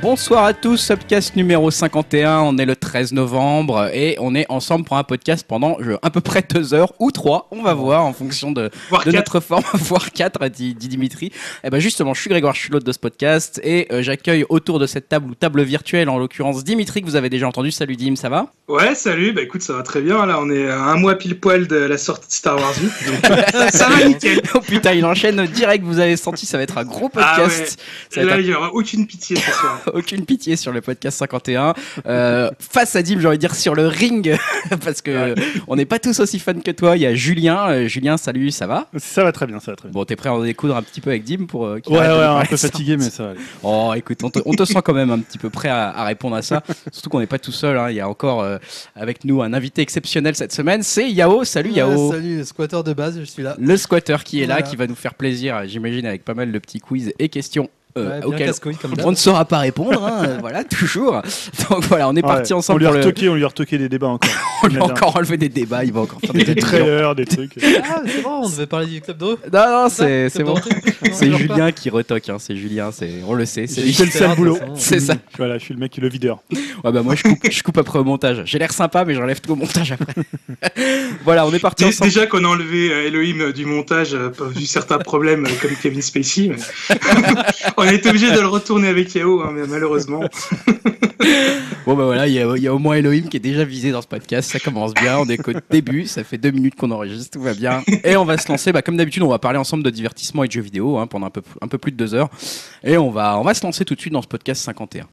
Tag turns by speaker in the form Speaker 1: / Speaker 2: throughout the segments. Speaker 1: Bonsoir à tous, podcast numéro 51. On est le 13 novembre et on est ensemble pour un podcast pendant je- à peu près deux heures ou trois. On va voir en fonction de,
Speaker 2: Voire
Speaker 1: de
Speaker 2: quatre.
Speaker 1: notre forme, voire quatre, dit, dit Dimitri. Et ben justement, je suis Grégoire, je suis l'hôte de ce podcast et euh, j'accueille autour de cette table ou table virtuelle, en l'occurrence Dimitri, que vous avez déjà entendu. Salut Dim, ça va
Speaker 2: Ouais, salut, bah écoute, ça va très bien. Là, on est à un mois pile poil de la sortie de Star Wars 8. donc, euh, ça va nickel.
Speaker 1: Oh putain, il enchaîne direct, vous avez senti, ça va être un gros
Speaker 2: Ah
Speaker 1: podcast. Ça va être un
Speaker 2: Là, il n'y aura aucune pitié ce soir.
Speaker 1: aucune pitié sur le podcast 51. Euh, face à Dim, j'ai envie de dire sur le ring, parce que euh, on n'est pas tous aussi fans que toi. Il y a Julien. Euh, Julien, salut, ça va
Speaker 3: Ça va très bien, ça va très bien.
Speaker 1: Bon, t'es prêt à en découdre un petit peu avec Dim pour. euh, qu'il
Speaker 3: Ouais, ouais,
Speaker 1: arrête de nous
Speaker 3: un
Speaker 1: parler
Speaker 3: peu
Speaker 1: de ça
Speaker 3: fatigué, mais ça va. aller.
Speaker 1: Oh, écoute, on te, on te sent quand même un petit peu prêt à, à répondre à ça. Surtout qu'on n'est pas tout seul. hein. Il y a encore euh, avec nous un invité exceptionnel cette semaine. C'est Yao. Salut Yao.
Speaker 4: Ouais, Ah, salut, le squatter de base, je suis là.
Speaker 1: Le squatter qui est là,
Speaker 4: Voilà.
Speaker 1: qui va nous faire plaisir, j'imagine, avec pas mal de petits quiz et questions. euh,
Speaker 4: Ouais, bien
Speaker 1: auxquelles
Speaker 4: casse-couille comme
Speaker 1: on
Speaker 4: d'hab.
Speaker 1: ne saura pas répondre, hein, euh, voilà, toujours. Donc voilà, on est parti
Speaker 3: Ouais,
Speaker 1: ensemble
Speaker 3: On
Speaker 1: pour
Speaker 3: lui a
Speaker 1: le-
Speaker 3: retoqué, on lui a retoqué des débats encore.
Speaker 1: on lui a
Speaker 3: La dernière-
Speaker 1: encore enlevé des débats, il va encore faire des
Speaker 3: Des
Speaker 1: débats.
Speaker 3: trailers, des trucs.
Speaker 4: Ah, c'est bon, on devait parler du club d'eau.
Speaker 1: Non, non, Ah, c'est c'est bon. C'est
Speaker 4: Non,
Speaker 1: Julien qui retoque, hein, c'est Julien, c'est on le sait. C'est
Speaker 3: J'ai fait le sale
Speaker 4: c'est
Speaker 3: boulot.
Speaker 4: bon.
Speaker 1: C'est ça.
Speaker 3: Mmh. Voilà, je suis le mec qui est le videur.
Speaker 1: Ouais, bah moi je coupe, je coupe après au montage. J'ai l'air sympa, mais j'enlève tout au montage après. voilà, on est parti
Speaker 2: Dé-
Speaker 1: ensemble.
Speaker 2: Déjà qu'on a enlevé euh, Elohim euh, du montage, euh, vu certains problèmes euh, comme Kevin Spacey, mais- on a été obligé de le retourner avec Yao, hein, mais malheureusement.
Speaker 1: Bon bah voilà, il y, a- il y a au moins Elohim qui est déjà visé dans ce podcast, ça commence bien, on est qu'au début, ça fait deux minutes qu'on enregistre, tout va bien. Et on va se lancer, bah, comme d'habitude, on va parler ensemble de divertissement et de jeux vidéo hein, pendant un peu, un peu plus de deux heures. Et on va, on va se lancer tout de suite dans ce podcast 51.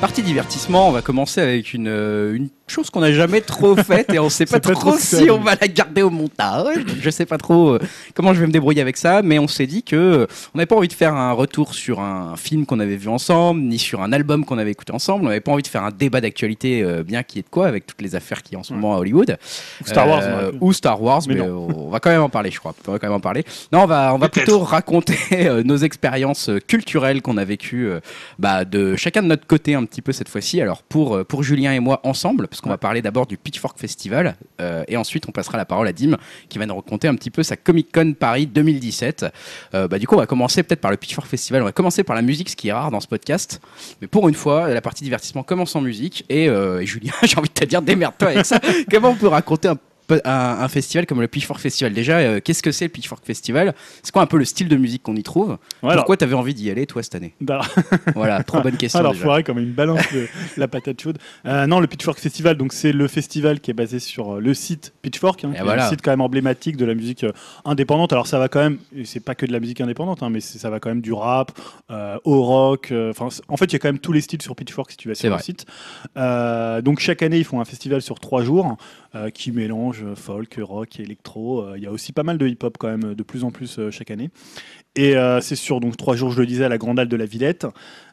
Speaker 1: Partie divertissement, on va commencer avec une, euh, une chose qu'on n'a jamais trop faite et on sait pas,
Speaker 3: C'est pas
Speaker 1: trop
Speaker 3: trop
Speaker 1: si
Speaker 3: seul.
Speaker 1: on va la garder au montage. Je sais pas trop euh, comment je vais me débrouiller avec ça, mais on s'est dit que euh, on n'avait pas envie de faire un retour sur un film qu'on avait vu ensemble, ni sur un album qu'on avait écouté ensemble. On n'avait pas envie de faire un débat d'actualité euh, bien qui est de quoi avec toutes les affaires qui en ce
Speaker 3: Ouais.
Speaker 1: moment à Hollywood.
Speaker 3: Ou Star Wars.
Speaker 1: Euh,
Speaker 3: on aurait pu.
Speaker 1: ou Star Wars, mais,
Speaker 3: Mais
Speaker 1: on va quand même en parler, je crois. On va quand même en parler. Non, on va, on va
Speaker 2: Peut-être.
Speaker 1: plutôt raconter euh, nos expériences euh, culturelles qu'on a vécues euh, bah, de chacun de notre côté un petit peu cette fois-ci. Alors pour, euh, pour Julien et moi ensemble, parce qu'on va parler d'abord du Pitchfork Festival, euh, et ensuite on passera la parole à Dim, qui va nous raconter un petit peu sa Comic Con Paris 2017. Euh, bah, du coup, on va commencer peut-être par le Pitchfork Festival, on va commencer par la musique, ce qui est rare dans ce podcast. Mais pour une fois, la partie divertissement commence en musique. Et, euh, et Julien, j'ai envie de te dire, démerde-toi avec ça. Comment on peut raconter un, peu- un- un festival comme le Pitchfork Festival Déjà, euh, qu'est-ce que c'est le Pitchfork Festival C'est quoi un peu le style de musique qu'on y trouve
Speaker 3: Ouais, alors,
Speaker 1: Pourquoi t'avais envie d'y aller, toi, cette année
Speaker 3: bah,
Speaker 1: Voilà, trop bonne question.
Speaker 3: alors
Speaker 1: déjà.
Speaker 3: foiré comme une balance de la patate chaude. Euh, non, le Pitchfork Festival, donc c'est le festival qui est basé sur euh, le site Pitchfork, hein,
Speaker 1: Et
Speaker 3: qui est
Speaker 1: voilà.
Speaker 3: un site quand même emblématique de la musique euh, indépendante. Alors ça va quand même, et c'est pas que de la musique indépendante, hein, mais c'est- ça va quand même du rap euh, au rock. euh, Enfin, c'est- en fait, il y a quand même tous les styles sur Pitchfork si tu vas
Speaker 1: C'est
Speaker 3: sur le
Speaker 1: vrai.
Speaker 3: site. Euh, donc chaque année, ils font un festival sur trois jours euh, qui mélange euh, folk, rock et électro. Euh, Il y a aussi pas mal de hip-hop quand même, de plus en plus euh, chaque année. Et euh, c'est sur donc trois jours, je le disais, à la Grande Halle de la Villette.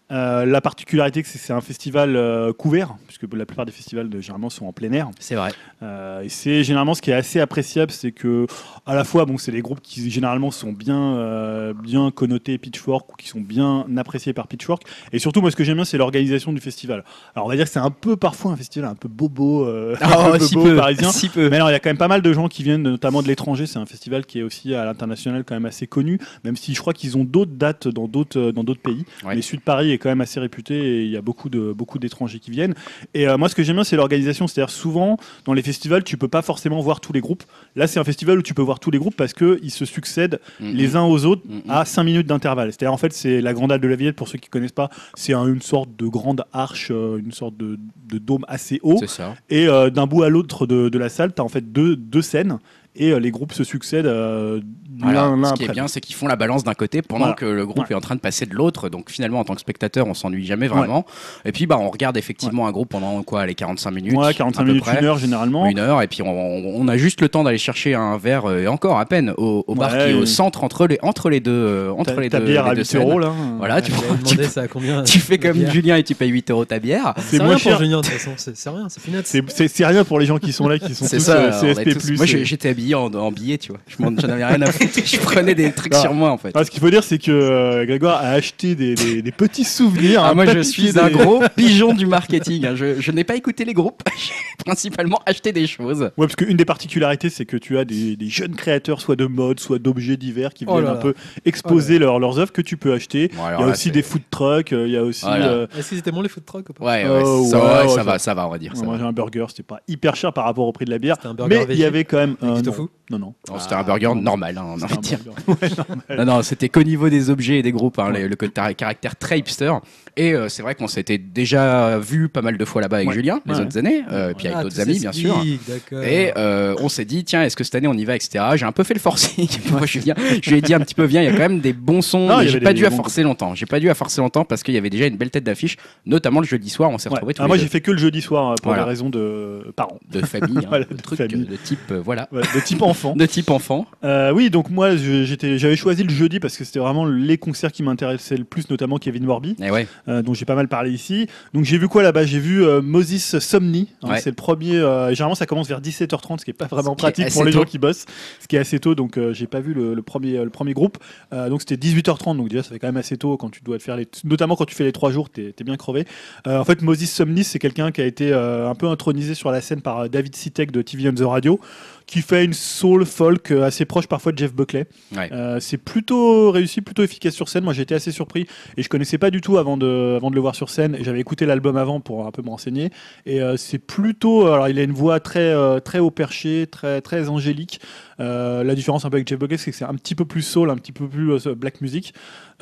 Speaker 3: Euh, la particularité, c'est que c'est un festival euh, couvert, puisque la plupart des festivals de- généralement sont en plein air.
Speaker 1: C'est vrai.
Speaker 3: Euh, et c'est généralement ce qui est assez appréciable, c'est que à la fois, bon, c'est des groupes qui généralement sont bien, euh, bien connotés Pitchfork ou qui sont bien appréciés par Pitchfork. Et surtout, moi, ce que j'aime bien, c'est l'organisation du festival. Alors, on va dire que c'est un peu parfois un festival un peu bobo, euh, un peu
Speaker 1: Ah, Oh, si
Speaker 3: bobo
Speaker 1: peu,
Speaker 3: parisien.
Speaker 1: si peu.
Speaker 3: Mais alors, il y a quand même pas mal de gens qui viennent, notamment de l'étranger. C'est un festival qui est aussi à l'international quand même assez connu, même si je crois qu'ils ont d'autres dates dans d'autres euh, dans d'autres pays.
Speaker 1: Ouais.
Speaker 3: Mais Sud Paris est quand même assez réputé et il y a beaucoup de beaucoup d'étrangers qui viennent. Et euh, moi, ce que j'aime bien, c'est l'organisation. C'est-à-dire souvent dans les festivals, tu peux pas forcément voir tous les groupes. Là, c'est un festival où tu peux voir tous les groupes parce que ils se succèdent
Speaker 1: Mhm.
Speaker 3: les uns aux autres
Speaker 1: Mhm.
Speaker 3: à 5 minutes d'intervalle. C'est-à-dire, en fait, c'est la Grande Halle de la Villette, pour ceux qui connaissent pas, c'est un- une sorte de grande arche, euh, une sorte de, de dôme assez haut.
Speaker 1: mm, C'est ça.
Speaker 3: Et euh, d'un bout à l'autre de, de la salle, tu as en fait deux, deux scènes et euh, les groupes se succèdent euh,
Speaker 1: Voilà.
Speaker 3: l'un l'un
Speaker 1: ce qui
Speaker 3: après.
Speaker 1: est bien, c'est qu'ils font la balance d'un côté pendant
Speaker 3: Voilà.
Speaker 1: que le groupe
Speaker 3: Ouais.
Speaker 1: est en train de passer de l'autre. Donc finalement, en tant que spectateur, on s'ennuie jamais vraiment. Et puis, bah, on regarde effectivement un groupe pendant quoi, les 45 minutes
Speaker 3: Ouais,
Speaker 1: à
Speaker 3: 45
Speaker 1: peu
Speaker 3: minutes,
Speaker 1: près.
Speaker 3: une heure généralement.
Speaker 1: Une heure, et puis on, on a juste le temps d'aller chercher un verre, euh, et encore à peine, au, au bar
Speaker 3: Ouais,
Speaker 1: qui est au
Speaker 3: et-
Speaker 1: centre, entre les, entre les deux. euh, Entre
Speaker 3: Ta,
Speaker 1: les
Speaker 3: ta
Speaker 1: deux,
Speaker 3: bière
Speaker 1: les
Speaker 3: à
Speaker 1: deux
Speaker 3: 8
Speaker 1: scènes.
Speaker 3: euros là.
Speaker 1: Voilà, tu,
Speaker 4: tu
Speaker 1: prends- tu-
Speaker 4: demandé ça à combien
Speaker 1: tu fais comme
Speaker 4: Julien.
Speaker 1: Julien et tu payes 8 euros ta bière.
Speaker 3: C'est
Speaker 4: C'est
Speaker 3: moins
Speaker 4: rien pour
Speaker 3: cher.
Speaker 4: Julien de toute façon, c'est c'est rien, c'est peanuts.
Speaker 3: C'est- C'est c'est rien pour les gens qui sont là, qui sont
Speaker 1: C'est
Speaker 3: tous
Speaker 1: ça.
Speaker 3: euh,
Speaker 1: on est
Speaker 3: CSP+.
Speaker 1: tous- Moi, j'ai-
Speaker 3: et-
Speaker 1: j'étais habillé m'habillais en, en billet, tu vois. Je m'en j'en avais rien à foutre. Je prenais des trucs
Speaker 3: Ah.
Speaker 1: sur moi, en fait.
Speaker 3: Ah, ce qu'il faut dire, c'est que euh, Grégoire a acheté des, des- des petits souvenirs.
Speaker 1: Ah,
Speaker 3: un
Speaker 1: moi, je
Speaker 3: papier
Speaker 1: suis
Speaker 3: des-
Speaker 1: un gros pigeon du marketing. hein. Je, je n'ai pas écouté les groupes. J'ai principalement acheté des choses.
Speaker 3: Ouais, parce qu'une des particularités, c'est que tu as des, des jeunes créateurs, soit de mode, soit d'objets divers, qui
Speaker 4: Oh
Speaker 3: viennent
Speaker 4: là
Speaker 3: un
Speaker 4: là.
Speaker 3: peu exposer leurs- leurs œuvres que tu peux acheter.
Speaker 1: Bon,
Speaker 3: Il
Speaker 1: Oh alors
Speaker 3: y a
Speaker 1: là,
Speaker 3: aussi
Speaker 1: c'est-
Speaker 3: des food trucks, euh, il y a aussi.
Speaker 1: Voilà.
Speaker 3: euh,
Speaker 4: Est-ce qu'ils étaient bons les food trucks ou pas
Speaker 1: Ouais, ouais,
Speaker 3: Oh,
Speaker 1: ça,
Speaker 3: ouais,
Speaker 1: ouais,
Speaker 3: ouais,
Speaker 1: ça
Speaker 3: ça-
Speaker 1: va, ça va, on va dire.
Speaker 3: on
Speaker 1: ça
Speaker 3: a
Speaker 1: va.
Speaker 3: mangé un burger, c'était pas hyper cher par rapport au prix de la bière.
Speaker 4: C'était un burger
Speaker 3: Mais il y
Speaker 4: végé
Speaker 3: avait quand même.
Speaker 4: avec
Speaker 3: euh,
Speaker 4: du
Speaker 3: non,
Speaker 4: tofu.
Speaker 3: non, non.
Speaker 1: Non, c'était un
Speaker 3: Ah,
Speaker 1: burger
Speaker 3: non,
Speaker 1: normal, hein, on a envie
Speaker 3: c'était un
Speaker 1: de dire.
Speaker 3: burger.
Speaker 1: Non, non, c'était qu'au niveau des objets et des groupes, hein, le, le côté- caractère très hipster. Et euh, c'est vrai qu'on s'était déjà vu pas mal de fois là-bas avec
Speaker 3: Ouais.
Speaker 1: Julien, les
Speaker 3: Ouais.
Speaker 1: autres années, euh, et puis
Speaker 4: Ah,
Speaker 1: avec
Speaker 4: tout
Speaker 1: d'autres amis, bien sûr.
Speaker 4: s'explique, D'accord.
Speaker 1: Et euh, on s'est dit, tiens, est-ce que cette année on y va, etc. J'ai un peu fait le forcing. Moi, je, viens, je lui ai dit un petit peu, viens, il y a quand même des bons sons.
Speaker 3: Non, il y
Speaker 1: mais j'ai
Speaker 3: avait
Speaker 1: pas
Speaker 3: des
Speaker 1: dû à
Speaker 3: bons
Speaker 1: forcer longtemps. J'ai pas dû à forcer longtemps parce qu'il y avait déjà une belle tête d'affiche, notamment le jeudi soir, on s'est
Speaker 3: Ouais.
Speaker 1: retrouvés tous
Speaker 3: Ah,
Speaker 1: les
Speaker 3: moi,
Speaker 1: deux.
Speaker 3: j'ai fait que le jeudi soir euh, pour
Speaker 1: Voilà.
Speaker 3: des raisons de parents,
Speaker 1: de famille, hein,
Speaker 3: Voilà,
Speaker 1: de
Speaker 3: de
Speaker 1: trucs
Speaker 3: famille.
Speaker 1: euh, de type, euh, voilà,
Speaker 3: Ouais, de type enfant.
Speaker 1: de type enfant.
Speaker 3: Euh, oui, donc moi je- j'étais- j'avais choisi le jeudi parce que c'était vraiment les concerts qui m'intéressaient le plus, notamment Kevin Warby,
Speaker 1: Et Eh ouais,
Speaker 3: euh, dont j'ai pas mal parlé ici. Donc j'ai vu quoi là-bas J'ai vu euh, Moses Somni. hein,
Speaker 1: Ouais.
Speaker 3: C'est le premier. euh, généralement ça commence vers 17h30, ce qui est pas
Speaker 1: Ce qui
Speaker 3: vraiment
Speaker 1: est
Speaker 3: pratique
Speaker 1: assez
Speaker 3: pour les
Speaker 1: tôt.
Speaker 3: gens qui bossent, ce qui est assez tôt. Donc euh, j'ai pas vu le, le premier, le premier groupe. Euh, donc c'était 18h30, donc déjà ça fait quand même assez tôt quand tu dois te faire les, notamment quand tu fais les trois jours, t'es es bien crevé. Euh, en fait, Moses Somni, c'est quelqu'un qui a été euh, un peu intronisé sur la scène par euh, David Sitek de TV on the Radio, qui fait une soul folk euh, assez proche parfois de Jeff Buckley.
Speaker 1: Ouais.
Speaker 3: Euh, c'est plutôt réussi, plutôt efficace sur scène. Moi, j'ai été assez surpris et je connaissais pas du tout avant de, avant de le voir sur scène. Et J'avais écouté l'album avant pour un peu me renseigner et euh, c'est plutôt. Alors, il a une voix très euh, très haut perché, très très angélique. Euh, la différence un peu avec Jeff Buckley, c'est que c'est un petit peu plus soul, un petit peu plus euh, black music.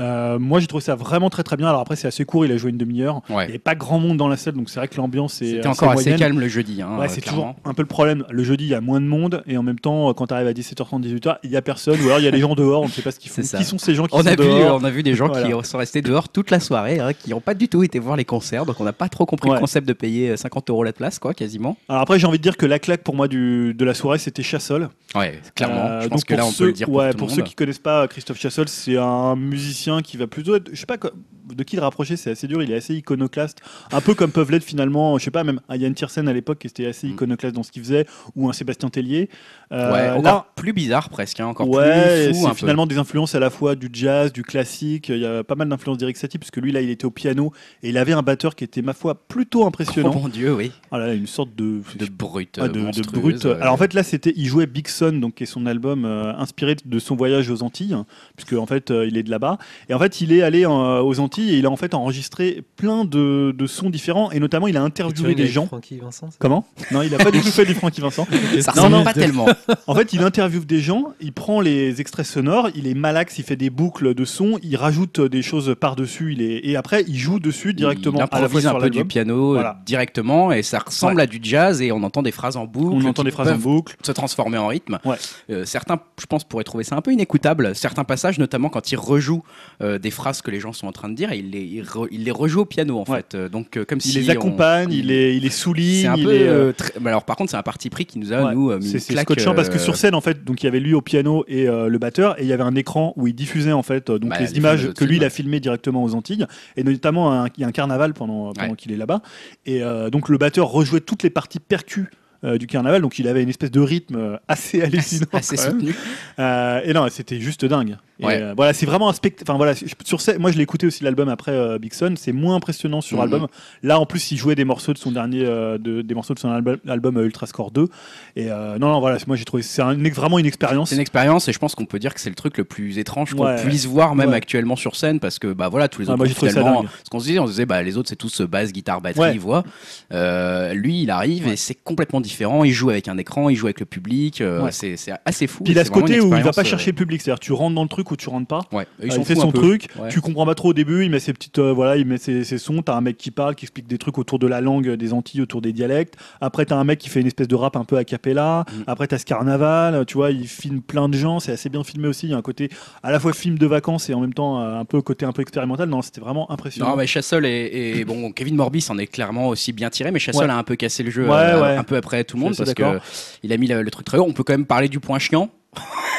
Speaker 3: Euh, moi, j'ai trouvé ça vraiment très très bien. Alors après, c'est assez court. Il a joué une demi-heure. Il n'y
Speaker 1: ouais.
Speaker 3: avait pas grand monde dans la salle, donc c'est vrai que l'ambiance est.
Speaker 1: C'était encore assez
Speaker 3: moyenne.
Speaker 1: calme le jeudi. Hein,
Speaker 3: Ouais,
Speaker 1: euh,
Speaker 3: c'est
Speaker 1: clairement.
Speaker 3: toujours un peu le problème. Le jeudi, il y a moins de monde, et en même temps, quand tu arrives à 17h30, 18h, il n'y a personne, ou alors il y a des gens dehors, on ne sait pas ce qu'ils font.
Speaker 1: C'est ça.
Speaker 3: Qui sont ces gens qui
Speaker 1: On
Speaker 3: sont
Speaker 1: a, vu,
Speaker 3: dehors
Speaker 1: on a vu des gens
Speaker 3: Voilà.
Speaker 1: qui sont restés dehors toute la soirée, hein, qui n'ont pas du tout été voir les concerts, donc on n'a pas trop compris
Speaker 3: Ouais.
Speaker 1: le concept de payer euh, 50 euros la place, quoi, quasiment.
Speaker 3: Alors après, j'ai envie de dire que la claque pour moi du, de la soirée, c'était Chassol.
Speaker 1: Ouais, clairement.
Speaker 3: Euh,
Speaker 1: je pense
Speaker 3: donc
Speaker 1: que là,
Speaker 3: pour
Speaker 1: on
Speaker 3: ceux-
Speaker 1: peut le dire pour
Speaker 3: ouais,
Speaker 1: tout le
Speaker 3: ceux
Speaker 1: monde.
Speaker 3: qui connaissent pas euh, Christophe Chassol, c'est un musicien qui va plutôt être, je sais pas co- de qui le rapprocher, c'est assez dur, il est assez iconoclaste, un peu comme peuvent l'être finalement, je sais pas, même un Yann Tiersen à l'époque qui était assez
Speaker 1: Mm.
Speaker 3: iconoclaste dans ce qu'il faisait, ou un Sébastien Tellier. Euh,
Speaker 1: Ouais, encore
Speaker 3: là,
Speaker 1: plus bizarre presque, hein, encore
Speaker 3: ouais,
Speaker 1: plus fou
Speaker 3: c'est
Speaker 1: un peu.
Speaker 3: finalement des influences à la fois du jazz, du classique. Il y a pas mal d'influences d'Eric Satie, puisque lui, là, il était au piano et il avait un batteur qui était, ma foi, plutôt
Speaker 1: Oh
Speaker 3: impressionnant.
Speaker 1: mon dieu, oui.
Speaker 3: Ah là là, une sorte de.
Speaker 1: De brut.
Speaker 3: Ah,
Speaker 1: euh,
Speaker 3: de- de,
Speaker 1: monstrueuse,
Speaker 3: brut.
Speaker 1: euh,
Speaker 3: Alors en fait là c'était, il jouait Big Sun, donc qui est son album euh, inspiré de son voyage aux Antilles, hein, puisque en fait euh, il est de là-bas. Et en fait il est allé en- euh, aux Antilles et il a en fait enregistré plein de, de sons différents et notamment il a interviewé
Speaker 4: Featuring
Speaker 3: des
Speaker 4: avec
Speaker 3: gens.
Speaker 4: Francky Vincent. c'est-
Speaker 3: Comment Non, il a pas du tout fait du Francky Vincent.
Speaker 1: ça
Speaker 3: Non,
Speaker 1: ressemble
Speaker 3: non.
Speaker 1: pas tellement.
Speaker 3: En fait, il interviewe des gens, il prend les extraits sonores, il est malaxe, il fait des boucles de sons, il rajoute des choses par-dessus, il est... et après, il joue dessus directement
Speaker 1: Il
Speaker 3: à la fois
Speaker 1: improvise
Speaker 3: sur
Speaker 1: un peu
Speaker 3: l'album.
Speaker 1: du piano euh,
Speaker 3: Voilà.
Speaker 1: directement et ça ressemble à du jazz et on entend des phrases en boucle.
Speaker 3: On entend
Speaker 1: qui
Speaker 3: des phrases en
Speaker 1: peuvent
Speaker 3: boucle.
Speaker 1: se transformer en rythme.
Speaker 3: Ouais.
Speaker 1: Euh, certains, je pense, pourraient trouver ça un peu inécoutable. Certains passages, notamment quand il rejoue euh, des phrases que les gens sont en train de dire, et il les, il re- il les rejoue au piano en
Speaker 3: Ouais.
Speaker 1: fait. Euh, donc euh, comme
Speaker 3: Il
Speaker 1: si
Speaker 3: les accompagne,
Speaker 1: on-
Speaker 3: il les, il les souligne.
Speaker 1: C'est un
Speaker 3: il
Speaker 1: peu.
Speaker 3: est, euh,
Speaker 1: euh, très- mais Alors par contre, c'est un parti pris qui nous a
Speaker 3: ouais.
Speaker 1: nous euh, mis
Speaker 3: C'est
Speaker 1: une
Speaker 3: c'est
Speaker 1: claque,
Speaker 3: scotchant parce que
Speaker 1: euh,
Speaker 3: sur scène en fait donc il y avait lui au piano et euh, le batteur et il y avait un écran où il diffusait en fait euh, donc
Speaker 1: Bah,
Speaker 3: les
Speaker 1: les
Speaker 3: images
Speaker 1: films
Speaker 3: que lui il
Speaker 1: d'autres
Speaker 3: a filmées directement aux Antilles et notamment un- il y a un carnaval pendant, pendant
Speaker 1: Ouais.
Speaker 3: qu'il est là-bas et euh, donc le batteur rejouait toutes les parties percus euh, du carnaval donc il avait une espèce de rythme euh, assez hallucinant
Speaker 1: assez
Speaker 3: quand même.
Speaker 1: soutenu.
Speaker 3: Euh, et non, c'était juste dingue. Et,
Speaker 1: Ouais.
Speaker 3: euh, voilà, c'est vraiment un spectacle. Enfin voilà, je- sur scène- moi je l'ai écouté aussi l'album après euh, Big Sun, c'est moins impressionnant sur
Speaker 1: Mhm.
Speaker 3: album. Là en plus, il jouait des morceaux de son dernier, euh, de- des morceaux de son album, album euh, Ultra Score 2. Et euh, non, non, voilà, c'est- moi j'ai trouvé c'est un- vraiment une expérience.
Speaker 1: C'est une expérience et je pense qu'on peut dire que c'est le truc le plus étrange qu'on
Speaker 3: Ouais.
Speaker 1: puisse voir même
Speaker 3: Ouais.
Speaker 1: actuellement sur scène parce que bah voilà tous les
Speaker 3: Ah,
Speaker 1: autres
Speaker 3: moi, j'ai trouvé ça
Speaker 1: finalement
Speaker 3: dingue.
Speaker 1: ce qu'on se disait on se disait bah les autres c'est tous euh, basse guitare batterie
Speaker 3: Ouais.
Speaker 1: voix Euh, lui il arrive et c'est complètement différent il joue avec un écran il joue avec le public euh,
Speaker 3: Ouais.
Speaker 1: c'est c'est assez fou
Speaker 3: Puis il
Speaker 1: c'est
Speaker 3: a ce
Speaker 1: vraiment
Speaker 3: côté
Speaker 1: une
Speaker 3: où il va
Speaker 1: expérience,
Speaker 3: pas
Speaker 1: euh,
Speaker 3: chercher le public, c'est-à-dire tu rentres dans le truc ou tu rentres pas.
Speaker 1: ouais ils
Speaker 3: Euh,
Speaker 1: s'en
Speaker 3: il fait
Speaker 1: foutent un
Speaker 3: son
Speaker 1: peu.
Speaker 3: truc,
Speaker 1: Ouais.
Speaker 3: tu comprends pas trop au début, il met ses petites euh, voilà, il met ses, ses sons, t'as un mec qui parle, qui explique des trucs autour de la langue euh, des Antilles, autour des dialectes. Après t'as un mec qui fait une espèce de rap un peu a cappella.
Speaker 1: Mm.
Speaker 3: Après t'as ce carnaval, euh, tu vois, il filme plein de gens, c'est assez bien filmé aussi, il y a un côté à la fois film de vacances et en même temps euh, un peu côté un peu expérimental. Non, c'était vraiment impressionnant.
Speaker 1: non mais Chassol et, et- bon Kevin Morby s'en est clairement aussi bien tiré mais Chassol
Speaker 3: Ouais.
Speaker 1: a un peu cassé le jeu
Speaker 3: Ouais,
Speaker 1: euh,
Speaker 3: ouais.
Speaker 1: un peu après tout le
Speaker 3: Je
Speaker 1: monde
Speaker 3: suis
Speaker 1: parce
Speaker 3: assez
Speaker 1: que il a mis le, le truc très haut on peut quand même parler du point chiant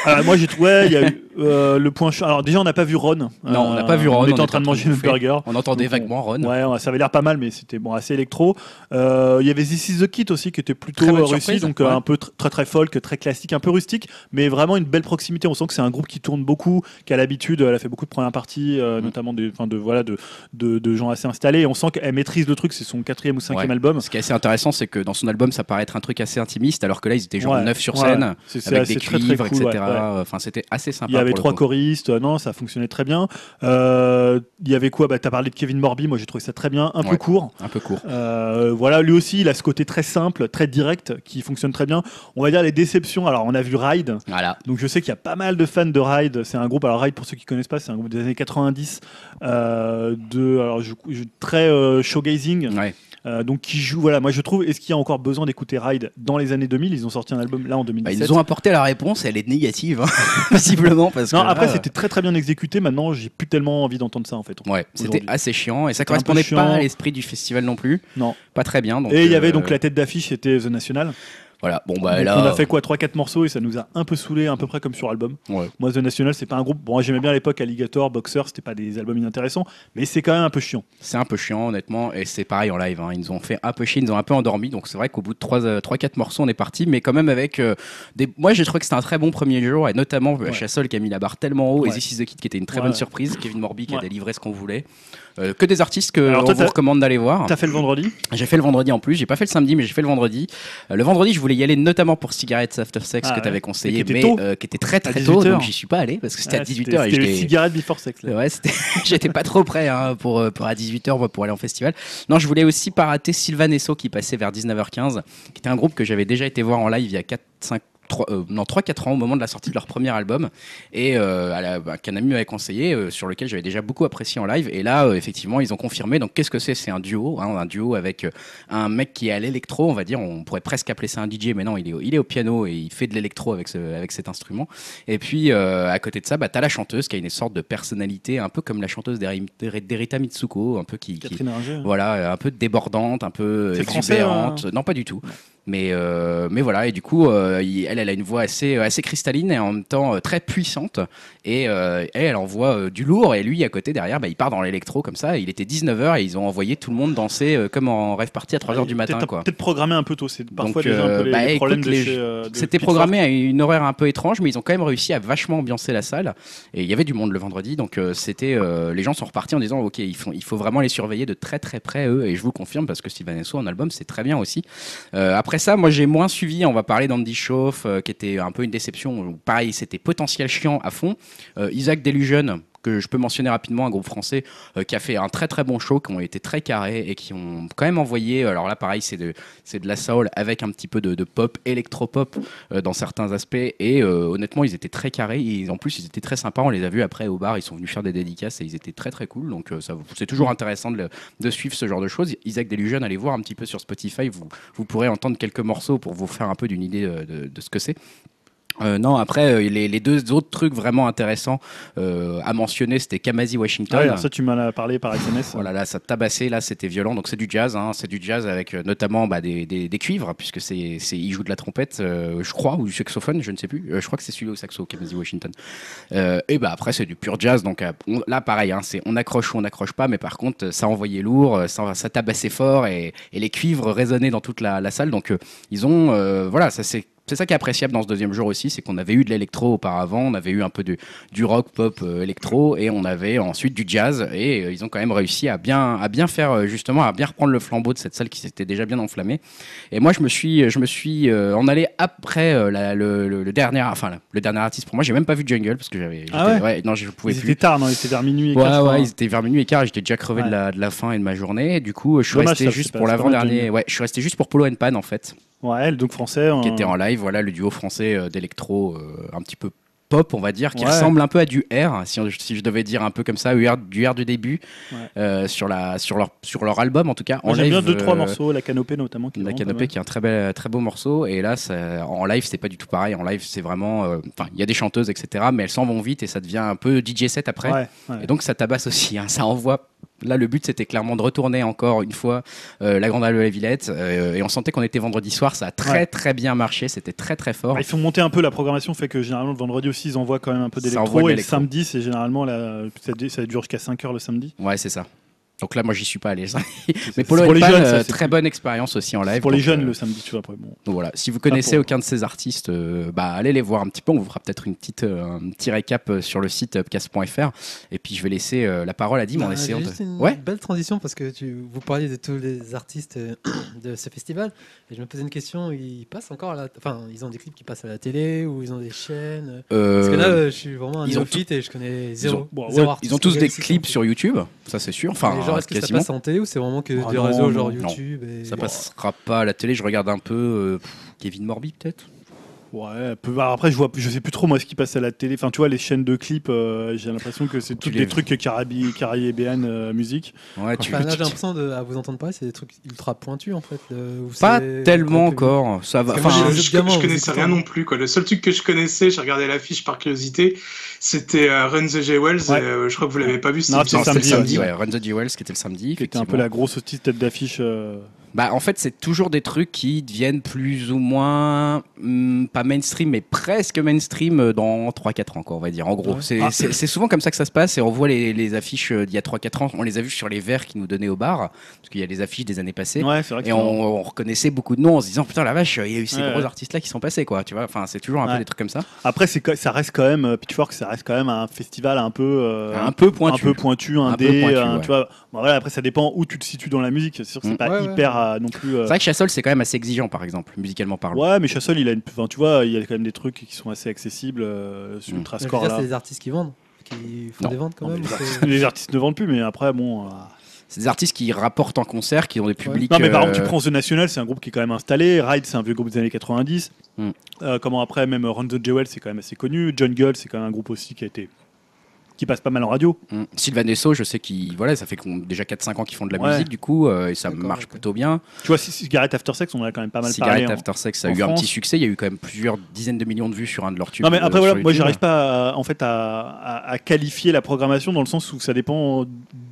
Speaker 3: Ah, Euh, moi j'ai trouvé, il y a eu- euh, le point. ch- Alors déjà, on n'a pas vu Ron. Euh,
Speaker 1: Non, on n'a pas vu Ron,
Speaker 3: On
Speaker 1: on
Speaker 3: était
Speaker 1: est
Speaker 3: en train de manger notre
Speaker 1: bouffer.
Speaker 3: burger.
Speaker 1: On entendait
Speaker 3: Donc, on-
Speaker 1: vaguement Ron.
Speaker 3: Ouais, ouais, ça avait l'air pas mal, mais c'était bon, assez électro. Euh, Il y avait This is the Kit aussi, qui était plutôt
Speaker 1: Très bonne
Speaker 3: euh, réussi,
Speaker 1: surprise,
Speaker 3: donc euh,
Speaker 1: ouais.
Speaker 3: un peu tr- très très folk, très classique, un peu rustique, mais vraiment une belle proximité. On sent que c'est un groupe qui tourne beaucoup, qui a l'habitude, elle a fait beaucoup de premières parties, euh,
Speaker 1: Mm.
Speaker 3: notamment des, enfin, de, voilà, de, de, de gens assez installés. Et on sent qu'elle maîtrise le truc, c'est son quatrième ou cinquième
Speaker 1: Ouais.
Speaker 3: album.
Speaker 1: Ce qui est assez intéressant, c'est que dans son album, ça paraît être un truc assez intimiste, alors que là, ils étaient genre
Speaker 3: Ouais,
Speaker 1: neuf sur
Speaker 3: ouais,
Speaker 1: scène,
Speaker 3: c'est c'est
Speaker 1: avec
Speaker 3: assez
Speaker 1: des
Speaker 3: très,
Speaker 1: cuivres,
Speaker 3: très cool, ouais,
Speaker 1: etc.
Speaker 3: ouais.
Speaker 1: Enfin, c'était assez sympa.
Speaker 3: Il y avait
Speaker 1: pour le
Speaker 3: trois
Speaker 1: coup.
Speaker 3: choristes, euh, non, ça fonctionnait très bien. Euh, il y avait quoi bah, Tu as parlé de Kevin Morby, moi j'ai trouvé ça très bien, un peu
Speaker 1: Ouais.
Speaker 3: court.
Speaker 1: Un peu court.
Speaker 3: Euh, voilà, lui aussi, il a ce côté très simple, très direct, qui fonctionne très bien. On va dire les déceptions. Alors, on a vu Ride.
Speaker 1: Voilà.
Speaker 3: Donc, je sais qu'il y a pas mal de fans de Ride. C'est un groupe. Alors, Ride, pour ceux qui connaissent pas, c'est un groupe des années 90 euh, de, alors, je, je- très euh, showgazing.
Speaker 1: Ouais.
Speaker 3: Euh, donc, qui joue. Voilà, moi, je trouve. Est-ce qu'il y a encore besoin d'écouter Ride dans les années 2000 Ils ont sorti un album là en
Speaker 1: Bah,
Speaker 3: 2017.
Speaker 1: ils nous ont apporté la réponse, elle est négative, hein, visiblement. Parce
Speaker 3: Non,
Speaker 1: que
Speaker 3: après,
Speaker 1: là, euh,
Speaker 3: c'était très très bien exécuté. Maintenant, j'ai plus tellement envie d'entendre ça en fait.
Speaker 1: Ouais, c'était
Speaker 3: Aujourd'hui.
Speaker 1: assez chiant et ça
Speaker 3: C'était un peu
Speaker 1: correspondait
Speaker 3: chiant.
Speaker 1: pas à l'esprit du festival non plus.
Speaker 3: Non.
Speaker 1: Pas très bien. donc,
Speaker 3: Et il y
Speaker 1: euh,
Speaker 3: avait donc la tête d'affiche, c'était The National.
Speaker 1: Voilà, bon bah
Speaker 3: Donc,
Speaker 1: là.
Speaker 3: on a fait quoi 3-4 morceaux et ça nous a un peu saoulé, à peu près comme sur album.
Speaker 1: Ouais.
Speaker 3: Moi, The National, c'est pas un groupe. Bon, moi, j'aimais bien à l'époque Alligator, Boxer, c'était pas des albums inintéressants, mais c'est quand même un peu chiant.
Speaker 1: C'est un peu chiant, honnêtement, et c'est pareil en live. hein. Ils nous ont fait un peu chier, ils nous ont un peu endormi. Donc c'est vrai qu'au bout de 3-4 morceaux, on est parti, mais quand même avec euh, des. Moi, j'ai trouvé que c'était un très bon premier jour, et notamment euh,
Speaker 3: Ouais.
Speaker 1: Chassol qui a mis la barre tellement haut,
Speaker 3: Ouais.
Speaker 1: et This is the Kid qui était une très
Speaker 3: Ouais.
Speaker 1: bonne surprise, Kevin Morby qui
Speaker 3: Ouais.
Speaker 1: a délivré ce qu'on voulait. Euh, que des artistes que
Speaker 3: Alors,
Speaker 1: on
Speaker 3: toi,
Speaker 1: vous
Speaker 3: t'as-
Speaker 1: recommande d'aller voir.
Speaker 3: T'as fait le vendredi
Speaker 1: J'ai fait le vendredi en plus, j'ai pas fait le samedi, mais j'ai fait le vendredi. Euh, le vendredi, je voulais y aller notamment pour Cigarettes After Sex
Speaker 3: Ah
Speaker 1: que
Speaker 3: ouais.
Speaker 1: t'avais conseillé,
Speaker 3: Et qui était
Speaker 1: mais
Speaker 3: tôt.
Speaker 1: euh, qui était très très
Speaker 3: 18
Speaker 1: tôt,
Speaker 3: heures.
Speaker 1: donc j'y suis pas allé parce que c'était
Speaker 3: Ouais,
Speaker 1: à 18h et
Speaker 3: C'était le
Speaker 1: j'étais.
Speaker 3: cigarette before sex. là.
Speaker 1: Ouais, c'était- j'étais pas trop prêt hein, pour, euh, pour à 18h pour aller en festival. Non, je voulais aussi pas rater Sylvan Esso qui passait vers 19h15, qui était un groupe que j'avais déjà été voir en live il y a 4 5 3, euh, non, 3-4 ans au moment de la sortie de leur premier album et euh, à la- bah, qu'un ami m'avait conseillé euh, sur lequel j'avais déjà beaucoup apprécié en live et là euh, effectivement ils ont confirmé donc qu'est-ce que c'est c'est un duo hein, un duo avec euh, un mec qui est à l'électro on va dire on pourrait presque appeler ça un DJ mais non il est au, il est au piano et il fait de l'électro avec, ce, avec cet instrument et puis, euh, à côté de ça, bah, t'as la chanteuse qui a une sorte de personnalité, un peu comme la chanteuse d'Eri- d'Eri- d'Erita Mitsuko, un peu qui. qui-
Speaker 3: Catherine Ringer.
Speaker 1: voilà, euh, un peu débordante, un peu
Speaker 3: C'est français, hein.
Speaker 1: exubérante. Non, pas du tout. Mais, euh, mais voilà, et du coup, euh, il- elle, elle a une voix assez, euh, assez cristalline et en même temps euh, très puissante. Et euh, elle, elle envoie euh, du lourd. Et lui, à côté, derrière, bah, il part dans l'électro comme ça. Il était 19h et ils ont envoyé tout le monde danser euh, comme en rêve party à 3h du matin.
Speaker 3: Peut-être
Speaker 1: quoi.
Speaker 3: peut-être programmé un peu tôt, c'est parfois
Speaker 1: Donc,
Speaker 3: déjà un peu
Speaker 1: euh,
Speaker 3: les,
Speaker 1: bah,
Speaker 3: les
Speaker 1: écoute,
Speaker 3: problèmes de
Speaker 1: les-
Speaker 3: chez, euh, de
Speaker 1: C'était
Speaker 3: Pitchfork.
Speaker 1: programmé à une horaire un peu étrange, mais ils ont quand même réussi à vachement ambiancer la salle. Et il y avait du monde le vendredi, donc euh, c'était euh, les gens sont repartis en disant ok, il faut, il faut vraiment les surveiller de très très près eux. Et je vous le confirme parce que Sylvain Esso en album c'est très bien aussi. Euh, après ça, moi j'ai moins suivi. On va parler d'Andy Schoff, euh, qui était un peu une déception. Pareil, c'était potentiel chiant à fond. Euh, Isaac Delusion que je peux mentionner rapidement, un groupe français euh, qui a fait un très très bon show, qui ont été très carrés et qui ont quand même envoyé, alors là pareil c'est de, c'est de la soul avec un petit peu de, de pop, électropop euh, dans certains aspects et euh, honnêtement ils étaient très carrés, et en plus ils étaient très sympas, on les a vus après au bar, ils sont venus faire des dédicaces et ils étaient très très cool, donc euh, ça, c'est toujours intéressant de, le- de suivre ce genre de choses. Isaac Delusion, allez voir un petit peu sur Spotify, vous, vous pourrez entendre quelques morceaux pour vous faire un peu d'une idée euh, de, de ce que c'est. Euh, non, après, euh, les, les deux autres trucs vraiment intéressants euh, à mentionner, c'était Kamasi
Speaker 3: Ah
Speaker 1: Washington.
Speaker 3: ouais, alors ça, tu m'en as parlé par SMS.
Speaker 1: Voilà, Oh là, ça tabassait, là, c'était violent. Donc, c'est du jazz, hein. c'est du jazz avec euh, notamment bah, des, des, des cuivres, puisque c'est, c'est, il joue de la trompette, euh, je crois, ou du saxophone, je ne sais plus. Euh, je crois que c'est celui au saxo, Kamasi Washington. Euh, et bah, après, c'est du pur jazz. Donc, euh, on- là, pareil, hein, c'est on accroche ou on n'accroche pas, mais par contre, euh, ça envoyait lourd, euh, ça, ça tabassait fort et, et les cuivres résonnaient dans toute la, la salle. Donc, euh, ils ont, euh, voilà, ça c'est. C'est ça qui est appréciable dans ce deuxième jour aussi, c'est qu'on avait eu de l'électro auparavant, on avait eu un peu de, du rock, pop, euh, électro, et on avait ensuite du jazz. Et euh, ils ont quand même réussi à bien, à bien faire, euh, justement, à bien reprendre le flambeau de cette salle qui s'était déjà bien enflammée. Et moi, je me suis, je me suis euh, en allé après euh, la- le, le- le dernier, enfin, le- le dernier artiste pour moi. J'ai même pas vu Jungle parce que j'avais,
Speaker 3: Ah
Speaker 1: j'étais- ouais, non, je pouvais
Speaker 3: Ils
Speaker 1: plus.
Speaker 3: étaient tard, non Ils étaient vers minuit. et
Speaker 1: Ouais,
Speaker 3: quart, je
Speaker 1: ouais,
Speaker 3: crois.
Speaker 1: ils étaient vers minuit et quart, et j'étais déjà crevé
Speaker 3: hein. Ouais.
Speaker 1: de, la, de la fin et de ma journée. Et du coup, je suis
Speaker 3: Dommage, ça,
Speaker 1: resté
Speaker 3: c'est
Speaker 1: juste
Speaker 3: pas-
Speaker 1: pour
Speaker 3: c'est pas mal
Speaker 1: l'avant-dernier.
Speaker 3: Jungle.
Speaker 1: Ouais, je suis resté juste pour Polo and Pan en fait
Speaker 3: Ouais, donc français.
Speaker 1: qui
Speaker 3: euh,
Speaker 1: était en live, voilà le duo français euh, d'électro euh, un petit peu pop, on va dire, qui
Speaker 3: Ouais.
Speaker 1: ressemble un peu à du R, si, on- si je devais dire un peu comme ça, UR du R du début,
Speaker 3: Ouais.
Speaker 1: euh, sur, la, sur, leur, sur leur album en tout cas.
Speaker 3: Moi,
Speaker 1: en
Speaker 3: j'aime bien
Speaker 1: live,
Speaker 3: deux trois
Speaker 1: euh,
Speaker 3: morceaux, la canopée notamment. qui est
Speaker 1: La
Speaker 3: vraiment pas
Speaker 1: canopée qui est un très, bel, très beau morceau et là ça- en live c'est pas du tout pareil en live c'est vraiment euh, enfin il y a des chanteuses etc mais elles s'en vont vite et ça devient un peu DJ set après
Speaker 3: mal. Ouais, ouais.
Speaker 1: et donc ça tabasse aussi hein, ça envoie Là, le but, c'était clairement de retourner encore une fois euh, la Grande Halle de la Villette. euh, et on sentait qu'on était vendredi soir. Ça a très,
Speaker 3: Ouais.
Speaker 1: très bien marché. C'était très, très fort.
Speaker 3: Bah, il faut monter un peu la programmation, fait que généralement le vendredi aussi ils envoient quand même un peu
Speaker 1: Ça envoie de
Speaker 3: d'électro et le
Speaker 1: l'électro.
Speaker 3: samedi c'est généralement la... ça, dé- ça dure jusqu'à 5h le samedi.
Speaker 1: Ouais, c'est ça. Donc là, moi, j'y suis pas allé. Mais
Speaker 3: C'est-
Speaker 1: Polo
Speaker 3: c'est pour
Speaker 1: et
Speaker 3: les
Speaker 1: Pan,
Speaker 3: jeunes,
Speaker 1: euh,
Speaker 3: ça, c'est
Speaker 1: très
Speaker 3: plus-
Speaker 1: bonne expérience aussi en live.
Speaker 3: c'est pour les
Speaker 1: Donc,
Speaker 3: jeunes
Speaker 1: euh,
Speaker 3: le samedi, tu vois. après, bon.
Speaker 1: donc voilà, si vous
Speaker 3: pour-
Speaker 1: connaissez aucun de ces artistes, euh, bah, allez les voir un petit peu. On vous fera peut-être une petite, euh, un petit récap euh, sur le site upcast.fr. Et puis je vais laisser euh, la parole à Dim en
Speaker 4: Ah, j'ai
Speaker 1: essayant de.
Speaker 4: juste une
Speaker 1: Ouais.
Speaker 4: belle transition parce que tu, vous parliez de tous les artistes euh, de ce festival et je me posais une question ils passent encore à la, enfin ils ont des clips qui passent à la télé ou ils ont des chaînes parce que là
Speaker 1: Euh,
Speaker 4: euh, je suis vraiment un
Speaker 1: ils ont
Speaker 4: néophyte et je connais
Speaker 1: ils
Speaker 4: zéro.
Speaker 1: ont,
Speaker 3: bon,
Speaker 4: zéro
Speaker 3: ouais,
Speaker 4: artiste
Speaker 1: ils ont tous
Speaker 4: qui
Speaker 1: des
Speaker 4: existe.
Speaker 1: clips sur YouTube, ça c'est sûr. Enfin,
Speaker 4: Mais genre est-ce que ça
Speaker 1: quasiment.
Speaker 4: passe en télé ou c'est vraiment que
Speaker 3: Ah
Speaker 4: des
Speaker 3: non,
Speaker 4: réseaux genre
Speaker 1: non.
Speaker 4: YouTube et...
Speaker 1: Ça passera pas à la télé. Je regarde un peu euh, pff, Kevin Morby peut-être.
Speaker 3: Ouais, peu- bah, après je vois, je sais plus trop moi ce qui passe à la télé. Enfin tu vois les chaînes de clips, euh, j'ai l'impression que c'est
Speaker 1: Tu
Speaker 3: tous
Speaker 1: les-
Speaker 3: des trucs carabi- caribéennes euh, musique.
Speaker 1: Ouais, tu,
Speaker 4: Enfin, là, j'ai l'impression de à vous entendre parler, c'est des trucs ultra pointus en fait. euh, où
Speaker 1: pas
Speaker 4: c'est-
Speaker 1: tellement
Speaker 4: grand public.
Speaker 1: encore. Ça va.
Speaker 4: Parce que
Speaker 1: Enfin,
Speaker 4: moi,
Speaker 2: je, je-
Speaker 4: évidemment,
Speaker 2: je
Speaker 4: vous
Speaker 2: connaissais
Speaker 4: écoutez.
Speaker 2: rien non plus. Quoi. Le seul truc que je connaissais, j'ai regardé l'affiche par curiosité, c'était euh, Run the J. Wells.
Speaker 3: Ouais.
Speaker 2: et, euh, je crois que vous l'avez pas vu,
Speaker 3: Non,
Speaker 2: c'était
Speaker 3: c'était
Speaker 2: c'était le
Speaker 3: samedi,
Speaker 2: samedi.
Speaker 1: ouais, Run the Jewels qui était le samedi.
Speaker 3: qui était un
Speaker 1: effectivement.
Speaker 3: peu la grosse hostile tête d'affiche. euh,
Speaker 1: Bah, en fait, c'est toujours des trucs qui deviennent plus ou moins, hmm, pas mainstream, mais presque mainstream euh, dans 3-4 ans, quoi, on va dire. En gros,
Speaker 3: Ouais.
Speaker 1: c'est
Speaker 3: Ah.
Speaker 1: c'est- c'est souvent comme ça que ça se passe et on voit les, les affiches euh, d'il y a 3-4 ans. On les a vues sur les verres qui nous donnaient au bar, parce qu'il y a les affiches des années passées.
Speaker 3: Ouais, c'est vrai que
Speaker 1: Et on, on reconnaissait beaucoup de noms en se disant putain la vache il y a eu ces
Speaker 3: Ouais,
Speaker 1: gros
Speaker 3: ouais.
Speaker 1: artistes là qui sont passés quoi tu vois enfin c'est toujours un peu
Speaker 3: Ouais.
Speaker 1: des trucs comme ça
Speaker 3: Après, c'est co- ça reste quand même euh, Pitchfork, ça reste quand même un festival un peu euh,
Speaker 1: un peu
Speaker 3: un
Speaker 1: pointu
Speaker 3: peu pointu, un,
Speaker 1: Un peu
Speaker 3: dé,
Speaker 1: pointu,
Speaker 3: un-
Speaker 1: ouais.
Speaker 3: tu vois. Bon, voilà, après, ça dépend où tu te situes dans la musique. C'est sûr, que c'est
Speaker 1: Mm.
Speaker 3: pas
Speaker 4: Ouais, ouais.
Speaker 3: hyper euh, non plus. euh,
Speaker 1: c'est vrai que Chassol c'est quand même assez exigeant par exemple musicalement parlant
Speaker 3: Ouais, mais Chassol, il a une, enfin, tu vois, il y a quand même des trucs qui sont assez accessibles euh, sur
Speaker 1: Mm.
Speaker 3: Ultra
Speaker 4: Je veux
Speaker 3: Score
Speaker 4: dire,
Speaker 3: là.
Speaker 4: C'est des artistes qui vendent, qui font
Speaker 1: Non.
Speaker 4: des ventes quand
Speaker 3: Non,
Speaker 4: même.
Speaker 3: mais
Speaker 4: c'est-
Speaker 3: Les artistes ne vendent plus, mais après, bon. euh,
Speaker 1: c'est des artistes qui rapportent en concert qui ont des publics
Speaker 3: Non, mais par exemple,
Speaker 1: euh,
Speaker 3: tu prends The National, c'est un groupe qui est quand même installé. Ride, c'est un vieux groupe des années 90.
Speaker 1: Mm.
Speaker 3: Euh, comment après, même Run the Jewel, c'est quand même assez connu. John Gull, c'est quand même un groupe aussi qui a été. qui passe pas mal en radio.
Speaker 1: Mm. Sylvain Esso, je sais qu'il voilà, ça fait qu'on- déjà 4-5 ans qu'ils font de la
Speaker 3: Ouais.
Speaker 1: musique du coup euh, et ça
Speaker 4: D'accord,
Speaker 1: marche
Speaker 4: ok.
Speaker 1: plutôt bien.
Speaker 3: Tu vois, Cigarette After Sex, on en a quand même pas mal
Speaker 1: Cigarette
Speaker 3: parlé. hein.
Speaker 1: After Sex, ça a
Speaker 3: en
Speaker 1: eu un
Speaker 3: France.
Speaker 1: petit succès, il y a eu quand même plusieurs dizaines de millions de vues sur un de leurs tubes.
Speaker 3: Non mais
Speaker 1: euh,
Speaker 3: après
Speaker 1: sur
Speaker 3: voilà, moi
Speaker 1: YouTube.
Speaker 3: j'arrive pas à- en fait à, à- à qualifier la programmation dans le sens où ça dépend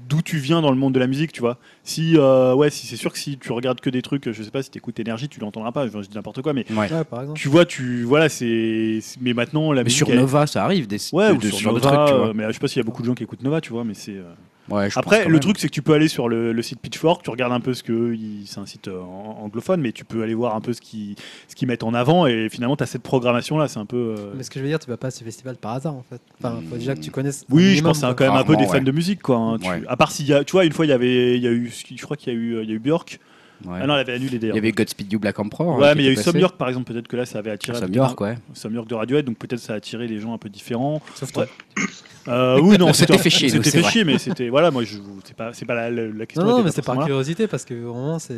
Speaker 3: d'où tu viens dans le monde de la musique, tu vois. Si euh, ouais, si c'est sûr que si tu regardes que des trucs, je sais pas si t'écoutes énergie, tu l'entendras pas, je dis n'importe quoi mais
Speaker 1: hein. Ouais.
Speaker 4: Ouais, par exemple.
Speaker 3: tu vois tu voilà, c'est c'est- mais maintenant la
Speaker 1: Mais
Speaker 3: musique
Speaker 1: sur
Speaker 3: elle-
Speaker 1: Nova, ça arrive des
Speaker 3: Ouais,
Speaker 1: de-
Speaker 3: ou
Speaker 1: de-
Speaker 3: sur
Speaker 1: ce genre de
Speaker 3: Nova,
Speaker 1: trucs, tu
Speaker 3: euh, mais je sais pas s'il y a beaucoup de gens qui écoutent Nova, tu vois, mais c'est euh,
Speaker 1: vois. Ouais, je pense
Speaker 3: après,
Speaker 1: quand
Speaker 3: le
Speaker 1: même.
Speaker 3: truc, c'est que tu peux aller sur le, le site Pitchfork, tu regardes un peu ce que. il- C'est un site euh, an- anglophone, mais tu peux aller voir un peu ce qu'ils ce qu'ils mettent en avant, et finalement, tu as cette programmation-là. C'est un peu. euh,
Speaker 4: Mais ce que je veux dire, tu vas pas à ce festival par hasard en fait. Enfin, faut déjà que tu connaisses. un
Speaker 3: Oui, je
Speaker 4: minimum,
Speaker 3: pense que c'est
Speaker 4: quoi.
Speaker 3: quand même un peu des
Speaker 1: Rarement,
Speaker 3: fans de musique, quoi. hein. Tu-
Speaker 1: Ouais.
Speaker 3: À part s'il y a, tu vois, une fois il y avait, il y a eu, je crois qu'il y a eu, euh, il y a eu Björk.
Speaker 1: Ouais.
Speaker 3: Ah non, elle avait annulé
Speaker 1: il
Speaker 3: d'ailleurs.
Speaker 1: y avait Godspeed You Black Emperor.
Speaker 3: Ouais,
Speaker 1: hein,
Speaker 3: mais
Speaker 1: qui
Speaker 3: il y a eu
Speaker 1: était
Speaker 3: Some
Speaker 1: passé.
Speaker 3: York, par exemple, peut-être que là ça avait attiré.
Speaker 1: Sam
Speaker 3: peut-être
Speaker 1: York, ouais.
Speaker 3: un- Some York de Radiohead, donc peut-être ça a attiré les gens un peu différents.
Speaker 4: Sauf toi.
Speaker 3: Ouais. Euh, oui, non,
Speaker 1: On s'était
Speaker 3: c'était-
Speaker 1: fait chier, nous,
Speaker 3: C'était
Speaker 1: c'est
Speaker 3: fait
Speaker 1: vrai.
Speaker 3: chier, mais c'était voilà, moi je, c'est pas, c'est pas la, la- la question.
Speaker 4: Non, non,
Speaker 3: était
Speaker 4: mais
Speaker 3: pas
Speaker 4: c'est par
Speaker 3: forcément là.
Speaker 4: curiosité parce que vraiment c'est.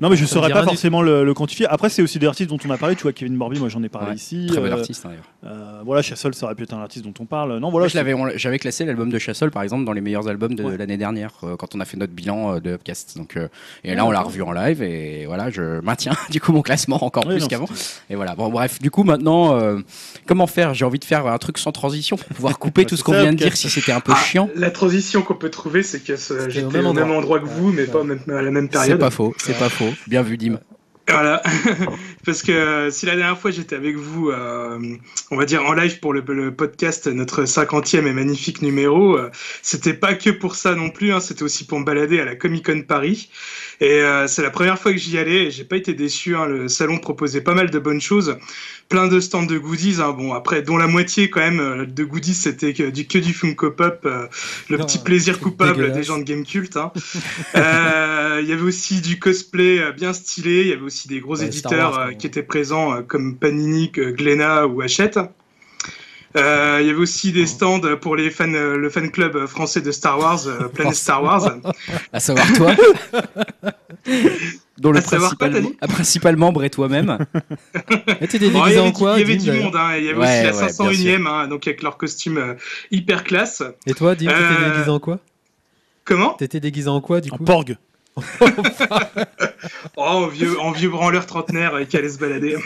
Speaker 3: Non, mais je
Speaker 4: ça me
Speaker 3: saurais
Speaker 4: dit
Speaker 3: pas
Speaker 4: rien du
Speaker 3: forcément le, le quantifier. Après, c'est aussi des artistes dont on a parlé. Tu vois, Kevin Morby, moi j'en ai parlé
Speaker 1: Ouais,
Speaker 3: ici.
Speaker 1: Très bel
Speaker 3: Euh,
Speaker 1: artiste hein, d'ailleurs.
Speaker 3: euh, voilà, Chassol, ça aurait pu être un artiste dont on parle. Non,
Speaker 1: Moi,
Speaker 3: voilà.
Speaker 1: je l'avais- on l'a- J'avais classé l'album de Chassol, par exemple, dans les meilleurs albums de
Speaker 3: Ouais.
Speaker 1: l'année dernière, euh, quand on a fait notre bilan euh, de Upcast. Donc, euh, et là, on l'a revu en live, et voilà, je maintiens du coup mon classement encore
Speaker 3: Ouais,
Speaker 1: plus
Speaker 3: non,
Speaker 1: qu'avant. Et voilà, bon, bref, du coup, maintenant, euh, comment faire J'ai envie de faire un truc sans transition pour pouvoir couper
Speaker 3: Ouais,
Speaker 1: tout ce
Speaker 3: c'est
Speaker 1: qu'on
Speaker 3: ça,
Speaker 1: vient de dire
Speaker 3: Upcast.
Speaker 1: si c'était un peu
Speaker 2: Ah,
Speaker 1: chiant.
Speaker 2: La transition qu'on peut trouver, c'est que ce-
Speaker 4: C'était
Speaker 2: j'étais au même endroit, que vous, mais
Speaker 4: Ouais.
Speaker 2: pas au même- à la même
Speaker 1: C'est
Speaker 2: période.
Speaker 1: pas faux, c'est pas faux. Bien vu, Dim.
Speaker 2: Voilà, parce que euh, si la dernière fois j'étais avec vous, euh, on va dire en live pour le, le podcast, notre 50e et magnifique numéro, euh, c'était pas que pour ça non plus, hein, c'était aussi pour me balader à la Comic Con Paris. Et euh, c'est la première fois que j'y allais et j'ai pas été déçu, hein, le salon proposait pas mal de bonnes choses, plein de stands de goodies, hein, bon après, dont la moitié quand même euh, de goodies c'était que du, que du Funko Pop, euh, le
Speaker 4: Non,
Speaker 2: petit
Speaker 4: un
Speaker 2: plaisir
Speaker 4: truc
Speaker 2: coupable des
Speaker 4: dégueulasse.
Speaker 2: gens de Game Cult. hein. Euh, Il y avait aussi du cosplay euh, bien stylé. Il y avait aussi des gros
Speaker 4: Ouais, Star
Speaker 2: éditeurs
Speaker 4: Wars,
Speaker 2: euh,
Speaker 4: quoi.
Speaker 2: qui étaient présents, euh, comme Panini, que Glénat ou Hachette. Euh, Il y avait aussi des stands pour les fans, euh, le fan club euh, français de Star Wars, euh, Planète Star Wars.
Speaker 1: À savoir toi. dont le
Speaker 2: À savoir quoi,
Speaker 1: principal,
Speaker 2: t'as dit
Speaker 1: un principal membre est toi-même.
Speaker 4: Et tu t'es
Speaker 2: Bon, il y avait,
Speaker 4: déguisé en
Speaker 2: du-
Speaker 4: quoi
Speaker 2: il y avait
Speaker 4: Dim,
Speaker 2: du
Speaker 4: d'ailleurs
Speaker 2: monde, hein. il y avait
Speaker 1: Ouais,
Speaker 2: aussi la
Speaker 1: ouais, bien
Speaker 2: 501ème, hein, donc avec leur costume euh, hyper classe.
Speaker 4: Et toi, Dim, t'étais
Speaker 2: Euh,
Speaker 4: déguisé en quoi
Speaker 2: Comment
Speaker 4: T'étais déguisé en quoi du
Speaker 3: En
Speaker 4: coup
Speaker 3: Porg.
Speaker 2: Oh, en vieux, en vieux branleur trentenaire euh, qui allait se balader.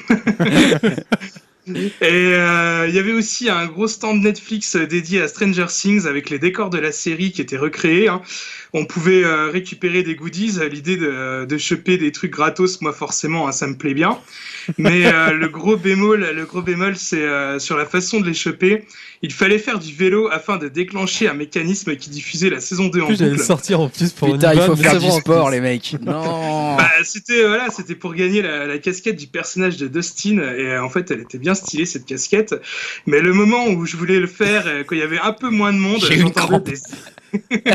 Speaker 2: Et euh, il y avait aussi un gros stand Netflix euh, dédié à Stranger Things avec les décors de la série qui étaient recréés. hein. On pouvait euh, récupérer des goodies. L'idée de, euh, de choper des trucs gratos, moi forcément, hein, ça me plaît bien. Mais euh, le gros bémol, le gros bémol, c'est euh, sur la façon de les choper. Il fallait faire du vélo afin de déclencher un mécanisme qui diffusait la saison 2 en
Speaker 4: En plus, j'allais
Speaker 2: boucle.
Speaker 4: le sortir en plus pour
Speaker 1: Putain,
Speaker 4: une
Speaker 1: il faut
Speaker 4: bonne, mais
Speaker 1: faire
Speaker 4: c'est
Speaker 1: du
Speaker 4: bon, en
Speaker 1: sport,
Speaker 4: plus.
Speaker 1: les mecs. Non.
Speaker 2: Bah, c'était voilà, c'était pour gagner la, la casquette du personnage de Dustin et euh, en fait elle était bien stylée cette casquette. Mais le moment où je voulais le faire, euh, quand il y avait un peu moins de monde,
Speaker 1: J'ai eu une crampe.
Speaker 2: des...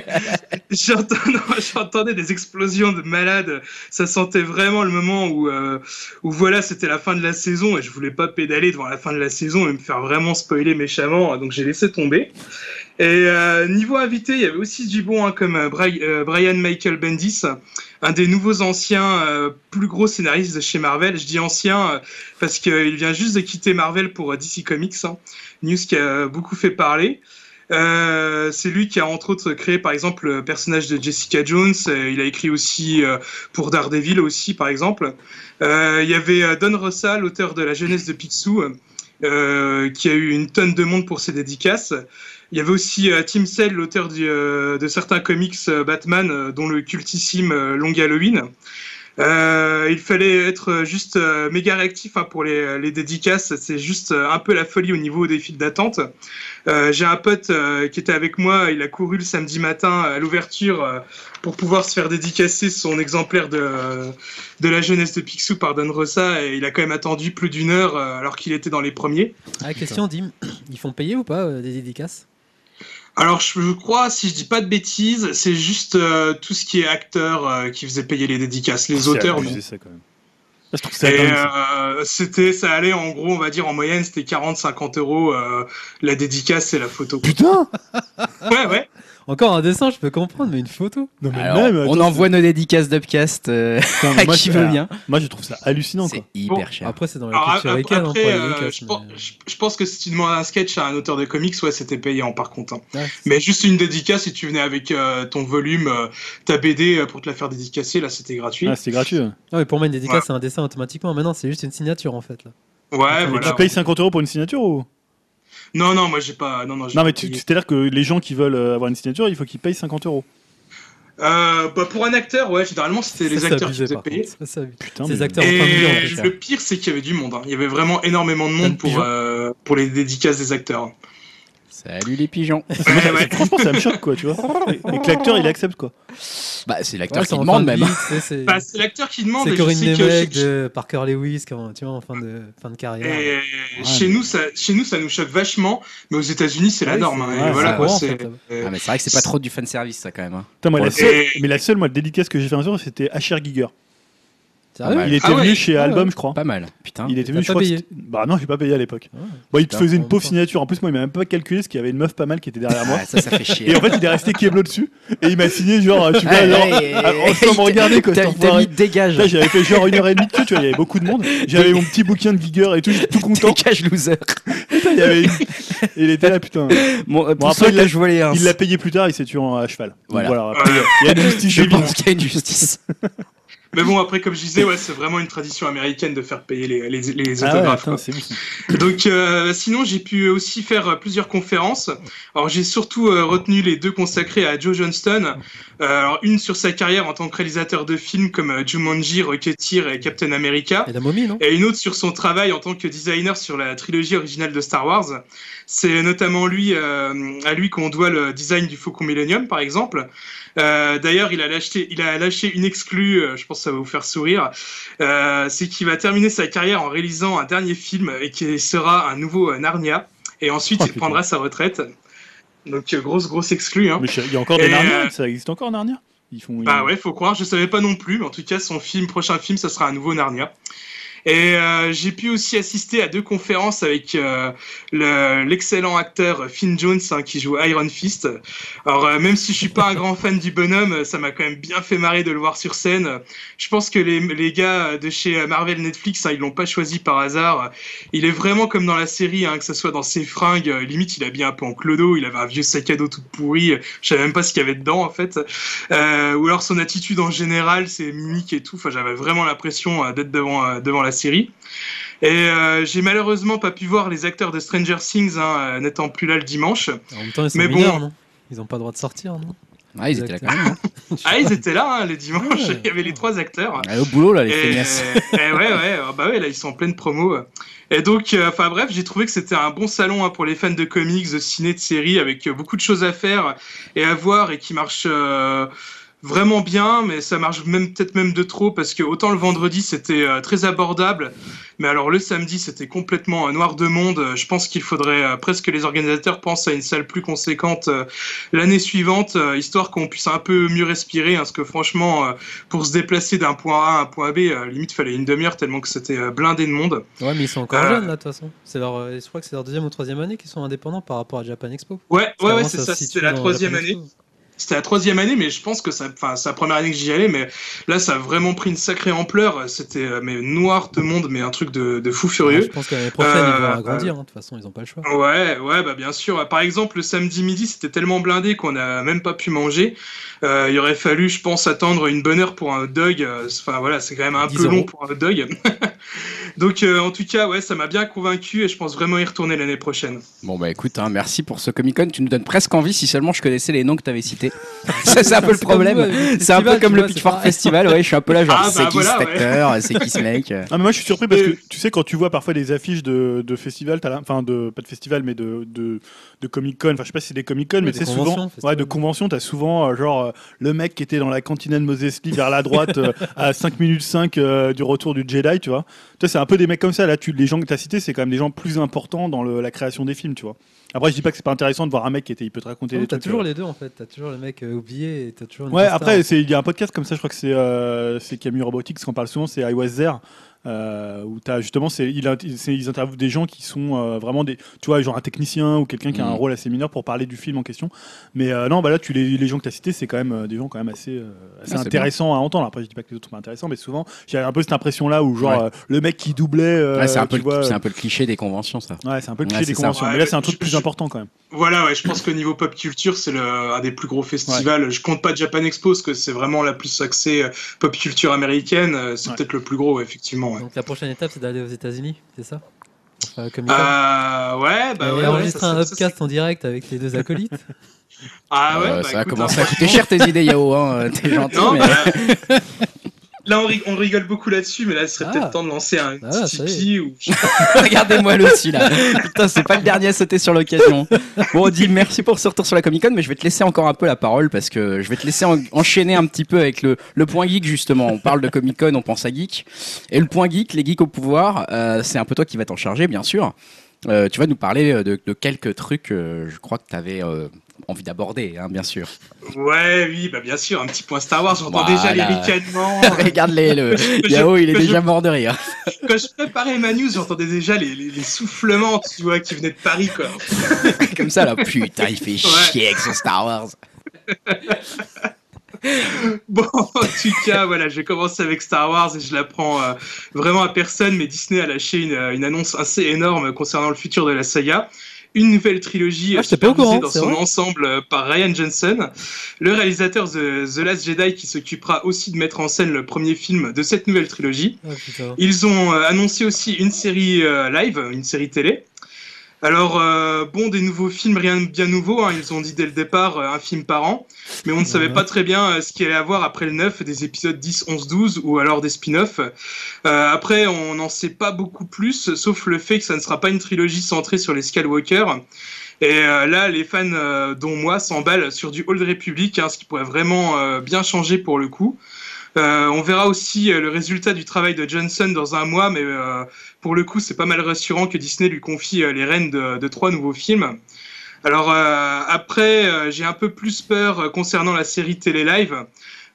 Speaker 2: J'entends- non, j'entendais des explosions de malades. Ça sentait vraiment le moment où euh, où voilà c'était la fin de la saison et je voulais pas pédaler devant la fin de la saison et me faire vraiment spoiler méchamment, donc j'ai laissé tomber. Et euh, niveau invité, il y avait aussi du bon hein, comme euh, Bri- euh, Brian Michael Bendis, un des nouveaux anciens euh, plus gros scénaristes de chez Marvel. Je dis ancien euh, parce qu'il vient juste de quitter Marvel pour euh, DC Comics, hein. news qui a beaucoup fait parler. Euh, c'est lui qui a entre autres créé par exemple le personnage de Jessica Jones. Euh, il a écrit aussi euh, pour Daredevil aussi par exemple. Euh, Il y avait euh, Don Rossa, l'auteur de La jeunesse de Picsou, euh, qui a eu une tonne de monde pour ses dédicaces. Il y avait aussi euh, Tim Sale, l'auteur du, euh, de certains comics euh, Batman, euh, dont le cultissime euh, Long Halloween. Euh, il fallait être euh, juste euh, méga réactif hein, pour les, les dédicaces. C'est juste euh, un peu la folie au niveau des files d'attente. Euh, J'ai un pote euh, qui était avec moi. Il a couru le samedi matin à l'ouverture euh, pour pouvoir se faire dédicacer son exemplaire de, euh, de la jeunesse de Picsou par Don Rossa. Et il a quand même attendu plus d'une heure euh, alors qu'il était dans les premiers.
Speaker 4: Ah, question, Dim, ils font payer ou pas euh, des dédicaces
Speaker 2: Alors, je crois, si je dis pas de bêtises, c'est juste euh, tout ce qui est acteur euh, qui faisait payer les dédicaces, les auteurs. non.
Speaker 3: ça quand même. Je trouve que c'est
Speaker 2: Et
Speaker 3: dingue, ça.
Speaker 2: euh, c'était, ça allait en gros, on va dire en moyenne, c'était 40-50 euros euh, la dédicace et la photo.
Speaker 3: Putain
Speaker 2: Ouais, ouais.
Speaker 4: Encore un dessin, je peux comprendre, mais une photo
Speaker 3: Non mais
Speaker 1: Alors,
Speaker 3: même,
Speaker 1: on
Speaker 3: attends,
Speaker 1: envoie nos dédicaces d'Upcast euh,
Speaker 3: c'est- putain, mais
Speaker 1: à
Speaker 3: moi,
Speaker 1: qui
Speaker 3: je-
Speaker 1: veut
Speaker 3: alors,
Speaker 1: bien.
Speaker 3: Moi je trouve ça hallucinant
Speaker 1: C'est
Speaker 3: quoi. Ah.
Speaker 1: hyper
Speaker 2: Bon,
Speaker 1: cher.
Speaker 4: Après, c'est dans la
Speaker 2: Alors, ap-
Speaker 4: culture
Speaker 2: après,
Speaker 4: américaine hein, pour les
Speaker 2: euh,
Speaker 4: dédicaces.
Speaker 2: je, pense,
Speaker 4: mais-
Speaker 2: je- je pense que si tu demandais un sketch à un auteur de comics, ouais, c'était payant par contre. hein.
Speaker 4: Ah,
Speaker 2: Mais juste une dédicace, si tu venais avec euh, ton volume, euh, ta BD euh, pour te la faire dédicacer, là, c'était gratuit.
Speaker 3: Ah, c'est gratuit. hein.
Speaker 4: Non, mais pour moi, une dédicace,
Speaker 2: Ouais.
Speaker 4: c'est un dessin automatiquement. Maintenant, c'est juste une signature en fait. Là.
Speaker 2: ouais,
Speaker 4: Et
Speaker 3: Mais
Speaker 2: voilà.
Speaker 3: tu payes 50 euros pour une signature ou
Speaker 2: Non, non, moi, j'ai pas. Non, non, j'ai
Speaker 3: Non
Speaker 2: pas
Speaker 3: mais tu-
Speaker 2: payé.
Speaker 3: c'est-à-dire que les gens qui veulent euh, avoir une signature, il faut qu'ils payent 50 euros.
Speaker 2: Euh, bah, pour un acteur, ouais, généralement c'était les
Speaker 4: Ça, c'est
Speaker 2: acteurs qui
Speaker 4: abusé,
Speaker 2: faisaient
Speaker 4: par
Speaker 2: payer.
Speaker 4: contre. Ça, c'est abusé.
Speaker 3: Putain.
Speaker 4: Ces
Speaker 3: mais-
Speaker 4: acteurs. T'es en train de dire, en
Speaker 2: Et
Speaker 4: plus, là.
Speaker 2: le pire, c'est qu'il y avait du monde. hein. Il y avait vraiment énormément de
Speaker 4: Plein
Speaker 2: monde
Speaker 4: de
Speaker 2: pour,
Speaker 4: pigeons.
Speaker 2: euh, pour les dédicaces des acteurs. hein.
Speaker 1: Salut les pigeons.
Speaker 2: Ouais, ouais.
Speaker 3: Franchement, ça me choque quoi, tu vois. Et et que l'acteur il accepte quoi.
Speaker 1: Bah, c'est l'acteur
Speaker 4: Ouais,
Speaker 1: qui
Speaker 4: c'est en
Speaker 1: demande
Speaker 4: fin de
Speaker 1: même.
Speaker 4: vie, tu sais, C'est
Speaker 2: Bah, c'est l'acteur qui demande.
Speaker 4: c'est
Speaker 2: et je
Speaker 4: Corinne
Speaker 2: sais que
Speaker 4: Nemec,
Speaker 2: chez-
Speaker 4: de Parker Lewis, quand, tu vois, en fin de, fin de carrière.
Speaker 2: et
Speaker 3: Ouais,
Speaker 2: chez,
Speaker 3: mais-
Speaker 2: nous, ça, chez nous, ça nous choque vachement, mais aux États-Unis, c'est la
Speaker 4: Ouais,
Speaker 2: norme. hein.
Speaker 4: c'est-
Speaker 2: Et
Speaker 3: ouais,
Speaker 2: voilà,
Speaker 4: Ah, c'est
Speaker 2: quoi,
Speaker 4: courant, en
Speaker 2: c'est-
Speaker 4: fait, là-bas.
Speaker 2: euh,
Speaker 3: hein.
Speaker 1: Ah, mais c'est vrai que c'est pas trop du fan service ça quand même. hein.
Speaker 3: Putain, moi,
Speaker 1: Pour
Speaker 3: la
Speaker 1: le-
Speaker 3: seule-
Speaker 2: Et-
Speaker 3: mais la seule moi de dédicace que j'ai fait un jour, c'était Asher Giger.
Speaker 4: Sérieux
Speaker 1: Ouais.
Speaker 3: Il était
Speaker 2: Ah
Speaker 3: venu
Speaker 2: ouais.
Speaker 3: chez
Speaker 4: Ah ouais.
Speaker 3: Album, je crois.
Speaker 1: Pas mal. Putain.
Speaker 3: Il était
Speaker 4: T'as
Speaker 3: venu, je
Speaker 4: pas
Speaker 3: crois. que
Speaker 4: payé
Speaker 3: c'était- Bah non, j'ai pas payé à l'époque.
Speaker 4: Ah.
Speaker 3: Bon, il te
Speaker 1: Putain,
Speaker 3: faisait
Speaker 4: en
Speaker 3: une pauvre
Speaker 4: même temps.
Speaker 3: signature. En plus, moi, il m'a même pas calculé parce qu'il y avait une meuf pas mal qui était derrière moi.
Speaker 1: Ah, ça, ça fait chier. Ah,
Speaker 3: Et en fait, il est resté Keblo dessus. Et il m'a signé, genre, tu vois,
Speaker 1: Ouais,
Speaker 3: genre,
Speaker 1: ouais,
Speaker 3: en-
Speaker 1: et-
Speaker 3: ensemble, regardez quoi.
Speaker 1: T'as
Speaker 3: cet
Speaker 1: il t'a
Speaker 3: enfoiré.
Speaker 1: mis dégage.
Speaker 3: Là, j'avais fait genre une heure et demie dessus, tu vois, il y avait beaucoup de monde. J'avais mon petit bouquin de Giger et tout, j'étais tout content.
Speaker 1: Dégage loser.
Speaker 3: Putain, il, y avait une- il était là, putain.
Speaker 1: Bon, euh, pour
Speaker 3: après,
Speaker 1: ceux qui
Speaker 3: il l'a-
Speaker 1: lâchent voler un.
Speaker 3: Il l'a payé plus tard, il s'est tué en- à cheval. Donc,
Speaker 1: Voilà.
Speaker 3: voilà.
Speaker 2: euh,
Speaker 3: Il y a une justice
Speaker 1: Je
Speaker 3: divine.
Speaker 1: pense qu'il y a une justice.
Speaker 2: mais bon, après, comme je disais, ouais, c'est vraiment une tradition américaine de faire payer les, les, les
Speaker 3: Ah ouais,
Speaker 2: autographes.
Speaker 3: putain,
Speaker 2: quoi.
Speaker 3: c'est ouf.
Speaker 2: Donc, euh, sinon, j'ai pu aussi faire euh, plusieurs conférences. Alors, j'ai surtout euh, retenu les deux consacrées à Joe Johnston. Euh, alors, une sur sa carrière en tant que réalisateur de films comme euh, Jumanji, Rocketeer et Captain America.
Speaker 4: Et la momie, non
Speaker 2: Et une autre sur son travail en tant que designer sur la trilogie originale de Star Wars. C'est notamment lui, euh, à lui qu'on doit le design du Faucon Millennium, par exemple. Euh, D'ailleurs, il, a lâché- il a lâché une exclue, euh, je pense que ça va vous faire sourire. Euh, c'est qu'il va terminer sa carrière en réalisant un dernier film et qui sera un nouveau euh, Narnia. Et ensuite,
Speaker 3: Oh,
Speaker 2: il
Speaker 3: putain.
Speaker 2: prendra sa retraite. Donc, euh, grosse, grosse exclue. Hein.
Speaker 3: Mais je- il y a encore
Speaker 2: Et,
Speaker 3: des
Speaker 2: euh,
Speaker 3: Narnia Ça existe encore Narnia Ils font.
Speaker 2: Bah ouais, faut croire, je savais pas non plus, mais en tout cas, son film, prochain film, ça sera un nouveau Narnia. Et euh, j'ai pu aussi assister à deux conférences avec euh, le- l'excellent acteur Finn Jones hein, qui joue Iron Fist. Alors euh, même si je suis pas un grand fan du bonhomme, ça m'a quand même bien fait marrer de le voir sur scène. Je pense que les, les gars de chez Marvel Netflix, hein, ils l'ont pas choisi par hasard. Il est vraiment comme dans la série, hein, que ce soit dans ses fringues, euh, limite il habillé un peu en clodo, il avait un vieux sac à dos tout pourri, je savais même pas ce qu'il y avait dedans en fait. Euh, ou alors son attitude en général, ses mimiques et tout. Enfin, j'avais vraiment l'impression euh, d'être devant, euh, devant la série. Et euh, j'ai malheureusement pas pu voir les acteurs de Stranger Things hein, euh, n'étant plus là le dimanche.
Speaker 4: En même temps, ils sont
Speaker 2: Mais bon.
Speaker 4: mineurs, non Ils n'ont pas le droit de sortir, non
Speaker 1: Ah, ils étaient là quand même. hein.
Speaker 2: Ah, ils étaient là hein, le dimanche,
Speaker 4: Ouais.
Speaker 2: il y avait les trois acteurs.
Speaker 1: Allez, au boulot, là, les
Speaker 2: Et,
Speaker 1: feignasses.
Speaker 2: et ouais, ouais, ah bah ouais, là ils sont en pleine promo. Et donc, euh, enfin bref, j'ai trouvé que c'était un bon salon hein, pour les fans de comics, de ciné, de séries, avec euh, beaucoup de choses à faire et à voir et qui marche euh, vraiment bien, mais ça marche même peut-être même de trop parce que autant le vendredi c'était euh, très abordable, mais alors le samedi c'était complètement euh, noir de monde. Euh, Je pense qu'il faudrait euh, presque les organisateurs pensent à une salle plus conséquente euh, l'année suivante, euh, histoire qu'on puisse un peu mieux respirer, hein, parce que franchement. euh, pour se déplacer d'un point A à un point B, euh, limite fallait une demi-heure tellement que c'était euh, blindé de monde.
Speaker 4: Ouais, mais ils sont encore
Speaker 2: Euh.
Speaker 4: jeunes, là, de toute façon. C'est leur, euh, je crois que c'est leur deuxième ou troisième année qu'ils sont indépendants par rapport à Japan Expo.
Speaker 2: Ouais,
Speaker 4: Parce
Speaker 2: ouais, ouais,
Speaker 4: qu'avant,
Speaker 2: c'est
Speaker 4: se
Speaker 2: ça,
Speaker 4: situe
Speaker 2: c'était la
Speaker 4: dans
Speaker 2: troisième
Speaker 4: Japan
Speaker 2: année.
Speaker 4: Expo.
Speaker 2: C'était la troisième année, mais je pense que ça, enfin, c'est la première année que j'y allais, mais là, ça a vraiment pris une sacrée ampleur. C'était, euh, mais noir de monde, mais un truc de, de fou
Speaker 4: Ouais,
Speaker 2: furieux.
Speaker 4: je pense que l'année prochaine, ils vont
Speaker 2: Euh,
Speaker 4: agrandir, hein, de toute façon, ils n'ont pas le choix.
Speaker 2: Ouais, ouais, bah bien sûr. Par exemple, le samedi midi, c'était tellement blindé qu'on n'a même pas pu manger. Euh, il aurait fallu, je pense, attendre une bonne heure pour un hot dog. Euh, Enfin voilà, c'est quand même un
Speaker 4: 10
Speaker 2: peu long
Speaker 4: euros.
Speaker 2: pour un hot dog. Donc euh, en tout cas, ouais, ça m'a bien convaincu et je pense vraiment y retourner l'année prochaine.
Speaker 1: Bon, bah écoute, hein, merci pour ce Comic Con. Tu nous donnes presque envie si seulement je connaissais les noms que tu avais cités. ça, c'est un peu le
Speaker 4: C'est comme nous,
Speaker 1: problème.
Speaker 4: avec les
Speaker 1: C'est un peu
Speaker 4: festivals,
Speaker 1: comme
Speaker 4: tu
Speaker 1: le
Speaker 4: vois, c'est
Speaker 1: Pitchfork
Speaker 4: pareil.
Speaker 1: Festival. Ouais, je suis un peu là, genre,
Speaker 2: Ah, bah,
Speaker 1: c'est qui
Speaker 2: voilà,
Speaker 1: cet
Speaker 2: ouais.
Speaker 1: acteur C'est qui ce mec
Speaker 3: Ah, mais moi je suis surpris parce
Speaker 2: Et-
Speaker 3: que tu sais quand tu vois parfois des affiches de, de festivals, t'as la- enfin de pas de festival mais de, de, Comic Con, enfin je sais pas si c'est des Comic Con mais tu
Speaker 4: des
Speaker 3: sais
Speaker 4: conventions,
Speaker 3: souvent ouais,
Speaker 4: festivals.
Speaker 3: de conventions, t'as souvent euh, genre euh, le mec qui était dans la cantina de Moses Lee vers la droite euh, à 5 minutes 5 euh, du retour du Jedi, tu vois. Tu sais c'est un peu des mecs comme ça là, tu les gens que t'as cités, c'est quand même des gens plus importants dans le- la création des films, tu vois. Après je dis pas que c'est pas intéressant de voir un mec qui était il peut te raconter
Speaker 4: Non,
Speaker 3: des
Speaker 4: T'as
Speaker 3: trucs.
Speaker 4: toujours
Speaker 3: euh,
Speaker 4: les deux, en fait. T'as toujours le mec euh, oublié et t'as toujours. une
Speaker 3: Ouais,
Speaker 4: star.
Speaker 1: hein.
Speaker 3: après, c'est- il y a un podcast comme ça, je crois que c'est euh, c'est Camus Robotics, qu'on parle souvent, c'est I Was There, euh, où as, justement, c'est- il a- c'est- ils interviewent des gens qui sont euh, vraiment des. Tu vois, genre un technicien ou quelqu'un qui a un
Speaker 1: Mhm.
Speaker 3: rôle assez mineur pour parler du film en question. Mais euh, non, bah là, tu, les, les gens que tu as cités, c'est quand même euh, des gens quand même assez, euh, assez
Speaker 1: Ah, c'est
Speaker 3: intéressants à entendre. Après, je dis pas que les autres sont pas intéressants, mais souvent, j'avais un peu cette impression-là où, genre,
Speaker 1: Ouais.
Speaker 3: euh, le mec qui doublait. euh,
Speaker 1: Ouais, c'est un, peu
Speaker 3: tu
Speaker 1: le-
Speaker 3: vois, euh,
Speaker 1: c'est un peu le cliché des conventions, ça.
Speaker 3: ouais, c'est un peu le
Speaker 1: Ouais,
Speaker 3: cliché
Speaker 1: c'est
Speaker 3: des
Speaker 1: ça.
Speaker 3: conventions.
Speaker 2: Ouais,
Speaker 3: mais là, c'est un
Speaker 2: je-
Speaker 3: truc plus
Speaker 2: je-
Speaker 3: important quand même.
Speaker 2: Voilà, ouais, je pense qu'au niveau pop culture, c'est le- un des plus gros festivals. Je compte pas Japan Expo, parce que c'est vraiment la plus axée euh, pop culture américaine. Euh, C'est
Speaker 3: Ouais.
Speaker 2: peut-être le plus gros, ouais, effectivement. Ouais,
Speaker 4: Donc la prochaine étape, c'est d'aller aux États-Unis, c'est ça Pour faire le Comic-Con.
Speaker 2: Euh, ouais bah
Speaker 4: Et
Speaker 2: ouais. ouais,
Speaker 4: enregistrer
Speaker 2: ça,
Speaker 4: un
Speaker 2: ça, ça,
Speaker 4: upcast en direct avec les deux acolytes.
Speaker 2: c'est- Ah ouais,
Speaker 1: Euh,
Speaker 2: bah,
Speaker 1: ça va
Speaker 2: écoute,
Speaker 1: commencer
Speaker 2: hein,
Speaker 1: à coûter cher tes idées, Yao. Hein. euh, T'es gentil,
Speaker 2: Non,
Speaker 1: mais.
Speaker 2: bah, là on, ri- on rigole beaucoup là-dessus, mais là ce serait
Speaker 4: Ah.
Speaker 2: peut-être temps de lancer un
Speaker 4: Ah,
Speaker 2: petit
Speaker 4: ça y est.
Speaker 2: Tipeee ou
Speaker 1: Regardez-moi le aussi là. Putain, c'est pas le dernier à sauter sur l'occasion. Bon, dit merci pour ce retour sur la Comic Con, mais je vais te laisser encore un peu la parole parce que je vais te laisser en- enchaîner un petit peu avec le, le point geek justement. On parle de Comic Con, on pense à geek. Et le point geek, les geeks au pouvoir, euh, c'est un peu toi qui vas t'en charger, bien sûr. Euh, tu vas nous parler euh, de, de quelques trucs, euh, je crois que tu avais envie d'aborder, hein, bien sûr.
Speaker 2: Ouais, oui, bah bien sûr, un petit point Star Wars. J'entends déjà
Speaker 1: Voilà.
Speaker 2: les ricanements.
Speaker 1: Regarde les, le
Speaker 2: Je-
Speaker 1: Yao, il est
Speaker 2: je-
Speaker 1: déjà mort de rire.
Speaker 2: Quand je préparais ma news, j'entendais déjà les, les- les soufflements, tu vois, qui venaient de Paris, quoi.
Speaker 1: Comme ça là, putain, il fait chier avec son Star Wars.
Speaker 2: Bon, en tout cas, voilà, j'ai commencé avec Star Wars et je la prends euh, vraiment à personne, mais Disney a lâché une, euh, une annonce assez énorme concernant le futur de la saga. Une nouvelle trilogie
Speaker 4: Ah,
Speaker 2: euh,
Speaker 4: j'étais pas au
Speaker 2: supervisée
Speaker 4: courant,
Speaker 2: dans
Speaker 4: c'est
Speaker 2: son
Speaker 4: vrai
Speaker 2: ensemble euh, par Ryan Johnson, le réalisateur de The Last Jedi qui s'occupera aussi de mettre en scène le premier film de cette nouvelle trilogie.
Speaker 4: Ah, putain.
Speaker 2: Ils ont euh, annoncé aussi une série euh, live, une série télé. Alors, euh, bon, des nouveaux films, rien de bien nouveau. hein. Ils ont dit dès le départ euh, un film par an. Mais on ne savait
Speaker 4: Ouais.
Speaker 2: pas très bien euh, ce qu'il allait avoir après le 9, des épisodes 10, 11, 12 ou alors des spin-offs. Euh, après, on n'en sait pas beaucoup plus, sauf le fait que ça ne sera pas une trilogie centrée sur les Skywalker. Et euh, là, les fans, euh, dont moi, s'emballent sur du Old Republic, hein, ce qui pourrait vraiment euh, bien changer pour le coup. Euh, on verra aussi euh, le résultat du travail de Johnson dans un mois, mais euh, pour le coup, c'est pas mal rassurant que Disney lui confie euh, les rênes de, de trois nouveaux films. Alors euh, après, euh, j'ai un peu plus peur euh, concernant la série télé live.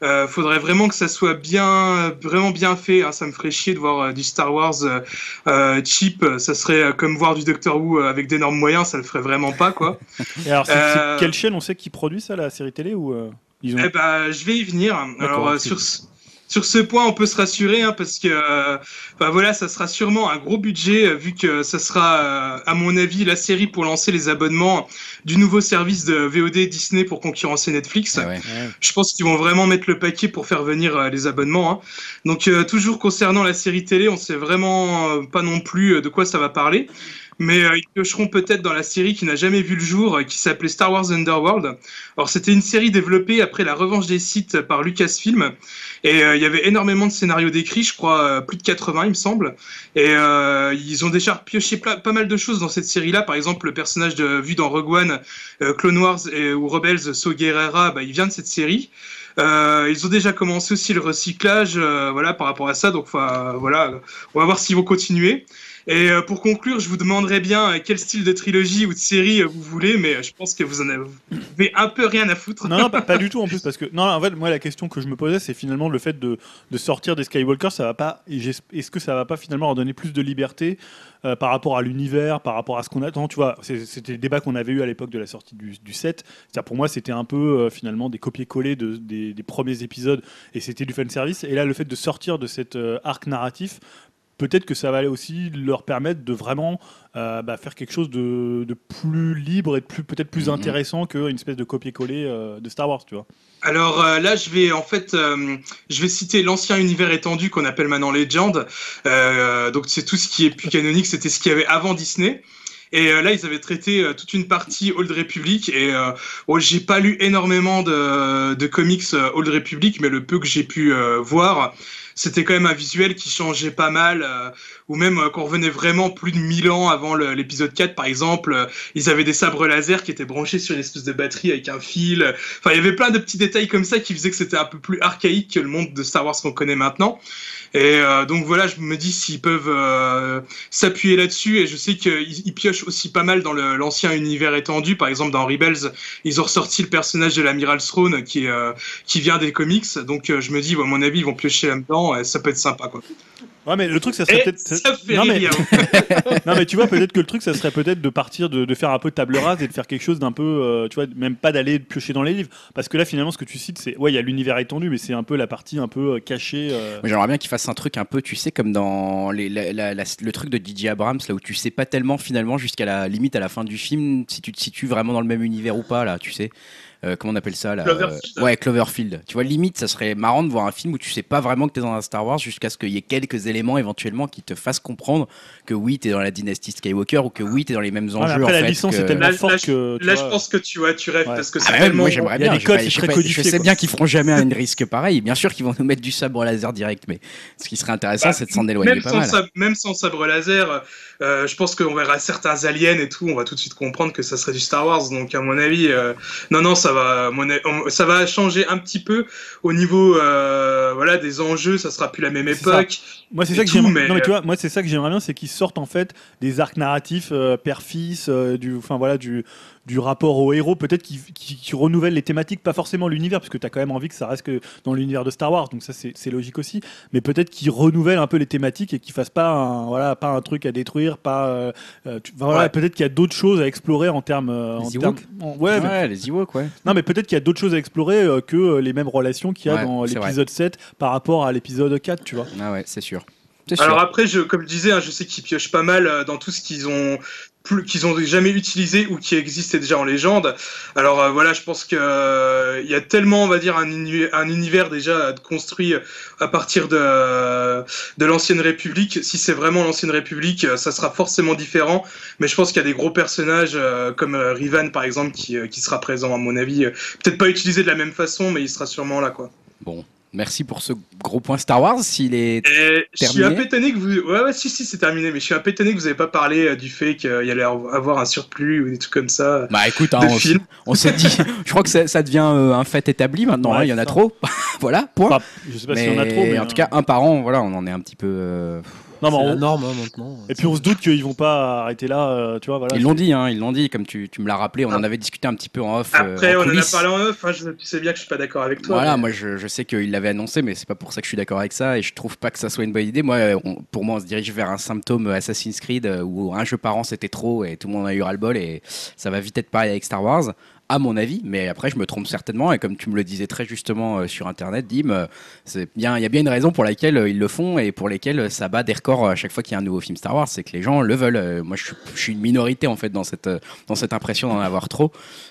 Speaker 2: Euh, faudrait vraiment que ça soit bien, euh, vraiment bien fait. hein. Ça me ferait chier de voir euh, du Star Wars euh, euh, cheap. Ça serait euh, comme voir du Doctor Who euh, avec d'énormes moyens. Ça le ferait vraiment pas, quoi.
Speaker 3: Et alors, c'est c'est
Speaker 2: Euh,
Speaker 3: quelle chaîne on sait qui produit ça, la série télé ou euh, ils ont...
Speaker 2: Eh ben, je vais y venir.
Speaker 3: D'accord,
Speaker 2: Alors, euh,
Speaker 3: ok.
Speaker 2: sur, ce- sur ce point, on peut se rassurer hein, parce que euh, bah voilà, ça sera sûrement un gros budget euh, vu que ça sera, euh, à mon avis, la série pour lancer les abonnements du nouveau service de VOD Disney pour concurrencer Netflix.
Speaker 1: Ah ouais.
Speaker 2: Je pense qu'ils vont vraiment mettre le paquet pour faire venir euh, les abonnements. hein. Donc euh, toujours concernant la série télé, on sait vraiment euh, pas non plus euh, de quoi ça va parler. Mais euh, ils piocheront peut-être dans la série qui n'a jamais vu le jour, euh, qui s'appelait Star Wars Underworld. Alors c'était une série développée après la revanche des Sith euh, par Lucasfilm. Et euh, il y avait énormément de scénarios décrits, je crois euh, plus de 80 il me semble. Et euh, ils ont déjà pioché pla- pas mal de choses dans cette série-là. Par exemple le personnage de, vu dans Rogue One, euh, Clone Wars et, ou Rebels, So Guerrera, bah, il vient de cette série. Euh, ils ont déjà commencé aussi le recyclage, euh, voilà, par rapport à ça. Donc, enfin, euh, voilà, on va voir s'ils vont continuer. Et euh, pour conclure, je vous demanderai bien euh, quel style de trilogie ou de série euh, vous voulez, mais euh, je pense que vous en avez vous avez un peu rien à foutre.
Speaker 3: Non, non, pas, pas du tout en plus, parce que non, en fait, moi la question que je me posais, c'est finalement le fait de, de sortir des Skywalker, ça va pas. et j'es- Est-ce que ça va pas finalement leur donner plus de liberté euh, par rapport à l'univers, par rapport à ce qu'on attend Tu vois, c'est- c'était le débat qu'on avait eu à l'époque de la sortie du, du 7. C'est-à-dire, pour moi, c'était un peu euh, finalement des copier-coller de- des, des premiers épisodes, et c'était du fan service. Et là, le fait de sortir de cet euh, arc narratif. Peut-être que ça va aller aussi leur permettre de vraiment euh, bah, faire quelque chose de, de plus libre et de plus peut-être plus
Speaker 1: Mhm.
Speaker 3: intéressant qu'une espèce de copier-coller euh, de Star Wars, tu vois.
Speaker 2: Alors euh, là, je vais en fait, euh, je vais citer l'ancien univers étendu qu'on appelle maintenant Legend. Euh, donc c'est tout ce qui est plus canonique, c'était ce qu'il y avait avant Disney. Et euh, là, ils avaient traité euh, toute une partie Old Republic. Et euh, bon, j'ai pas lu énormément de, de comics euh, Old Republic, mais le peu que j'ai pu euh, voir, c'était quand même un visuel qui changeait pas mal. euh, ou même euh, qu'on revenait vraiment plus de 1000 ans avant le- l'épisode 4, par exemple. euh, ils avaient des sabres laser qui étaient branchés sur une espèce de batterie avec un fil. Enfin, il y avait plein de petits détails comme ça qui faisaient que c'était un peu plus archaïque que le monde de Star Wars qu'on connaît maintenant. Et euh, donc voilà, je me dis s'ils peuvent euh, s'appuyer là-dessus. Et je sais qu'ils ils piochent aussi pas mal dans le- l'ancien univers étendu. Par exemple, dans Rebels, ils ont ressorti le personnage de l'amiral Throne qui, est, euh, qui vient des comics. Donc euh, je me dis, ouais, à mon avis, ils vont piocher là-dedans. et Ça peut être sympa, quoi.
Speaker 3: Ouais, mais le truc, ça
Speaker 2: Et
Speaker 3: serait peut-être.
Speaker 2: Eh, ça fait
Speaker 3: non, mais...
Speaker 2: rire.
Speaker 3: non, mais tu vois, peut-être que le truc, ça serait peut-être de partir, de, de faire un peu table rase et de faire quelque chose d'un peu. euh, tu vois, même pas d'aller piocher dans les livres. Parce que là, finalement, ce que tu cites, c'est. Ouais, il y a l'univers étendu, mais c'est un peu la partie un peu euh, cachée. euh,
Speaker 1: Moi, j'aimerais bien qu'il fasse un truc un peu, tu sais, comme dans les- la- la- la- le truc de DJ Abrams, là où tu sais pas tellement finalement jusqu'à la limite à la fin du film si tu te situes vraiment dans le même univers ou pas, là, tu sais. Euh, comment on appelle ça là
Speaker 2: Cloverfield.
Speaker 1: Euh, Ouais, Cloverfield. Tu vois, limite, ça serait marrant de voir un film où tu sais pas vraiment que t'es dans un Star Wars jusqu'à ce qu'il y ait quelques éléments éventuellement qui te fassent comprendre que oui, t'es dans la dynastie Skywalker ou que oui, t'es dans les mêmes enjeux.
Speaker 3: voilà, après,
Speaker 1: en
Speaker 3: la
Speaker 1: fait,
Speaker 3: licence
Speaker 1: que-
Speaker 3: est tellement
Speaker 2: Là,
Speaker 3: forte
Speaker 2: là,
Speaker 3: que. tu
Speaker 2: Là, je
Speaker 3: vois,
Speaker 2: pense que tu vois, tu rêves
Speaker 3: Ouais.
Speaker 2: parce que
Speaker 1: Ah
Speaker 2: c'est
Speaker 1: bah ouais,
Speaker 2: tellement.
Speaker 1: moi j'aimerais
Speaker 3: Il y a
Speaker 1: bien. Je
Speaker 3: des
Speaker 1: sais
Speaker 3: codes,
Speaker 1: pas-
Speaker 3: c'est
Speaker 1: je, sais
Speaker 3: très
Speaker 1: pas-
Speaker 3: codifié,
Speaker 1: je sais
Speaker 3: quoi.
Speaker 1: bien qu'ils feront jamais un risque pareil. Bien sûr qu'ils vont nous mettre du sabre laser direct, mais ce qui serait intéressant,
Speaker 2: Bah,
Speaker 1: c'est de s'en éloigner
Speaker 2: même,
Speaker 1: pas
Speaker 2: sans
Speaker 1: mal.
Speaker 2: sabre, même sans sabre laser, euh, je pense qu'on verra certains aliens et tout, on va tout de suite comprendre que ça serait du Star Wars. Donc à mon avis, euh, non non, ça va, à mon avis, on- ça va changer un petit peu au niveau, euh, voilà, des enjeux. Ça sera plus la même
Speaker 3: C'est ça.
Speaker 2: époque.
Speaker 3: Moi, c'est
Speaker 2: et
Speaker 3: ça que
Speaker 2: tout,
Speaker 3: j'aimerais.
Speaker 2: mais-
Speaker 3: non, mais tu vois, moi, c'est ça que j'aimerais bien, c'est qu'ils sortent en fait des arcs narratifs euh, père-fils, euh, du, enfin voilà, du, du rapport au héros. Peut-être qu'ils qu'ils- qu'ils renouvellent les thématiques, pas forcément l'univers, parce que t'as quand même envie que ça reste que dans l'univers de Star Wars. Donc ça, c'est c'est logique aussi. Mais peut-être qu'ils renouvellent un peu les thématiques et qu'ils fassent pas, un, voilà, pas un truc à détruire, pas. euh, euh, tu- enfin, voilà,
Speaker 2: Ouais.
Speaker 3: Peut-être qu'il y a d'autres choses à explorer en termes. euh,
Speaker 4: Les
Speaker 3: en
Speaker 4: Ewoks
Speaker 3: termes- en- ouais, mais-
Speaker 1: Ouais, les Ewoks, ouais.
Speaker 3: non, mais peut-être qu'il y a d'autres choses à explorer euh, que euh, les mêmes relations qu'il y a
Speaker 1: Ouais,
Speaker 3: dans
Speaker 1: c'est vrai.
Speaker 3: l'épisode 7 par rapport à l'épisode 4, tu vois.
Speaker 1: Ah ouais, c'est sûr. C'est
Speaker 2: Alors
Speaker 1: sûr.
Speaker 2: après, je, comme je disais, hein, je sais qu'ils piochent pas mal euh, dans tout ce qu'ils ont plus qu'ils ont jamais utilisé ou qui existait déjà en légende. Alors euh, voilà, je pense que euh, il y a tellement, on va dire, un, uni- un univers déjà euh, construit à partir de euh, de l'ancienne République. Si c'est vraiment l'ancienne République, euh, ça sera forcément différent. Mais je pense qu'il y a des gros personnages euh, comme euh, Rivan par exemple qui, euh, qui sera présent à mon avis. Euh, Peut-être pas utilisé de la même façon, mais il sera sûrement là quoi.
Speaker 1: Bon,
Speaker 2: ah.
Speaker 1: merci pour ce gros point Star Wars. S'il est.
Speaker 2: Et je suis
Speaker 1: Terminé
Speaker 2: un peu étonné que vous. Ouais, ouais, si, si, c'est terminé, mais je suis un peu étonné que vous n'avez pas parlé euh, du fait qu'il allait avoir un surplus ou des trucs comme ça.
Speaker 1: Bah écoute, hein,
Speaker 2: de
Speaker 1: on,
Speaker 2: films.
Speaker 1: on s'est dit. Je crois que ça, ça devient euh, un fait établi maintenant.
Speaker 3: Ouais,
Speaker 1: hein, il y en a
Speaker 3: c'est ça.
Speaker 1: trop. voilà, point.
Speaker 3: Enfin, je sais pas s'il y en a trop, mais euh,
Speaker 1: en tout cas, un par an, voilà, on en est un petit peu. euh,
Speaker 3: non, mais
Speaker 4: C'est
Speaker 3: on-
Speaker 4: la norme hein, maintenant.
Speaker 3: Et puis on se doute qu'ils vont pas arrêter là, euh, tu vois, voilà.
Speaker 1: Ils l'ont dit, hein, ils l'ont dit, comme tu, tu me l'as rappelé, on
Speaker 2: Ah.
Speaker 1: en avait discuté un petit peu en off. euh,
Speaker 2: Après,
Speaker 1: en
Speaker 2: on en a
Speaker 1: coulisses.
Speaker 2: parlé en off, hein, je- tu sais bien que je suis pas d'accord avec toi.
Speaker 1: Voilà,
Speaker 2: mais-
Speaker 1: moi je, je sais qu'il l'avait annoncé, mais c'est pas pour ça que je suis d'accord avec ça et je trouve pas que ça soit une bonne idée. Moi, euh, on- pour moi, on se dirige vers un symptôme Assassin's Creed euh, où un jeu par an c'était trop et tout le monde en a eu ras le bol et ça va vite être pareil avec Star Wars. à mon avis, mais après je me trompe certainement, et comme tu me le disais très justement euh, sur Internet, Dim, euh, c'est bien- il y a bien une raison pour laquelle euh, ils le font et pour lesquelles euh, ça bat des records à chaque fois qu'il y a un nouveau film Star Wars, c'est que les gens le veulent. Euh, Moi je suis- je suis une minorité en fait dans cette, euh, dans cette impression d'en avoir trop,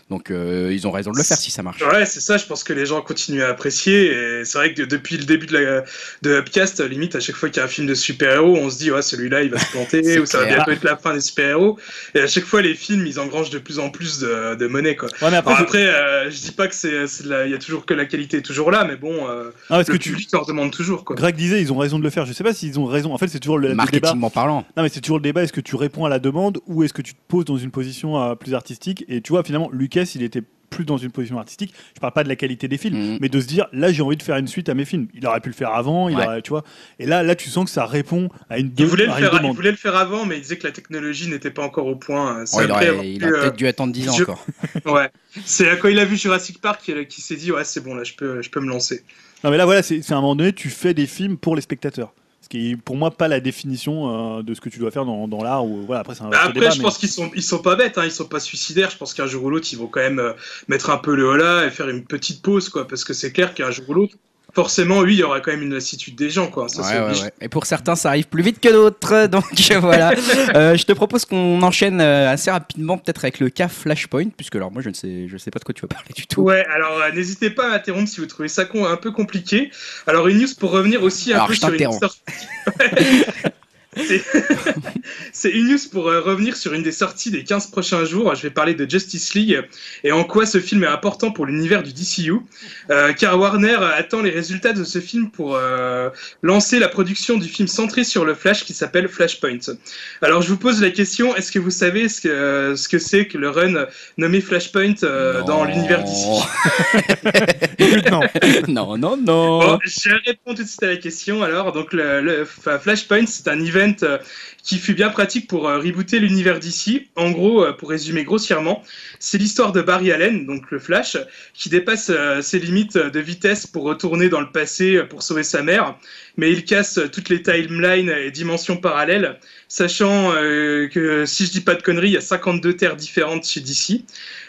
Speaker 1: donc euh, ils ont raison de le faire si ça marche.
Speaker 2: Ouais, c'est ça, je pense que les gens continuent à apprécier. Et c'est vrai que de- depuis le début de, la, de Upcast, limite, à chaque fois qu'il y a un film de super-héros, on se dit, ouais, celui-là, il va se planter,
Speaker 1: C'est
Speaker 2: ou ça va
Speaker 1: clair.
Speaker 2: bientôt être la fin des super-héros. Et à chaque fois, les films, ils engrangent de plus en plus de, de monnaie, quoi.
Speaker 3: Ouais, mais après,
Speaker 2: Alors
Speaker 3: je-
Speaker 2: après, euh, je dis pas que c'est, c'est de la- il y a toujours que la qualité est toujours là, mais bon, euh,
Speaker 3: Ah, parce
Speaker 2: le
Speaker 3: que tu.
Speaker 2: public leur demande toujours, quoi.
Speaker 3: Greg disait, ils ont raison de le faire. Je sais pas s'ils ont raison. En fait, c'est toujours le, le débat.
Speaker 1: Marketingment parlant,
Speaker 3: Non, mais c'est toujours le débat. Est-ce que tu réponds à la demande ou est-ce que tu te poses dans une position euh, plus artistique Et tu vois, finalement, Lucas, il était plus dans une position artistique. Je parle pas de la qualité des films,
Speaker 1: Mhm.
Speaker 3: mais de se dire là, j'ai envie de faire une suite à mes films. Il aurait pu le faire avant. Il
Speaker 1: Ouais.
Speaker 3: aurait- tu vois. Et là, là, tu sens que ça répond à une, de-
Speaker 2: Il voulait, le
Speaker 3: à une
Speaker 2: faire, hein, il
Speaker 3: Bah, demande.
Speaker 2: voulait le faire avant, mais il disait que la technologie n'était pas encore au point. euh, C'est
Speaker 1: Oh, il,
Speaker 2: après
Speaker 1: aurait-
Speaker 2: avoir
Speaker 1: il
Speaker 2: vu,
Speaker 1: a
Speaker 2: euh,
Speaker 1: peut-être dû attendre 10 ans
Speaker 2: je-
Speaker 1: encore.
Speaker 2: ouais. C'est euh, quand il a vu Jurassic Park qu'il qu'il s'est dit, ouais, c'est bon, là, je peux, je peux me lancer.
Speaker 3: Non, mais là, voilà, c'est c'est à un moment donné, tu fais des films pour les spectateurs. Ce qui est pour moi pas la définition euh, de ce que tu dois faire dans, dans l'art. Ou voilà, après, c'est un
Speaker 2: Bah
Speaker 3: vaste
Speaker 2: après,
Speaker 3: débat,
Speaker 2: je
Speaker 3: mais-
Speaker 2: pense qu'ils sont, ils sont pas bêtes, hein, ils sont pas suicidaires. Je pense qu'un jour ou l'autre, ils vont quand même euh, mettre un peu le holà et faire une petite pause, quoi. Parce que c'est clair qu'un jour ou l'autre, forcément, oui, il y aura quand même une lassitude des gens, quoi. Ça,
Speaker 1: Ouais,
Speaker 2: c'est
Speaker 1: ouais,
Speaker 2: obligé.
Speaker 1: ouais. Et pour certains, ça arrive plus vite que d'autres. Donc voilà. Euh, je te propose qu'on enchaîne euh, assez rapidement, peut-être avec le cas Flashpoint, puisque alors moi je ne sais, je sais pas de quoi tu vas parler du tout.
Speaker 2: Ouais, alors euh, n'hésitez pas à m'interrompre si vous trouvez ça con- un peu compliqué. Alors une news pour revenir aussi un
Speaker 1: Alors,
Speaker 2: peu
Speaker 1: je
Speaker 2: sur une
Speaker 1: t'interromps.
Speaker 2: sortie. C'est- C'est une news pour euh, revenir sur une des sorties des 15 prochains jours. Je vais parler de Justice League et en quoi ce film est important pour l'univers du DCU. Euh, car Warner attend les résultats de ce film pour euh, lancer la production du film centré sur le Flash qui s'appelle Flashpoint. Alors je vous pose la question, est-ce que vous savez ce que euh, ce que c'est que le run nommé Flashpoint euh, dans
Speaker 1: Non.
Speaker 2: l'univers DCU
Speaker 3: Non.
Speaker 1: non, non, non.
Speaker 2: Bon, je réponds tout de suite à la question. Alors, donc le, le- enfin, Flashpoint, c'est un event euh, qui fut bien pratique pour euh, rebooter l'univers d'ici. En gros, euh, pour résumer grossièrement, c'est l'histoire de Barry Allen, donc le Flash, qui dépasse euh, ses limites euh, de vitesse pour retourner dans le passé euh, pour sauver sa mère, mais il casse euh, toutes les timelines et dimensions parallèles, sachant euh, que si je dis pas de conneries, il y a 52 terres différentes chez DC.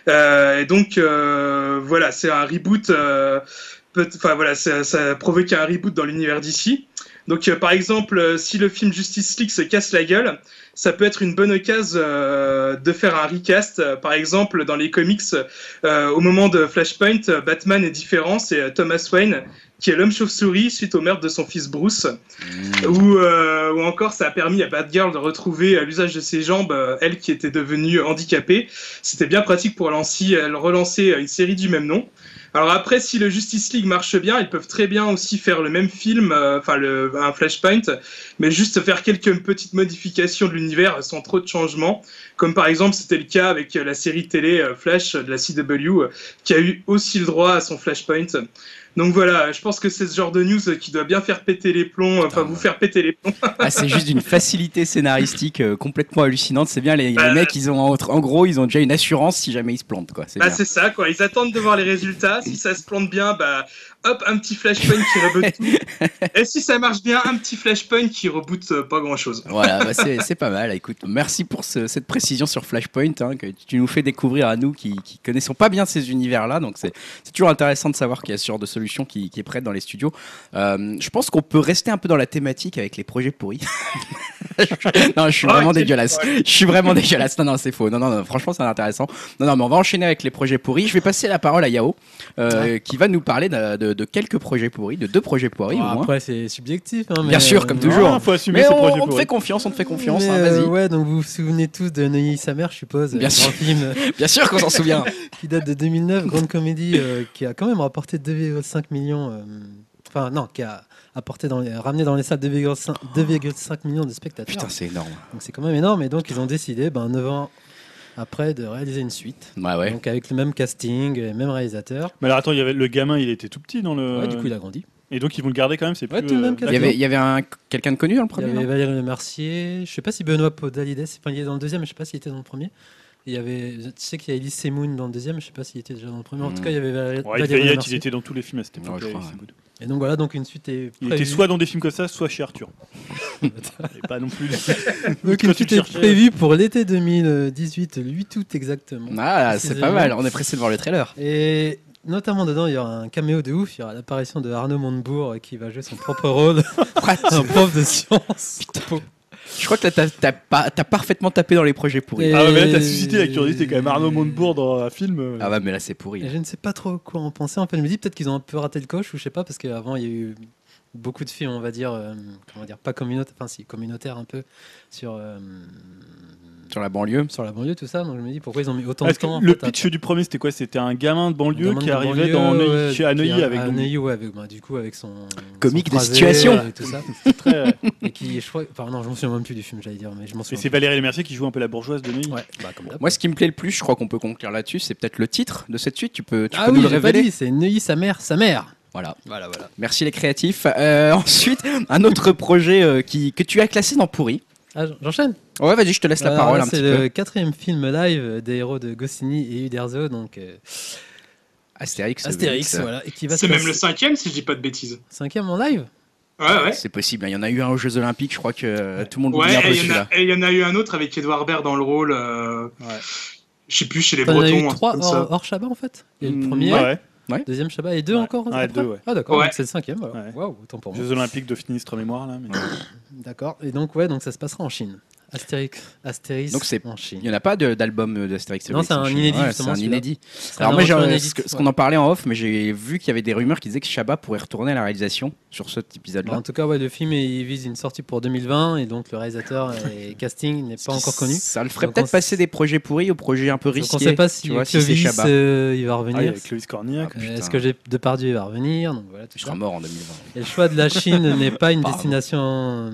Speaker 2: Euh, et donc euh, voilà, c'est un reboot. euh, peut- Enfin voilà, ça, ça a provoqué un reboot dans l'univers d'ici. Donc euh, par exemple, euh, si le film Justice League se casse la gueule, ça peut être une bonne occasion euh, de faire un recast. Euh, Par exemple, dans les comics, euh, au moment de Flashpoint, euh, Batman est différent, c'est euh, Thomas Wayne qui est l'homme chauve-souris suite au meurtre de son fils Bruce. Ou, euh, ou encore, ça a permis à Batgirl de retrouver euh, l'usage de ses jambes, euh, elle qui était devenue handicapée. C'était bien pratique pour lancer, euh, relancer euh, une série du même nom. Alors après, si le Justice League marche bien, ils peuvent très bien aussi faire le même film, euh, enfin le- un Flashpoint, mais juste faire quelques petites modifications de l'univers euh, sans trop de changements. Comme par exemple, c'était le cas avec euh, la série télé euh, Flash euh, de la CW, euh, qui a eu aussi le droit à son Flashpoint. Donc voilà, je pense que c'est ce genre de news euh, qui doit bien faire péter les plombs, euh, enfin
Speaker 1: Putain,
Speaker 2: vous
Speaker 1: ouais.
Speaker 2: faire péter les plombs.
Speaker 1: Ah, c'est juste d'une facilité scénaristique euh, complètement hallucinante. C'est bien, les, les
Speaker 2: Bah,
Speaker 1: mecs, ils ont en, en gros, ils ont déjà une assurance si jamais ils se plantent, quoi. C'est
Speaker 2: Bah,
Speaker 1: bien.
Speaker 2: c'est ça, quoi. Ils attendent de voir les résultats. Si ça se plante bien, bah, hop, un petit flashpoint qui reboot tout. Et si ça marche bien, un petit flashpoint qui reboot euh, pas grand chose.
Speaker 1: Voilà, bah, c'est c'est pas mal. Écoute, merci pour ce- cette précision sur Flashpoint hein, que tu nous fais découvrir à nous qui, qui connaissons pas bien ces univers-là. Donc c'est c'est toujours intéressant de savoir qu'il y a ce genre de solution qui, qui est prête dans les studios. Euh, je pense qu'on peut rester un peu dans la thématique avec les projets pourris. non, je suis
Speaker 2: Ah,
Speaker 1: vraiment
Speaker 2: quel
Speaker 1: dégueulasse. Je suis vraiment dégueulasse. Non, non, c'est faux. Non, non, non, franchement, c'est intéressant. Non, non, mais on va enchaîner avec les projets pourris. Je vais passer la parole à Yao, euh, qui va nous parler de, de- de quelques projets pourris, de deux projets pourris
Speaker 4: Bon,
Speaker 3: Ah,
Speaker 1: au moins.
Speaker 4: après, c'est subjectif. hein, mais,
Speaker 1: Bien sûr,
Speaker 4: euh,
Speaker 1: comme toujours.
Speaker 3: Non, faut assumer
Speaker 1: Mais
Speaker 3: ses
Speaker 1: on,
Speaker 3: projets
Speaker 1: on te
Speaker 3: pourris.
Speaker 1: fait confiance, on te fait confiance.
Speaker 4: mais,
Speaker 1: hein,
Speaker 4: euh,
Speaker 1: Vas-y.
Speaker 4: ouais, donc vous vous souvenez tous de Neuilly sa mère, je suppose.
Speaker 1: Bien
Speaker 4: euh,
Speaker 1: sûr.
Speaker 4: grand film
Speaker 1: Bien sûr qu'on s'en souvient.
Speaker 4: qui date de 2009, grande comédie euh, qui a quand même rapporté 2,5 millions. euh, Enfin, non, qui a apporté dans les- ramené dans les salles 2,5 2,5 millions de spectateurs.
Speaker 1: Putain, c'est énorme.
Speaker 4: Donc c'est quand même énorme. Et donc ils ont décidé, ben, 9 ans après, de réaliser une suite.
Speaker 1: Bah Ouais, ouais.
Speaker 4: Donc avec le même casting, les mêmes réalisateurs.
Speaker 3: Mais alors attends, il y avait le gamin, il était tout petit dans le.
Speaker 4: Ouais, du coup, il a grandi.
Speaker 3: Et donc ils vont le garder quand même, c'est
Speaker 4: Ouais,
Speaker 3: plus. euh,
Speaker 4: tout de même,
Speaker 1: Il y
Speaker 3: d'accord.
Speaker 1: avait, il y avait un, quelqu'un de connu dans le
Speaker 4: Il y
Speaker 1: premier
Speaker 4: avait
Speaker 1: non
Speaker 4: Valérie Lemercier. Je sais pas si Benoît Podalides, enfin, il est dans le deuxième, mais je sais pas s'il était dans le premier. Il y avait, tu sais qu'il y a Elise Moon dans le deuxième, je sais pas s'il était déjà dans le premier. En tout cas, il y avait Val-
Speaker 3: Hmm. Ouais,
Speaker 4: Valérie
Speaker 3: Fayette,
Speaker 4: Lemercier.
Speaker 3: il était dans tous les films à cette
Speaker 1: Ouais,
Speaker 3: époque.
Speaker 1: je crois,
Speaker 3: Alice
Speaker 1: ouais.
Speaker 3: Good.
Speaker 4: Et donc voilà, donc une suite est
Speaker 3: Il
Speaker 4: prévue.
Speaker 3: était soit dans des films comme ça, soit chez Arthur. Et pas non plus.
Speaker 4: donc
Speaker 3: Quand
Speaker 4: une
Speaker 3: tu
Speaker 4: suite
Speaker 3: le
Speaker 4: est
Speaker 3: cherchais.
Speaker 4: prévue pour l'été 2018, le 8 août exactement.
Speaker 1: Ah, c'est pas
Speaker 4: Précisément.
Speaker 1: mal, on est pressé de voir le trailer.
Speaker 4: Et notamment dedans, il y aura un caméo de ouf. Il y aura l'apparition de Arnaud Montebourg euh, qui va jouer son propre rôle, un prof de sciences.
Speaker 1: Je crois que là, t'as- t'as pas- t'as parfaitement tapé dans les projets pourris.
Speaker 4: Et-
Speaker 3: Ah ouais, mais là, t'as suscité la curiosité quand même. Arnaud Montebourg dans un film. euh,
Speaker 1: Ah ouais, mais là, c'est pourri.
Speaker 4: Et je ne sais pas trop quoi en penser. En fait, je me dis peut-être qu'ils ont un peu raté le coche ou je sais pas, parce qu'avant, il y a eu beaucoup de films, on va dire, euh, comment dire, pas communautaires, enfin si, communautaires un peu sur, euh,
Speaker 1: Sur la banlieue.
Speaker 4: sur la banlieue, tout ça. Donc je me dis pourquoi ils ont mis autant de
Speaker 3: Parce que
Speaker 4: temps. en
Speaker 3: le
Speaker 4: fait, à-
Speaker 3: pitch du premier, c'était quoi C'était un gamin de
Speaker 4: à
Speaker 3: banlieue
Speaker 4: demander
Speaker 3: qui
Speaker 4: de
Speaker 3: arrivait dans
Speaker 4: banlieue,
Speaker 3: Neuilly-
Speaker 4: ouais,
Speaker 3: chez- à
Speaker 4: qui-
Speaker 3: Neuilly avec
Speaker 4: à
Speaker 3: donc,
Speaker 4: Neuilly, ouais, avec, bah, du coup, avec son.
Speaker 1: Comique
Speaker 4: son
Speaker 1: des
Speaker 4: phrasé,
Speaker 1: situations.
Speaker 4: euh, tout ça.
Speaker 3: très-
Speaker 4: Et qui, je crois. Enfin, non, je m'en souviens même plus du film, j'allais dire, mais je m'en
Speaker 3: Mais
Speaker 4: souviens.
Speaker 3: c'est Valérie Lemercier qui joue un peu la bourgeoise de Neuilly.
Speaker 4: plus. Ouais, bah, comme d'hab.
Speaker 1: Moi, ce qui me plaît le plus, je crois qu'on peut conclure là-dessus, c'est peut-être le titre de cette suite. Tu peux, tu
Speaker 4: Ah
Speaker 1: peux
Speaker 4: oui,
Speaker 1: nous le
Speaker 4: j'ai pas
Speaker 1: révéler
Speaker 4: dit, c'est Neuilly, sa mère, sa mère.
Speaker 1: Voilà.
Speaker 4: Voilà, voilà.
Speaker 1: Merci les créatifs. Euh, ensuite, un autre projet euh, qui, que tu as classé dans pourri.
Speaker 4: Ah, j'enchaîne.
Speaker 1: Ouais, vas-y, je te laisse la
Speaker 4: Alors
Speaker 1: parole
Speaker 4: là,
Speaker 1: un
Speaker 4: Ah, C'est
Speaker 1: petit
Speaker 4: le
Speaker 1: peu.
Speaker 4: quatrième film live des héros de Goscinny et Uderzo, donc euh,
Speaker 1: Astérix. euh,
Speaker 4: Astérix,
Speaker 1: Obélix.
Speaker 4: voilà, et qui va
Speaker 2: C'est
Speaker 4: se
Speaker 2: même le
Speaker 4: passer-
Speaker 2: cinquième, si je dis pas de bêtises.
Speaker 4: cinquième en live.
Speaker 2: Ouais, ouais.
Speaker 1: C'est possible. hein. Il y en a eu un aux Jeux Olympiques. Je crois que euh, tout le monde oublie un
Speaker 2: Ouais,
Speaker 1: peu
Speaker 2: et il y, en
Speaker 1: celui-là.
Speaker 2: a- et il y en a eu un autre avec Edouard Baird dans le rôle. euh,
Speaker 3: Ouais.
Speaker 2: Je sais plus, chez les
Speaker 4: Enfin, il y en a eu
Speaker 2: Bretons. un truc
Speaker 4: trois
Speaker 2: comme ça.
Speaker 4: hors, hors Shabbat en fait. Il y a eu le
Speaker 1: Mm,
Speaker 4: premier,
Speaker 3: Hmm, Ouais, ouais.
Speaker 4: deuxième Shabbat et deux
Speaker 3: Ouais.
Speaker 4: encore.
Speaker 3: Ouais,
Speaker 4: après
Speaker 3: deux, ouais.
Speaker 4: Ah d'accord,
Speaker 2: Ouais.
Speaker 4: donc c'est le cinquième. Alors.
Speaker 3: Ouais.
Speaker 4: Waouh, autant pour moi.
Speaker 3: Jeux Olympiques de sinistre mémoire là. mais-
Speaker 4: Ah, D'accord. Et donc ouais, donc ça se passera en Chine. Astérix, Astérix.
Speaker 1: Donc, c'est-
Speaker 4: en Chine.
Speaker 1: Il n'y en a pas de- d'album euh, d'Astérix.
Speaker 4: Non,
Speaker 1: Obélix
Speaker 4: c'est
Speaker 1: en
Speaker 4: un
Speaker 1: Chine.
Speaker 4: inédit,
Speaker 1: Ouais, C'est
Speaker 4: justement,
Speaker 1: un
Speaker 4: celui-là.
Speaker 1: inédit.
Speaker 4: C'est
Speaker 1: Alors
Speaker 4: un
Speaker 1: moi, j'ai-
Speaker 4: aventure
Speaker 1: ce
Speaker 4: inédite,
Speaker 1: que- ce
Speaker 4: ouais.
Speaker 1: qu'on en parlait en off, mais j'ai vu qu'il y avait des rumeurs qui disaient que Shabba pourrait retourner à la réalisation sur cet
Speaker 4: Bah,
Speaker 1: épisode-là.
Speaker 4: en tout cas, ouais, le film il vise une sortie pour 2020 et donc le réalisateur et casting n'est pas encore connu.
Speaker 1: Ça le ferait
Speaker 4: Donc, on
Speaker 1: peut-être
Speaker 4: s-
Speaker 1: passer des projets pourris aux projets un peu
Speaker 4: Donc
Speaker 1: risqués.
Speaker 4: on ne sait pas si
Speaker 1: tu vois, si c'est
Speaker 4: Clovis
Speaker 1: Chabat.
Speaker 4: euh, il va revenir. Euh,
Speaker 3: Ah, il y a Clovis Cornillac.
Speaker 1: Ah, putain.
Speaker 4: Est-ce que j'ai Depardieu va revenir donc voilà, tout
Speaker 1: Je
Speaker 4: ça.
Speaker 1: serai mort en 2020.
Speaker 4: Et le choix de la Chine n'est pas une
Speaker 1: Pardon.
Speaker 4: destination euh,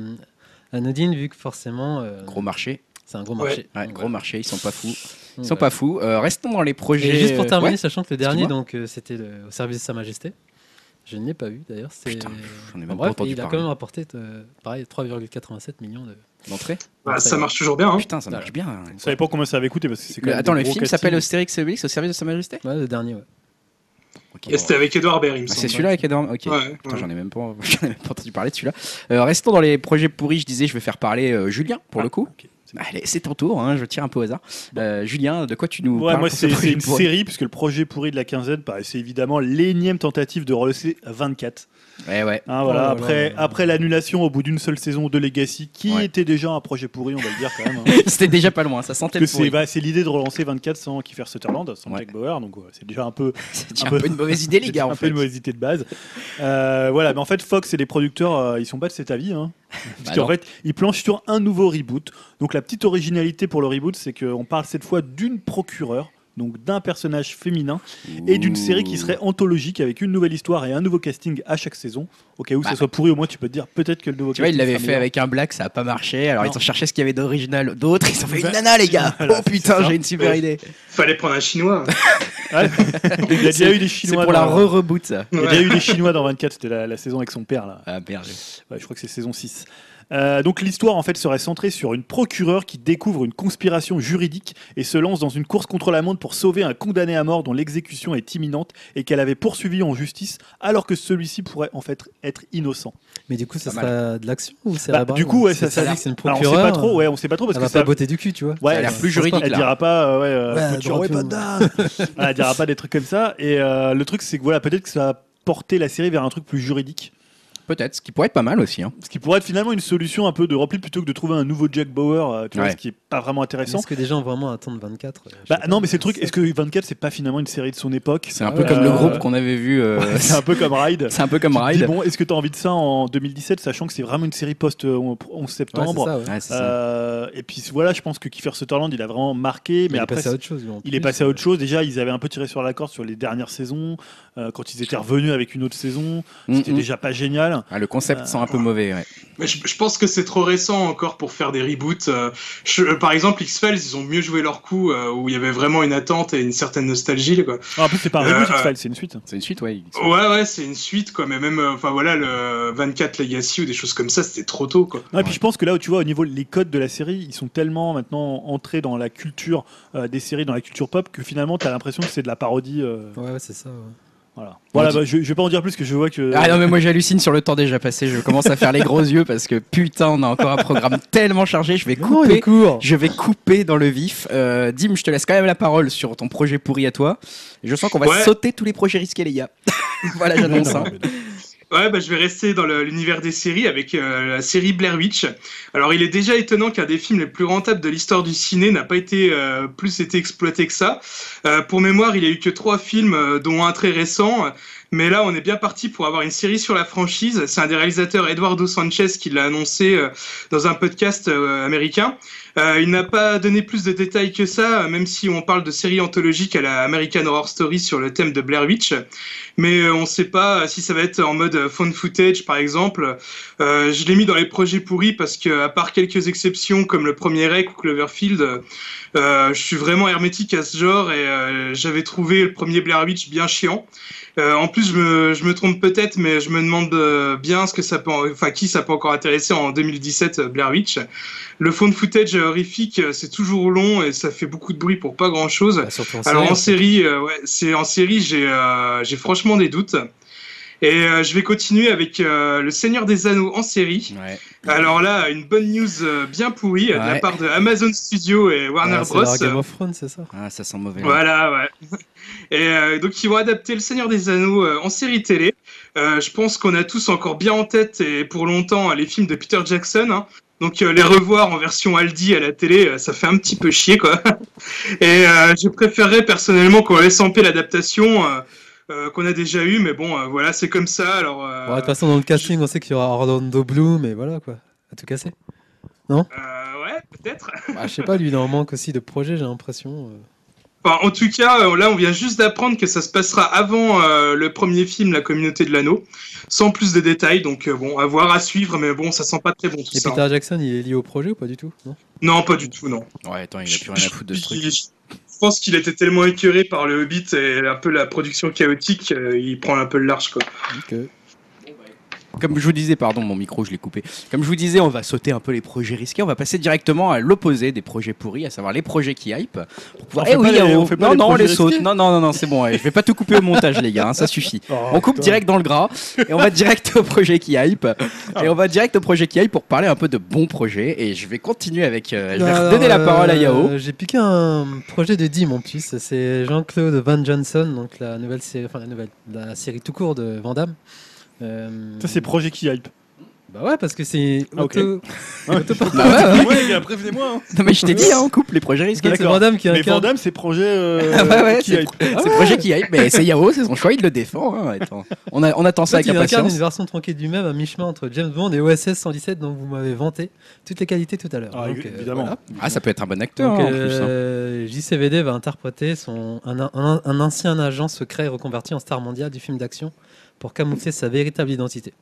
Speaker 4: anodine vu que forcément euh,
Speaker 1: Gros marché.
Speaker 4: c'est un gros
Speaker 2: Ouais.
Speaker 4: marché.
Speaker 1: Ouais,
Speaker 4: Donc,
Speaker 1: gros
Speaker 4: voilà.
Speaker 1: marché, ils sont pas fous. Ils
Speaker 4: Donc,
Speaker 1: sont
Speaker 4: voilà.
Speaker 1: pas fous. Euh, restons dans les
Speaker 4: Et
Speaker 1: projets.
Speaker 4: juste pour
Speaker 1: euh,
Speaker 4: terminer,
Speaker 1: ouais.
Speaker 4: sachant que le dernier
Speaker 1: Excuse-moi.
Speaker 4: donc euh, c'était le- au service de Sa Majesté. Je ne l'ai pas vu d'ailleurs. c'est-
Speaker 1: Putain, j'en ai même
Speaker 4: En
Speaker 1: pas
Speaker 4: bref,
Speaker 1: entendu
Speaker 4: Il a
Speaker 1: parler.
Speaker 4: quand même rapporté euh, pareil 3,87 millions de.
Speaker 1: L'entrée
Speaker 2: Bah, ça marche toujours bien. hein.
Speaker 1: Putain, ça marche bien. hein.
Speaker 3: Je savais pas comment ça avait coûté parce que c'est quand
Speaker 1: Le-
Speaker 3: même
Speaker 1: attends,
Speaker 3: des
Speaker 1: le
Speaker 3: gros
Speaker 1: film s'appelle
Speaker 3: castings.
Speaker 1: Astérix et Obélix au service de Sa Majesté
Speaker 4: Ouais, le dernier. ouais.
Speaker 1: Ok.
Speaker 2: Et c'était avec Edouard Baird, il me
Speaker 1: Ah,
Speaker 2: semble.
Speaker 1: c'est celui-là avec Adam Ok.
Speaker 2: Ouais, ouais.
Speaker 1: Putain, j'en ai même pas, j'en ai même pas entendu parler de celui-là. Euh, restons dans les projets pourris. Je disais, je vais faire parler euh, Julien pour
Speaker 3: Ah,
Speaker 1: le coup.
Speaker 3: ok.
Speaker 1: Allez, c'est ton tour. hein, je tire un peu au hasard. Euh, Julien, de quoi tu nous
Speaker 3: Ouais,
Speaker 1: parles
Speaker 3: moi
Speaker 1: pour
Speaker 3: c'est
Speaker 1: ce
Speaker 3: c'est
Speaker 1: projet
Speaker 3: une
Speaker 1: pourri
Speaker 3: série puisque le projet pourri de la quinzaine paraissait évidemment l'énième tentative de relancer 24.
Speaker 1: Ouais, Eh ouais.
Speaker 3: Hein, voilà,
Speaker 4: Oh là
Speaker 3: après
Speaker 4: là là.
Speaker 3: après l'annulation au bout d'une seule saison de Legacy qui
Speaker 1: Ouais.
Speaker 3: était déjà un projet pourri, on va le dire quand même. hein.
Speaker 1: C'était déjà pas loin. Ça sentait
Speaker 3: Parce que
Speaker 1: le pourri.
Speaker 3: c'est bah, c'est l'idée de relancer 24 sans Kiefer Sutherland, sans
Speaker 1: Ouais.
Speaker 3: Jack Bauer, donc ouais, c'est déjà un peu
Speaker 1: C'est déjà un peu une mauvaise idée, les
Speaker 3: C'est
Speaker 1: gars.
Speaker 3: un
Speaker 1: En
Speaker 3: peu
Speaker 1: fait.
Speaker 3: une mauvaise idée de base. Euh, voilà, mais en fait, Fox et les producteurs, euh, ils sont pas de cet avis. Hein. Parce
Speaker 1: Bah
Speaker 3: qu'en
Speaker 1: non.
Speaker 3: fait, ils planchent sur un nouveau reboot. Donc, la petite originalité pour le reboot, c'est qu'on parle cette fois d'une procureure. Donc d'un personnage féminin et d'une série qui serait anthologique avec une nouvelle histoire et un nouveau casting à chaque saison. Au cas où
Speaker 1: Bah.
Speaker 3: ça soit pourri, au moins tu peux te dire peut-être que le nouveau
Speaker 1: Tu vois,
Speaker 3: casting
Speaker 1: ils l'avaient
Speaker 3: sera
Speaker 1: fait
Speaker 3: meilleur.
Speaker 1: avec un black, ça a pas marché. Alors
Speaker 3: Non. Bah,
Speaker 1: ils ont cherché ce qu'il y avait d'original d'autres. Ils ont fait une nana, les gars.
Speaker 3: Voilà,
Speaker 1: oh
Speaker 3: c'est
Speaker 1: putain,
Speaker 3: ça.
Speaker 1: j'ai une super
Speaker 2: Ouais.
Speaker 1: idée.
Speaker 2: Fallait prendre un chinois.
Speaker 3: Ouais. Il y a déjà eu des
Speaker 1: C'est
Speaker 3: Chinois.
Speaker 1: pour la
Speaker 3: dans-
Speaker 1: re-reboot, ça.
Speaker 3: Il y a
Speaker 2: Ouais.
Speaker 3: déjà eu des Chinois dans 24, c'était la, la saison avec son père là.
Speaker 1: Ah merde.
Speaker 3: Ouais, je crois que c'est saison 6. Euh, donc l'histoire en fait serait centrée sur une procureure qui découvre une conspiration juridique et se lance dans une course contre la montre pour sauver un condamné à mort dont l'exécution est imminente et qu'elle avait poursuivi en justice alors que celui-ci pourrait en fait être innocent.
Speaker 4: Mais du coup, ça
Speaker 1: Pas
Speaker 4: sera de l'action ou c'est
Speaker 3: Bah,
Speaker 4: Rabat,
Speaker 3: du coup,
Speaker 4: ou
Speaker 3: ouais,
Speaker 4: c'est
Speaker 3: ça- ça a
Speaker 4: dit
Speaker 3: l'air-
Speaker 4: que c'est une
Speaker 3: Alors, on
Speaker 4: procureure.
Speaker 3: sait pas trop, ouais, on sait pas trop parce
Speaker 4: elle
Speaker 3: que
Speaker 4: va
Speaker 3: ça
Speaker 4: pas botter du cul, tu vois.
Speaker 3: Ouais,
Speaker 1: Ça a l'air
Speaker 3: elle-
Speaker 1: plus
Speaker 3: je pense pas-
Speaker 1: juridique,
Speaker 3: Elle
Speaker 1: là.
Speaker 3: dira pas, euh, ouais, euh,
Speaker 4: Ouais,
Speaker 3: future
Speaker 4: droit
Speaker 3: weapon. Voilà, elle dira pas des trucs comme ça. Et euh, le truc, c'est que voilà, peut-être que ça va porter la série vers un truc plus juridique.
Speaker 1: Peut-être, ce qui pourrait être pas mal aussi. hein.
Speaker 3: Ce qui pourrait être finalement une solution un peu de repli plutôt que de trouver un nouveau Jack Bauer, euh, tu vois,
Speaker 1: Ouais.
Speaker 3: ce qui est pas vraiment intéressant.
Speaker 4: Est-ce que des gens vont vraiment attendre 24 euh, je
Speaker 3: Bah
Speaker 4: sais
Speaker 3: non,
Speaker 4: pas.
Speaker 3: mais c'est le truc, est-ce que 24 c'est pas finalement une série de son époque
Speaker 1: C'est un
Speaker 4: Ah
Speaker 1: peu
Speaker 4: ouais.
Speaker 1: comme le
Speaker 3: Euh,
Speaker 1: groupe qu'on avait vu. euh,
Speaker 3: C'est un peu comme Ride.
Speaker 1: c'est un peu comme
Speaker 3: Tu te dis,
Speaker 1: Ride.
Speaker 3: bon, est-ce que t'as envie de ça en 2017, sachant que c'est vraiment une série post euh, 11
Speaker 4: Ouais,
Speaker 3: septembre
Speaker 4: c'est ça, ouais.
Speaker 1: Ouais, c'est ça.
Speaker 3: Euh, Et puis voilà, je pense que Kiefer Sutherland il a vraiment marqué, mais
Speaker 4: il
Speaker 3: après.
Speaker 4: est passé à autre chose. lui, en
Speaker 3: Il est
Speaker 4: plus.
Speaker 3: passé à autre chose. Déjà, ils avaient un peu tiré sur la corde sur les dernières saisons. euh, quand ils étaient revenus avec une autre saison,
Speaker 1: Mm,
Speaker 3: c'était
Speaker 1: mm.
Speaker 3: déjà pas génial. mal.
Speaker 1: Ah, le concept sent un peu mauvais. ouais.
Speaker 2: Mais je, je pense que c'est trop récent encore pour faire des reboots. Euh, je- euh, par exemple, X-Files, ils ont mieux joué leur coup, euh, où il y avait vraiment une attente et une certaine nostalgie. Quoi.
Speaker 3: Ah, en plus, c'est pas un
Speaker 2: Euh,
Speaker 3: reboot
Speaker 2: euh,
Speaker 3: X-Files, c'est une suite.
Speaker 1: C'est une suite, ouais.
Speaker 2: Ouais, ouais, c'est une suite, quoi. Mais même, euh, enfin voilà, le 24 Legacy ou des choses comme ça, c'était trop tôt, quoi.
Speaker 3: Non, et puis je pense que là où tu vois, au niveau les codes de la série, ils sont tellement maintenant entrés dans la culture euh, des séries, dans la culture pop, que finalement, t'as l'impression que c'est de la parodie. euh,
Speaker 4: Ouais, ouais, c'est ça. ouais.
Speaker 3: voilà. Voilà,
Speaker 1: dis-
Speaker 3: bah, je, je vais pas en dire plus que je vois que.
Speaker 1: Ah non mais moi j'hallucine sur le temps déjà passé, je commence à faire les gros yeux parce que putain on a encore un programme tellement chargé, je vais
Speaker 4: Non, il
Speaker 1: couper,
Speaker 4: est court.
Speaker 1: je vais couper dans le vif. Euh, Dim je te laisse quand même la parole sur ton projet pourri à toi. Je sens qu'on va
Speaker 2: Ouais.
Speaker 1: sauter tous les projets risqués les gars. voilà j'annonce hein. ça.
Speaker 2: Ouais, bah, je vais rester dans le- l'univers des séries avec euh, la série Blair Witch. Alors, il est déjà étonnant qu'un des films les plus rentables de l'histoire du ciné n'a pas été euh, plus été exploité que ça. Euh, pour mémoire, il y a eu que trois films, euh, dont un très récent. Mais là, on est bien parti pour avoir une série sur la franchise. C'est un des réalisateurs, Eduardo Sanchez, qui l'a annoncé euh, dans un podcast euh, américain. Euh, il n'a pas donné plus de détails que ça, euh, même si on parle de série anthologique à la American Horror Story sur le thème de Blair Witch mais euh, on ne sait pas euh, si ça va être en mode euh, phone footage par exemple. Euh, je l'ai mis dans les projets pourris parce que à part quelques exceptions comme le premier Rec ou Cloverfield, euh, euh, je suis vraiment hermétique à ce genre et euh, j'avais trouvé le premier Blair Witch bien chiant. Euh, en plus, je me, je me trompe peut-être, mais je me demande euh, bien ce que ça peut, en- enfin qui ça peut encore intéresser en 2017 euh, Blair Witch. Le phone footage euh, horrifique, euh, c'est toujours long et ça fait beaucoup de bruit pour pas grand chose.
Speaker 4: Bah, surtout en
Speaker 2: Alors en
Speaker 4: série.
Speaker 2: série, euh, ouais, c'est en série, j'ai euh, j'ai franchement des doutes. Et euh, je vais continuer avec euh, Le Seigneur des Anneaux en série.
Speaker 1: Ouais.
Speaker 2: Alors là, une bonne news euh, bien pourrie euh, de
Speaker 1: Ouais.
Speaker 2: la part de Amazon Studios et Warner
Speaker 4: Ouais, c'est
Speaker 2: Bros. euh,
Speaker 4: leur Game of Thrones, c'est ça
Speaker 1: Ah ça sent mauvais.
Speaker 2: Voilà, ouais. Et euh, donc ils vont adapter Le Seigneur des Anneaux euh, en série télé. Euh, je pense qu'on a tous encore bien en tête et pour longtemps les films de Peter Jackson. hein. Donc euh, les revoir en version Aldi à la télé, euh, ça fait un petit peu chier quoi. Et euh, je préférerais personnellement qu'on laisse en paix l'adaptation euh, euh, qu'on a déjà eue, mais bon, euh, voilà, c'est comme ça. Alors, euh,
Speaker 4: Bon, de toute façon, dans le casting, on sait qu'il y aura Orlando Bloom, mais voilà quoi, à tout casser.
Speaker 2: euh, ouais, peut-être.
Speaker 4: Ah, je sais pas, lui, il en manque aussi de projet, j'ai l'impression. euh.
Speaker 2: Enfin, en tout cas, euh, là, on vient juste d'apprendre que ça se passera avant euh, le premier film, La Communauté de l'Anneau, sans plus de détails. Donc, euh, bon, à voir, à suivre, mais bon, ça sent pas très bon tout
Speaker 4: Et
Speaker 2: ça. hein.
Speaker 4: Peter Jackson, il est lié au projet ou pas du tout non
Speaker 2: Non, pas du tout, non.
Speaker 1: Ouais attends il a plus rien à foutre de ce truc.
Speaker 2: Je- je- Je pense qu'il était tellement écœuré par le Hobbit et un peu la production chaotique, euh, il prend un peu le large, quoi.
Speaker 1: Comme je vous disais, pardon, mon micro, je l'ai coupé. Comme je vous disais, on va sauter un peu les projets risqués. On va passer directement à l'opposé des projets pourris, à savoir les projets qui hype. Pour pouvoir...
Speaker 3: On fait
Speaker 1: Eh oui,
Speaker 3: pas les-
Speaker 1: oh,
Speaker 3: on fait pas
Speaker 1: non,
Speaker 3: les
Speaker 1: non, on
Speaker 3: projets
Speaker 1: les saute.
Speaker 3: risqués
Speaker 1: Non, non, non, non, c'est bon. ouais, je vais pas tout couper au montage, les gars. hein, ça suffit. On
Speaker 3: Oh,
Speaker 1: coupe direct dans le gras et on va direct au projet qui hype. Et on va direct au projet qui hype pour parler un peu de bons projets. Et je vais continuer avec. euh, je vais
Speaker 4: Alors,
Speaker 1: redonner la
Speaker 4: euh,
Speaker 1: parole à Yao.
Speaker 4: J'ai piqué un projet de Dim en plus. C'est Jean-Claude Van Johnson, donc la nouvelle série, enfin la nouvelle, la série tout court de Van Damme. Euh,
Speaker 3: Ça, c'est projet qui hype.
Speaker 4: Bah ouais, parce que c'est
Speaker 3: Ah, ok.
Speaker 4: auto-
Speaker 1: Bah ouais, ouais.
Speaker 3: Ouais, les gars, prévenez-moi. hein.
Speaker 1: Non, mais je t'ai dit, hein, on coupe les projets risqués.
Speaker 4: c'est
Speaker 3: D'accord.
Speaker 4: Van Damme qui
Speaker 3: Mais Van
Speaker 4: incarne.
Speaker 3: Damme, c'est projet euh,
Speaker 1: Ah ouais, ouais,
Speaker 3: qui
Speaker 1: c'est
Speaker 3: hype.
Speaker 1: C'est projet qui hype. Mais c'est Yao, c'est son choix, il le défend. hein, attends. On, a- on attend ça
Speaker 4: En
Speaker 1: avec
Speaker 4: fait, il incarne
Speaker 1: impatience.
Speaker 4: une version tronquée du même à mi-chemin entre James Bond et OSS 117 dont vous m'avez vanté toutes les qualités tout à l'heure.
Speaker 3: Ah,
Speaker 4: Donc, euh,
Speaker 3: évidemment.
Speaker 4: voilà.
Speaker 1: Ah, ça peut être un bon acteur
Speaker 4: Donc,
Speaker 1: hein, en plus. hein.
Speaker 4: euh, JCVD va interpréter son, un, un- un ancien agent secret reconverti en star mondial du film d'action pour camoufler sa véritable identité.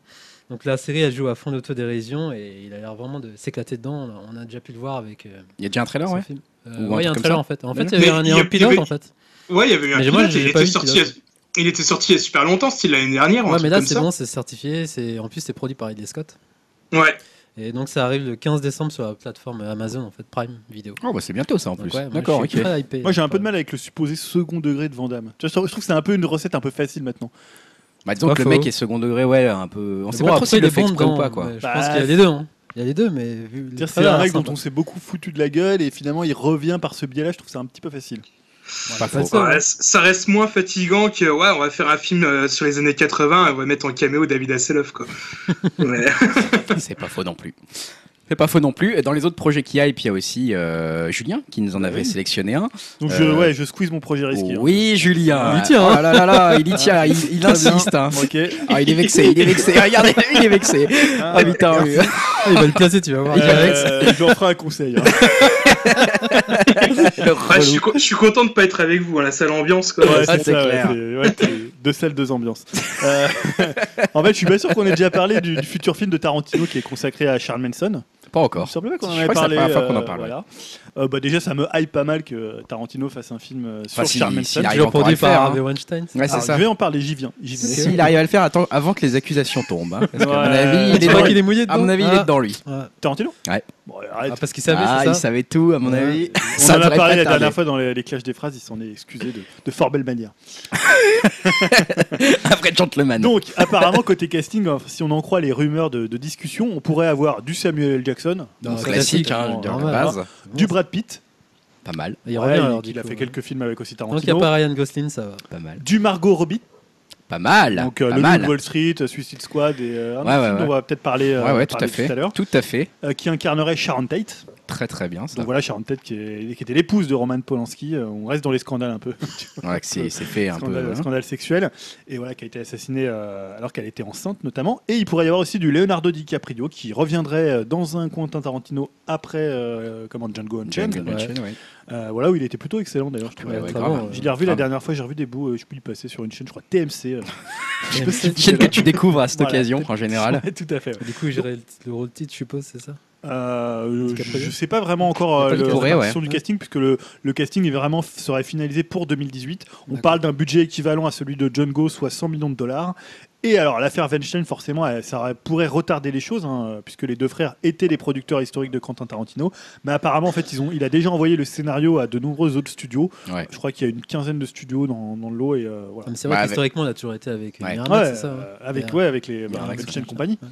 Speaker 4: Donc la série, elle joue à fond l'autodérision et il a l'air vraiment de s'éclater dedans. On a- On a déjà pu le voir avec euh,
Speaker 1: Il y a déjà un
Speaker 3: Ah
Speaker 1: trailer,
Speaker 4: son
Speaker 1: ouais.
Speaker 4: film. Euh,
Speaker 1: Ou un
Speaker 4: ouais, il y a un
Speaker 1: truc comme
Speaker 4: trailer
Speaker 1: ça.
Speaker 4: en fait. En fait, il y
Speaker 2: Mais
Speaker 4: avait un, il
Speaker 2: il
Speaker 4: y a
Speaker 2: y
Speaker 4: un
Speaker 2: a- il y
Speaker 4: pilote
Speaker 2: avait-
Speaker 4: en fait.
Speaker 2: Ouais, il y avait eu un
Speaker 4: Mais moi,
Speaker 2: pilote,
Speaker 4: j'ai
Speaker 2: il,
Speaker 4: pas
Speaker 2: était
Speaker 4: vu le
Speaker 2: sorti à...
Speaker 4: pilote.
Speaker 2: il était sorti il y a super longtemps, c'était l'année dernière, ou un
Speaker 4: Ouais, mais
Speaker 2: truc
Speaker 4: là
Speaker 2: comme
Speaker 4: c'est
Speaker 2: ça.
Speaker 4: bon, c'est certifié. C'est en plus c'est produit par Ridley Scott.
Speaker 2: Ouais.
Speaker 4: Et donc ça arrive le 15 décembre sur la plateforme Amazon en fait Prime Vidéo.
Speaker 1: Oh, bah c'est bientôt ça en plus.
Speaker 4: Donc, ouais, moi,
Speaker 1: D'accord,
Speaker 4: je
Speaker 1: ok. Bah,
Speaker 4: suis très hypé.
Speaker 3: Moi, j'ai un peu de mal avec le supposé second degré de Van Damme. Tu vois, Je trouve je trouve que c'est un peu une recette un peu facile maintenant.
Speaker 1: Bah, disons
Speaker 4: Pas
Speaker 1: que le
Speaker 4: faux.
Speaker 1: mec est second degré, ouais, un peu. On sait pas trop s'il le fait exprès ou pas, quoi.
Speaker 4: Je
Speaker 3: Bah,
Speaker 4: pense qu'il y a les deux. hein. Il y a les deux, mais vu le
Speaker 3: C'est-à-dire, C'est
Speaker 4: trailer,
Speaker 3: la règle
Speaker 4: c'est
Speaker 3: dont on
Speaker 4: sympa.
Speaker 3: s'est beaucoup foutu de la gueule et finalement il revient par ce biais-là. Je trouve ça un petit peu facile.
Speaker 1: Pas
Speaker 4: c'est
Speaker 1: faux.
Speaker 4: ça.
Speaker 2: Ouais, c- ça reste moins fatigant que, ouais, on va faire un film euh, sur les années 80 et on va mettre en caméo David Hasselhoff, quoi. Ouais.
Speaker 1: C'est pas faux non plus. C'est pas faux non plus. Et dans les autres projets qu'il y a, et puis il y a aussi euh, Julien qui nous en avait sélectionné un.
Speaker 3: Donc, je,
Speaker 1: Euh,
Speaker 3: ouais, je squeeze mon projet risqué. hein.
Speaker 1: oui, Julien.
Speaker 4: Il y tient, hein.
Speaker 1: Oh là là là, il y tient, il, il
Speaker 3: Très bien.
Speaker 1: insiste. hein.
Speaker 3: Ok.
Speaker 1: Ah, il est vexé, il est vexé. Regardez, il est vexé.
Speaker 3: Ah,
Speaker 1: Ah putain, oui.
Speaker 4: Ah, Il va le casser, tu vas voir.
Speaker 3: euh, je leur ferai un conseil. hein.
Speaker 1: Le
Speaker 2: Ouais, je, suis
Speaker 1: relou.
Speaker 2: co- je suis content de pas être avec vous à la salle ambiance. Quoi.
Speaker 1: Ah, c'est
Speaker 3: ça,
Speaker 1: clair.
Speaker 3: c'est- ouais, t'es- Deux salles, deux ambiances. Euh, en fait, je suis pas sûr qu'on ait déjà parlé du, du futur film de Tarantino qui est consacré à Charles Manson.
Speaker 1: Pas
Speaker 3: Il me
Speaker 1: encore.
Speaker 3: semblait pas qu'on en
Speaker 1: Je
Speaker 3: avait
Speaker 1: crois que c'est
Speaker 3: parlé.
Speaker 1: la première fois qu'on en
Speaker 3: euh,
Speaker 1: parle, ouais.
Speaker 3: voilà. Euh, bah, déjà, ça me hype pas mal que Tarantino fasse un film euh, sur
Speaker 1: Enfin, si-
Speaker 3: Charles
Speaker 1: s'il
Speaker 3: Manson.
Speaker 1: arrive
Speaker 4: Toujours
Speaker 1: encore à
Speaker 4: produit
Speaker 1: le faire,
Speaker 4: par
Speaker 1: hein.
Speaker 4: Harvey Weinstein.
Speaker 1: Ouais, c'est
Speaker 3: Alors,
Speaker 1: ça.
Speaker 3: Je vais en parler, j'y viens. J'y viens.
Speaker 1: S'il arrive à le faire attends, avant que les accusations tombent. hein, parce qu'à mon
Speaker 3: Ouais.
Speaker 1: avis, il
Speaker 4: Tu
Speaker 1: est
Speaker 3: C'est
Speaker 4: crois
Speaker 1: dedans.
Speaker 3: vrai.
Speaker 4: qu'il est mouillé dedans
Speaker 1: À mon avis, il est
Speaker 4: Ah,
Speaker 1: dedans, lui.
Speaker 4: ah,
Speaker 3: Tarantino
Speaker 1: Ouais.
Speaker 3: Bon,
Speaker 4: ah,
Speaker 3: arrête.
Speaker 4: parce qu'il savait,
Speaker 1: ah,
Speaker 4: c'est
Speaker 1: il
Speaker 4: ça
Speaker 1: savait tout, à mon
Speaker 4: Ouais.
Speaker 1: avis.
Speaker 3: On
Speaker 1: Ça
Speaker 3: en a
Speaker 1: devrait
Speaker 3: parlé
Speaker 1: pas
Speaker 3: la
Speaker 1: tarder.
Speaker 3: dernière fois dans les, les clashs des phrases, il s'en est excusé de, de fort belle manière.
Speaker 1: Un vrai gentleman.
Speaker 3: Donc, apparemment, côté casting, hein, si on en croit les rumeurs de, de discussion, on pourrait avoir du Samuel L. Jackson,
Speaker 4: Non, c'est
Speaker 1: classique,
Speaker 4: classique,
Speaker 1: hein,
Speaker 4: normal,
Speaker 1: de la
Speaker 4: normal.
Speaker 1: base.
Speaker 3: du Brad Pitt,
Speaker 1: Pas mal,
Speaker 4: Il
Speaker 3: ouais,
Speaker 4: revient
Speaker 3: il,
Speaker 4: alors,
Speaker 3: il
Speaker 4: du
Speaker 3: a
Speaker 4: coup,
Speaker 3: fait
Speaker 4: ouais.
Speaker 3: quelques films avec aussi
Speaker 4: Tant qu'il n'y a
Speaker 3: Tarantino,
Speaker 4: pas Ryan Gosling, ça va.
Speaker 1: pas mal.
Speaker 3: du Margot Robbie,
Speaker 1: Pas mal.
Speaker 3: donc euh,
Speaker 1: pas
Speaker 3: Le Loup
Speaker 1: mal.
Speaker 3: de Wall Street, euh, Suicide Squad, et euh, un
Speaker 1: Ouais,
Speaker 3: autre
Speaker 1: ouais,
Speaker 3: film
Speaker 1: ouais.
Speaker 3: dont on va peut-être parler, euh,
Speaker 1: Ouais, ouais, tout à
Speaker 3: parler
Speaker 1: fait.
Speaker 3: l'heure,
Speaker 1: Tout à fait.
Speaker 3: euh, qui incarnerait Sharon Tate.
Speaker 1: Très, très bien. Ça.
Speaker 3: Donc voilà, Sharon Tate qui, est- qui était l'épouse de Roman Polanski, euh, on reste dans les scandales un peu.
Speaker 1: Ouais, que c'est c'est fait un peu.
Speaker 3: scandale,
Speaker 1: hein.
Speaker 3: scandale sexuel, et voilà, qui a été assassinée euh, alors qu'elle était enceinte notamment. Et il pourrait y avoir aussi du Leonardo DiCaprio qui reviendrait euh, dans un Quentin Tarantino après euh, comment, Django Unchained,
Speaker 1: Jungle
Speaker 3: Ouais.
Speaker 1: Unchained, ouais.
Speaker 3: Euh, voilà où il était plutôt excellent d'ailleurs. Je trouve.
Speaker 1: Ouais,
Speaker 4: Ouais,
Speaker 1: ouais,
Speaker 4: très
Speaker 1: grave.
Speaker 4: bon, ouais.
Speaker 3: Je l'ai revu la
Speaker 1: Grave.
Speaker 3: dernière fois, j'ai revu des bouts, euh, je peux y passer sur une chaîne, je crois TMC. euh. Je sais pas si vous
Speaker 1: Chaîne que
Speaker 3: êtes
Speaker 1: tu découvres à cette
Speaker 3: Voilà,
Speaker 1: occasion en
Speaker 3: là.
Speaker 1: général.
Speaker 3: Ouais, Tout à fait. ouais.
Speaker 4: Du coup, il gérait le le rôle titre, je suppose, c'est ça
Speaker 3: Euh, je-
Speaker 4: DiCaprio.
Speaker 3: je ne sais pas vraiment encore euh,
Speaker 1: Il
Speaker 3: le- la
Speaker 1: pourrait,
Speaker 3: répartition
Speaker 1: ouais.
Speaker 3: du casting, puisque le, le casting est vraiment, f- serait finalisé pour 2018. On
Speaker 4: D'accord.
Speaker 3: parle d'un budget équivalent à celui de John Go, soit 100 millions de dollars. Et alors, l'affaire Weinstein, forcément, elle- ça aurait- pourrait retarder les choses, hein, puisque les deux frères étaient les producteurs historiques de Quentin Tarantino. Mais apparemment, en fait, ils ont, il a déjà envoyé le scénario à de nombreux autres studios.
Speaker 1: Ouais.
Speaker 3: Je crois qu'il y a une quinzaine de studios dans, dans le lot. Et, euh, voilà.
Speaker 4: Ah, mais C'est
Speaker 1: Bah,
Speaker 4: vrai
Speaker 1: avec-
Speaker 4: qu'historiquement, il a toujours été avec
Speaker 1: Ouais.
Speaker 4: Miramax,
Speaker 3: Ouais,
Speaker 4: c'est ça ouais.
Speaker 3: euh, avec,
Speaker 4: Miramax.
Speaker 3: ouais, avec les bah,
Speaker 1: Miramax,
Speaker 3: Weinstein
Speaker 1: ouais.
Speaker 3: compagnie.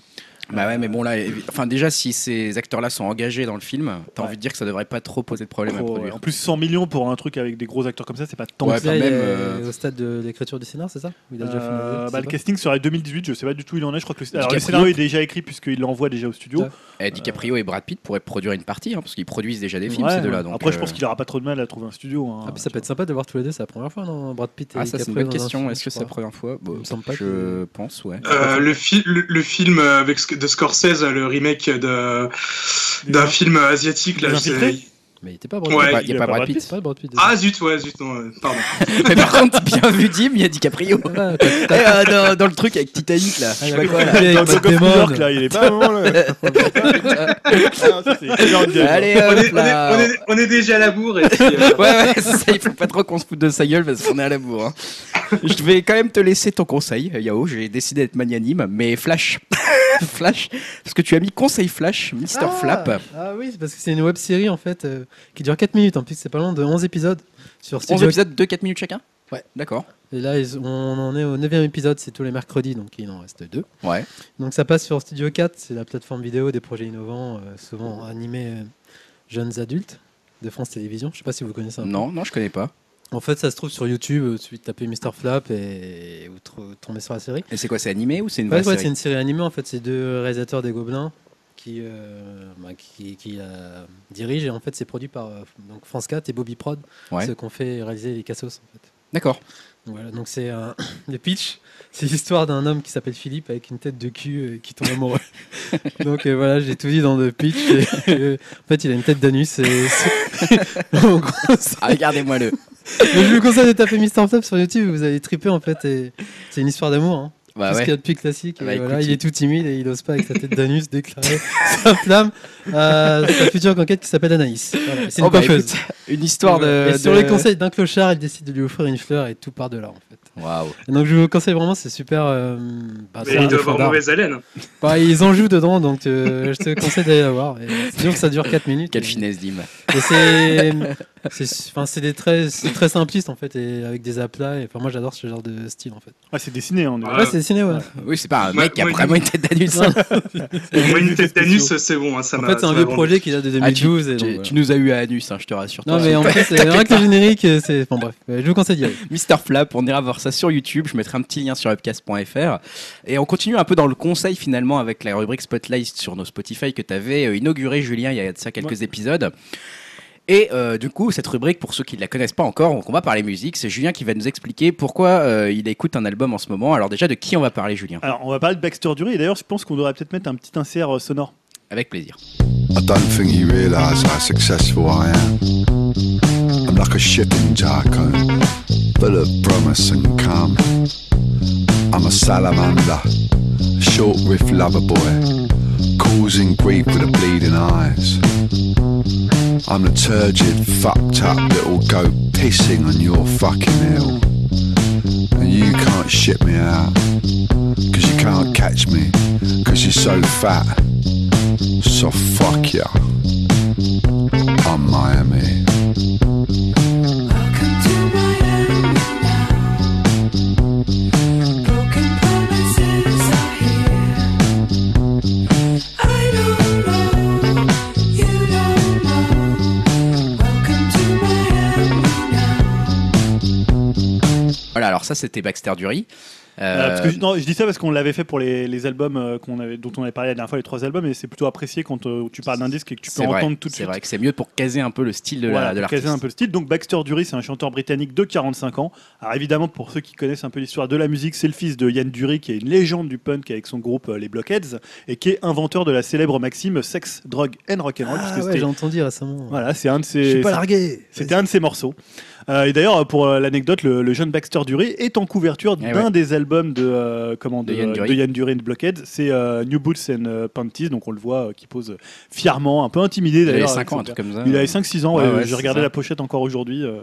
Speaker 1: Bah ouais, mais bon, là, évi- enfin, déjà, si ces acteurs-là sont engagés dans le film, t'as
Speaker 3: Ouais.
Speaker 1: envie de dire que ça devrait pas trop poser de problème à
Speaker 3: Pour-
Speaker 1: produire.
Speaker 3: en plus, 100 millions pour un truc avec des gros acteurs comme ça, c'est pas tant
Speaker 1: Ouais,
Speaker 3: que
Speaker 4: Donc
Speaker 1: quand
Speaker 4: là,
Speaker 1: même,
Speaker 4: il est
Speaker 1: euh,
Speaker 4: au stade de l'écriture du scénar, c'est ça Ou il a déjà
Speaker 3: Euh,
Speaker 4: finalisé, je sais
Speaker 3: bah, le
Speaker 4: pas.
Speaker 3: casting serait 2018, je sais pas du tout où il en est. Je crois que le, alors, le
Speaker 1: DiCaprio.
Speaker 3: scénario est déjà écrit puisqu'il l'envoie déjà au studio.
Speaker 4: Ouais.
Speaker 1: Eh, DiCaprio et Brad Pitt pourraient produire une partie, hein, parce qu'ils produisent déjà des films,
Speaker 3: Ouais,
Speaker 1: ces deux-là.
Speaker 3: ouais.
Speaker 1: donc,
Speaker 3: Après, je
Speaker 1: euh, bah,
Speaker 3: pense qu'il aura pas trop de mal à trouver un studio. hein.
Speaker 4: Ah, puis ça peut être sympa de voir tous les deux, c'est la première fois, non Brad Pitt et
Speaker 1: Ah, ça, c'est une
Speaker 4: DiCaprio
Speaker 1: bonne
Speaker 4: dans un
Speaker 1: question.
Speaker 4: film,
Speaker 1: Est-ce que
Speaker 4: je
Speaker 1: c'est la
Speaker 4: crois.
Speaker 1: première fois Bon,
Speaker 4: Il me semble pas
Speaker 1: Je pense, ouais.
Speaker 2: Euh, le, fil- le, le film euh, avec, Sc- de Scorsese, le remake de- d'un film euh, asiatique. Là,
Speaker 3: Les
Speaker 2: je sais-
Speaker 3: Infiltrés
Speaker 4: Mais il était pas
Speaker 1: Il
Speaker 4: Brad
Speaker 1: n'y
Speaker 2: Ouais,
Speaker 1: a, pas-
Speaker 3: il
Speaker 1: y a pas Brad Pitt.
Speaker 4: C'est pas Brad Pitt.
Speaker 2: Ah zut, ouais, zut, non, euh, pardon.
Speaker 1: Mais par contre, bien vu, Jim, il y a DiCaprio. Ah,
Speaker 4: Ah, t'as-
Speaker 1: Eh, euh, dans, dans le truc avec Titanic, là. Je sais pas quoi, là.
Speaker 3: Dans
Speaker 4: Avec
Speaker 3: le Book of
Speaker 4: Matt
Speaker 3: New
Speaker 4: Damon.
Speaker 3: York, là, il est pas vraiment là. Ah, ça, c'est énorme.
Speaker 1: Allez,
Speaker 2: on,
Speaker 1: hop
Speaker 2: est, on, est,
Speaker 1: là.
Speaker 2: on est- on est déjà à la bourre. Et puis, euh,
Speaker 1: Ouais, ouais, c'est ça, il faut pas trop qu'on se foute de sa gueule parce qu'on est à la bourre. hein. Je vais quand même te laisser ton conseil, euh, Yao. J'ai décidé d'être magnanime, mais Flash. Flash. Parce que tu as mis conseil Flash, Mister
Speaker 4: Ah,
Speaker 1: Flap.
Speaker 4: Ah oui, c'est parce que c'est une web série en fait euh, qui dure 4 minutes en plus, c'est pas long de 11 épisodes sur
Speaker 1: 11
Speaker 4: Studio.
Speaker 1: épisodes de 4 minutes chacun Ouais. D'accord.
Speaker 4: Et là, ils- on en est au 9 épisode, c'est tous les mercredis donc il en reste 2.
Speaker 1: Ouais.
Speaker 4: Donc ça passe sur Studio 4, c'est la plateforme vidéo des projets innovants, euh, souvent animés euh, jeunes adultes de France Télévisions. Je sais pas si vous connaissez un peu.
Speaker 1: Non, non, je connais pas.
Speaker 4: En fait, ça se trouve sur YouTube, euh, suffit de taper Mr. Flap et vous tr- tombez sur la série.
Speaker 1: Et c'est quoi, c'est animé ou c'est une
Speaker 4: Ouais,
Speaker 1: vraie
Speaker 4: ouais, c'est
Speaker 1: série
Speaker 4: une série animée en fait, c'est deux réalisateurs des Gobelins qui, euh, bah, qui, qui la dirigent et en fait c'est produit par euh, donc France 4 et Bobby Prod,
Speaker 1: Ouais.
Speaker 4: ceux qu'on fait réaliser les Cassos en fait.
Speaker 1: D'accord.
Speaker 4: Donc Voilà, donc c'est un... le pitch, c'est l'histoire d'un homme qui s'appelle Philippe avec une tête de cul euh, qui tombe amoureux. donc euh, voilà, j'ai tout dit dans le pitch. et, euh, en fait, il a une tête d'anus. et- en gros, ça-
Speaker 1: Ah, regardez-moi le.
Speaker 4: mais je vous conseille de taper Mister Flop sur YouTube, vous allez triper en fait. et C'est une histoire d'amour. Hein.
Speaker 1: Bah
Speaker 4: Tout ce
Speaker 1: ouais.
Speaker 4: qu'il y a de plus classique. et
Speaker 1: Bah,
Speaker 4: voilà,
Speaker 1: écoute,
Speaker 4: il est tout timide et il n'ose pas avec sa tête d'anus déclarer sa flamme à sa future conquête qui s'appelle Anaïs. Voilà, c'est une
Speaker 1: Oh, bah,
Speaker 4: coiffeuse.
Speaker 1: écoute, une histoire de.
Speaker 4: Et sur
Speaker 1: de-
Speaker 4: les conseils d'un clochard, il décide de lui offrir une fleur et tout part de là en fait.
Speaker 1: Waouh.
Speaker 4: Et donc je vous conseille vraiment, c'est super. euh, bah,
Speaker 2: mais
Speaker 4: c'est un
Speaker 2: il doit
Speaker 4: des
Speaker 2: avoir
Speaker 4: standards.
Speaker 2: mauvaise haleine.
Speaker 4: Bah, ils en jouent dedans, donc euh, je te conseille d'aller la voir. Et C'est sûr que ça dure 4 minutes.
Speaker 1: Quelle
Speaker 4: Et-
Speaker 1: finesse, Dim.
Speaker 4: et c'est, c'est, enfin, c'est des très, c'est très simpliste en fait, et avec des aplats. Et enfin, moi, j'adore ce genre de style en fait.
Speaker 3: Ah, c'est dessiné, on est-
Speaker 2: Ouais.
Speaker 4: Ouais, c'est dessiné, ouais.
Speaker 3: Ouais.
Speaker 1: Oui, c'est pas un
Speaker 2: Ouais,
Speaker 1: mec qui a
Speaker 2: ouais,
Speaker 1: vraiment hein. une tête d'anus.
Speaker 4: Non,
Speaker 2: Moi, une tête d'anus, c'est bon. hein, ça
Speaker 4: en
Speaker 2: m'a-
Speaker 4: fait, c'est
Speaker 2: ça
Speaker 4: un
Speaker 2: m'a
Speaker 4: vieux
Speaker 2: vendu.
Speaker 4: projet qui date de
Speaker 1: Ah, tu-
Speaker 4: 2012. et donc,
Speaker 1: Tu,
Speaker 4: voilà.
Speaker 1: tu nous as eu à anus, hein, je te rassure.
Speaker 4: Non,
Speaker 1: toi.
Speaker 4: mais en plus, c'est vrai que le générique, euh, c'est. Enfin bref, euh, je vous conseille d'y aller.
Speaker 1: Mister Flap, on ira voir ça sur YouTube. Je mettrai un petit lien sur upcast.fr. Et on continue un peu dans le conseil finalement avec la rubrique Spotlight sur nos Spotify que tu avais inauguré, Julien, il y a de ça quelques épisodes. Et euh, du coup, cette rubrique, pour ceux qui ne la connaissent pas encore, donc on va parler musique. C'est Julien qui va nous expliquer pourquoi euh, il écoute un album en ce moment. Alors déjà, de qui on va parler, Julien
Speaker 3: Alors, on va parler de Baxter Dury, et d'ailleurs, je pense qu'on devrait peut-être mettre un petit insert euh, sonore.
Speaker 1: Avec plaisir.
Speaker 5: I don't think you realise how successful I am. I'm like a shipping tycoon, full of promise and calm. I'm a salamander, short riff lover boy, causing grief with the bleeding eyes. I'm the turgid, fucked up little goat pissing on your fucking hill. And you can't shit me out, cause you can't catch me, cause you're so fat. So fuck ya. I'm Miami.
Speaker 6: Welcome to Miami now. Broken promises are here. I don't know, you don't know. Welcome to Miami now.
Speaker 1: Voilà, alors ça, c'était Baxter Dury.
Speaker 3: Euh,
Speaker 1: Euh,
Speaker 3: parce que- non, je dis ça parce qu'on l'avait fait pour les, les albums euh, qu'on avait, dont on avait parlé la dernière fois, les trois albums, et c'est plutôt apprécié quand euh, tu parles d'un disque et que tu peux
Speaker 1: c'est vrai,
Speaker 3: entendre tout de
Speaker 1: c'est
Speaker 3: suite.
Speaker 1: vrai que c'est mieux pour caser un peu le style de
Speaker 3: Voilà,
Speaker 1: la- de
Speaker 3: pour caser
Speaker 1: l'artiste.
Speaker 3: un peu le style. Donc Baxter Dury, c'est un chanteur britannique de 45 ans. Alors évidemment, pour ceux qui connaissent un peu l'histoire de la musique, c'est le fils de Yann Dury, qui est une légende du punk avec son groupe euh, les Blockheads, et qui est inventeur de la célèbre maxime Sex, Drug and Rock'n'Roll.
Speaker 4: Ah
Speaker 3: puisque
Speaker 4: ouais,
Speaker 3: c'était-
Speaker 4: j'ai entendu récemment.
Speaker 3: voilà, c'est un de ses.
Speaker 4: Je suis pas
Speaker 3: c'est-
Speaker 4: largué.
Speaker 3: C'était un de ses morceaux. Euh, et d'ailleurs, pour euh, l'anecdote, le, le jeune Baxter Dury est en couverture
Speaker 1: Eh
Speaker 3: d'un des albums de, euh, comment,
Speaker 1: De
Speaker 3: de,
Speaker 1: Yann
Speaker 3: euh,
Speaker 1: Dury.
Speaker 3: de Yann Dury and Blockhead. C'est euh, New Boots and euh, Panties, donc on le voit euh, qui pose fièrement, un peu intimidé
Speaker 1: Il
Speaker 3: d'ailleurs.
Speaker 1: avait
Speaker 3: avec
Speaker 1: 5 ans,
Speaker 3: son
Speaker 1: un
Speaker 3: père.
Speaker 1: truc comme ça.
Speaker 3: Il avait 5-6 ans, ouais, euh,
Speaker 1: Ouais, ouais, c'est
Speaker 3: j'ai regardé
Speaker 1: ça.
Speaker 3: la pochette encore aujourd'hui, euh,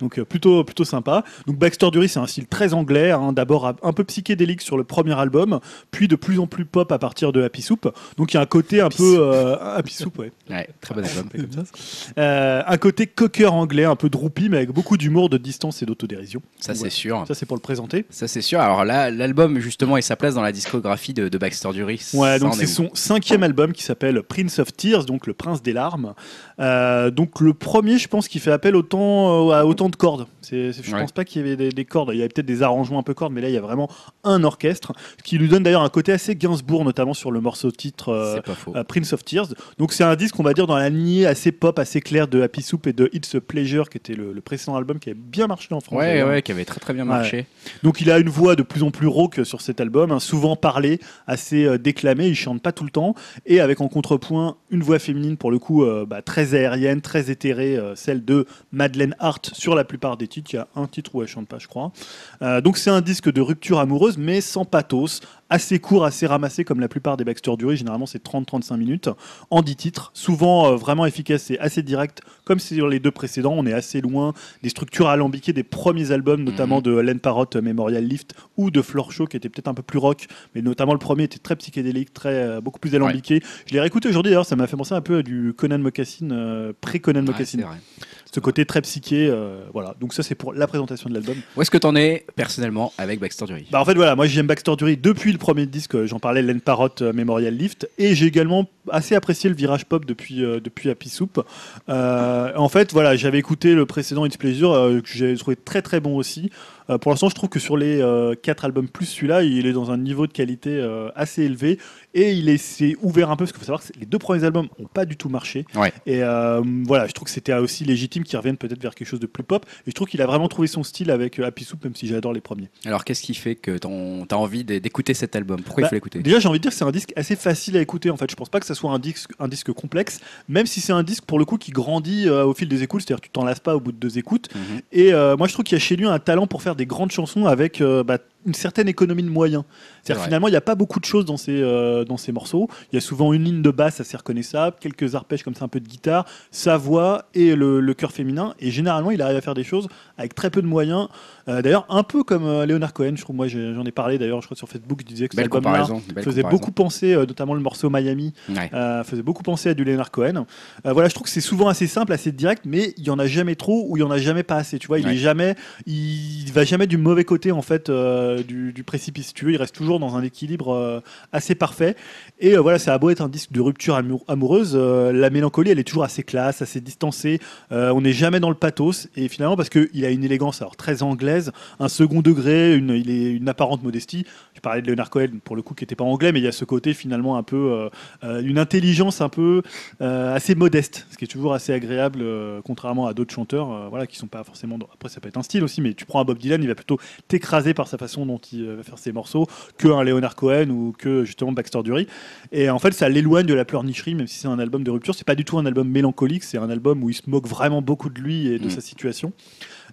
Speaker 3: donc euh, plutôt, plutôt sympa. Donc Baxter Dury, c'est un style très anglais, hein, d'abord un peu psychédélique sur le premier album, puis de plus en plus pop à partir de Happy Soup. Donc il y a un côté un
Speaker 1: Happy
Speaker 3: peu... euh, Happy Soup, ouais.
Speaker 1: Ouais, très bon album.
Speaker 4: Comme ça.
Speaker 3: Euh, un côté coqueur anglais, un peu droopy, mais avec beaucoup d'humour, de distance et d'autodérision.
Speaker 1: Ça, c'est
Speaker 3: Ouais.
Speaker 1: sûr.
Speaker 3: Ça, c'est pour le présenter.
Speaker 1: Ça, c'est sûr. Alors là, l'album, justement, est sa place dans la discographie de, de Baxter Dury.
Speaker 3: Ouais,
Speaker 1: Ça, on
Speaker 3: donc c'est
Speaker 1: est-
Speaker 3: son cinquième album qui s'appelle Prince of Tears, donc le prince des larmes. Euh, donc le premier, je pense qu'il fait appel autant, euh, à autant de cordes. C'est- c'est- je
Speaker 1: Ouais.
Speaker 3: pense pas qu'il y avait des, des cordes. Il y avait peut-être des arrangements un peu cordes, mais là il y a vraiment un orchestre ce qui lui donne d'ailleurs un côté assez Gainsbourg, notamment sur le morceau titre euh,
Speaker 1: C'est pas faux.
Speaker 3: euh, Prince of Tears. Donc c'est un disque, on va dire, dans la lignée assez pop, assez claire de Happy Soup et de It's a Pleasure, qui était le, le précédent album qui avait bien marché en France.
Speaker 1: Ouais,
Speaker 3: d'ailleurs.
Speaker 1: ouais, qui avait très très bien
Speaker 3: Ouais.
Speaker 1: marché.
Speaker 3: Donc il a une voix de plus en plus rauque sur cet album, hein, souvent parlée, assez euh, déclamée, il chante pas tout le temps, et avec en contrepoint une voix féminine pour le coup euh, bah, très aérienne, très éthérée, euh, celle de Madeleine Hart sur la plupart des titres, il y a un titre où elle chante pas je crois. Euh, donc c'est un disque de rupture amoureuse mais sans pathos, assez court, assez ramassé comme la plupart des Baxter Dury, généralement c'est 30-35 minutes, en 10 titres, souvent euh, vraiment efficace et assez direct, comme sur les deux précédents, on est assez loin des structures alambiquées des premiers albums, notamment de Len Parrott, euh, Memorial Lift, ou de Floor Show, qui était peut-être un peu plus rock, mais notamment le premier était très psychédélique, très, euh, beaucoup plus alambiqué. Je l'ai réécouté aujourd'hui d'ailleurs, ça m'a fait penser un peu à du Conan Mocassin, euh, pré-Conan
Speaker 1: Ouais, c'est
Speaker 3: Mocassin.
Speaker 1: vrai.
Speaker 3: Ce côté très psyché, euh, voilà. Donc ça c'est pour la présentation de l'album.
Speaker 1: Où est-ce que t'en es personnellement avec Baxter Dury
Speaker 3: Bah en fait voilà, moi j'aime Baxter Dury depuis le premier disque, euh, j'en parlais, Len Parrott, euh, Memorial Lift, et j'ai également assez apprécié le virage pop depuis, euh, depuis Happy Soup. Euh, en fait voilà, j'avais écouté le précédent It's Pleasure, euh, que j'ai trouvé très très bon aussi. Euh, pour l'instant je trouve que sur les euh, quatre albums plus celui-là, il est dans un niveau de qualité euh, assez élevé, et il est- s'est ouvert un peu, parce qu'il faut savoir que c'est- les deux premiers albums n'ont pas du tout marché.
Speaker 1: Ouais.
Speaker 3: Et euh, voilà, je trouve que c'était aussi légitime qu'il revienne peut-être vers quelque chose de plus pop, et je trouve qu'il a vraiment trouvé son style avec euh, Happy Soup, même si j'adore les premiers.
Speaker 1: Alors qu'est-ce qui fait que t'en- t'as envie d'é- d'écouter cet album Pourquoi il
Speaker 3: Bah,
Speaker 1: faut l'écouter
Speaker 3: Déjà, j'ai envie de dire que c'est un disque assez facile à écouter. En fait, je pense pas que ça soit un disque, un disque complexe, même si c'est un disque pour le coup qui grandit euh, au fil des écoutes. C'est-à-dire, que tu t'en lasses pas au bout de deux écoutes.
Speaker 1: Mhm.
Speaker 3: Et euh, moi, je trouve qu'il y a chez lui un talent pour faire des grandes chansons avec euh, bah, une certaine économie de moyens. C'est-à-dire,
Speaker 1: vrai.
Speaker 3: finalement, il n'y a pas beaucoup de choses dans ses, euh, dans ses morceaux. Il y a souvent une ligne de basse assez reconnaissable, quelques arpèges comme ça, un peu de guitare, sa voix et le, le cœur féminin. Et généralement, il arrive à faire des choses avec très peu de moyens. Euh, d'ailleurs, un peu comme euh, Leonard Cohen, je trouve. Moi, j'ai- j'en ai parlé d'ailleurs, je crois, sur Facebook, je disais que
Speaker 1: Belle
Speaker 3: cet album-là
Speaker 1: comparaison. belle
Speaker 3: faisait
Speaker 1: comparaison.
Speaker 3: beaucoup penser, euh, notamment le morceau Miami,
Speaker 1: Ouais.
Speaker 3: euh, faisait beaucoup penser à du Leonard Cohen. Euh, voilà, je trouve que c'est souvent assez simple, assez direct, mais il y en a jamais trop ou il y en a jamais pas assez. Tu vois, il
Speaker 1: Ouais.
Speaker 3: est jamais, il va jamais du mauvais côté en fait euh, du, du précipice. si Tu veux, il reste toujours dans un équilibre euh, assez parfait. Et euh, voilà, ça a beau être un disque de rupture amou- amoureuse, euh, la mélancolie, elle est toujours assez classe, assez distancée. Euh, on n'est jamais dans le pathos. Et finalement, parce qu'il a une élégance alors très anglaise, un second degré, une, il est une apparente modestie. Je parlais de Leonard Cohen pour le coup qui n'était pas anglais, mais il y a ce côté finalement un peu euh, euh, une intelligence un peu euh, assez modeste, ce qui est toujours assez agréable, euh, contrairement à d'autres chanteurs, euh, voilà, qui sont pas forcément. dans- Après, ça peut être un style aussi, mais tu prends un Bob Dylan, il va plutôt t'écraser par sa façon dont il va faire ses morceaux que un Leonard Cohen ou que justement Baxter Dury. Et en fait, ça l'éloigne de la pleurnicherie, même si c'est un album de rupture. C'est pas du tout un album mélancolique, c'est un album où il se moque vraiment beaucoup de lui et de
Speaker 1: Mm.
Speaker 3: sa situation.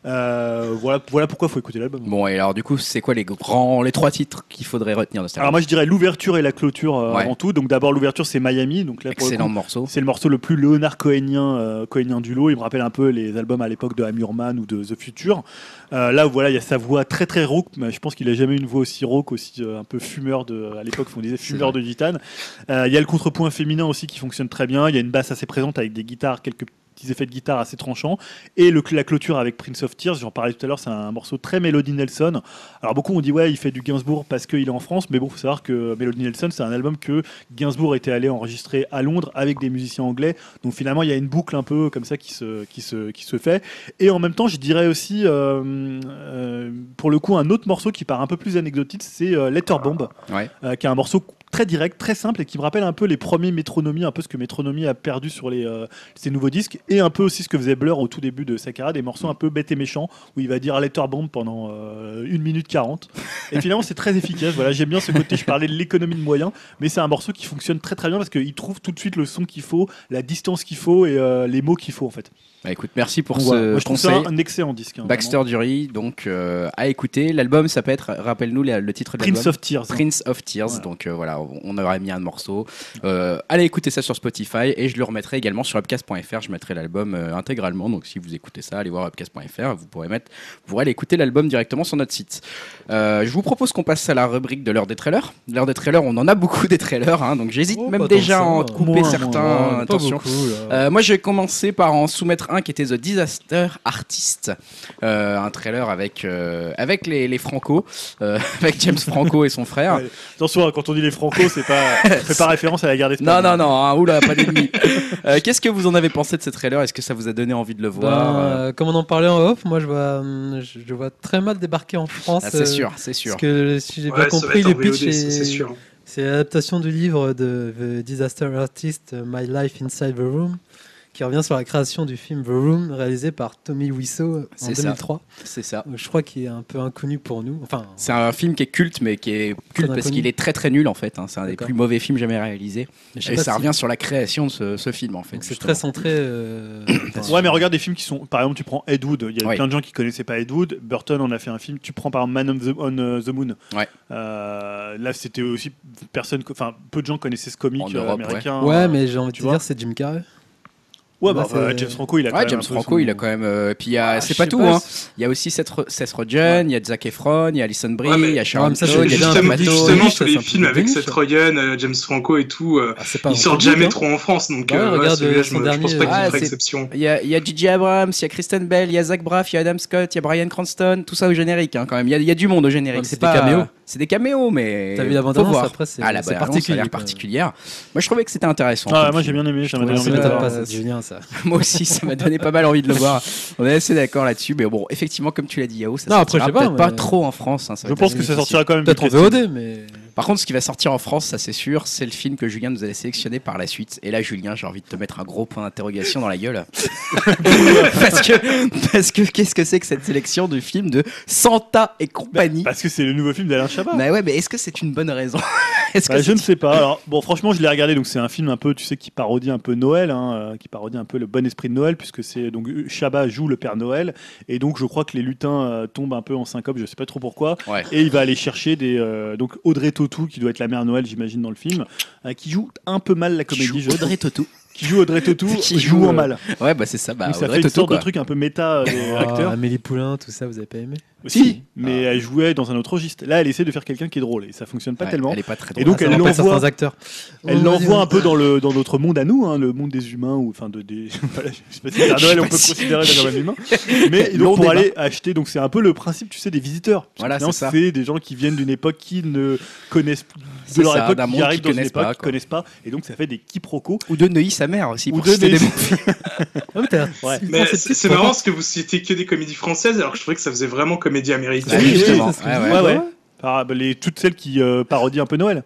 Speaker 3: Euh, voilà, voilà pourquoi faut écouter l'album.
Speaker 1: Bon, et alors du coup, c'est quoi les grands, les trois titres qu'il faudrait retenir de cet
Speaker 3: Alors
Speaker 1: album
Speaker 3: moi je dirais l'ouverture et la clôture euh,
Speaker 1: Ouais.
Speaker 3: avant tout. Donc d'abord l'ouverture c'est Miami, donc là pour le
Speaker 1: Excellent
Speaker 3: coup,
Speaker 1: morceau.
Speaker 3: c'est le morceau le plus Léonard Cohenien, euh, Cohenien du lot. Il me rappelle un peu les albums à l'époque de Amurman ou de The Future. Euh, là voilà il y a sa voix très très rauque. Mais je pense qu'il a jamais eu une voix aussi rauque, aussi euh, un peu fumeur de. À l'époque on disait fumeur de gitane. Euh, Il y a le contrepoint féminin aussi qui fonctionne très bien. Il y a une basse assez présente avec des guitares quelques petits effets de guitare assez tranchants et le, la clôture avec Prince of Tears j'en parlais tout à l'heure c'est un morceau très Melody Nelson alors beaucoup ont dit ouais il fait du Gainsbourg parce qu'il est en France, mais bon faut savoir que Melody Nelson c'est un album que Gainsbourg était allé enregistrer à Londres avec des musiciens anglais. Donc finalement il y a une boucle un peu comme ça qui se, qui se, qui se fait. Et en même temps je dirais aussi euh, euh, pour le coup un autre morceau qui part un peu plus anecdotique c'est euh, Letterbomb,
Speaker 1: Ouais.
Speaker 3: euh, qui est un morceau très direct, très simple et qui me rappelle un peu les premiers métronomies, un peu ce que métronomie a perdu sur les, euh, ses nouveaux disques et un peu aussi ce que faisait Blur au tout début de sa carrière, des morceaux un peu bêtes et méchants où il va dire Letterbomb pendant euh, 1 minute 40. Et finalement, c'est très efficace. Voilà, j'aime bien ce côté. Je parlais de l'économie de moyens, mais c'est un morceau qui fonctionne très très bien parce qu'il trouve tout de suite le son qu'il faut, la distance qu'il faut et euh, les mots qu'il faut en fait.
Speaker 1: Bah, écoute, merci pour
Speaker 3: Donc,
Speaker 1: ce
Speaker 3: voilà. Moi, je trouve ça
Speaker 1: conseil.
Speaker 3: un excellent disque. hein,
Speaker 1: Baxter Dury, donc euh, à écouter. L'album, ça peut être, rappelle-nous la- le titre de
Speaker 3: vraiment.
Speaker 1: l'album.
Speaker 3: Prince of Tears. hein.
Speaker 1: Prince of Tears.
Speaker 3: Voilà.
Speaker 1: Donc euh, voilà, on on aurait mis un morceau. Euh, allez écouter ça sur Spotify et je le remettrai également sur upcast.fr. Je mettrai l'album euh, intégralement. Donc si vous écoutez ça, allez voir upcast.fr. Vous pourrez mettre, vous pourrez aller écouter l'album directement sur notre site. Euh, je vous propose qu'on passe à la rubrique de l'heure des trailers. L'heure des trailers, on en a beaucoup des trailers. hein, donc j'hésite
Speaker 4: Oh,
Speaker 1: même
Speaker 4: pas tant
Speaker 1: déjà à
Speaker 4: que ça.
Speaker 1: en couper
Speaker 3: Moins, moins,
Speaker 1: certains.
Speaker 3: moins,
Speaker 1: hein, attention.
Speaker 4: Bah,
Speaker 1: Euh, moi, j'ai commencé par en soumettre un qui était The Disaster Artist, Euh, un trailer avec euh, avec les, les Franco, euh, avec James Franco et son frère.
Speaker 3: Ouais. Attention, hein, quand on dit les Franco, c'est pas, on fait pas référence à la guerre
Speaker 1: Non,
Speaker 3: d'Espagne.
Speaker 1: non, non, hein, oula, pas d'ennemi. Euh, Qu'est-ce que vous en avez pensé de ce trailer Est-ce que ça vous a donné envie de le
Speaker 4: Bah,
Speaker 1: voir Euh,
Speaker 4: ben, comme on en parlait en off, moi je vois, hum, je, je vois très mal débarquer en France.
Speaker 1: ah,
Speaker 4: euh,
Speaker 1: C'est sûr, c'est sûr.
Speaker 4: Parce que si j'ai bien
Speaker 2: Ouais, ça va
Speaker 4: compris,
Speaker 2: être en
Speaker 4: le pitch
Speaker 2: VOD, ça, c'est
Speaker 4: est-
Speaker 2: sûr.
Speaker 4: C'est l'adaptation du livre de The Disaster Artist, euh, My Life Inside the Room, qui revient sur la création du film The Room, réalisé par Tommy Wiseau en
Speaker 1: C'est ça.
Speaker 4: 2003.
Speaker 1: C'est ça.
Speaker 4: Euh, Je crois qu'il est un peu inconnu pour nous. Enfin,
Speaker 1: C'est un film qui est culte, mais qui est culte parce
Speaker 4: inconnu.
Speaker 1: qu'il est très très nul en fait. hein. C'est un des
Speaker 4: D'accord.
Speaker 1: plus mauvais films jamais réalisés.
Speaker 4: je sais
Speaker 1: Et
Speaker 4: pas
Speaker 1: ça
Speaker 4: si-
Speaker 1: revient sur la création de ce, ce film en fait.
Speaker 4: donc C'est
Speaker 1: justement.
Speaker 4: très centré. euh, enfin,
Speaker 3: Ouais, mais regarde des films qui sont. Par exemple, tu prends Ed Wood. Il y a
Speaker 1: Ouais.
Speaker 3: plein de gens qui connaissaient pas Ed Wood. Burton en a fait un film. Tu prends par exemple Man on the, on, euh, the Moon.
Speaker 1: Ouais.
Speaker 3: Euh, là, c'était aussi personne. Enfin, peu de gens connaissaient ce
Speaker 1: En
Speaker 3: comique euh,
Speaker 1: Europe, ouais.
Speaker 3: américain.
Speaker 4: Ouais, mais j'ai envie de
Speaker 3: tu
Speaker 4: te
Speaker 3: vois.
Speaker 4: dire, c'est Jim Carrey.
Speaker 3: Ouais, bah,
Speaker 4: Bah,
Speaker 3: bah,
Speaker 4: c'est-
Speaker 3: James Franco, il a. quand
Speaker 1: Ouais,
Speaker 3: même
Speaker 1: James
Speaker 3: un peu
Speaker 1: Franco,
Speaker 3: son-
Speaker 1: il a quand même. euh, puis il y a-
Speaker 4: Ah,
Speaker 1: c'est
Speaker 4: je
Speaker 1: pas
Speaker 4: sais
Speaker 1: tout,
Speaker 4: pas
Speaker 1: hein.
Speaker 4: si-
Speaker 1: Il y a aussi Seth, Ro- Seth Rogen, il y a Zac Efron, il y a Alison Brie,
Speaker 2: Ouais, mais-
Speaker 1: il y a Sharon
Speaker 4: mais ça,
Speaker 1: Stone,
Speaker 4: Ah, c'est
Speaker 1: il y a
Speaker 4: déjà
Speaker 1: Jack
Speaker 2: Justement,
Speaker 4: un
Speaker 1: Mato.
Speaker 4: peu niche,
Speaker 2: justement
Speaker 4: ça,
Speaker 2: tous
Speaker 4: c'est un
Speaker 2: les
Speaker 4: peu
Speaker 2: films avec
Speaker 4: niche.
Speaker 2: Seth Rogen, euh, James Franco et tout, euh,
Speaker 4: Ah, c'est pas
Speaker 2: ils
Speaker 4: un
Speaker 2: sortent
Speaker 4: public,
Speaker 2: jamais
Speaker 4: hein.
Speaker 2: trop en France, donc
Speaker 4: Bah ouais,
Speaker 2: euh, ouais,
Speaker 4: regarde,
Speaker 2: celui-là,
Speaker 4: son
Speaker 2: je, me- je pense
Speaker 4: dernier, euh,
Speaker 2: pas qu'il
Speaker 1: ouais,
Speaker 2: fera
Speaker 1: c'est-
Speaker 2: exception.
Speaker 1: Il y, a, il y a Gigi Abrams, il y a Kristen Bell, il y a Zach Braff, il y a Adam Scott, il y a Brian Cranston, tout ça au générique hein, quand même. Il y, a- il y a du monde au générique.
Speaker 4: Ouais, mais c'est des caméos.
Speaker 1: C'est des caméos, mais.
Speaker 4: T'as vu la
Speaker 1: faut
Speaker 4: bande-annonce,
Speaker 1: voir.
Speaker 4: après, c'est-
Speaker 1: Ah, la
Speaker 4: c'est
Speaker 1: bande-annonce, ça a l'air
Speaker 4: particulier, quoi.
Speaker 1: particulière. Moi, je trouvais que c'était intéressant.
Speaker 3: Ah,
Speaker 1: comme
Speaker 3: moi,
Speaker 1: film.
Speaker 3: j'ai bien aimé. J'avais
Speaker 4: Ouais,
Speaker 3: bien
Speaker 4: ça
Speaker 3: aimé.
Speaker 4: m'étonne
Speaker 3: euh,
Speaker 4: pas, ça, c'est génial ça.
Speaker 1: Moi aussi, ça m'a donné pas mal envie de le voir. On est assez d'accord là-dessus, mais bon, effectivement, comme tu l'as dit, Yao, ça
Speaker 4: Non, après,
Speaker 1: sortira
Speaker 4: je sais pas,
Speaker 1: peut-être pas,
Speaker 4: mais-
Speaker 1: trop en France. hein, ça va
Speaker 3: Je
Speaker 1: être
Speaker 3: pense
Speaker 1: assez
Speaker 3: que ça
Speaker 1: difficile.
Speaker 3: sortira quand même.
Speaker 4: Peut-être en
Speaker 3: du casting.
Speaker 4: VOD, mais.
Speaker 1: Par contre, ce qui va sortir en France, ça c'est sûr, c'est le film que Julien nous avait sélectionné par la suite. Et là, Julien, j'ai envie de te mettre un gros point d'interrogation dans la gueule. parce que, parce que, qu'est-ce que c'est que cette sélection du film de Santa et compagnie
Speaker 3: Parce que c'est le nouveau film d'Alain Chabat.
Speaker 1: Bah ouais, mais est-ce que c'est une bonne raison Est-ce que
Speaker 3: Bah, je
Speaker 1: c'est-
Speaker 3: ne sais pas. Alors, bon, franchement, je l'ai regardé. Donc, c'est un film un peu, tu sais, qui parodie un peu Noël, hein, euh, qui parodie un peu le bon esprit de Noël, puisque c'est donc Chabat joue le Père Noël, et donc je crois que les lutins euh, tombent un peu en syncope. Je sais pas trop pourquoi.
Speaker 1: Ouais.
Speaker 3: Et il va aller chercher des euh, donc Audrey Tautou, qui doit être la mère Noël, j'imagine, dans le film, euh, qui joue un peu mal la
Speaker 1: Qui
Speaker 3: comédie.
Speaker 1: joue
Speaker 3: je
Speaker 1: Audrey Tautou.
Speaker 3: Qui joue Audrey Tautou,
Speaker 1: Qui
Speaker 3: qui
Speaker 1: joue,
Speaker 3: joue,
Speaker 1: euh,
Speaker 3: en mal.
Speaker 1: Ouais, bah c'est ça. Bah,
Speaker 3: donc, ça
Speaker 1: Audrey
Speaker 3: fait une
Speaker 1: Tautou,
Speaker 3: sorte
Speaker 1: quoi. Ah.
Speaker 3: de truc un peu méta euh, des
Speaker 4: Oh,
Speaker 3: acteurs.
Speaker 4: Amélie Poulain, tout ça, vous avez pas aimé
Speaker 1: Si. Ah.
Speaker 3: mais elle jouait dans un autre registre. Là, elle essaie de faire quelqu'un qui est drôle, et ça fonctionne pas
Speaker 1: Ouais,
Speaker 3: tellement.
Speaker 1: Elle est pas très
Speaker 3: Et
Speaker 1: drôle.
Speaker 3: donc,
Speaker 4: Ah, ça
Speaker 3: elle
Speaker 4: rappelle
Speaker 3: l'envoie-
Speaker 4: certains acteurs.
Speaker 3: Elle
Speaker 4: Oh, vas-y,
Speaker 3: l'envoie un
Speaker 4: vas-y.
Speaker 3: peu dans, le, dans notre monde à nous, hein, le monde des humains, ou enfin de, des. voilà, je sais pas si Père
Speaker 1: Je sais
Speaker 3: Noël on
Speaker 1: pas
Speaker 3: peut
Speaker 1: si-
Speaker 3: considérer comme un humain. Mais
Speaker 1: Long
Speaker 3: donc, pour
Speaker 1: débat.
Speaker 3: aller acheter, donc c'est un peu le principe, tu sais, des visiteurs. Parce que
Speaker 1: Voilà,
Speaker 3: finalement,
Speaker 1: Ah, c'est ça.
Speaker 3: c'est des gens qui viennent d'une époque qui ne connaissent de
Speaker 1: C'est
Speaker 3: leur
Speaker 1: ça,
Speaker 3: époque,
Speaker 1: d'un
Speaker 3: qui
Speaker 1: monde
Speaker 3: arrivent
Speaker 1: qu'ils
Speaker 3: dans une
Speaker 1: connaissent
Speaker 3: époque,
Speaker 1: pas,
Speaker 3: qui
Speaker 1: quoi.
Speaker 3: connaissent pas, et donc ça fait des quiproquos.
Speaker 1: Ou de Neuilly, sa mère aussi.
Speaker 3: Ou
Speaker 1: pour
Speaker 3: de
Speaker 1: citer des
Speaker 3: Neuilly.
Speaker 1: bons films.
Speaker 4: Ah, mais t'as-
Speaker 3: Ouais.
Speaker 4: tu
Speaker 2: Mais
Speaker 4: prends cette
Speaker 2: c'est
Speaker 4: petite
Speaker 2: c'est
Speaker 4: photo.
Speaker 2: marrant parce que vous citez que des comédies françaises, alors que je trouvais que ça faisait vraiment comédie
Speaker 3: Ah
Speaker 1: Oui,
Speaker 3: oui,
Speaker 2: américaine.
Speaker 1: justement.
Speaker 4: c'est ce que je
Speaker 1: Ouais,
Speaker 4: dis.
Speaker 3: Ah,
Speaker 1: ouais.
Speaker 3: Ouais, ouais. Par- bah, les, toutes celles qui euh, parodient un peu Noël.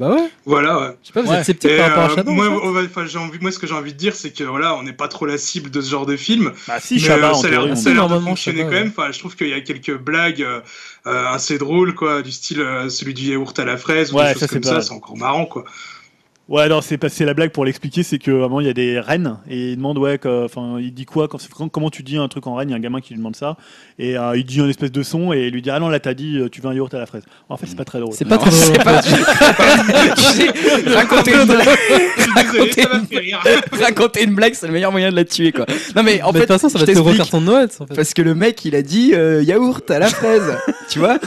Speaker 4: Bah ouais,
Speaker 2: Voilà, ouais.
Speaker 4: je sais pas, vous
Speaker 3: Ouais.
Speaker 4: êtes sceptique
Speaker 2: Et,
Speaker 4: par rapport à
Speaker 2: euh,
Speaker 4: Shadow
Speaker 2: moi,
Speaker 4: en fait
Speaker 2: ouais, enfin, j'ai envie- moi, ce que j'ai envie de dire, c'est que voilà, on n'est pas trop la cible de ce genre de film.
Speaker 3: Bah si,
Speaker 2: Mais, euh,
Speaker 3: Shabba, en
Speaker 2: ça a l'air
Speaker 3: théorie, on
Speaker 2: ça a l'air de
Speaker 4: Normalement,
Speaker 2: fonctionner
Speaker 4: Shabba,
Speaker 2: quand même. Enfin, je trouve qu'il y a quelques blagues euh, euh, assez drôles, quoi, du style euh, celui du yaourt à la fraise ou
Speaker 3: Ouais,
Speaker 2: des choses
Speaker 3: ça, c'est
Speaker 2: comme
Speaker 3: pas
Speaker 2: ça.
Speaker 3: mal.
Speaker 2: C'est encore marrant, quoi.
Speaker 3: Ouais, non, c'est passé la blague pour l'expliquer, c'est que vraiment il y a des rennes et il demande ouais, que- enfin il dit quoi quand, quand- comment tu dis un truc en renne, il y a un gamin qui lui demande ça et euh, il dit un espèce de son et il lui dit ah non là t'as dit euh, tu veux un yaourt à la fraise. En fait c'est pas très drôle.
Speaker 4: C'est pas
Speaker 1: Non,
Speaker 4: trop.
Speaker 1: c'est pas- Tu sais, raconter une blague,
Speaker 2: Je suis désolé, ça m'a fait rire.
Speaker 1: raconter une blague, c'est le meilleur moyen de la tuer, quoi. Non, mais en fait,
Speaker 4: Mais Bah, de toute façon, ça
Speaker 1: je
Speaker 4: va être le gros
Speaker 1: t'explique.
Speaker 4: carton de Noël. ça, En fait.
Speaker 1: Parce que le mec, il a dit euh, yaourt à la fraise. tu vois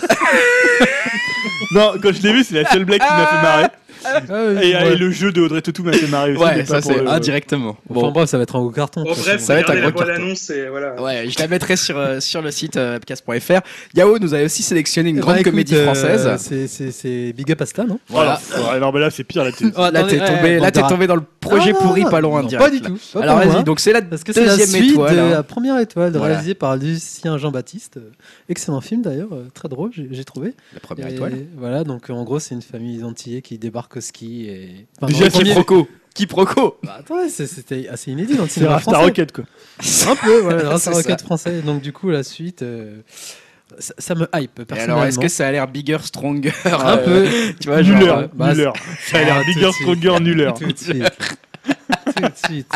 Speaker 3: Non, quand je l'ai vu, c'est la seule blague qui m'a fait marrer. Et, euh, et le jeu de Audrey Tautou m'a fait marrer aussi. mais
Speaker 1: Ah Ouais,
Speaker 3: pas
Speaker 1: ça
Speaker 3: pour
Speaker 1: c'est
Speaker 3: le-
Speaker 1: indirectement.
Speaker 4: Bon. Enfin bref, ça va être un gros carton. de
Speaker 2: Bon,
Speaker 4: toute
Speaker 2: bref,
Speaker 4: façon.
Speaker 1: ça va être un
Speaker 2: regardez la
Speaker 1: gros
Speaker 2: bonne
Speaker 1: carton.
Speaker 2: annonce et voilà.
Speaker 1: Ouais, je la mettrai sur, euh, sur le site euh, upcast.fr. Yao nous a aussi sélectionné une grande
Speaker 4: Bah, écoute,
Speaker 1: comédie
Speaker 4: euh,
Speaker 1: française.
Speaker 4: c'est- C'est c'est Big Up hein. Asta, non
Speaker 3: Voilà. Ouais, non, mais là c'est pire là. t'es-
Speaker 4: Oh,
Speaker 1: là,
Speaker 4: attendez,
Speaker 1: t'es
Speaker 4: ouais,
Speaker 1: tombé,
Speaker 4: on
Speaker 1: là, t'es
Speaker 4: verra.
Speaker 1: tombé dans le projet
Speaker 4: Ah,
Speaker 1: pourri pas loin
Speaker 4: non,
Speaker 1: direct.
Speaker 4: Pas du
Speaker 1: là.
Speaker 4: tout. pas
Speaker 1: Alors
Speaker 4: pour moi.
Speaker 1: vas-y, donc c'est la
Speaker 4: Parce que c'est la
Speaker 1: deuxième
Speaker 4: suite
Speaker 1: étoile.
Speaker 4: de
Speaker 1: hein.
Speaker 4: la première étoile
Speaker 1: Voilà.
Speaker 4: réalisée par Lucien Jean-Baptiste. Euh, Excellent film d'ailleurs, euh, très drôle, j'ai j'ai trouvé.
Speaker 1: La première
Speaker 4: Et
Speaker 1: étoile.
Speaker 4: Voilà, donc euh, en gros, c'est une famille d'antillais qui débarque au ski. Et... Enfin,
Speaker 3: Déjà,
Speaker 4: dans le
Speaker 3: c'est
Speaker 4: premier-
Speaker 1: Quiproquo. Quiproquo.
Speaker 4: Bah, attends, c'est- c'était assez inédit dans le
Speaker 3: C'est
Speaker 4: cinéma
Speaker 3: Rasta
Speaker 4: français.
Speaker 3: Rocket quoi.
Speaker 4: Un peu, voilà, le
Speaker 1: C'est
Speaker 4: Rasta
Speaker 1: ça.
Speaker 4: Rocket français. Donc du coup, la suite, euh, ça, ça me hype
Speaker 1: Et
Speaker 4: personnellement.
Speaker 1: alors, est-ce que ça a l'air bigger, stronger euh,
Speaker 4: un peu
Speaker 1: Tu vois, genre,
Speaker 3: Nuller,
Speaker 1: euh,
Speaker 4: bah,
Speaker 3: Nuller. Ça a l'air
Speaker 4: Ah, tout de
Speaker 3: bigger,
Speaker 4: suite.
Speaker 3: stronger, Nuller.
Speaker 4: Tout de suite. Tout de suite.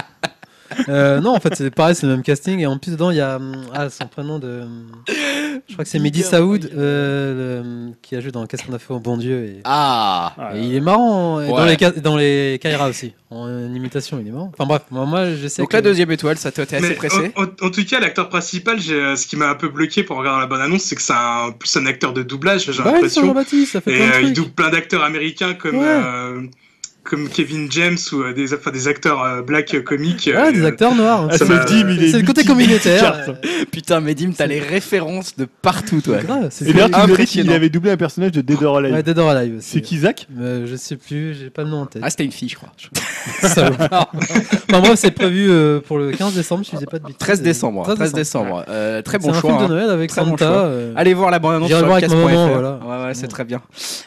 Speaker 4: Euh, non, en fait, c'est pareil, c'est le même casting. Et en plus, dedans, il y a hum, ah, son prénom de. hum, Je crois que c'est Mehdi Saoud euh, le- qui a joué dans Qu'est-ce qu'on a fait au bon Dieu. Et,
Speaker 1: Ah
Speaker 3: Ah,
Speaker 4: et il est marrant. hein, et Dans
Speaker 1: Ouais.
Speaker 4: les, ca- dans les Kaira aussi. En imitation, il est marrant. Enfin bref, moi, moi je sais
Speaker 1: Donc
Speaker 4: que.
Speaker 1: la deuxième étoile, ça toi, t'es assez
Speaker 2: Mais
Speaker 3: oh,
Speaker 1: pressé
Speaker 2: en, en- en tout cas, l'acteur principal, j'ai- euh, ce qui m'a un peu bloqué pour regarder la bonne annonce, c'est que c'est un, plus un acteur de doublage, j'ai
Speaker 4: Bah ouais, c'est
Speaker 2: l'impression.
Speaker 4: Jean-Baptiste, ça fait
Speaker 2: Et
Speaker 4: plein de
Speaker 2: euh, il
Speaker 4: trucs.
Speaker 2: double plein d'acteurs américains comme,
Speaker 4: Ouais.
Speaker 2: euh, comme Kevin James ou euh, des, enfin, des acteurs euh, black euh, comiques. euh,
Speaker 4: Ouais, des
Speaker 2: euh,
Speaker 4: acteurs noirs.
Speaker 3: Ah,
Speaker 2: ça
Speaker 3: ça
Speaker 2: m'a-
Speaker 3: me dit, mais il est.
Speaker 4: C'est le côté
Speaker 3: multi-
Speaker 4: communautaire.
Speaker 3: multi-carte.
Speaker 1: Putain, Medim, t'as les références de partout, toi.
Speaker 4: C'est grave, c'est
Speaker 3: Et d'ailleurs, tu me dis qu'il
Speaker 1: impressionnant.
Speaker 3: avait doublé un personnage de Dead or Alive.
Speaker 4: Ouais, Dead or Alive aussi.
Speaker 3: C'est qui Zach
Speaker 4: Euh, Je sais plus, j'ai pas le nom en tête.
Speaker 1: Ah, c'était une fille, je crois.
Speaker 4: Salopard. enfin bref, c'est prévu euh, pour le 15 décembre, je disais pas de bêtises.
Speaker 1: 13 décembre. 13 décembre.
Speaker 4: Ouais.
Speaker 1: Euh, très bon
Speaker 4: c'est
Speaker 1: choix.
Speaker 4: un film
Speaker 1: hein.
Speaker 4: de Noël avec
Speaker 1: Très bon
Speaker 4: Santa.
Speaker 1: choix.
Speaker 4: euh,
Speaker 1: Allez voir la bande-annonce
Speaker 4: J'irai
Speaker 1: sur
Speaker 4: le voir avec
Speaker 1: podcast.fr.
Speaker 4: ma maman, voilà.
Speaker 1: Ouais, ouais, c'est
Speaker 4: Mmh.
Speaker 1: très bien.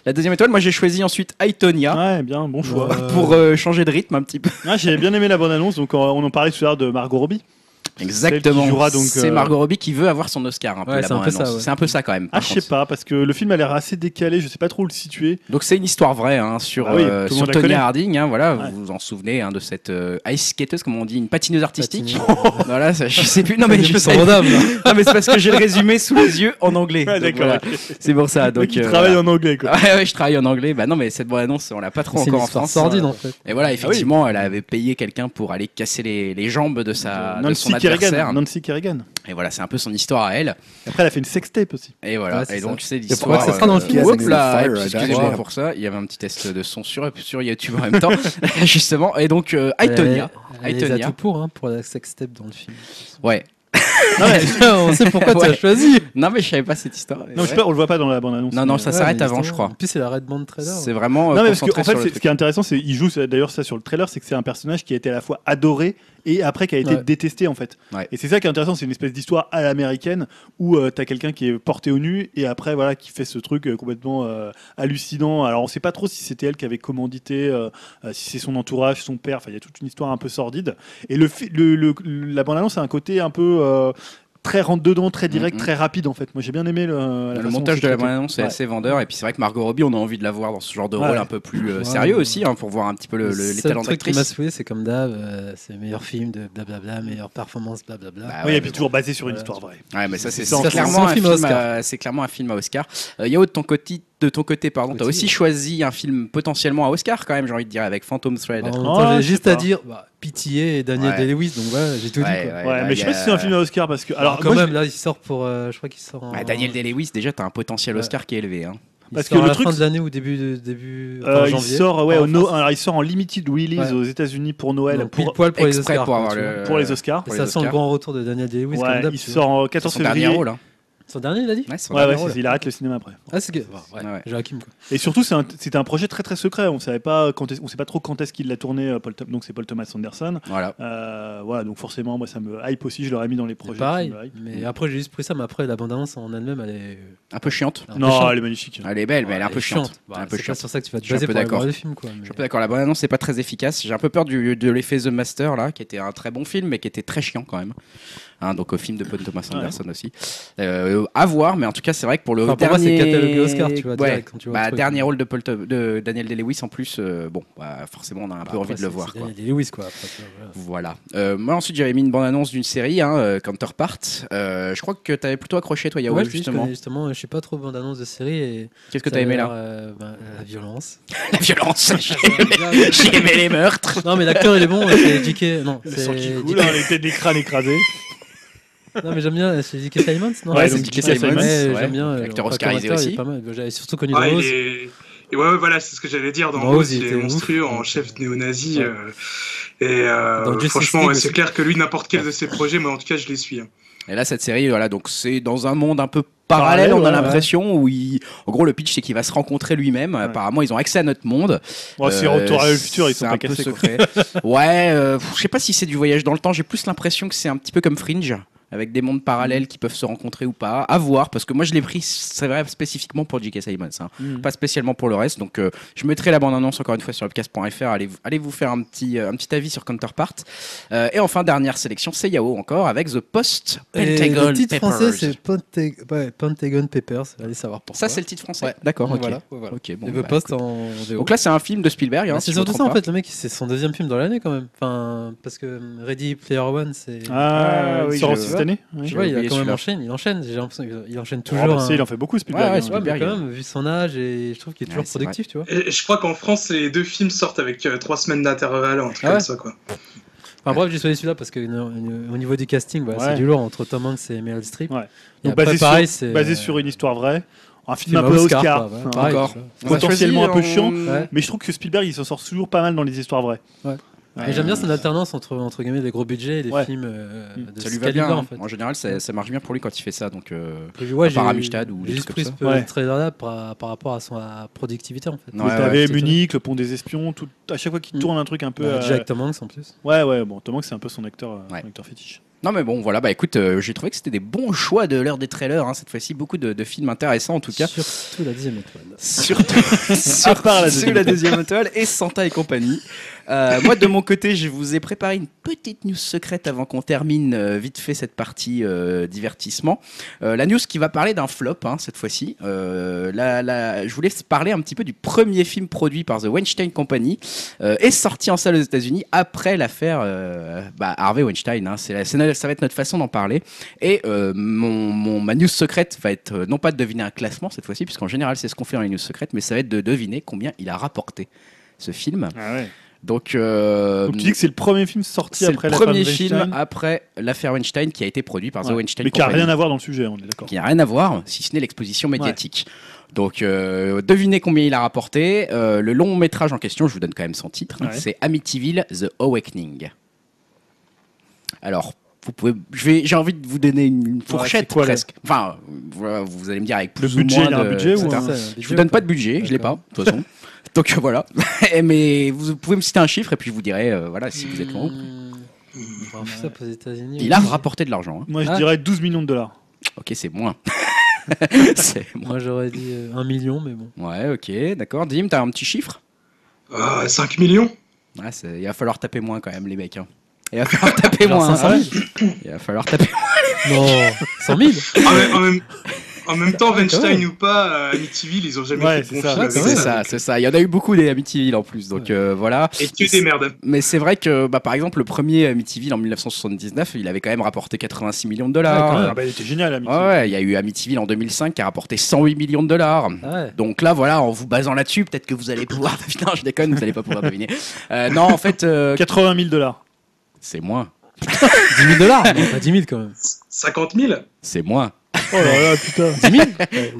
Speaker 1: La deuxième étoile, moi j'ai choisi ensuite
Speaker 4: Ah,
Speaker 1: Aitonia
Speaker 3: Ouais, bien, bon choix.
Speaker 4: euh,
Speaker 1: pour euh, changer de rythme un petit peu.
Speaker 3: Ah, J'avais bien aimé la bonne annonce, donc euh, on en parlait tout à l'heure de Margot Robbie. Ah,
Speaker 1: Exactement.
Speaker 3: qui jouera donc,
Speaker 1: c'est
Speaker 3: euh,
Speaker 1: Margot Robbie qui veut avoir son Oscar. Un peu,
Speaker 4: Ouais,
Speaker 1: la
Speaker 4: c'est un peu ça,
Speaker 1: bande-annonce.
Speaker 4: ouais.
Speaker 1: C'est un peu ça quand même.
Speaker 3: Ah,
Speaker 1: par
Speaker 3: je sais
Speaker 1: contre.
Speaker 3: pas, parce que le film a l'air assez décalé, je sais pas trop où le situer.
Speaker 1: Donc c'est une histoire vraie hein, sur,
Speaker 3: Ah oui,
Speaker 1: euh,
Speaker 3: tout le
Speaker 1: sur
Speaker 3: monde la
Speaker 1: Tonya
Speaker 3: connaît.
Speaker 1: Harding. hein, voilà,
Speaker 3: Ouais.
Speaker 1: vous vous en souvenez hein, de cette euh, ice skateuse, comme on dit, une patineuse artistique.
Speaker 4: Patineuse.
Speaker 1: voilà, ça, je sais plus. Non mais
Speaker 4: Elle est
Speaker 1: je
Speaker 4: plus
Speaker 1: sais.
Speaker 4: abordable, là.
Speaker 1: Non, mais c'est parce que j'ai le résumé sous les yeux en anglais.
Speaker 3: Ouais,
Speaker 1: Donc,
Speaker 3: d'accord,
Speaker 1: voilà,
Speaker 3: ok.
Speaker 1: C'est pour ça.
Speaker 3: Donc
Speaker 1: Donc
Speaker 3: il
Speaker 1: euh,
Speaker 3: travaille
Speaker 1: voilà.
Speaker 3: en anglais, quoi.
Speaker 1: Ouais, ouais, je travaille en anglais. Bah non, mais cette bonne annonce, on l'a pas trop
Speaker 4: C'est une
Speaker 1: encore en
Speaker 4: histoire
Speaker 1: France. hein.
Speaker 4: sordide hein. en fait.
Speaker 1: Et
Speaker 3: Ah
Speaker 1: voilà, effectivement, elle avait payé quelqu'un pour aller casser les, les jambes de, sa, Ah, de son
Speaker 3: Nancy Kerrigan.
Speaker 1: adversaire.
Speaker 3: Nancy Kerrigan.
Speaker 1: Et voilà, c'est un peu son histoire à elle.
Speaker 3: Après, elle a fait une sextape aussi.
Speaker 1: Et voilà,
Speaker 4: Ouais, c'est
Speaker 1: et donc c'est
Speaker 4: faudra que
Speaker 1: l'histoire.
Speaker 4: ça sera dans le film.
Speaker 1: Oups
Speaker 4: Yes,
Speaker 1: là,
Speaker 7: and the
Speaker 1: et puis,
Speaker 7: fire,
Speaker 1: excusez-moi
Speaker 7: d'accord.
Speaker 1: pour ça, il y avait un petit test de son sur, sur YouTube en même temps, justement. Et donc, euh, Aitonia.
Speaker 4: Elle les a
Speaker 1: Aitonia.
Speaker 4: tout pour, hein, pour la sextape dans le film.
Speaker 1: Ouais.
Speaker 4: On sait pourquoi tu
Speaker 1: Ouais.
Speaker 4: as choisi.
Speaker 1: Non, mais je savais pas cette histoire. mais
Speaker 3: Non, je
Speaker 1: ouais.
Speaker 3: sais pas, on le voit pas dans la bande annonce.
Speaker 1: Non, non, ça
Speaker 4: Ouais,
Speaker 1: s'arrête
Speaker 4: mais
Speaker 1: avant, je
Speaker 4: justement.
Speaker 1: crois.
Speaker 4: En plus, c'est la Red Band Trailer.
Speaker 1: C'est vraiment euh,
Speaker 3: Non, mais parce que,
Speaker 1: concentré
Speaker 3: en
Speaker 1: sur
Speaker 3: fait,
Speaker 1: le
Speaker 3: c'est- ce
Speaker 1: truc.
Speaker 3: qui est intéressant, c'est il joue ça- d'ailleurs ça sur le trailer, c'est que c'est un personnage qui a été à la fois adoré et après qui a été
Speaker 4: Ouais.
Speaker 3: détesté en fait.
Speaker 1: Ouais.
Speaker 3: Et c'est ça qui est intéressant, c'est une espèce d'histoire à l'américaine où euh, t'as quelqu'un qui est porté au nu et après voilà qui fait ce truc euh, complètement euh, hallucinant. Alors on sait pas trop si c'était elle qui avait commandité, euh, euh, si c'est son entourage, son père. Enfin, il y a toute une histoire un peu sordide. Et le, fi- le, le- la bande annonce a un côté un peu euh, très rentre dedans, très direct,
Speaker 1: Mhm.
Speaker 3: très rapide en fait. Moi j'ai bien aimé le, la façon
Speaker 1: Le
Speaker 3: dont
Speaker 1: montage
Speaker 3: c'est
Speaker 1: de la
Speaker 3: traité.
Speaker 1: bande-annonce est
Speaker 3: Ouais.
Speaker 1: assez vendeur, et puis c'est vrai que Margot Robbie, on a envie de la voir dans ce genre de
Speaker 3: Ouais.
Speaker 1: rôle un peu plus euh,
Speaker 4: Ouais.
Speaker 1: sérieux aussi, hein, pour voir un petit peu le-
Speaker 4: Le
Speaker 1: le- les
Speaker 4: seul
Speaker 1: talents
Speaker 4: truc qui m'a
Speaker 1: d'actrice.
Speaker 4: saoulé, c'est comme d'hab, euh, c'est meilleur film de blablabla, meilleure performance, blablabla.
Speaker 1: Bah
Speaker 3: Oui,
Speaker 1: ouais,
Speaker 3: et puis
Speaker 1: mais
Speaker 3: toujours basé sur une
Speaker 4: Voilà.
Speaker 3: histoire vraie.
Speaker 1: Ouais, mais ça, c'est
Speaker 3: Ça,
Speaker 1: c'est
Speaker 3: c'est
Speaker 1: clairement,
Speaker 4: un
Speaker 1: un
Speaker 4: film
Speaker 1: film
Speaker 4: à
Speaker 1: à- c'est clairement un film à Oscar. Euh, Yao, de ton côté, de ton côté pardon, t'as
Speaker 4: Côté.
Speaker 1: aussi choisi un film potentiellement à Oscar, quand même, j'ai envie de dire, avec Phantom Thread.
Speaker 4: En même
Speaker 3: Oh,
Speaker 4: temps, j'ai
Speaker 3: je sais
Speaker 4: juste
Speaker 3: pas.
Speaker 4: à dire bah, Pitié et Daniel
Speaker 1: Ouais.
Speaker 4: Day-Lewis, donc voilà, j'ai tout dit. Quoi.
Speaker 3: Ouais,
Speaker 1: là,
Speaker 3: mais je sais
Speaker 1: il bah, y
Speaker 3: pas si c'est
Speaker 1: a-
Speaker 3: un film à Oscar parce que.
Speaker 4: Alors,
Speaker 3: Alors,
Speaker 4: quand
Speaker 3: moi,
Speaker 4: même, là, il sort pour. euh, je crois qu'il sort en.
Speaker 1: Bah, Daniel Day-Lewis, déjà, t'as un potentiel
Speaker 4: Ouais.
Speaker 1: Oscar qui est élevé. Hein.
Speaker 4: il
Speaker 3: parce
Speaker 4: sort
Speaker 3: que
Speaker 4: à
Speaker 3: le
Speaker 4: la
Speaker 3: truc,
Speaker 4: fin de l'année ou début. de- début
Speaker 3: Euh,
Speaker 4: enfin,
Speaker 3: il
Speaker 4: janvier.
Speaker 3: sort, ouais,
Speaker 4: Enfin,
Speaker 3: au no-
Speaker 4: France.
Speaker 3: alors, il sort en limited release
Speaker 4: Ouais.
Speaker 3: aux États-Unis pour Noël,
Speaker 4: Donc, pile
Speaker 3: pour,
Speaker 4: poil pour les
Speaker 1: Exprès
Speaker 4: Oscars.
Speaker 1: pour
Speaker 4: quoi,
Speaker 1: avoir
Speaker 4: tu vois.
Speaker 1: le.
Speaker 3: pour les Oscars.
Speaker 4: Et
Speaker 1: pour les
Speaker 4: ça sent le
Speaker 1: Oscars.
Speaker 4: grand retour de Daniel Day-Lewis,
Speaker 3: Ouais,
Speaker 4: comme d'hab.
Speaker 3: il
Speaker 4: tu
Speaker 3: sort en 14
Speaker 1: Son dernier
Speaker 3: février.
Speaker 1: rôle. hein.
Speaker 4: Son dernier, il a dit
Speaker 1: Ouais, c'est
Speaker 3: Ouais,
Speaker 1: vrai.
Speaker 3: ouais, c'est- il arrête le cinéma après.
Speaker 4: Ah, c'est que.
Speaker 1: ouais.
Speaker 4: ouais. Joachim, quoi.
Speaker 3: Et surtout, c'est un- c'était un, projet très très secret. On savait pas quand est- on sait pas trop quand est-ce qu'il l'a tourné. euh, Paul Thom- donc c'est Paul Thomas Anderson.
Speaker 1: Voilà.
Speaker 3: Euh, voilà, donc forcément, moi ça me hype aussi. Je l'aurais mis dans les projets.
Speaker 4: C'est
Speaker 3: qui
Speaker 4: pareil.
Speaker 3: me hype.
Speaker 4: Mais après, j'ai juste pris ça, mais après, la bande-annonce en elle-même, elle est.
Speaker 1: Un peu chiante.
Speaker 4: elle est
Speaker 3: Non,
Speaker 4: chiante.
Speaker 3: elle est magnifique.
Speaker 1: Elle est belle, mais elle est un
Speaker 4: Ouais,
Speaker 1: peu chiante.
Speaker 4: Bah,
Speaker 1: Elle est un peu
Speaker 4: c'est pas
Speaker 1: chiante.
Speaker 4: sur ça que tu vas te
Speaker 1: Je suis un
Speaker 4: baser
Speaker 1: peu
Speaker 4: pour aller
Speaker 1: d'accord.
Speaker 4: voir le film, quoi. mais-
Speaker 1: Je suis un peu d'accord, la bande annonce c'est pas très efficace. J'ai un peu peur du, de l'effet The Master là, qui était un très bon film mais qui était très chiant quand même. Hein, donc au film de Paul Thomas Anderson aussi. Euh, à voir, mais en tout cas c'est vrai que pour le
Speaker 4: Enfin, pour moi,
Speaker 1: dernier.
Speaker 4: c'est catalogué Oscar, tu vois,
Speaker 1: Ouais.
Speaker 4: direct, quand tu vois
Speaker 1: Bah,
Speaker 4: le truc.
Speaker 1: dernier rôle de, Paul Tho- de Daniel Day-Lewis en plus, euh, bon, bah, forcément on a un peu
Speaker 4: Bah,
Speaker 1: envie
Speaker 4: après,
Speaker 1: de le
Speaker 4: c'est-
Speaker 1: voir.
Speaker 4: c'est
Speaker 1: quoi.
Speaker 4: Daniel Day-Lewis, quoi. après, tu vois, voilà.
Speaker 1: Voilà. Euh, moi ensuite j'avais mis une bande annonce d'une série, hein, euh, Counterpart. Euh, je crois que t'avais plutôt accroché toi Yahoo
Speaker 4: Ouais, je te dis, je
Speaker 1: justement.
Speaker 4: connais justement, je suis pas trop bande annonce de série. Et
Speaker 1: Qu'est-ce que
Speaker 4: ça
Speaker 1: t'as
Speaker 4: a
Speaker 1: aimé
Speaker 4: l'air,
Speaker 1: là
Speaker 4: euh, ben, La violence.
Speaker 1: La violence. J'ai aimé les meurtres.
Speaker 4: non, mais l'acteur il est bon, c'est J.K. Non,
Speaker 3: Le
Speaker 4: c'est
Speaker 3: sang qui coule,
Speaker 4: J.K.
Speaker 3: hein, les têtes des crânes écrasées.
Speaker 4: Non, mais j'aime bien, c'est J.K. Simons, non
Speaker 3: Ouais,
Speaker 1: c'est
Speaker 3: donc,
Speaker 1: J.K.
Speaker 3: J.K.
Speaker 1: Simons,
Speaker 3: Simons,
Speaker 4: Ouais,
Speaker 1: ouais.
Speaker 4: j'aime bien. euh,
Speaker 1: Acteur
Speaker 4: enfin, comme
Speaker 1: oscarisé
Speaker 4: acteur, il est
Speaker 1: aussi.
Speaker 4: pas mal. J'avais surtout connu
Speaker 2: Ah,
Speaker 4: dans
Speaker 2: il
Speaker 4: Rose.
Speaker 2: est- Et ouais, ouais, voilà, c'est ce que j'allais dire. Dans
Speaker 4: Dans
Speaker 2: Rose,
Speaker 4: Oz, il
Speaker 2: il est
Speaker 4: était ouf.
Speaker 2: monstrueux en chef néo-nazi.
Speaker 4: Ouais.
Speaker 2: euh, Et euh,
Speaker 4: Dans Justice
Speaker 2: franchement,
Speaker 4: League
Speaker 2: ouais, c'est
Speaker 4: aussi.
Speaker 2: clair que lui, n'importe quel de ses projets, moi en tout cas, je les suis. hein.
Speaker 1: Et là, cette série, voilà, donc c'est dans un monde un peu parallèle,
Speaker 3: Parallèle,
Speaker 1: on a
Speaker 3: ouais,
Speaker 1: l'impression, où il... en gros, le pitch, c'est qu'il va se rencontrer lui-même. Apparemment, ils ont accès à notre monde.
Speaker 3: Bon, c'est
Speaker 1: Euh,
Speaker 3: Oh, retour à le futur, ils sont
Speaker 1: c'est un
Speaker 3: pas
Speaker 1: peu
Speaker 3: cassés. quoi.
Speaker 1: secret. ouais, euh, pff, je sais pas si c'est du voyage dans le temps, j'ai plus l'impression que c'est un petit peu comme Fringe. Avec des mondes parallèles
Speaker 3: Mm.
Speaker 1: qui peuvent se rencontrer ou pas, à voir, parce que moi je l'ai pris, c'est vrai, spécifiquement pour J.K. Simons, hein.
Speaker 3: Mm.
Speaker 1: pas spécialement pour le reste. Donc euh, je mettrai la bande-annonce encore une fois sur webcast.fr, allez, allez vous faire un petit, euh, un petit avis sur Counterpart. Euh, et enfin, dernière sélection, c'est Yahoo encore, avec The Post
Speaker 4: Et
Speaker 1: Pentagon
Speaker 4: le titre
Speaker 1: Papers.
Speaker 4: français, c'est Pente- ouais, Pentagon Papers. Allez savoir pourquoi.
Speaker 1: Ça, c'est le titre français. D'accord, ok.
Speaker 4: Voilà, voilà.
Speaker 1: Ok, bon,
Speaker 4: Et The
Speaker 1: bah,
Speaker 4: Post
Speaker 1: écoute.
Speaker 4: en VO.
Speaker 1: Donc là, c'est un film de Spielberg. hein,
Speaker 4: Bah,
Speaker 1: si
Speaker 4: c'est
Speaker 1: je me
Speaker 4: surtout ça
Speaker 1: trompe
Speaker 4: en
Speaker 1: pas.
Speaker 4: fait, le mec, c'est son deuxième film dans l'année quand même. Enfin, parce que euh, Ready Player One, c'est.
Speaker 3: Ah,
Speaker 1: Ah, oui,
Speaker 3: il sort
Speaker 1: je-
Speaker 3: aussi cette année Oui.
Speaker 4: tu vois, il a
Speaker 1: oublié
Speaker 4: quand même
Speaker 1: celui-là. Oh,
Speaker 4: enchaîne, il enchaîne, j'ai l'impression qu'il il enchaîne
Speaker 3: Ah,
Speaker 4: toujours.
Speaker 3: bah,
Speaker 4: un-
Speaker 3: c'est, il en fait beaucoup Spielberg.
Speaker 1: Ouais, ouais,
Speaker 3: hein.
Speaker 1: c'est
Speaker 4: Ouais, mais
Speaker 1: Spielberg,
Speaker 4: quand même, vu son âge, et je trouve qu'il est
Speaker 1: Ouais,
Speaker 4: toujours
Speaker 1: c'est
Speaker 4: productif, tu vois.
Speaker 2: Et je crois qu'en France, les deux films sortent avec euh, trois semaines d'intervalle, un truc
Speaker 4: Ah ouais.
Speaker 2: comme ça, quoi.
Speaker 4: Enfin bref, j'ai choisi celui-là parce que euh, euh, au niveau du casting, voilà,
Speaker 3: Ouais.
Speaker 4: c'est du lourd entre Tom Hanks et Meryl Streep.
Speaker 3: Ouais.
Speaker 4: Et
Speaker 3: Donc,
Speaker 4: après,
Speaker 3: basé,
Speaker 4: pareil,
Speaker 3: sur,
Speaker 4: c'est
Speaker 3: basé
Speaker 4: euh,
Speaker 3: sur une histoire vraie, un film
Speaker 4: film
Speaker 3: un peu Oscar,
Speaker 4: quoi, ouais,
Speaker 3: enfin,
Speaker 4: pareil,
Speaker 1: encore.
Speaker 4: tu vois.
Speaker 1: On a
Speaker 3: potentiellement
Speaker 1: choisi
Speaker 3: un peu chiant.
Speaker 4: Ouais.
Speaker 3: Mais je trouve que Spielberg, il s'en sort toujours pas mal dans les histoires vraies.
Speaker 4: Ouais.
Speaker 3: Ouais.
Speaker 4: Et j'aime bien son alternance entre, entre guillemets les gros budgets et les
Speaker 3: Ouais.
Speaker 4: films euh,
Speaker 3: Mm.
Speaker 4: de
Speaker 1: Ça
Speaker 4: ce
Speaker 1: lui va bien.
Speaker 4: calibre,
Speaker 1: hein.
Speaker 4: en fait.
Speaker 1: En général, ça, ça marche bien pour lui quand il fait ça. Donc, euh,
Speaker 4: Puis, ouais,
Speaker 1: part
Speaker 4: j'ai-
Speaker 1: Amistad ou des
Speaker 4: j'ai juste
Speaker 1: trucs
Speaker 4: pris
Speaker 1: comme
Speaker 4: ce
Speaker 3: ça. Ouais.
Speaker 4: trailer-là par, par rapport à son à productivité en fait.
Speaker 1: non,
Speaker 3: Donc,
Speaker 1: ouais,
Speaker 3: t'avais
Speaker 1: ouais.
Speaker 4: c'est
Speaker 3: Munich, le pont des espions, tout, à chaque fois qu'il
Speaker 4: Mm.
Speaker 3: tourne un truc un peu.
Speaker 4: Bah,
Speaker 3: euh,
Speaker 4: Jack Tom Hanks en plus.
Speaker 3: Ouais, ouais, bon, Tom Hanks, c'est un peu son acteur, euh,
Speaker 1: Ouais.
Speaker 3: son acteur fétiche.
Speaker 1: Non, mais bon, voilà. Bah écoute, euh, j'ai trouvé que c'était des bons choix de l'heure des trailers. hein, cette fois-ci, beaucoup de, de films intéressants en tout cas.
Speaker 4: Surtout la dixième étoile.
Speaker 1: Surtout,
Speaker 3: À part
Speaker 1: surtout
Speaker 3: la deuxième
Speaker 1: la deuxième étoile et Santa et compagnie. Euh, moi, de mon côté, je vous ai préparé une petite news secrète avant qu'on termine euh, vite fait cette partie euh, divertissement. Euh, la news qui va parler d'un flop hein, cette fois-ci. Euh, la- la- je voulais parler un petit peu du premier film produit par The Weinstein Company euh, et sorti en salle aux États-Unis après l'affaire euh, bah, Harvey Weinstein. hein. c'est la- c'est notre- ça va être notre façon d'en parler. Et euh, mon, mon- ma news secrète va être euh, non pas de deviner un classement cette fois-ci, puisqu'en général c'est ce qu'on fait dans les news secrètes, mais ça va être de deviner combien il a rapporté ce film.
Speaker 3: Ah ouais.
Speaker 1: Donc, euh,
Speaker 3: Donc, tu dis que c'est le premier film sorti
Speaker 1: c'est le
Speaker 3: après la
Speaker 1: premier
Speaker 3: femme
Speaker 1: film
Speaker 3: Weinstein,
Speaker 1: après l'affaire Weinstein qui a été produit par The
Speaker 3: Ouais.
Speaker 1: Weinstein
Speaker 3: mais qui a
Speaker 1: Company,
Speaker 3: rien à voir dans le sujet, on est d'accord.
Speaker 1: qui n'a rien à voir, si ce n'est l'exposition médiatique. Donc, euh, devinez combien il a rapporté. Euh, le long métrage en question, je vous donne quand même son titre, hein,
Speaker 3: Ouais.
Speaker 1: c'est Amityville The Awakening. Alors, vous pouvez, je vais, j'ai envie de vous donner une, une fourchette
Speaker 3: c'est quoi, là
Speaker 1: presque. Enfin, euh, voilà, vous allez me dire avec plus ou
Speaker 3: budget,
Speaker 1: moins
Speaker 3: il a un
Speaker 1: de-
Speaker 3: budget ou
Speaker 1: etc.
Speaker 3: un-
Speaker 1: Je vous donne pas de budget, je l'ai pas,
Speaker 4: D'accord.
Speaker 1: de toute façon. Donc euh, voilà. Mais vous pouvez me citer un chiffre et puis je vous dirai euh, voilà, si vous êtes loin ou pas.
Speaker 4: Mm. ça aux États-Unis.
Speaker 1: Il a rapporté de l'argent. hein.
Speaker 3: Moi, je
Speaker 4: Ah.
Speaker 3: dirais 12 millions de dollars.
Speaker 1: Ok, c'est moins. c'est moins.
Speaker 4: Moi j'aurais dit euh, un million, mais bon.
Speaker 1: Ouais, ok, d'accord. Dim, t'as un petit chiffre
Speaker 2: Ah, 5 millions
Speaker 1: Ouais, c'est- Il va falloir taper moins quand même, les mecs. hein. Il va falloir taper
Speaker 4: Genre
Speaker 1: moins. hein.
Speaker 4: 500
Speaker 1: Il va falloir taper.
Speaker 4: Non, 100 000
Speaker 2: en, même, Ah, en même- en même temps,
Speaker 4: Ah, quand
Speaker 2: Weinstein ou pas, euh, Amityville, ils ont jamais
Speaker 3: Ouais,
Speaker 2: fait de bon
Speaker 3: c'est ça,
Speaker 2: film avec
Speaker 4: c'est
Speaker 1: C'est
Speaker 4: vrai.
Speaker 1: ça, c'est ça. Il y en a eu beaucoup des Amityville en plus, donc euh, voilà.
Speaker 2: Et tu des merdes.
Speaker 1: Mais c'est vrai que, bah, par exemple, le premier Amityville en 1979, il avait quand même rapporté 86 millions de
Speaker 4: Ouais,
Speaker 1: dollars.
Speaker 4: quand même.
Speaker 3: Ah, bah, il était génial, ami.
Speaker 1: Ouais, ouais, il y a eu Amityville en 2005 qui a rapporté 108 millions de dollars.
Speaker 4: Ouais.
Speaker 1: Donc là, voilà, en vous basant là-dessus, peut-être que vous allez pouvoir. non, je déconne, vous allez pas pouvoir deviner. Euh, non, en fait, euh,
Speaker 3: 80 000 dollars.
Speaker 1: c'est moins.
Speaker 4: 10 000 dollars Pas 10 000 quand même.
Speaker 2: 50 000
Speaker 1: C'est moins.
Speaker 3: Oh là là, putain.
Speaker 4: 10 000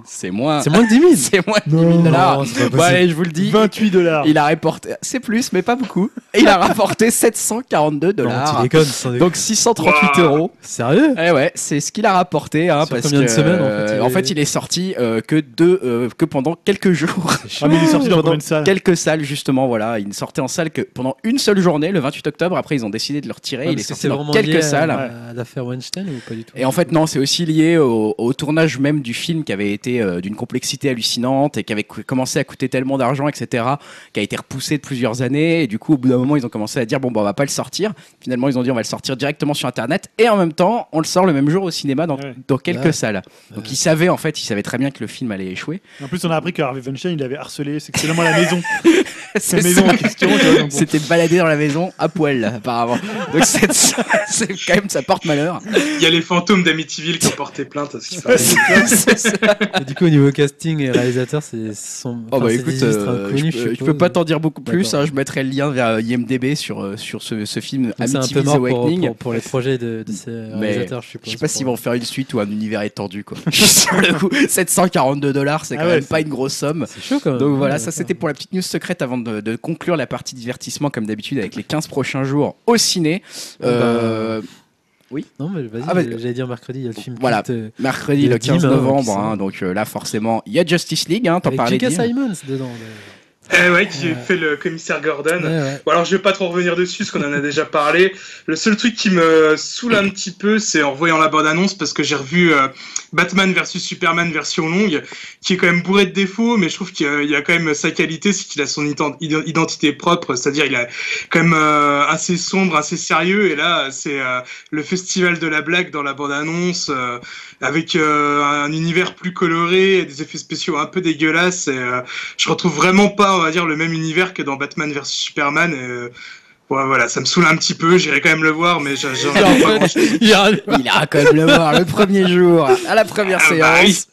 Speaker 1: C'est moins.
Speaker 4: C'est moins que 10 000
Speaker 1: Ah. C'est moins.
Speaker 3: Non.
Speaker 1: dollars.
Speaker 4: c'est pas
Speaker 1: Bon,
Speaker 4: possible.
Speaker 1: allez, Ah, bah, je vous le dis.
Speaker 3: 28 dollars.
Speaker 1: Il a rapporté, c'est plus, mais pas beaucoup. Et il a rapporté 742
Speaker 4: Non, tu
Speaker 1: dollars.
Speaker 4: déconnes, sans déconner.
Speaker 1: Donc 638
Speaker 2: Wow.
Speaker 1: euros.
Speaker 4: Sérieux
Speaker 1: Eh ouais, c'est ce qu'il a rapporté. Hein,
Speaker 4: Sur
Speaker 1: parce
Speaker 4: combien de
Speaker 1: que,
Speaker 4: semaines, en fait,
Speaker 1: euh,
Speaker 4: il
Speaker 1: en
Speaker 4: est-
Speaker 1: fait, il est sorti euh, que deux, euh, que pendant quelques jours.
Speaker 3: Ah, mais il est sorti dans
Speaker 1: Pendant
Speaker 3: combien de salles
Speaker 1: Quelques salles justement, voilà. Il sortait en salle que pendant une seule journée, le 28 octobre. Après, ils ont décidé de le retirer.
Speaker 4: Ouais,
Speaker 1: il est
Speaker 4: parce que
Speaker 1: sorti
Speaker 4: c'est
Speaker 1: dans
Speaker 4: vraiment
Speaker 1: quelques
Speaker 4: lié à-
Speaker 1: salles.
Speaker 4: à l'affaire Weinstein ou pas du tout
Speaker 1: Et en fait, non, c'est aussi lié au, au tournage même du film qui avait été euh, d'une complexité hallucinante et qui avait cou- commencé à coûter tellement d'argent, etc., qui a été repoussé de plusieurs années. Et du coup, au bout d'un moment, ils ont commencé à dire bon, bah, on va pas le sortir. Finalement, ils ont dit on va le sortir directement sur Internet. Et en même temps, on le sort le même jour au cinéma dans,
Speaker 3: Ouais.
Speaker 1: dans quelques
Speaker 4: Ouais.
Speaker 1: salles. Donc,
Speaker 4: Ouais.
Speaker 1: ils savaient, en fait, ils savaient très bien que le film allait échouer.
Speaker 3: En plus, on a appris que Harvey Weinstein, il avait harcelé sexuellement la maison.
Speaker 1: C'est
Speaker 3: la maison
Speaker 1: ça.
Speaker 3: en question. tu vois, donc bon.
Speaker 1: C'était baladé dans la maison à poil, apparemment. Donc, c'est c'est quand même, ça porte malheur.
Speaker 2: Il y a les fantômes d'Amityville qui ont porté plainte à ce qui paraît.
Speaker 1: C'est ça.
Speaker 4: Et du coup, au niveau casting et réalisateur, c'est son.
Speaker 1: Oh
Speaker 4: enfin,
Speaker 1: bah
Speaker 4: c'est
Speaker 1: écoute,
Speaker 4: des illustres
Speaker 1: euh, je,
Speaker 4: inconnus,
Speaker 1: peux, je
Speaker 4: suppose.
Speaker 1: peux pas t'en dire beaucoup plus.
Speaker 4: D'accord.
Speaker 1: hein, je mettrai le lien vers euh, IMDb sur, euh, sur ce, ce film
Speaker 4: Donc, C'est un peu
Speaker 1: Amityville The
Speaker 4: mort pour,
Speaker 1: Awakening.
Speaker 4: pour- pour les projets de, de ces réalisateurs, je suppose.
Speaker 1: Je sais pas s'ils vont faire une suite ou un univers étendu quoi. sur le coup, 742 dollars, c'est
Speaker 3: Ah
Speaker 1: quand
Speaker 3: ouais,
Speaker 1: même
Speaker 3: c'est-
Speaker 1: pas une grosse somme.
Speaker 4: C'est chaud quand même.
Speaker 1: Donc voilà,
Speaker 4: Ouais,
Speaker 1: ça
Speaker 4: d'accord.
Speaker 1: c'était pour la petite news secrète avant de, de conclure la partie divertissement comme d'habitude avec les 15 prochains jours au ciné.
Speaker 4: Eh ben,
Speaker 1: Euh,
Speaker 4: Non, mais vas-y,
Speaker 1: Ah, vas-y.
Speaker 4: j'allais dire mercredi, il y a le film.
Speaker 1: Voilà.
Speaker 4: culte, euh,
Speaker 1: mercredi
Speaker 4: Il y a
Speaker 1: le 15
Speaker 4: Dima, hein, qui
Speaker 1: novembre,
Speaker 4: sort.
Speaker 1: hein, donc euh, là forcément il y a Justice League, hein, t'en
Speaker 4: avec
Speaker 1: parlais.
Speaker 4: J.K.
Speaker 1: Dim.
Speaker 4: Simons dedans. d'ailleurs.
Speaker 2: Eh ouais, qui
Speaker 4: Ouais.
Speaker 2: fait le commissaire Gordon.
Speaker 4: Ouais, ouais.
Speaker 2: Bon, alors je vais pas trop revenir dessus parce qu'on en a déjà parlé. Le seul truc qui me saoule un petit peu, c'est en revoyant la bande-annonce parce que j'ai revu euh, Batman versus Superman version longue, qui est quand même bourré de défauts, mais je trouve qu'il y a- il y a quand même sa qualité, c'est qu'il a son iten- ide- identité propre, c'est-à-dire il est quand même euh, assez sombre, assez sérieux. Et là, c'est euh, le festival de la blague dans la bande-annonce, euh, avec euh, un univers plus coloré, et des effets spéciaux un peu dégueulasses. Et, euh, je retrouve vraiment pas, on va dire, le même univers que dans Batman vs Superman. et, euh, ouais, voilà, ça me saoule un petit peu. J'irai quand même le voir, mais j'ai j'ai envie de voir
Speaker 4: Il y a-
Speaker 1: Il ira quand même le voir le premier jour, à la première
Speaker 2: Ah
Speaker 1: séance.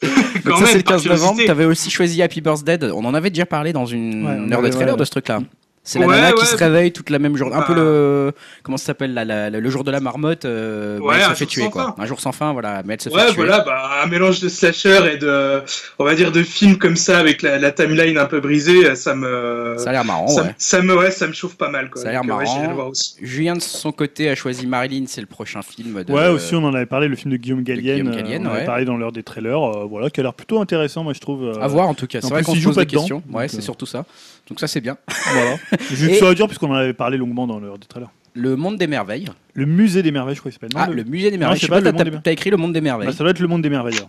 Speaker 2: bah oui.
Speaker 1: Donc
Speaker 2: quand
Speaker 1: ça, c'est
Speaker 2: même.
Speaker 1: le
Speaker 2: par
Speaker 1: 15 novembre.
Speaker 2: curiosité.
Speaker 1: T'avais aussi choisi Happy Birthday. On en avait déjà parlé dans une
Speaker 3: Ouais, on
Speaker 1: heure de
Speaker 3: avait-
Speaker 1: trailer
Speaker 3: ouais.
Speaker 1: de ce truc-là. C'est la
Speaker 2: Ouais,
Speaker 1: nana
Speaker 2: ouais.
Speaker 1: qui se réveille toute la même journée. Un peu
Speaker 2: Bah.
Speaker 1: le. Comment ça s'appelle la- la- la- Le jour de la marmotte. euh,
Speaker 2: Ouais,
Speaker 1: mais elle se
Speaker 2: un
Speaker 1: fait
Speaker 2: jour
Speaker 1: tuer,
Speaker 2: sans
Speaker 1: quoi. Un jour sans fin, voilà. Mais elle se fait
Speaker 2: Ouais,
Speaker 1: tuer.
Speaker 2: voilà, bah, un mélange de slasher et de, on va dire, de films comme ça avec la, la timeline un peu brisée, ça me,
Speaker 1: Ça a l'air marrant,
Speaker 2: ça,
Speaker 1: ouais.
Speaker 2: ça me, ouais, ça me chauffe pas mal. Quoi.
Speaker 1: Ça a l'air
Speaker 2: Donc, ouais,
Speaker 1: marrant.
Speaker 2: j'irai le voir aussi.
Speaker 1: Julien, de son côté, a choisi Marilyn. C'est le prochain film de.
Speaker 3: Ouais, aussi on en avait parlé, le film de Guillaume Gallienne.
Speaker 1: Guillaume Gallienne,
Speaker 3: euh, on en avait
Speaker 1: ouais.
Speaker 3: parlé dans l'heure des trailers, euh, voilà, qui a l'air plutôt intéressant, moi je trouve. euh,
Speaker 1: À voir en tout cas, c'est
Speaker 3: En
Speaker 1: vrai
Speaker 3: plus,
Speaker 1: qu'on
Speaker 3: il
Speaker 1: se
Speaker 3: joue
Speaker 1: pose
Speaker 3: pas
Speaker 1: des
Speaker 3: dedans,
Speaker 1: questions. Ouais,
Speaker 3: donc,
Speaker 1: c'est
Speaker 3: euh,
Speaker 1: surtout ça. Donc ça c'est bien.
Speaker 3: Voilà. J'ai eu
Speaker 1: Et-
Speaker 3: que ça à dire, puisqu'on en avait parlé longuement dans l'heure des trailers.
Speaker 1: Le Monde des Merveilles.
Speaker 3: Le musée des merveilles, je crois qu'il s'appelle. non,
Speaker 1: Ah,
Speaker 3: le-
Speaker 1: le Musée des
Speaker 3: Non,
Speaker 1: Merveilles. Je
Speaker 3: je sais
Speaker 1: sais
Speaker 3: pas,
Speaker 1: pas,
Speaker 3: le
Speaker 1: t'as-
Speaker 3: Monde des
Speaker 1: t'as t'as écrit le Monde des
Speaker 3: Bah,
Speaker 1: Merveilles.
Speaker 3: ça doit être le monde des merveilles. alors.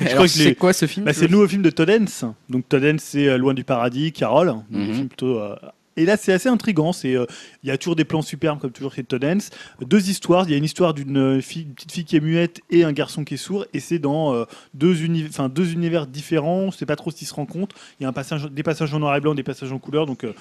Speaker 1: Alors
Speaker 3: crois que
Speaker 1: c'est
Speaker 3: les-
Speaker 1: quoi ce film
Speaker 3: Bah,
Speaker 1: tu
Speaker 3: c'est
Speaker 1: veux
Speaker 3: le nouveau film de Todd Haynes. Donc Todd Haynes, c'est euh, Loin du paradis, Carole. Donc, un
Speaker 1: Mhm.
Speaker 3: film plutôt, euh, Et là, c'est assez intriguant. C'est, euh, il y a toujours des plans superbes, comme toujours chez Todd Haynes. Deux histoires. Il y a une histoire d'une euh, fille, une petite fille qui est muette et un garçon qui est sourd. Et c'est dans euh, deux, uni- enfin, deux univers différents. On ne sait pas trop s'ils se rencontrent. Il y a un passage, des passages en noir et blanc, des passages en couleur. Donc euh,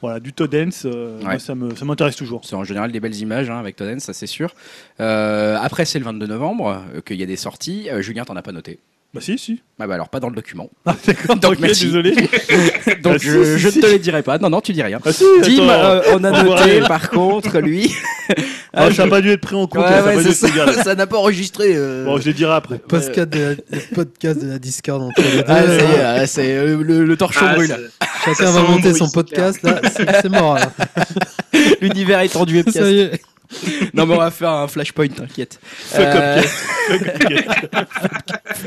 Speaker 3: voilà, du Todd Haynes, euh,
Speaker 1: Ouais.
Speaker 3: moi, ça, me, ça m'intéresse toujours.
Speaker 1: C'est en général des belles images hein, avec Toden, ça c'est sûr. Euh, après, c'est le 22 novembre euh, qu'il y a des sorties. Euh, Julien, t'en as pas noté.
Speaker 3: Bah si, si.
Speaker 1: Ah bah alors, pas dans le document.
Speaker 3: Ah, d'accord.
Speaker 1: Donc,
Speaker 3: ok,
Speaker 1: merci.
Speaker 3: désolé.
Speaker 1: Donc,
Speaker 3: Ah, si,
Speaker 1: je,
Speaker 3: si,
Speaker 1: je
Speaker 3: si.
Speaker 1: ne te le dirai pas. Non, non, tu dis rien.
Speaker 3: Ah si,
Speaker 1: Dim,
Speaker 3: attends.
Speaker 1: euh, on a
Speaker 3: on voit
Speaker 1: noté
Speaker 3: rien.
Speaker 1: par contre, lui.
Speaker 3: Ah,
Speaker 1: Ah,
Speaker 3: ça
Speaker 1: je-
Speaker 3: n'a pas dû être pris en compte.
Speaker 1: Ouais,
Speaker 3: ça a
Speaker 1: ouais,
Speaker 3: pas dû
Speaker 1: c'est
Speaker 3: être regardé.
Speaker 1: ça, ça n'a pas enregistré. euh.
Speaker 3: Bon, je les dirai après.
Speaker 4: Podcast de la- le podcast de la Discord entre les deux.
Speaker 1: Ah, ça y est, ah, c'est euh, le, le torchon
Speaker 2: Ah,
Speaker 1: brûle.
Speaker 2: ça- ça
Speaker 4: Chacun
Speaker 2: sent
Speaker 4: va
Speaker 2: le
Speaker 4: monter
Speaker 2: bruit,
Speaker 4: son
Speaker 2: c'est
Speaker 4: podcast, là, c'est c'est mort. là.
Speaker 1: L'univers étendu et
Speaker 4: Ça y
Speaker 1: pièce.
Speaker 4: est.
Speaker 1: Non, mais on va faire un flashpoint, t'inquiète.
Speaker 3: Fuck up,
Speaker 1: Euh,
Speaker 3: Fuck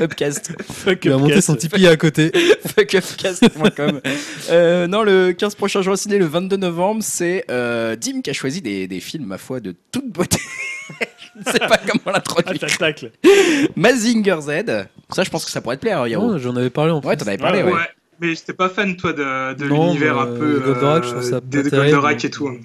Speaker 1: Upcast.
Speaker 3: Fuck
Speaker 4: Il va monter son Tipeee à côté.
Speaker 1: fuckupcast.com. euh, non, le 15 prochain jour à ciné, le 22 novembre, c'est euh, Dim qui a choisi des, des films, ma foi, de toute beauté. Je ne sais pas comment
Speaker 3: Ah,
Speaker 1: l'introduire.
Speaker 3: tac, tac.
Speaker 1: Mazinger Z. Ça, je pense que ça pourrait te plaire, Yao.
Speaker 4: Non, J'en avais parlé en
Speaker 1: ouais,
Speaker 4: plus.
Speaker 1: t'en avais parlé, Ah ouais.
Speaker 2: Ouais, mais j'étais pas fan, toi, de, de
Speaker 4: Non,
Speaker 2: l'univers
Speaker 4: mais,
Speaker 2: un peu.
Speaker 4: euh, Goldorak, je trouve
Speaker 2: des-
Speaker 4: ça pas
Speaker 2: de
Speaker 4: terrible.
Speaker 2: Goldorak et tout. hein.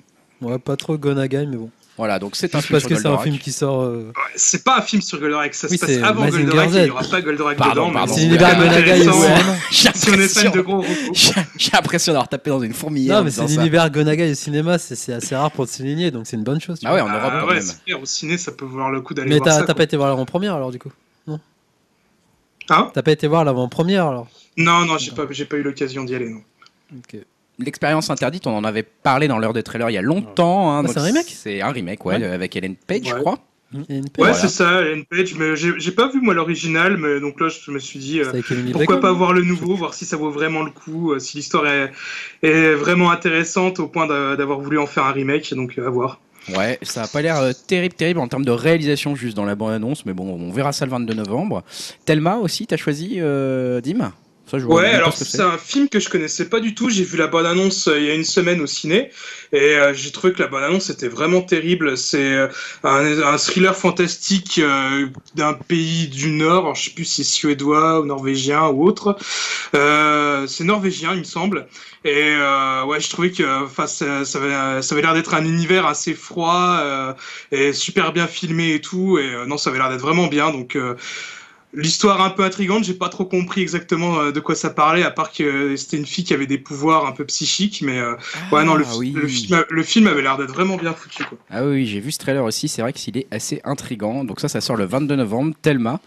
Speaker 4: Ouais, pas trop Gonagai, mais bon.
Speaker 1: Voilà, donc c'est un
Speaker 4: Juste
Speaker 1: film.
Speaker 4: parce
Speaker 1: sur
Speaker 4: que c'est un
Speaker 1: Goldorak.
Speaker 4: film qui sort. euh,
Speaker 2: Ouais, c'est pas un film sur Goldorak, ça
Speaker 4: Oui,
Speaker 2: se passe
Speaker 4: c'est
Speaker 2: avant
Speaker 4: Mazinger
Speaker 2: Goldorak,
Speaker 4: Z.
Speaker 2: et il y aura pas Goldorak
Speaker 1: Pardon,
Speaker 2: dedans.
Speaker 1: pardon.
Speaker 4: C'est
Speaker 1: c'est
Speaker 4: l'univers de
Speaker 1: quand même
Speaker 4: Gonagai au
Speaker 2: intéressant.
Speaker 4: cinéma.
Speaker 1: J'ai
Speaker 2: Si on est fan de
Speaker 1: l'impression-
Speaker 2: gros robots.
Speaker 1: J'ai j'ai l'impression d'avoir tapé dans une fourmilière. en
Speaker 4: Non, mais c'est
Speaker 1: disant ça.
Speaker 4: l'univers Gonagai au cinéma, c'est- c'est assez rare pour le souligner, donc c'est une bonne chose. tu
Speaker 1: Ah ouais,
Speaker 4: vois.
Speaker 1: en Europe
Speaker 2: Ah
Speaker 1: quand
Speaker 2: ouais,
Speaker 1: même.
Speaker 2: super, au ciné, ça peut vouloir le coup d'aller
Speaker 4: Mais
Speaker 2: voir
Speaker 4: t'as
Speaker 2: ça.
Speaker 4: t'as pas
Speaker 2: quoi.
Speaker 4: été voir l'avant-première alors, du coup
Speaker 2: Hein
Speaker 4: T'as pas été voir l'avant-première alors
Speaker 2: Non, non, j'ai pas, j'ai pas eu l'occasion d'y aller. Non.
Speaker 1: L'expérience interdite, on en avait parlé dans l'heure des trailers il y a longtemps. hein,
Speaker 4: Ah,
Speaker 1: donc
Speaker 4: c'est un remake
Speaker 1: C'est un remake, ouais, avec Ellen Page, je
Speaker 2: Ouais.
Speaker 1: crois.
Speaker 4: Il y a une paix.
Speaker 2: Ouais,
Speaker 1: Voilà.
Speaker 2: c'est ça, Ellen Page. Mais j'ai j'ai pas vu moi l'original, mais donc là je me suis dit. euh,
Speaker 4: C'est avec Emily
Speaker 2: Pourquoi
Speaker 4: Bacon.
Speaker 2: pas voir le nouveau, voir si ça vaut vraiment le coup, euh, si l'histoire est, est vraiment intéressante au point d'a- d'avoir voulu en faire un remake, donc euh, à voir.
Speaker 1: Ouais, ça a pas l'air euh, terrible, terrible en termes de réalisation juste dans la bande-annonce, mais bon, on verra ça le 22 novembre. Thelma aussi, t'as choisi, euh, Dim Ça, je vois
Speaker 2: Ouais,
Speaker 1: même pas
Speaker 2: alors
Speaker 1: ce que
Speaker 2: c'est un film que je connaissais pas du tout, j'ai vu la bonne annonce euh, il y a une semaine au ciné, et euh, j'ai trouvé que la bonne annonce était vraiment terrible. C'est euh, un, un thriller fantastique euh, d'un pays du Nord, alors, je sais plus si c'est suédois ou norvégien ou autre. Euh, c'est norvégien, il me semble. Et euh, ouais, je trouvais que enfin, ça, ça avait, ça avait l'air d'être un univers assez froid euh, et super bien filmé et tout. Et euh, non, ça avait l'air d'être vraiment bien. Donc euh, l'histoire un peu intrigante, j'ai pas trop compris exactement euh, de quoi ça parlait, à part que euh, c'était une fille qui avait des pouvoirs un peu psychiques. Mais euh,
Speaker 1: c'est.
Speaker 2: ouais, non, le,
Speaker 1: Ah
Speaker 2: fi-
Speaker 1: oui.
Speaker 2: le, film, le film avait l'air d'être vraiment bien foutu. Quoi.
Speaker 1: Ah oui, j'ai vu ce trailer aussi, c'est vrai qu'il est assez intrigant. Donc ça, ça sort le 22 novembre, Thelma.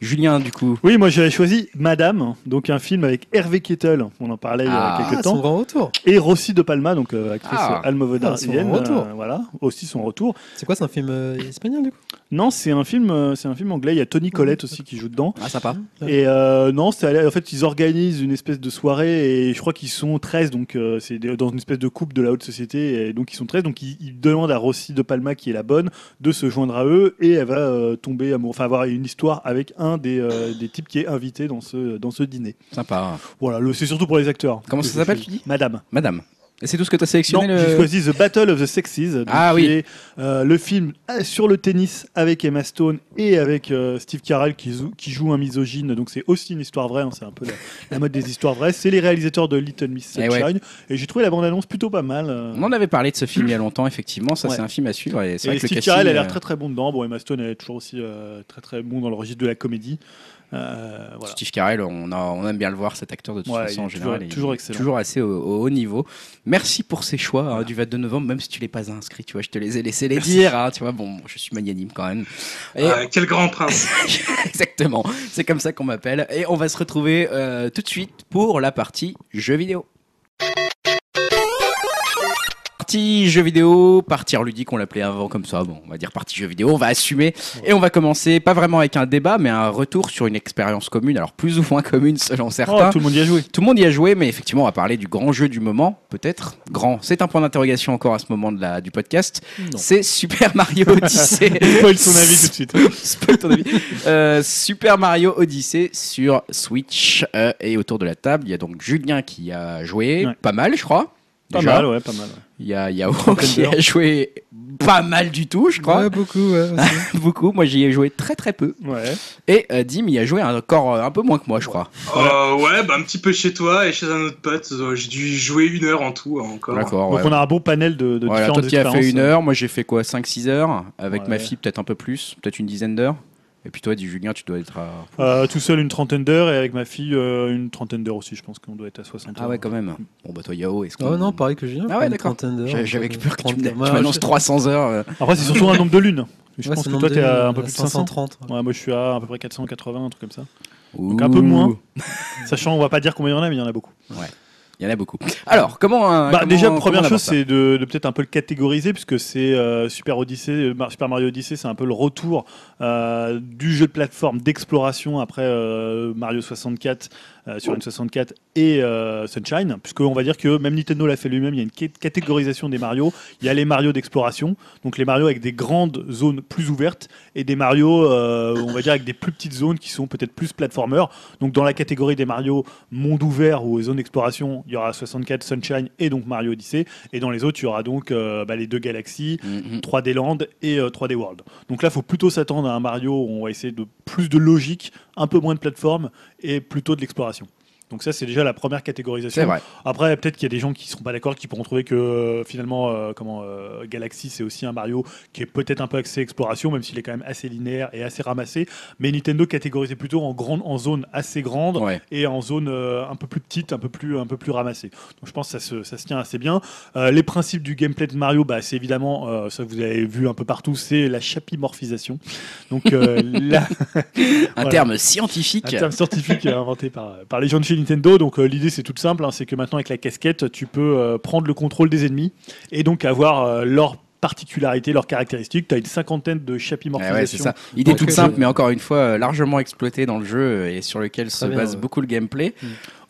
Speaker 1: Julien, du coup.
Speaker 3: Oui, moi j'avais choisi Madame, donc un film avec Hervé Kettel, on en parlait il y
Speaker 1: Ah.
Speaker 3: a
Speaker 4: Ah,
Speaker 3: quelques
Speaker 4: son
Speaker 3: temps,
Speaker 4: grand retour.
Speaker 3: et Rossi de Palma, donc euh, actrice
Speaker 1: Ah.
Speaker 3: euh, Almodovar
Speaker 4: Ah, son
Speaker 3: italienne,
Speaker 4: retour.
Speaker 3: euh, voilà, aussi son retour.
Speaker 4: C'est quoi, c'est un film euh, espagnol du coup
Speaker 3: Non, c'est un film, euh, c'est un film anglais. Il y a Tony Collette aussi qui joue dedans.
Speaker 1: Ah, sympa.
Speaker 4: Hmm.
Speaker 3: Et euh, non, c'est allé- en fait, ils organisent une espèce de soirée et je crois qu'ils sont 13, donc euh, c'est des- dans une espèce de coupe de la haute société. Et donc ils sont 13, donc ils, ils demandent à Rossi de Palma, qui est la bonne, de se joindre à eux et elle va euh, tomber amoureuse, enfin avoir une histoire avec un des, euh, des types qui est invité dans ce, dans ce dîner.
Speaker 1: Sympa.
Speaker 3: Voilà, le- c'est surtout pour les acteurs.
Speaker 1: Comment
Speaker 3: que
Speaker 1: ça
Speaker 3: je
Speaker 1: s'appelle,
Speaker 3: choisis.
Speaker 1: tu dis
Speaker 3: Madame.
Speaker 1: Madame. Et c'est tout ce que t'as
Speaker 3: Non,
Speaker 1: sélectionné
Speaker 3: j'ai
Speaker 1: le...
Speaker 3: choisi The Battle of the Sexes, donc,
Speaker 1: Ah
Speaker 3: qui
Speaker 1: oui.
Speaker 3: est euh, le film euh, sur le tennis avec Emma Stone et avec euh, Steve Carell qui, zou- qui joue un misogyne. Donc c'est aussi une histoire vraie, hein, c'est un peu la, la mode des histoires vraies. C'est les réalisateurs de Little Miss
Speaker 1: Eh
Speaker 3: Sunshine. Et, j'ai trouvé la bande-annonce plutôt pas mal. euh.
Speaker 1: On en avait parlé de ce film il y a longtemps, effectivement. Ça,
Speaker 3: Ouais.
Speaker 1: c'est un film à suivre. Et c'est
Speaker 3: Et
Speaker 1: vrai que
Speaker 3: Steve
Speaker 1: le
Speaker 3: Carell a
Speaker 1: casting,
Speaker 3: l'air
Speaker 1: euh,
Speaker 3: très très bon dedans. Bon, Emma Stone elle est toujours aussi euh, très très bon dans le registre de la comédie. Euh, voilà.
Speaker 1: Steve Carell, on, a- on aime bien le voir, cet acteur de toute
Speaker 3: Ouais,
Speaker 1: façon
Speaker 3: il est
Speaker 1: en général. il
Speaker 3: toujours-
Speaker 1: est
Speaker 3: toujours excellent.
Speaker 1: Toujours assez au, au haut niveau. Merci pour ces choix hein, du 22 novembre, même si tu l'es pas inscrit, tu vois, je te les ai laissés les dire. hein, tu vois, bon, je suis magnanime quand même. Et-
Speaker 2: Ah, quel grand prince!
Speaker 1: exactement, c'est comme ça qu'on m'appelle. Et on va se retrouver euh, tout de suite pour la partie jeux vidéo. Partie jeux vidéo, partie art ludique, on l'appelait avant comme ça. Bon, on va dire partie jeux vidéo, on va assumer. Et on va commencer, pas vraiment avec un débat, mais un retour sur une expérience commune, alors plus ou moins commune selon
Speaker 3: Oh,
Speaker 1: certains.
Speaker 3: tout le monde y a joué.
Speaker 1: Tout le monde y a joué, mais effectivement, on va parler du grand jeu du moment, peut-être. Grand, c'est un point d'interrogation encore à ce moment de la, du podcast.
Speaker 4: Non.
Speaker 1: C'est Super Mario Odyssey.
Speaker 3: Il spoil son avis tout de suite.
Speaker 1: Spoil ton avis. Euh, Super Mario Odyssey sur Switch. Euh, et autour de la table, il y a donc Julien qui a joué
Speaker 3: Ouais.
Speaker 1: pas mal, je crois.
Speaker 3: Pas
Speaker 1: Déjà.
Speaker 3: mal, ouais, pas mal. ouais.
Speaker 1: Il y a Yao qui a
Speaker 3: d'heures.
Speaker 1: joué pas mal du tout, je crois. Ah,
Speaker 4: Ouais, beaucoup. ouais, aussi.
Speaker 1: Beaucoup. Moi, j'y ai joué très très peu.
Speaker 3: Ouais.
Speaker 1: Et euh, Dim y a joué encore euh, un peu moins que moi, je crois.
Speaker 2: Euh, ouais, bah, un petit peu chez toi et chez un autre pote. euh, J'ai dû jouer une heure en tout hein, encore.
Speaker 1: D'accord.
Speaker 3: Donc
Speaker 1: ouais.
Speaker 3: on a un bon panel de, de
Speaker 1: Voilà, toi
Speaker 3: différentes
Speaker 1: qui as fait
Speaker 3: expériences. euh.
Speaker 1: une heure, moi j'ai fait quoi 5-6 heures Avec ma
Speaker 3: Ouais.
Speaker 1: fille peut-être un peu plus, peut-être une dizaine d'heures. Et puis toi, dis Julien, tu dois être à...
Speaker 3: Euh, tout seul une trentaine d'heures et avec ma fille euh, une trentaine d'heures aussi. Je pense qu'on doit être à 60
Speaker 1: Ah
Speaker 3: heures.
Speaker 1: ouais, quand même. Bon bah toi, Yao, est-ce qu'on...
Speaker 4: Oh non, pareil que Julien.
Speaker 1: Ah ouais,
Speaker 4: une
Speaker 1: d'accord.
Speaker 4: trentaine d'heures, euh,
Speaker 1: J'a- J'avais
Speaker 4: entre
Speaker 1: peur que tu
Speaker 4: 30,
Speaker 1: me- tu
Speaker 4: ouais,
Speaker 1: m'annonces
Speaker 4: je-
Speaker 1: 300 heures. euh.
Speaker 3: Après, c'est surtout un nombre de lunes. Je
Speaker 4: ouais,
Speaker 3: pense
Speaker 4: c'est
Speaker 3: que
Speaker 4: le
Speaker 3: toi,
Speaker 4: nombre
Speaker 3: t'es
Speaker 4: de- euh,
Speaker 3: à un peu plus de 500.
Speaker 4: 530. ouais.
Speaker 3: Ouais, moi, je suis à à peu près 480, un truc comme ça.
Speaker 1: Ouh.
Speaker 3: un peu moins. Sachant, on va pas dire combien il y en a, mais il y en a beaucoup.
Speaker 1: Il y en a beaucoup. Alors, comment... euh,
Speaker 3: Bah,
Speaker 1: comment-
Speaker 3: déjà,
Speaker 1: comment
Speaker 3: première
Speaker 1: on
Speaker 3: chose,
Speaker 1: aborde ça
Speaker 3: c'est de, de peut-être un peu le catégoriser, puisque c'est euh, Super Odyssey, euh, Mar- Super Mario Odyssey, c'est un peu le retour euh, du jeu de plateforme d'exploration après euh, Mario 64 euh, sur N64 et euh, Sunshine, puisque on va dire que même Nintendo l'a fait lui-même. Il y a une quai- catégorisation des Mario. Il y a les Mario d'exploration, donc les Mario avec des grandes zones plus ouvertes et des Mario, euh, on va dire avec des plus petites zones qui sont peut-être plus platformers. Donc dans la catégorie des Mario monde ouvert ou zone d'exploration, il y aura 64 Sunshine et donc Mario Odyssey. Et dans les autres, il y aura donc euh, bah, les deux galaxies,
Speaker 1: Mm, mm.
Speaker 3: 3D Land et euh, 3D World. Donc là, faut plutôt s'attendre à un Mario où on va essayer de plus de logique, un peu moins de plateforme et plutôt de l'exploration. Donc ça, c'est déjà la première
Speaker 1: C'est
Speaker 3: catégorisation.
Speaker 1: vrai.
Speaker 3: Après, peut-être qu'il y a des gens qui ne seront pas d'accord, qui pourront trouver que euh, finalement, euh, comment, euh, Galaxy, c'est aussi un Mario qui est peut-être un peu axé exploration, même s'il est quand même assez linéaire et assez ramassé. Mais Nintendo catégorisait plutôt en, grande, en zone assez grande
Speaker 1: Ouais.
Speaker 3: et en zone euh, un peu plus petite, un peu plus, un peu plus ramassée. Donc je pense que ça se, ça se tient assez bien. Euh, les principes du gameplay de Mario, bah, c'est évidemment, euh, ça vous avez vu un peu partout, c'est la chapimorphisation. Donc euh, la,
Speaker 1: Un
Speaker 3: Voilà.
Speaker 1: terme scientifique.
Speaker 3: un terme scientifique euh, inventé par, euh, par les gens de chez Nintendo. Donc euh, l'idée c'est toute simple, hein, c'est que maintenant avec la casquette, tu peux euh, prendre le contrôle des ennemis et donc avoir euh, leur particularités, leurs caractéristiques. Tu as une cinquantaine de
Speaker 1: Ah ouais, c'est
Speaker 3: chapimorphisations.
Speaker 1: ça. Idée
Speaker 4: Donc,
Speaker 1: toute
Speaker 4: euh,
Speaker 1: simple,
Speaker 4: je-
Speaker 1: mais encore une fois, euh, largement exploitée dans le jeu euh, et sur lequel se
Speaker 4: bien,
Speaker 1: base
Speaker 4: ouais.
Speaker 1: beaucoup le gameplay.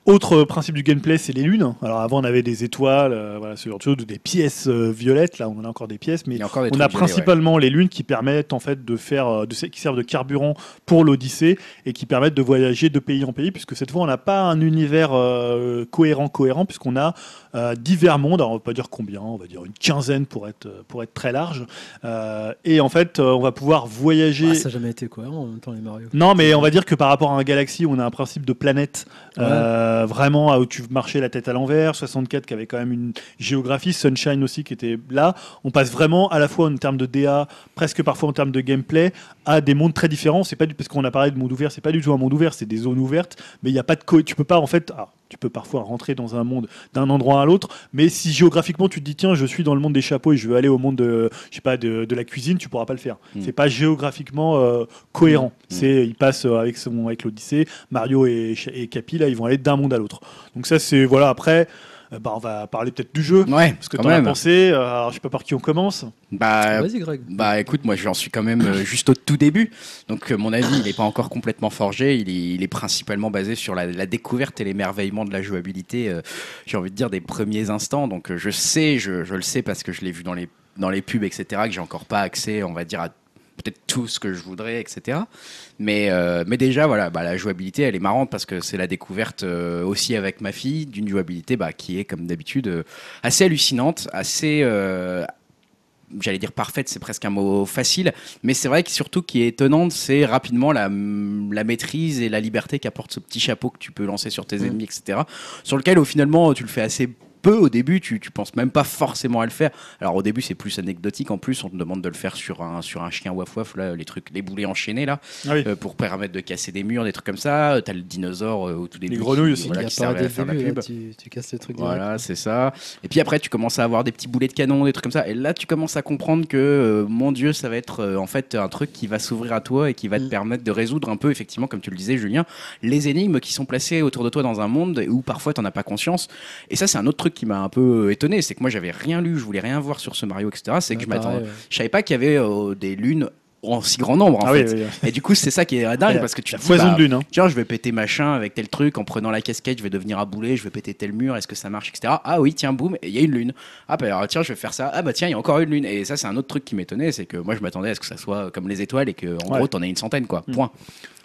Speaker 3: Autre euh, principe du gameplay, c'est les lunes. Alors avant, on avait des étoiles, euh, voilà, ce genre de choses, ou des pièces euh, violettes. Là, on en a encore des pièces, mais
Speaker 1: Il y a encore des
Speaker 3: on
Speaker 1: trucs
Speaker 3: a
Speaker 1: violets, ouais.
Speaker 3: principalement les lunes qui permettent en fait de faire, euh, de, qui servent de carburant pour l'Odyssée et qui permettent de voyager de pays en pays, puisque cette fois on n'a pas un univers euh, cohérent cohérent, puisqu'on a euh, divers mondes. Alors on va pas dire combien, on va dire une quinzaine pour être euh, pour être très large. Euh, et en fait, euh, on va pouvoir voyager.
Speaker 1: Bah,
Speaker 4: Ah, ça n'a jamais été cohérent en même temps, les Mario.
Speaker 3: Non, mais on va dire que par rapport à un galaxie, on a un principe de planète euh, vraiment à où tu marchais la tête à l'envers. 64 qui avait quand même une géographie, Sunshine aussi qui était là. On passe vraiment à la fois en termes de DA, presque parfois en termes de gameplay, à des mondes très différents. C'est pas du parce qu'on a parlé de monde ouvert, c'est pas du tout un monde ouvert, c'est des zones ouvertes. Mais il n'y a pas de co. Tu peux pas en fait. ah, tu peux parfois rentrer dans un monde d'un endroit à l'autre, mais si géographiquement tu te dis tiens je suis dans le monde des chapeaux et je veux aller au monde de je sais pas de, de la cuisine, tu pourras pas le faire.
Speaker 1: Mm.
Speaker 3: C'est pas géographiquement euh, cohérent.
Speaker 1: Hmm.
Speaker 3: C'est ils passent euh, avec son avec l'Odyssée, Mario et, Ch- et Capi là, ils vont aller d'un monde à l'autre. Donc ça c'est voilà après euh, bah, on va parler peut-être du jeu.
Speaker 1: Ouais,
Speaker 3: Parce que
Speaker 1: quand
Speaker 3: t'en as
Speaker 1: même.
Speaker 3: pensé, euh, alors je sais pas par qui on commence. Euh,
Speaker 1: Bah,
Speaker 4: Vas-y, Greg.
Speaker 1: Bah écoute, moi j'en suis quand même euh, juste au tout début. Donc euh, mon avis, il n'est pas encore complètement forgé. Il est, il est principalement basé sur la, la découverte et l'émerveillement de la jouabilité, euh, j'ai envie de dire, des premiers instants. Donc euh, je sais, je, je le sais parce que je l'ai vu dans les, dans les pubs, etc., que j'ai encore pas accès, on va dire, à peut-être tout ce que je voudrais, etc. Mais, euh, mais déjà, voilà, bah, la jouabilité, elle est marrante parce que c'est la découverte euh, aussi avec ma fille d'une jouabilité bah, qui est, comme d'habitude, euh, assez hallucinante, assez, euh, j'allais dire parfaite, c'est presque un mot facile, mais c'est vrai que surtout qui est étonnante, c'est rapidement la, la maîtrise et la liberté qu'apporte ce petit chapeau que tu peux lancer sur tes
Speaker 3: Mm.
Speaker 1: ennemis, etc. Sur lequel, au finalement, tu le fais assez peu au début, tu, tu penses même pas forcément à le faire. Alors au début c'est plus anecdotique, en plus on te demande de le faire sur un, sur un chien waf waf, là, les trucs, les boulets enchaînés là,
Speaker 3: Ah oui.
Speaker 1: euh, pour permettre de casser des murs, des trucs comme ça. Euh, T'as le dinosaure euh, au tout début. qui-
Speaker 3: grenouilles aussi.
Speaker 1: voilà,
Speaker 4: Il
Speaker 1: qui
Speaker 4: apparaît
Speaker 1: servait
Speaker 4: dès
Speaker 1: à faire
Speaker 4: le
Speaker 1: la
Speaker 4: début,
Speaker 3: euh,
Speaker 1: pub.
Speaker 4: là, euh, tu, tu casses les trucs direct.
Speaker 1: Voilà, c'est ça. Et puis après, tu commences à avoir des petits boulets de canon, des trucs comme ça. Et là, tu commences à comprendre que, euh, mon Dieu, ça va être euh, en fait un truc qui va s'ouvrir à toi et qui va te
Speaker 4: Mm.
Speaker 1: permettre de résoudre un peu, effectivement, comme tu le disais, Julien, les énigmes qui sont placées autour de toi dans un monde où parfois tu n'en as pas conscience. Et ça, c'est un autre truc qui m'a un peu euh, étonné. C'est que moi, j'avais rien lu, je voulais rien voir sur ce Mario, etc. C'est que je
Speaker 4: Ouais,
Speaker 1: m'attendais.
Speaker 4: Ah, pareil, ouais.
Speaker 1: Je savais pas qu'il y avait euh, des lunes en si grand nombre, en
Speaker 3: ah
Speaker 1: fait.
Speaker 3: oui, oui, oui.
Speaker 1: Et du coup, c'est ça qui est dingue parce que tu
Speaker 3: la
Speaker 1: te dis,
Speaker 3: foison
Speaker 1: bah,
Speaker 3: de lune. hein.
Speaker 1: Tiens, je vais péter machin avec tel truc, en prenant la casquette, je vais devenir un boulet, je vais péter tel mur, est-ce que ça marche, etc. Ah oui, tiens, boum, et il y a une lune. Ah bah alors, tiens, je vais faire ça. Ah bah tiens, il y a encore une lune. Et ça, c'est un autre truc qui m'étonnait, c'est que moi, je m'attendais à ce que ça soit comme les étoiles et que, en
Speaker 3: Ouais.
Speaker 1: gros, t'en aies une centaine, quoi.
Speaker 3: Mm.
Speaker 1: Point.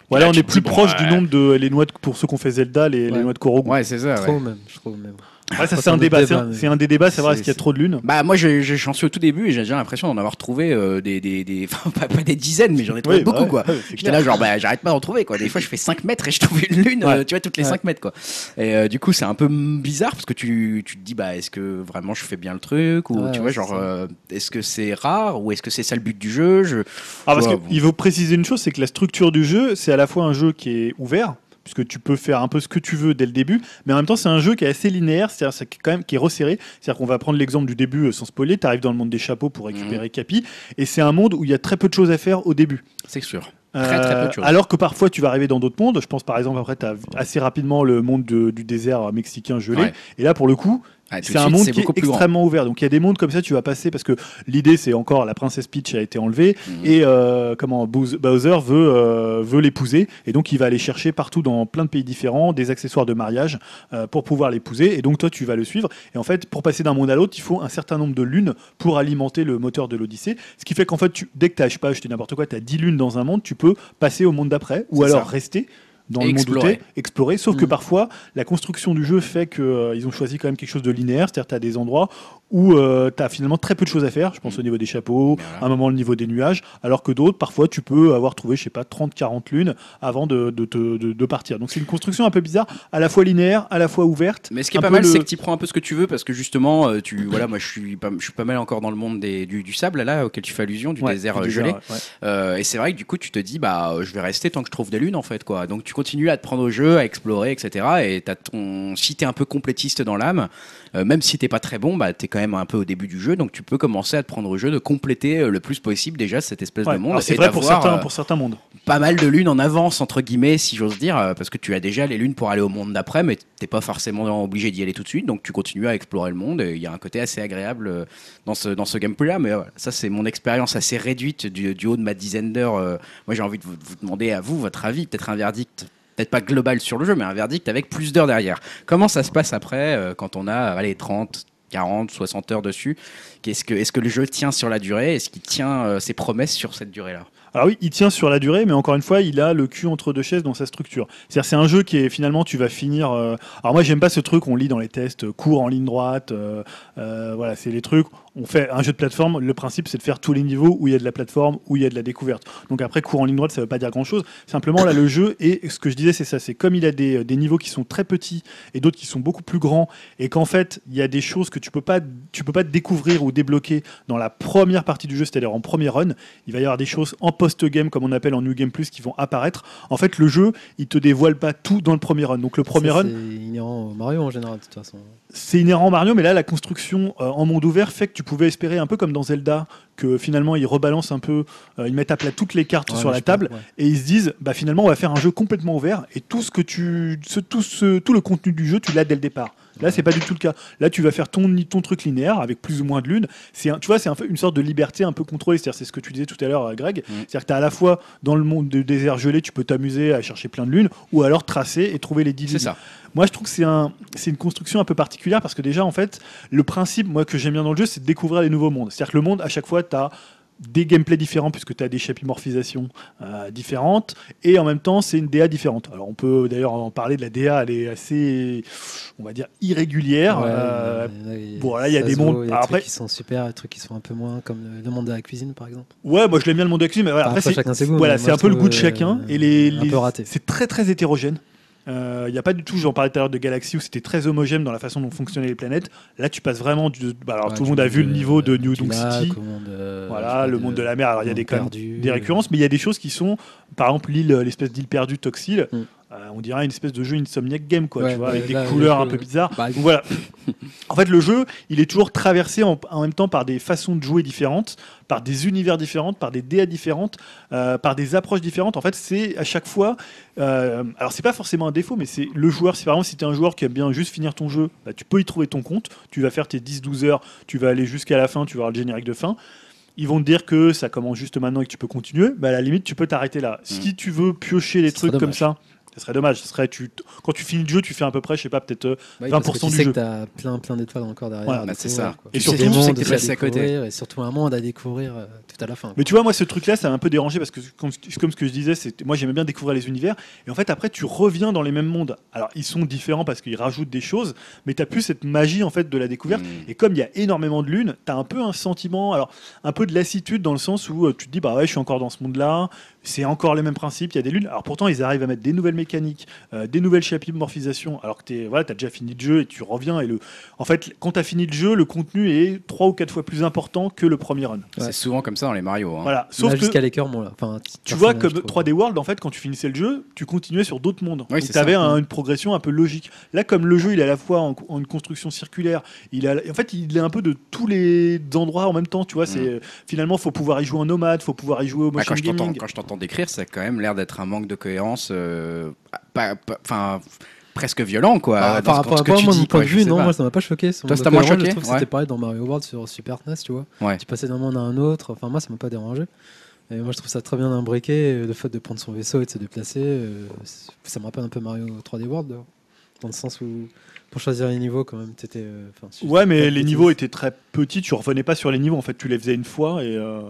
Speaker 3: Voilà,
Speaker 1: Là,
Speaker 3: on
Speaker 1: tu
Speaker 3: est
Speaker 1: te
Speaker 3: plus
Speaker 1: dis, bon,
Speaker 3: proche
Speaker 1: ouais.
Speaker 3: du nombre de les noix de, pour ceux qu'on fait Zelda, les, les
Speaker 4: Ouais.
Speaker 3: noix de Korogu.
Speaker 1: Ouais, c'est ça. ouais.
Speaker 4: Trop même, je trouve même.
Speaker 3: Après, ça
Speaker 4: Pas
Speaker 3: c'est un
Speaker 4: tant de
Speaker 3: débat, c'est
Speaker 4: débat,
Speaker 3: un,
Speaker 4: mais-
Speaker 3: c'est un des débats, savoir
Speaker 1: C'est-
Speaker 3: est-ce qu'il y a trop de lunes.
Speaker 1: Bah moi, je- je- j'en suis au tout début et j'ai déjà l'impression d'en avoir trouvé euh, des, des, des- enfin, pas, pas des dizaines, mais j'en ai trouvé
Speaker 3: Oui, bah
Speaker 1: beaucoup,
Speaker 3: ouais.
Speaker 1: quoi.
Speaker 3: Ouais, c'est
Speaker 1: J'étais
Speaker 3: clair.
Speaker 1: là, genre, bah, j'arrête pas d'en trouver, quoi. Des fois, je fais 5 mètres et je trouve une lune, euh, tu vois, toutes les
Speaker 4: Ouais.
Speaker 1: 5 mètres, quoi. Et euh, du coup, c'est un peu mm, bizarre parce que tu, tu te dis, bah, est-ce que vraiment je fais bien le truc Ou
Speaker 4: Ouais,
Speaker 1: tu
Speaker 4: ouais,
Speaker 1: vois, genre,
Speaker 4: c'est ça.
Speaker 1: euh, est-ce que c'est rare Ou est-ce que c'est ça le but du jeu je...
Speaker 3: Ah, parce
Speaker 1: Ouais,
Speaker 3: qu'il
Speaker 1: bon.
Speaker 3: il faut préciser une chose, c'est que la structure du jeu, c'est à la fois un jeu qui est ouvert, puisque tu peux faire un peu ce que tu veux dès le début, mais en même temps, c'est un jeu qui est assez linéaire, c'est-à-dire c'est quand même qui est resserré. C'est-à-dire qu'on va prendre l'exemple du début euh, sans spoiler, tu arrives dans le monde des chapeaux pour
Speaker 1: Mhm.
Speaker 3: récupérer Capi, et c'est un monde où il y a très peu de choses à faire au début. Euh,
Speaker 1: C'est sûr. Très, très peu de choses.
Speaker 3: Alors que parfois tu vas arriver dans d'autres mondes. Je pense par exemple après tu as assez rapidement le monde de- du désert euh, mexicain gelé.
Speaker 1: Ouais.
Speaker 3: Et là pour le coup
Speaker 1: Ah, tout de
Speaker 3: c'est un
Speaker 1: suite,
Speaker 3: monde
Speaker 1: c'est
Speaker 3: qui est
Speaker 1: beaucoup plus grand.
Speaker 3: extrêmement ouvert. Donc il y a des mondes comme ça, tu vas passer parce que l'idée c'est encore la princesse Peach a été enlevée
Speaker 1: Mhm.
Speaker 3: et euh, comment Bowser Bowser veut euh, veut l'épouser et donc il va aller chercher partout dans plein de pays différents des accessoires de mariage euh, pour pouvoir l'épouser et donc toi tu vas le suivre et en fait pour passer d'un monde à l'autre il faut un certain nombre de lunes pour alimenter le moteur de l'Odyssée ce qui fait qu'en fait tu, dès que tu as je sais pas acheté n'importe quoi tu as 10 lunes dans un monde tu peux passer au monde d'après ou
Speaker 1: C'est
Speaker 3: alors
Speaker 1: ça.
Speaker 3: rester dans
Speaker 1: Et
Speaker 3: le monde où
Speaker 1: explorer. Mm.
Speaker 3: t'es, explorer sauf que
Speaker 4: Mhm.
Speaker 3: parfois la construction du jeu fait qu'ils ont choisi quand même quelque chose de linéaire, c'est-à-dire tu as des endroits où tu as finalement très peu de choses à faire, je
Speaker 1: Mm.
Speaker 3: pense au niveau des chapeaux,
Speaker 1: Voilà.
Speaker 3: à un moment le niveau des nuages, alors que d'autres, parfois tu peux avoir trouvé, je sais pas, 30-40 lunes avant de, de, te- de- de partir. Donc c'est une construction un peu bizarre, à la fois linéaire, à la fois ouverte.
Speaker 1: Mais ce qui est
Speaker 3: Un
Speaker 1: pas
Speaker 3: peu
Speaker 1: mal,
Speaker 3: le-
Speaker 1: c'est que tu prends un peu ce que tu veux parce que justement, euh, tu voilà, moi je suis pas, je suis pas mal encore dans le monde des, du, du sable là auquel tu fais allusion, du
Speaker 3: Ouais,
Speaker 1: désert
Speaker 3: du
Speaker 1: euh,
Speaker 3: désert,
Speaker 1: gelé.
Speaker 3: ouais.
Speaker 1: Euh, et c'est vrai que du coup, tu te dis, bah, euh, je vais rester tant que je trouve des lunes en fait, quoi. Donc tu continues à te prendre au jeu, à explorer, etc. Et t'as ton, si t'es un peu complétiste dans l'âme, euh, même si t'es pas très bon, bah, t'es quand même un peu au début du jeu, donc tu peux commencer à te prendre au jeu de compléter euh, le plus possible déjà cette espèce
Speaker 3: Ouais.
Speaker 1: de monde.
Speaker 3: Alors, c'est
Speaker 1: et
Speaker 3: vrai pour
Speaker 1: d'avoir,
Speaker 3: certains,
Speaker 1: euh,
Speaker 3: pour certains mondes.
Speaker 1: pas mal de lunes en avance, entre guillemets, si j'ose dire, euh, parce que tu as déjà les lunes pour aller au monde d'après, mais t'es pas forcément obligé d'y aller tout de suite, donc tu continues à explorer le monde. et Il y a un côté assez agréable euh, dans ce, dans ce gameplay-là, mais euh, voilà, ça, c'est mon expérience assez réduite du, du haut de ma dizaine d'heures. euh, moi, j'ai envie de vous, vous demander à vous votre avis, peut-être un verdict. Peut-être pas global sur le jeu, mais un verdict avec plus d'heures derrière. Comment ça se passe après euh, quand on a euh, allez, 30, 40, 60 heures dessus Qu'est-ce que, Est-ce que le jeu tient sur la durée Est-ce qu'il tient euh, ses promesses sur cette durée-là
Speaker 3: Alors oui, il tient sur la durée, mais encore une fois, il a le cul entre deux chaises dans sa structure. C'est-à-dire, c'est un jeu qui est finalement, tu vas finir. euh, Alors moi, j'aime pas ce truc. On lit dans les tests, euh, cours en ligne droite. euh, euh, voilà, c'est les trucs. On fait un jeu de plateforme. Le principe, c'est de faire tous les niveaux où il y a de la plateforme, où il y a de la découverte. Donc après, cours en ligne droite, ça veut pas dire grand-chose. Simplement, là, le jeu et ce que je disais, c'est ça. C'est comme il a des, euh, des niveaux qui sont très petits et d'autres qui sont beaucoup plus grands, et qu'en fait, il y a des choses que tu peux pas, tu peux pas découvrir ou débloquer dans la première partie du jeu, c'est-à-dire en premier run. Il va y avoir des choses en post-game, comme on appelle en New Game Plus, qui vont apparaître. En fait, le jeu, il te dévoile pas tout dans le premier run. Donc, le premier
Speaker 4: Ça,
Speaker 3: run,
Speaker 4: c'est inhérent au Mario en général, de toute façon.
Speaker 3: c'est inhérent au Mario, mais là, la construction euh, en monde ouvert fait que tu pouvais espérer, un peu comme dans Zelda, que finalement, ils rebalancent un peu, euh, ils mettent à plat toutes les cartes
Speaker 4: Ouais,
Speaker 3: sur
Speaker 4: mais
Speaker 3: la
Speaker 4: je peux-
Speaker 3: table
Speaker 4: ouais.
Speaker 3: et ils se disent bah finalement on va faire un jeu complètement ouvert et tout ce que tu ce- tout ce- tout le contenu du jeu tu l'as dès le départ là c'est pas du tout le cas là tu vas faire ton ton truc linéaire avec plus ou moins de lune c'est un- tu vois c'est un peu une sorte de liberté un peu contrôlée c'est c'est ce que tu disais tout à l'heure euh,
Speaker 4: Mm.
Speaker 3: Greg c'est à dire que tu as à la fois dans le monde du désert gelé tu peux t'amuser à chercher plein de lunes ou alors tracer et trouver les 10
Speaker 1: C'est
Speaker 3: lunes.
Speaker 1: ça.
Speaker 3: Moi, je trouve que c'est un, c'est une construction un peu particulière parce que déjà, en fait, le principe, moi, que j'aime bien dans le jeu, c'est de découvrir les nouveaux mondes. C'est-à-dire que le monde, à chaque fois, tu as des gameplays différents puisque tu as des chapimorphisations euh, différentes et en même temps c'est une DA différente alors on peut d'ailleurs en parler de la DA elle est assez on va dire irrégulière
Speaker 4: Ouais,
Speaker 3: euh,
Speaker 4: mais là, il-
Speaker 3: bon, là, il y a
Speaker 4: ça
Speaker 3: des
Speaker 4: se voit,
Speaker 3: mondes-
Speaker 4: il y a des
Speaker 3: alors
Speaker 4: trucs
Speaker 3: après-
Speaker 4: qui sont super, des trucs qui sont un peu moins, comme le- le monde de la cuisine, par exemple.
Speaker 3: Ouais, moi je l'aime bien le monde de la cuisine, mais voilà,
Speaker 4: Enfin,
Speaker 3: après,
Speaker 4: après,
Speaker 3: c'est-
Speaker 4: chacun ses goûts,
Speaker 3: voilà,
Speaker 4: mais
Speaker 3: c'est
Speaker 4: moi,
Speaker 3: un
Speaker 4: je
Speaker 3: peu le
Speaker 4: trouve,
Speaker 3: goût de chacun
Speaker 4: euh,
Speaker 3: et les,
Speaker 4: un
Speaker 3: les-
Speaker 4: peu raté.
Speaker 3: c'est très très hétérogène. Il n'y a pas du tout, j'en parlais tout à l'heure de Galaxy où c'était très homogène dans la façon dont fonctionnaient les planètes. Là, tu passes vraiment du. bah, alors,
Speaker 4: Ouais,
Speaker 3: tout le
Speaker 4: du
Speaker 3: monde a vu le
Speaker 4: de-
Speaker 3: niveau de New
Speaker 4: du
Speaker 3: Donk
Speaker 4: lac,
Speaker 3: City,
Speaker 4: au monde, euh, je sais
Speaker 3: voilà,
Speaker 4: pas,
Speaker 3: le monde de la mer. Alors, il y a
Speaker 4: monde
Speaker 3: des, quand même
Speaker 4: perdu,
Speaker 3: des
Speaker 4: euh,
Speaker 3: récurrences, mais il y a des choses qui sont, par exemple, l'île, euh, l'espèce d'île perdue Toxil,
Speaker 4: Mm.
Speaker 3: euh, on dirait une espèce de jeu Insomniac Game, quoi,
Speaker 4: Ouais,
Speaker 3: tu vois,
Speaker 4: ouais,
Speaker 3: avec des
Speaker 4: là,
Speaker 3: couleurs
Speaker 4: là,
Speaker 3: un peu
Speaker 4: je-
Speaker 3: bizarres.
Speaker 4: bah,
Speaker 3: Donc voilà. En fait, le jeu, il est toujours traversé en, en même temps par des façons de jouer différentes, par des univers différentes, par des DA différentes, euh, par des approches différentes. En fait, c'est à chaque fois. euh, alors, c'est pas forcément un défaut, mais c'est le joueur. Si par exemple, si t'es un joueur qui aime bien juste finir ton jeu, bah, tu peux y trouver ton compte. Tu vas faire tes 10-12 heures, tu vas aller jusqu'à la fin, tu vas avoir le générique de fin. Ils vont te dire que ça commence juste maintenant et que tu peux continuer. Bah, à la limite, tu peux t'arrêter là. Si tu veux piocher des
Speaker 4: Mm. Ce serait
Speaker 3: trucs comme
Speaker 4: dommage.
Speaker 3: ça, ce serait dommage. Ce serait, tu, quand tu finis le jeu, tu fais à peu près, je sais pas, peut-être. euh,
Speaker 4: Bah oui, parce que
Speaker 3: 20%
Speaker 4: tu
Speaker 3: du
Speaker 4: sais
Speaker 3: jeu.
Speaker 4: que t'as plein, plein d'étoiles encore derrière.
Speaker 3: Voilà,
Speaker 4: à
Speaker 1: bah, c'est ça.
Speaker 4: découvrir, quoi.
Speaker 3: Et
Speaker 4: Tu
Speaker 3: surtout,
Speaker 4: sais des
Speaker 3: tu sais
Speaker 4: mondes
Speaker 1: que t'es
Speaker 4: à
Speaker 1: passé à côté.
Speaker 4: découvrir, Et surtout un monde à découvrir euh, tout à la fin.
Speaker 3: Mais
Speaker 4: quoi.
Speaker 3: tu vois, moi, ce truc-là, ça m'a un peu dérangé parce que, comme, comme ce que je disais, c'est moi, j'aimais bien découvrir les univers. Et en fait, après, tu reviens dans les mêmes mondes. Alors, ils sont différents parce qu'ils rajoutent des choses, mais tu plus cette magie, en fait, de la découverte.
Speaker 1: Hmm.
Speaker 3: Et comme il y a énormément de lune, tu as un peu un sentiment, alors, un peu de lassitude dans le sens où euh, tu te dis, bah ouais, je suis encore dans ce monde-là, c'est encore les mêmes principes, il y a des lunes. Alors, pourtant, ils arrivent à mettre des nouvelles mécaniques, euh, des nouvelles chapimorphisations, alors que tu voilà, as déjà fini le jeu et tu reviens. Et le... En fait, quand tu as fini le jeu, le contenu est trois ou quatre fois plus important que le premier run.
Speaker 1: C'est
Speaker 4: Ouais.
Speaker 1: souvent comme ça dans les Mario. hein.
Speaker 3: Voilà,
Speaker 4: Sauf
Speaker 3: sauf
Speaker 4: là,
Speaker 3: que
Speaker 4: jusqu'à l'écœur, bon, là. Enfin,
Speaker 3: tu vois, comme
Speaker 4: personnage, je trouve.
Speaker 3: 3D World, en fait, quand tu finissais le jeu, tu continuais sur d'autres mondes.
Speaker 1: Oui,
Speaker 3: Donc,
Speaker 1: c'est
Speaker 3: tu avais
Speaker 1: ça. Mm.
Speaker 3: une progression un peu logique. Là, comme le jeu, il est à la fois en, en une construction circulaire, il a, en fait, il est un peu de tous les endroits en même temps. Tu vois, c'est finalement, faut pouvoir y jouer en nomade, faut pouvoir y jouer au
Speaker 1: Mm. Ah,
Speaker 3: motion
Speaker 1: quand, je t'entends,
Speaker 3: gaming.
Speaker 1: quand je t'entends décrire, ça a quand même l'air d'être un manque de cohérence, euh, pas, pas- enfin, presque violent, quoi.
Speaker 4: Bah,
Speaker 1: dans
Speaker 4: par
Speaker 1: ce-
Speaker 4: rapport
Speaker 1: ce
Speaker 4: à
Speaker 1: que
Speaker 4: quoi,
Speaker 1: tu
Speaker 4: moi,
Speaker 1: dis,
Speaker 4: mon
Speaker 1: quoi,
Speaker 4: point de
Speaker 1: je
Speaker 4: vue,
Speaker 1: sais
Speaker 4: non,
Speaker 1: pas.
Speaker 4: moi, ça m'a pas choqué. Sur
Speaker 1: Toi,
Speaker 4: mon
Speaker 1: ça t'a moins
Speaker 4: Pokémon,
Speaker 1: choqué
Speaker 4: Je trouve que
Speaker 1: Ouais.
Speaker 4: c'était pareil dans Mario World sur Super NES, tu vois.
Speaker 1: Ouais.
Speaker 4: Tu passais d'un monde à un autre. Enfin, moi, ça m'a pas dérangé. Et moi, je trouve ça très bien imbriqué. euh, Le fait de prendre son vaisseau et de se déplacer, euh, c'est- ça me rappelle un peu Mario 3D World, d'ailleurs. dans le sens où pour choisir les niveaux, quand même, t'étais. euh, enfin, si je
Speaker 3: Ouais,
Speaker 4: dis pas
Speaker 3: mais
Speaker 4: de
Speaker 3: les
Speaker 4: bêtises.
Speaker 3: niveaux étaient très petits. Tu revenais pas sur les niveaux. En fait, tu les faisais une fois et. euh,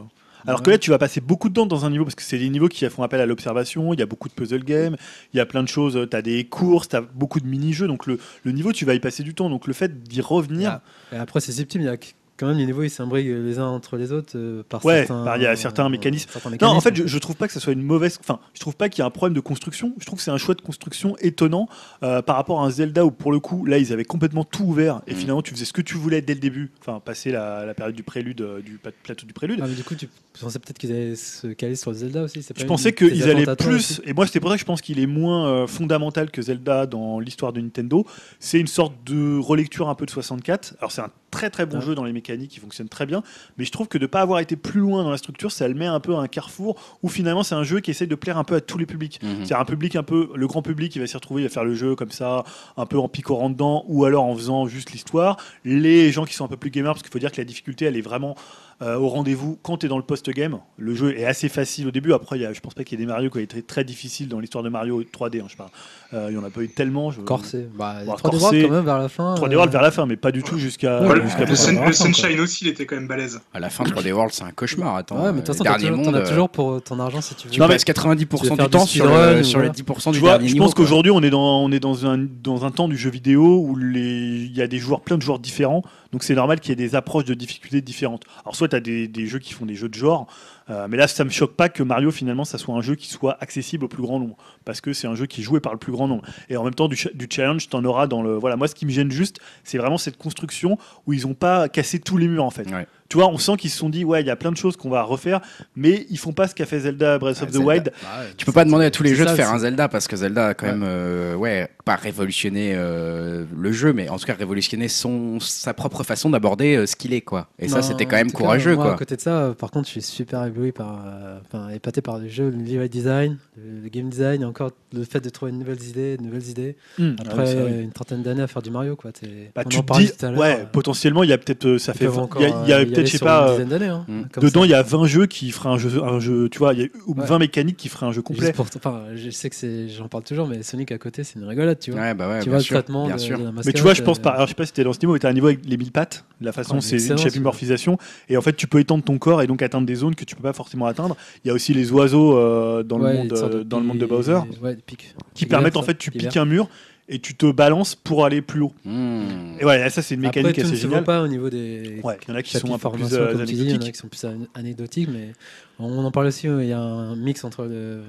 Speaker 3: Alors que là, tu vas passer beaucoup de temps dans un niveau parce que c'est des niveaux qui font appel à l'observation. Il y a beaucoup de puzzle games, il y a plein de choses. Tu as des courses, tu as beaucoup de mini-jeux. Donc le, le niveau, tu vas y passer du temps. Donc le fait d'y revenir,
Speaker 4: Ah. Et après, c'est subtil, mais il y a qu- quand même les niveaux, ils s'imbriquent les uns entre les autres euh, par
Speaker 3: Ouais,
Speaker 4: certains. euh,
Speaker 3: par- il y a certains mécanismes.
Speaker 4: certains
Speaker 3: Non, en
Speaker 4: mécanismes.
Speaker 3: fait, je, je trouve pas que ça soit une mauvaise. Enfin, je trouve pas qu'il y a un problème de construction. Je trouve que c'est un choix de construction étonnant euh, par rapport à un Zelda où, pour le coup, là, ils avaient complètement tout ouvert et
Speaker 1: Mhm.
Speaker 3: finalement, tu faisais ce que tu voulais dès le début. Enfin, passer la, la période du prélude, euh, du pa- plateau du prélude.
Speaker 4: Ah, mais du coup, tu pensais peut-être qu'ils allaient se caler sur Zelda aussi. c'est pas
Speaker 3: Je
Speaker 4: une-
Speaker 3: pensais
Speaker 4: tes
Speaker 3: qu'ils allaient
Speaker 4: attentes à toi
Speaker 3: plus,
Speaker 4: aussi.
Speaker 3: et moi c'était pour ça que je pense qu'il est moins euh, fondamental que Zelda dans l'histoire de Nintendo. C'est une sorte de relecture un peu de 64. Alors c'est un très très bon
Speaker 4: Ouais.
Speaker 3: jeu dans les mécaniques qui fonctionne très bien. Mais je trouve que de ne pas avoir été plus loin dans la structure, ça le met un peu à un carrefour où finalement c'est un jeu qui essaye de plaire un peu à tous les publics.
Speaker 1: Mhm.
Speaker 3: C'est un public un peu, le grand public, il va s'y retrouver, il va faire le jeu comme ça, un peu en picorant dedans, ou alors en faisant juste l'histoire. Les gens qui sont un peu plus gamers, parce qu'il faut dire que la difficulté, elle est vraiment euh, au rendez-vous quand tu es dans le post-game. Le jeu est assez facile au début. Après, il y a- je pense pas qu'il y ait des Mario qui ont été très difficiles dans l'histoire de Mario 3D, hein, je parle. Euh, Il y en a pas eu tellement. Je...
Speaker 4: Corsé. Bah,
Speaker 3: Bon,
Speaker 4: 3D
Speaker 3: euh, corsé.
Speaker 4: World quand même vers la fin.
Speaker 3: 3D
Speaker 4: euh,
Speaker 3: World vers la fin, mais pas du tout jusqu'à.
Speaker 4: Ouais,
Speaker 2: le,
Speaker 3: jusqu'à
Speaker 2: le Sun-
Speaker 3: présent. hein,
Speaker 2: le Sunshine aussi, il était quand même balèze.
Speaker 1: À la fin, 3D World, c'est un cauchemar. Attends,
Speaker 4: Ouais, mais de
Speaker 1: euh,
Speaker 4: toute façon, t'as
Speaker 1: dernier
Speaker 4: toujours- t'en
Speaker 1: monde.
Speaker 4: as
Speaker 1: euh,
Speaker 4: toujours pour ton argent si tu veux.
Speaker 1: Tu passes 90%
Speaker 4: tu
Speaker 1: du
Speaker 4: veux
Speaker 1: temps
Speaker 4: faire du
Speaker 1: sur,
Speaker 4: speedrun
Speaker 1: le-
Speaker 4: ou
Speaker 1: sur les
Speaker 4: voilà.
Speaker 1: 10%
Speaker 3: Tu
Speaker 1: du
Speaker 3: vois,
Speaker 1: dernier
Speaker 3: je
Speaker 1: niveau,
Speaker 3: pense
Speaker 1: quoi.
Speaker 3: qu'aujourd'hui on est dans on est dans un dans un temps du jeu vidéo où les il y a des joueurs plein de joueurs différents, donc c'est normal qu'il y ait des approches de difficultés différentes. Alors soit tu as des, des jeux qui font des jeux de genre, euh, mais là ça me choque pas que Mario finalement ça soit un jeu qui soit accessible au plus grand nombre parce que c'est un jeu qui est joué par le plus grand nombre. Et en même temps du, cha- du challenge, tu en auras dans le voilà, moi ce qui me gêne juste, c'est vraiment cette construction où ils ont pas cassé tous les murs en fait.
Speaker 1: Ouais.
Speaker 3: Tu vois, on sent qu'ils se sont dit ouais, il y a plein de choses qu'on va refaire, mais ils font pas ce qu'a fait Zelda Breath
Speaker 1: Ah,
Speaker 3: of the
Speaker 1: Zelda.
Speaker 3: Wild
Speaker 1: Tu peux pas demander à tous les
Speaker 4: c'est
Speaker 1: jeux de
Speaker 4: ça,
Speaker 1: faire
Speaker 4: c'est-
Speaker 1: un Zelda parce que Zelda a quand
Speaker 4: Ouais.
Speaker 1: même, euh, ouais, pas révolutionné euh, le jeu, mais en tout cas révolutionné son, sa propre façon d'aborder euh, ce qu'il est, quoi. Et ça,
Speaker 4: Non,
Speaker 1: c'était quand même
Speaker 4: en tout cas,
Speaker 1: courageux,
Speaker 4: moi, À
Speaker 1: quoi.
Speaker 4: côté de ça, euh, par contre, je suis super ébloui par, euh, enfin, épaté par le jeu, le level design, le le game design, et encore le fait de trouver de nouvelles idées, de nouvelles
Speaker 3: Ah
Speaker 4: idées.
Speaker 1: Ah,
Speaker 4: Après une trentaine d'années à faire du Mario, quoi. t'es-
Speaker 3: Bah,
Speaker 4: on
Speaker 3: tu
Speaker 4: en
Speaker 3: te
Speaker 4: parlait
Speaker 3: dis,
Speaker 4: tout à l'heure,
Speaker 3: ouais,
Speaker 4: euh,
Speaker 3: potentiellement, il y a peut-être, euh, ça
Speaker 4: ils
Speaker 3: fait,
Speaker 4: peuvent
Speaker 3: vingt-
Speaker 4: encore,
Speaker 3: il y a, il y a
Speaker 4: euh, y aller
Speaker 3: peut-être, je sais
Speaker 4: sur
Speaker 3: pas,
Speaker 4: une
Speaker 3: euh,
Speaker 4: dizaine d'années, hein,
Speaker 1: Mm.
Speaker 4: comme
Speaker 3: dedans,
Speaker 4: ça.
Speaker 3: il y a 20 jeux qui feraient un jeu, un jeu, tu vois, il y a ou
Speaker 4: Ouais.
Speaker 3: 20 mécaniques qui feraient un jeu complet.
Speaker 4: Juste pour- enfin, je sais que c'est, j'en parle toujours, mais Sonic à côté, c'est une rigolade, tu vois.
Speaker 1: Ouais, bah ouais,
Speaker 4: tu
Speaker 1: bien
Speaker 4: vois le
Speaker 1: sûr,
Speaker 4: traitement
Speaker 1: bien
Speaker 4: de,
Speaker 1: sûr.
Speaker 4: de la
Speaker 3: Mais tu
Speaker 4: mascotte,
Speaker 3: vois, je pense
Speaker 4: euh,
Speaker 3: par, alors, je sais pas hein, si t'es dans ce niveau, mais t'es à un niveau avec les mille pattes, la façon,
Speaker 4: Oh,
Speaker 3: c'est une
Speaker 4: excellent, ça.
Speaker 3: chapimorphisation, et en fait, tu peux étendre ton corps et donc atteindre des zones que tu peux pas forcément atteindre. Il y a aussi les oiseaux euh, dans
Speaker 4: ouais,
Speaker 3: le monde,
Speaker 4: une sorte
Speaker 3: euh, dans le monde de
Speaker 4: pi-
Speaker 3: Bowser,
Speaker 4: ouais, de pic.
Speaker 3: qui
Speaker 4: Pic
Speaker 3: permettent
Speaker 4: vert,
Speaker 3: en fait, tu
Speaker 4: pic
Speaker 3: piques
Speaker 4: vert.
Speaker 3: un mur et tu te balances pour aller plus haut.
Speaker 1: Mmh.
Speaker 3: Et voilà, ça c'est une
Speaker 4: Après,
Speaker 3: mécanique
Speaker 4: tout ne
Speaker 3: assez
Speaker 4: se voit
Speaker 3: géniale.
Speaker 4: pas au niveau des
Speaker 3: Ouais, il y en a qui sont un peu plus
Speaker 4: formation,
Speaker 3: euh,
Speaker 4: comme tu dis, il y en a
Speaker 3: anecdotiques.
Speaker 4: qui sont plus an- anecdotiques, mais on en parle aussi. euh, Il y a un mix entre le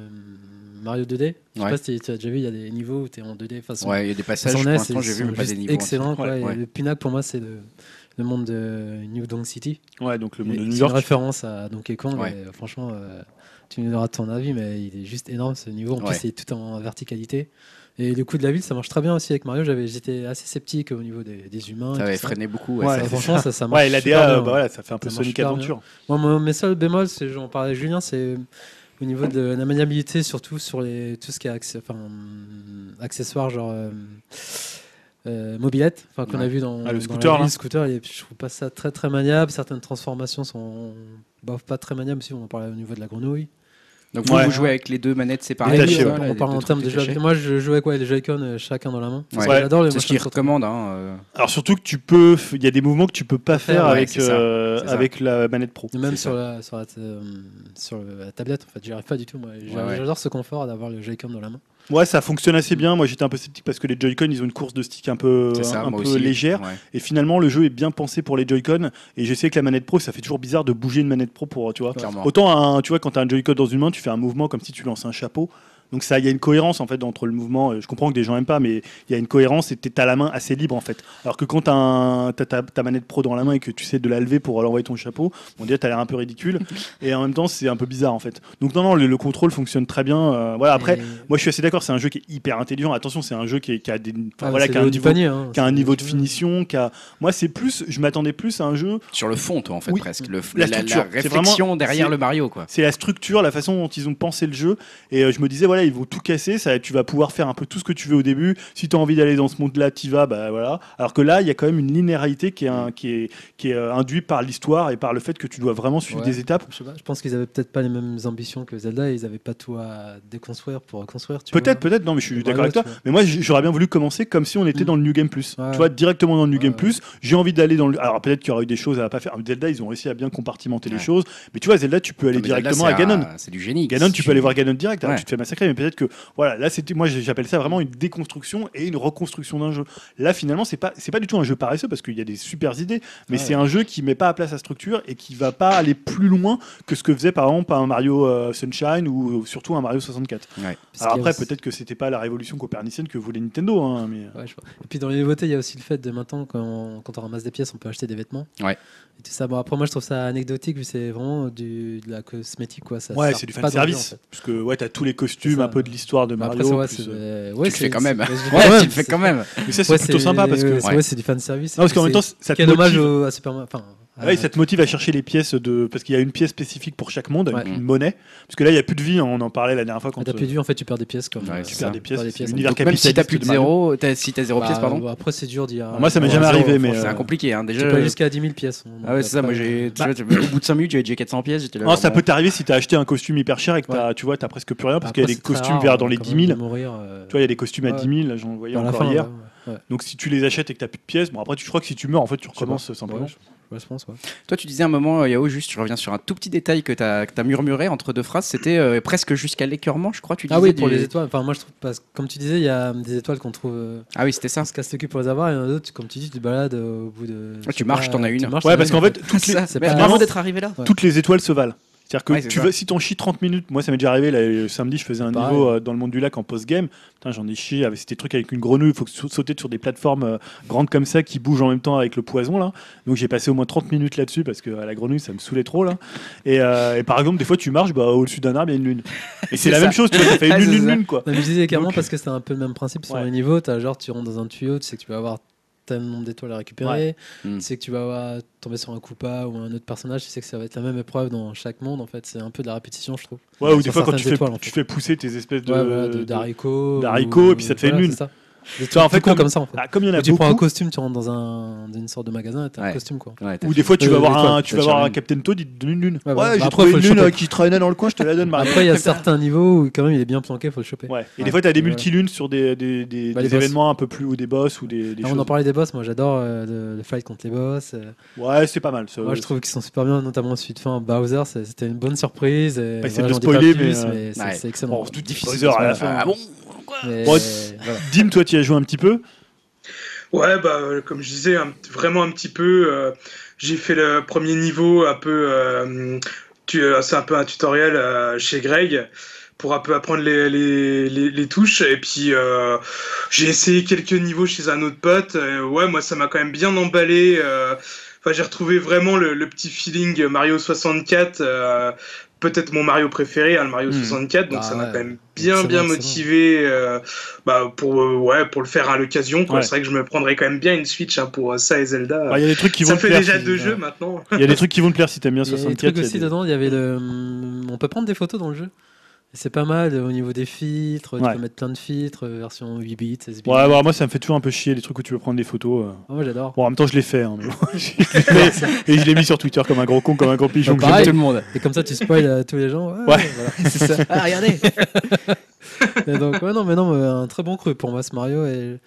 Speaker 4: Mario 2D. Je
Speaker 1: Ouais.
Speaker 4: sais pas si tu as déjà vu, il y a des niveaux où tu es en 2D façon.
Speaker 1: Ouais, il y a des passages,
Speaker 4: façon
Speaker 1: pour
Speaker 4: NES,
Speaker 1: l'instant,
Speaker 4: ils
Speaker 1: j'ai vu,
Speaker 4: sont
Speaker 1: mais pas des
Speaker 4: juste
Speaker 1: niveaux.
Speaker 4: Excellent. quoi,
Speaker 1: Ouais,
Speaker 4: et
Speaker 1: ouais.
Speaker 4: Le pinacle pour moi, c'est le, le monde de New Donk City.
Speaker 3: Ouais, donc le
Speaker 4: C'est
Speaker 3: monde de New
Speaker 4: une
Speaker 3: York.
Speaker 4: référence à Donkey Kong.
Speaker 1: Ouais.
Speaker 4: et, euh, franchement, euh, tu nous donneras ton avis, mais il est juste énorme ce niveau. En
Speaker 1: Ouais.
Speaker 4: plus, c'est tout en verticalité. Et le coup de la ville, ça marche très bien aussi avec Mario. J'avais, j'étais assez sceptique au niveau des, des humains. et
Speaker 1: Ça
Speaker 4: tout
Speaker 1: avait
Speaker 4: ça.
Speaker 1: freiné beaucoup.
Speaker 3: hein. Ouais,
Speaker 1: ça-
Speaker 4: Ça,
Speaker 3: c'est
Speaker 4: franchement, ça, ça marche.
Speaker 3: Ouais, et l'ADA,
Speaker 4: super bien, hein.
Speaker 3: bah,
Speaker 4: ouais.
Speaker 3: voilà, ça fait un peu
Speaker 4: Ça marche
Speaker 3: Sonic
Speaker 4: super
Speaker 3: Adventure.
Speaker 4: Moi, mon- mes seuls bémols, c'est, j'en parlais avec Julien, c'est au niveau de la maniabilité, surtout sur les, tout ce qui est accès- enfin, hum, accessoires, genre euh, euh, mobilette, enfin, qu'on
Speaker 1: Ouais.
Speaker 4: a vu dans,
Speaker 3: Ah, le
Speaker 4: dans
Speaker 3: scooter,
Speaker 4: la-
Speaker 3: là.
Speaker 4: le scooter il est- je trouve pas ça très très maniable. Certaines transformations sont bof, pas très maniables, si on en parlait au niveau de la grenouille.
Speaker 1: Donc vous,
Speaker 3: Ouais.
Speaker 1: vous jouez avec les deux manettes séparées.
Speaker 3: Et
Speaker 1: c'est
Speaker 3: détaché,
Speaker 1: ça,
Speaker 3: ouais.
Speaker 1: là,
Speaker 4: on
Speaker 1: les
Speaker 4: parle
Speaker 1: deux
Speaker 4: en
Speaker 1: trucs
Speaker 4: termes de jeu.
Speaker 1: détachés
Speaker 4: Moi, je joue avec ouais, les Joy-Con euh, chacun dans la main. Parce que
Speaker 1: Ouais.
Speaker 4: j'adore les
Speaker 1: C'est ce
Speaker 4: motion
Speaker 1: qu'ils
Speaker 4: control.
Speaker 1: recommandent. hein, euh.
Speaker 3: Alors surtout que tu peux, f- il y a des mouvements que tu peux pas faire
Speaker 1: Ouais,
Speaker 3: avec
Speaker 1: c'est ça,
Speaker 3: euh,
Speaker 1: c'est ça.
Speaker 3: avec la manette pro.
Speaker 4: Et Même
Speaker 1: C'est
Speaker 4: sur la, sur, la, euh, sur la tablette, en fait, j'y arrive pas du tout. moi. J'a-
Speaker 1: Ouais, ouais.
Speaker 4: J'adore ce confort d'avoir le Joy-Con dans la main.
Speaker 3: Ouais, ça fonctionne assez bien. Moi, j'étais un peu sceptique parce que les Joy-Con, ils ont une course de stick un peu
Speaker 1: C'est ça,
Speaker 3: un
Speaker 1: moi
Speaker 3: peu
Speaker 1: aussi.
Speaker 3: légère.
Speaker 1: Ouais.
Speaker 3: Et finalement, le jeu est bien pensé pour les Joy-Con. Et je sais que la manette pro, ça fait toujours bizarre de bouger une manette pro pour, tu vois.
Speaker 1: Clairement.
Speaker 3: Autant, un, tu vois, quand t'as un Joy-Con dans une main, tu fais un mouvement comme si tu lançais un chapeau. Donc ça, il y a une cohérence en fait entre le mouvement. Euh, Je comprends que des gens aiment pas, mais il y a une cohérence et t'es- t'as la main assez libre en fait. Alors que quand t'as un- t'as ta, ta manette pro dans la main et que tu sais de la lever pour l'envoyer ton chapeau, on dirait t'as l'air un peu ridicule. et en même temps, c'est un peu bizarre en fait. Donc non, non, le, le contrôle fonctionne très bien. euh, voilà. Après,
Speaker 4: Et-
Speaker 3: moi je suis assez d'accord. C'est un jeu qui est hyper intelligent. Attention, c'est un jeu qui, est- qui a des, enfin,
Speaker 4: Ah,
Speaker 3: voilà,
Speaker 4: c'est
Speaker 3: qui a
Speaker 4: le
Speaker 3: un
Speaker 4: haut du
Speaker 3: niveau,
Speaker 4: panier, hein.
Speaker 3: qui a un
Speaker 4: C'est-
Speaker 3: niveau de
Speaker 4: je-
Speaker 3: finition. Qui a... Moi, c'est plus. Je m'attendais plus à un jeu.
Speaker 1: Sur le fond, toi, en fait,
Speaker 3: Oui.
Speaker 1: presque. Le, f-
Speaker 3: La
Speaker 1: la, la
Speaker 3: structure, c'est vraiment-
Speaker 1: réflexion derrière
Speaker 3: c'est-
Speaker 1: le Mario, quoi.
Speaker 3: C'est la structure, la façon dont ils ont pensé le jeu. Et euh, je me disais, voilà, ils vont tout casser. Ça, tu vas pouvoir faire un peu tout ce que tu veux au début. Si tu as envie d'aller dans ce monde-là, t'y vas. Bah, voilà. Alors que là, il y a quand même une linéarité qui est, un- qui est, qui est euh, induite par l'histoire et par le fait que tu dois vraiment suivre
Speaker 4: Ouais.
Speaker 3: des étapes.
Speaker 4: Je, sais pas, je pense qu'ils avaient peut-être pas les mêmes ambitions que Zelda. et Ils avaient pas tout à déconstruire pour reconstruire. tu
Speaker 3: Peut-être,
Speaker 4: vois.
Speaker 3: peut-être, non, mais je suis
Speaker 4: Mario,
Speaker 3: d'accord avec toi.
Speaker 4: tu vois.
Speaker 3: Mais moi, j- j'aurais bien voulu commencer comme si on était
Speaker 4: Mm.
Speaker 3: dans le New Game Plus.
Speaker 4: Ouais.
Speaker 3: Tu vois, directement dans le New
Speaker 4: Ouais,
Speaker 3: Game
Speaker 4: ouais.
Speaker 3: Plus. J'ai envie d'aller dans le. Alors, peut-être qu'il y aurait eu des choses à pas faire. Zelda, ils ont réussi à bien compartimenter
Speaker 1: Ouais.
Speaker 3: les choses. Mais tu vois, Zelda, tu peux aller
Speaker 1: Non, mais là,
Speaker 3: directement
Speaker 1: c'est
Speaker 3: à Ganon.
Speaker 1: un- C'est du génie.
Speaker 3: Ganon, tu peux aller voir Ganon direct, alors
Speaker 1: Ouais.
Speaker 3: tu te fais massacrer, mais peut-être que voilà, là c'était moi j'appelle ça vraiment une déconstruction et une reconstruction d'un jeu. Là finalement c'est pas c'est pas du tout un jeu paresseux parce qu'il y a des supers idées, mais
Speaker 4: Ouais.
Speaker 3: c'est un jeu qui met pas à place sa structure et qui va pas aller plus loin que ce que faisait par exemple un Mario euh, Sunshine ou surtout un Mario 64.
Speaker 4: Parce
Speaker 3: Alors
Speaker 4: qu'il y a
Speaker 3: après
Speaker 4: aussi-
Speaker 3: peut-être que c'était pas la révolution copernicienne que voulait Nintendo, hein, mais
Speaker 4: Ouais, je vois. Et puis dans les nouveautés, il y a aussi le fait de maintenant, quand on, quand on ramasse des pièces, on peut acheter des vêtements.
Speaker 1: Ouais.
Speaker 4: Et tout ça. Bon, après, moi, je trouve ça anecdotique, vu que c'est vraiment du, de la cosmétique. Quoi. Ça
Speaker 3: ouais
Speaker 4: sert
Speaker 3: c'est du
Speaker 4: pas
Speaker 3: fan
Speaker 4: dans le jeu,
Speaker 3: service
Speaker 4: en fait. Bah,
Speaker 3: parce que ouais t'as tous les costumes résume un peu de l'histoire de
Speaker 4: Après,
Speaker 3: Mario.
Speaker 4: ça, ouais,
Speaker 3: plus,
Speaker 4: c'est-
Speaker 3: euh,
Speaker 4: euh,
Speaker 1: Tu
Speaker 4: ouais,
Speaker 1: le fais
Speaker 4: c'est-
Speaker 1: quand même.
Speaker 4: c'est-
Speaker 1: Ouais,
Speaker 3: ouais,
Speaker 1: tu le fais quand même.
Speaker 3: Mais ça, c'est
Speaker 4: ouais,
Speaker 3: plutôt sympa parce que.
Speaker 4: ouais,
Speaker 3: Non,
Speaker 4: c'est- ouais, c'est du fan service.
Speaker 3: parce qu'en même temps, ça te
Speaker 4: quel hommage
Speaker 3: motive.
Speaker 4: au- à Superman. Enfin, à-
Speaker 3: Ah oui, ça te motive à chercher les pièces de. Parce qu'il y a une pièce spécifique pour chaque monde, avec
Speaker 4: Ouais.
Speaker 3: une monnaie. Parce que là, il n'y a plus de vie, hein, on en parlait la dernière fois quand euh,
Speaker 4: t'as plus de vue, en fait, tu perds des pièces. Comme,
Speaker 1: Ouais,
Speaker 4: euh,
Speaker 1: tu
Speaker 3: tu
Speaker 1: ça.
Speaker 3: perds des pièces.
Speaker 4: des
Speaker 3: c'est
Speaker 4: pièces.
Speaker 3: l'univers
Speaker 1: Donc, même si t'as
Speaker 3: capitaliste
Speaker 1: plus de
Speaker 3: Mario.
Speaker 1: zéro, t'as- si t'as zéro
Speaker 4: Bah,
Speaker 1: pièce, pardon.
Speaker 4: bon, Après, c'est dur d'y
Speaker 3: moi, ça m'est jamais
Speaker 4: zéro,
Speaker 3: arrivé, mais,
Speaker 4: franchement,
Speaker 1: C'est
Speaker 3: euh,
Speaker 1: compliqué, hein.
Speaker 4: Tu
Speaker 1: Déjà.
Speaker 4: peux aller jusqu'à 10 000 pièces. hein. on-
Speaker 1: Ah ouais, c'est ça.
Speaker 4: pas-
Speaker 1: Moi, j'ai. tu
Speaker 3: Bah.
Speaker 1: vois, tu- Au bout de 5 minutes, j'avais déjà 400 pièces. j'étais là,
Speaker 3: euh, Non, ça
Speaker 1: bon.
Speaker 3: peut t'arriver si t'as acheté un costume hyper cher et que t'as- tu vois, t'as presque plus rien parce qu'il y a
Speaker 4: Bah, Après,
Speaker 3: des
Speaker 4: c'est très
Speaker 3: costumes
Speaker 4: rare,
Speaker 3: vers dans
Speaker 4: euh,
Speaker 3: les
Speaker 4: quand
Speaker 3: 10
Speaker 4: même,
Speaker 3: 000.
Speaker 4: de mourir, euh,
Speaker 3: Tu vois, il y a des costumes à
Speaker 4: Ouais.
Speaker 3: 10 000, là, j'en voyais
Speaker 4: dans la
Speaker 3: encore
Speaker 4: fin,
Speaker 3: hier.
Speaker 4: ouais, ouais. Ouais,
Speaker 3: Donc si tu les achètes et que t'as plus de pièces, bon après tu je crois que si tu meurs en fait tu recommences euh, simplement.
Speaker 4: Ouais, je- je pense, ouais.
Speaker 1: Toi, tu disais un moment, euh, Yao, juste, je reviens sur un tout petit détail que t'as as murmuré entre deux phrases. C'était euh, presque jusqu'à l'écœurement, je crois. Tu disais
Speaker 4: Ah oui, pour
Speaker 1: du-
Speaker 4: les étoiles. Enfin, moi, je trouve, parce que, comme tu disais, il y a euh, des étoiles qu'on trouve. euh,
Speaker 1: Ah oui, c'était ça.
Speaker 4: on se casse le cul pour les avoir, et il y en a d'autres, comme tu dis, tu te balades euh, au bout de. je sais
Speaker 1: Ah, marches,
Speaker 4: pas,
Speaker 1: t'en as
Speaker 4: tu
Speaker 1: une.
Speaker 4: marches,
Speaker 3: Ouais
Speaker 4: t'en
Speaker 3: parce
Speaker 4: as
Speaker 3: qu'en
Speaker 4: une,
Speaker 3: fait toutes les,
Speaker 1: Ça, c'est
Speaker 4: Mais
Speaker 1: pas
Speaker 4: vraiment-
Speaker 1: vraiment d'être arrivé là.
Speaker 4: ouais.
Speaker 3: toutes les étoiles se valent. C'est-à-dire que
Speaker 1: Ouais, c'est
Speaker 3: tu
Speaker 1: ça.
Speaker 3: vas, si t'en chies 30 minutes, moi ça m'est déjà arrivé là, le samedi je faisais un
Speaker 4: Pareil.
Speaker 3: niveau euh, dans le monde du lac en post-game, putain j'en ai chié, avec c'était des trucs avec une grenouille, faut que sa- sauter sur des plateformes euh, grandes comme ça qui bougent en même temps avec le poison là. Donc j'ai passé au moins 30 minutes là-dessus parce que à la grenouille ça me saoulait trop là. Et, euh, et par exemple des fois tu marches bah, au-dessus d'un arbre il y a une lune. Et c'est la
Speaker 1: ça.
Speaker 3: même chose, tu vois, ça fait
Speaker 1: Ah,
Speaker 3: une lune,
Speaker 1: c'est
Speaker 3: lune,
Speaker 1: ça.
Speaker 3: lune quoi.
Speaker 4: Non, mais je disais carrément
Speaker 3: Donc-
Speaker 4: parce que c'était un peu le même principe sur
Speaker 3: Ouais.
Speaker 4: les niveaux. T'as genre, tu rentres dans un tuyau, tu sais que tu vas avoir tel nombre d'étoiles à récupérer,
Speaker 1: Ouais.
Speaker 3: Hmm.
Speaker 1: Mm.
Speaker 4: tu sais que tu vas avoir- tomber sur un Koopa ou un autre personnage, tu sais que ça va être la même épreuve dans chaque monde. En fait, c'est un peu de la répétition, je trouve.
Speaker 3: Ouais, ou des
Speaker 4: Sur
Speaker 3: fois quand tu
Speaker 4: certaines
Speaker 3: fais,
Speaker 4: étoiles, en
Speaker 3: tu
Speaker 4: fait.
Speaker 3: fais pousser tes espèces de,
Speaker 4: Ouais, voilà, de-
Speaker 3: de-
Speaker 4: d'haricots.
Speaker 3: d'haricots,
Speaker 4: ou-
Speaker 3: et puis ça te fait une
Speaker 4: voilà,
Speaker 3: lune.
Speaker 4: c'est ça. Des
Speaker 3: vois, en
Speaker 4: trucs
Speaker 3: fait,
Speaker 4: tout con
Speaker 3: comme-
Speaker 4: comme ça, en fait.
Speaker 3: Ah, comme il y en a
Speaker 4: Ou tu prends un
Speaker 3: beaucoup,
Speaker 4: costume, tu rentres dans un, dans une sorte de magasin et t'as
Speaker 1: Ouais.
Speaker 4: un costume quoi.
Speaker 1: Ouais, t'as-
Speaker 3: Ou des fois, tu
Speaker 4: Euh,
Speaker 3: vas voir
Speaker 4: l'étoile,
Speaker 3: un, tu
Speaker 1: ça
Speaker 3: vas
Speaker 1: tire
Speaker 3: voir un
Speaker 1: une.
Speaker 3: Captain Toad, il te donne une lune.
Speaker 4: Ouais,
Speaker 3: Ouais,
Speaker 4: bah,
Speaker 3: j'ai
Speaker 4: après,
Speaker 3: trouvé
Speaker 4: faut
Speaker 3: une
Speaker 4: le
Speaker 3: lune
Speaker 4: choper.
Speaker 3: euh, qui traînait dans le coin, je te la donne, Mario.
Speaker 4: Après, il y a certains niveaux où quand même il est bien planqué, faut le choper.
Speaker 3: Ouais. Et
Speaker 4: Ouais.
Speaker 3: des fois, t'as des
Speaker 4: Ouais.
Speaker 3: multilunes sur des, des, des,
Speaker 4: Bah,
Speaker 3: des
Speaker 4: les boss.
Speaker 3: événements un peu plus, ou des boss, ou des, des
Speaker 4: Ah,
Speaker 3: choses.
Speaker 4: on en parlait des boss, moi j'adore euh, le, le fight contre les boss. euh,
Speaker 3: Ouais, c'est pas mal. ça.
Speaker 4: Moi, je trouve qu'ils sont super bien, notamment celui de fin Bowser. c'est- C'était une bonne surprise. et
Speaker 3: Bah, c'est
Speaker 4: voilà,
Speaker 3: de
Speaker 4: j'en dis
Speaker 3: spoiler,
Speaker 4: pas plus,
Speaker 3: mais, euh,
Speaker 4: mais c'est
Speaker 1: ouais.
Speaker 4: c'est excellent.
Speaker 3: Bon,
Speaker 4: quoi.
Speaker 3: tout difficile.
Speaker 1: difficile.
Speaker 3: Bowser à la fin.
Speaker 1: Ah bon
Speaker 4: Mais,
Speaker 3: Bon,
Speaker 4: euh, voilà.
Speaker 3: Dim, toi, tu y as joué un petit peu.
Speaker 2: Ouais, bah, euh, comme je disais, un- vraiment un petit peu. euh, j'ai fait le premier niveau un peu. euh, tu- euh, c'est un peu un tutoriel euh, chez Greg pour un peu apprendre les, les, les, les touches. Et puis, euh, j'ai essayé quelques niveaux chez un autre pote. Euh, ouais, moi, ça m'a quand même bien emballé. euh, Enfin, j'ai retrouvé vraiment le, le petit feeling Mario 64. euh, Peut-être mon Mario préféré, hein, le Mario
Speaker 1: Mhm.
Speaker 2: 64, donc
Speaker 4: Bah
Speaker 2: ça m'a
Speaker 4: ouais.
Speaker 2: quand même bien
Speaker 4: Excellent,
Speaker 2: bien
Speaker 4: excellent.
Speaker 2: motivé euh, bah, pour, euh, ouais, pour le faire à l'occasion. quoi.
Speaker 3: Ouais.
Speaker 2: C'est vrai que je me prendrais quand même bien une Switch hein, pour euh, ça et Zelda.
Speaker 3: Bah, Il y a des trucs qui vont
Speaker 2: ça
Speaker 3: te
Speaker 2: fait
Speaker 3: plaire.
Speaker 2: déjà
Speaker 3: si-
Speaker 2: deux
Speaker 3: ouais.
Speaker 2: jeux maintenant.
Speaker 3: Il y a des trucs qui vont te plaire si t'aimes bien
Speaker 4: Il y a des trucs
Speaker 3: 64. il y a
Speaker 4: aussi
Speaker 3: des-
Speaker 4: dedans. Il y avait le. hum, On peut prendre des photos dans le jeu. Et C'est pas mal euh, au niveau des filtres.
Speaker 3: Ouais.
Speaker 4: Tu peux mettre plein de filtres, euh, version 8 bits, 16 bits.
Speaker 3: Ouais, ouais, moi, ça me fait toujours un peu chier, les trucs où tu veux prendre des photos. euh.
Speaker 4: Ah, Moi, j'adore.
Speaker 3: Bon, en même temps, je l'ai fait. hein, mais bon, je l'ai fait, et je l'ai mis sur Twitter comme un gros con, comme un gros pigeon.
Speaker 4: Bah,
Speaker 3: que j'aime
Speaker 4: pareil.
Speaker 1: Tout le monde.
Speaker 4: Et comme ça, tu spoil à tous les gens. Ouais,
Speaker 3: Ouais.
Speaker 4: voilà.
Speaker 1: C'est ça.
Speaker 4: Ah, regardez Et donc, ouais, non, mais non, mais un très bon cru pour moi, ce Mario. Et...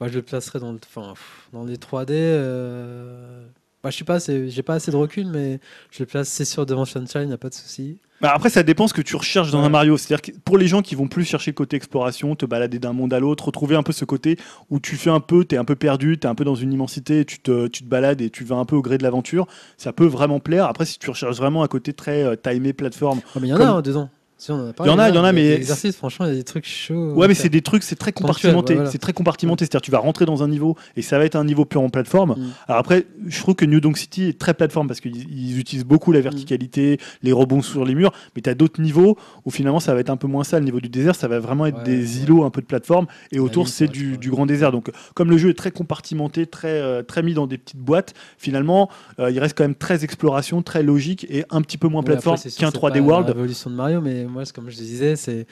Speaker 4: Bah, je le placerai dans, le... enfin, pff, dans les 3D. euh, Bah, je sais pas, assez- j'ai pas assez de recul, mais je le place, c'est sûr, devant Sunshine, y a pas de souci.
Speaker 3: Bah, après, ça dépend ce que tu recherches dans
Speaker 4: Ouais.
Speaker 3: un Mario. C'est-à-dire que pour les gens qui vont plus chercher le côté exploration, te balader d'un monde à l'autre, retrouver un peu ce côté où tu fais un peu, t'es un peu perdu, t'es un peu dans une immensité, tu te, tu te balades et tu vas un peu au gré de l'aventure, ça peut vraiment plaire. Après, si tu recherches vraiment un côté très euh, timé plateforme,
Speaker 4: Oh, mais il y en a
Speaker 3: Comme-
Speaker 4: hein, dedans. Si, on en a
Speaker 3: Y en a, y en a, mais-
Speaker 4: L'exercice, franchement, il y a des trucs chauds.
Speaker 3: ouais, mais c'est des trucs, c'est très
Speaker 4: Ponctuel,
Speaker 3: compartimenté.
Speaker 4: ouais, voilà.
Speaker 3: C'est très compartimenté. C'est-à-dire, tu vas rentrer dans un niveau et ça va être un niveau pur en plateforme.
Speaker 4: Mm.
Speaker 3: Alors après, je trouve que New Donk City est très plateforme parce qu'ils ils utilisent beaucoup la verticalité,
Speaker 4: Mm.
Speaker 3: les rebonds sur les murs. Mais tu as d'autres niveaux où finalement ça va être un peu moins ça. Le niveau du désert, ça va vraiment être
Speaker 4: Ouais,
Speaker 3: des
Speaker 4: ouais.
Speaker 3: îlots un peu de plateforme et autour
Speaker 4: oui,
Speaker 3: c'est
Speaker 4: c'est vrai, c'est
Speaker 3: du,
Speaker 4: vrai.
Speaker 3: du grand désert. Donc comme le jeu est très compartimenté, très euh, très mis dans des petites boîtes, finalement euh, il reste quand même très exploration, très logique et un petit peu moins
Speaker 4: Ouais,
Speaker 3: plateforme
Speaker 4: après, c'est sûr,
Speaker 3: qu'un
Speaker 4: c'est
Speaker 3: 3D
Speaker 4: pas
Speaker 3: World.
Speaker 4: La révolution de Mario, mais moi, c'est comme je disais, c'est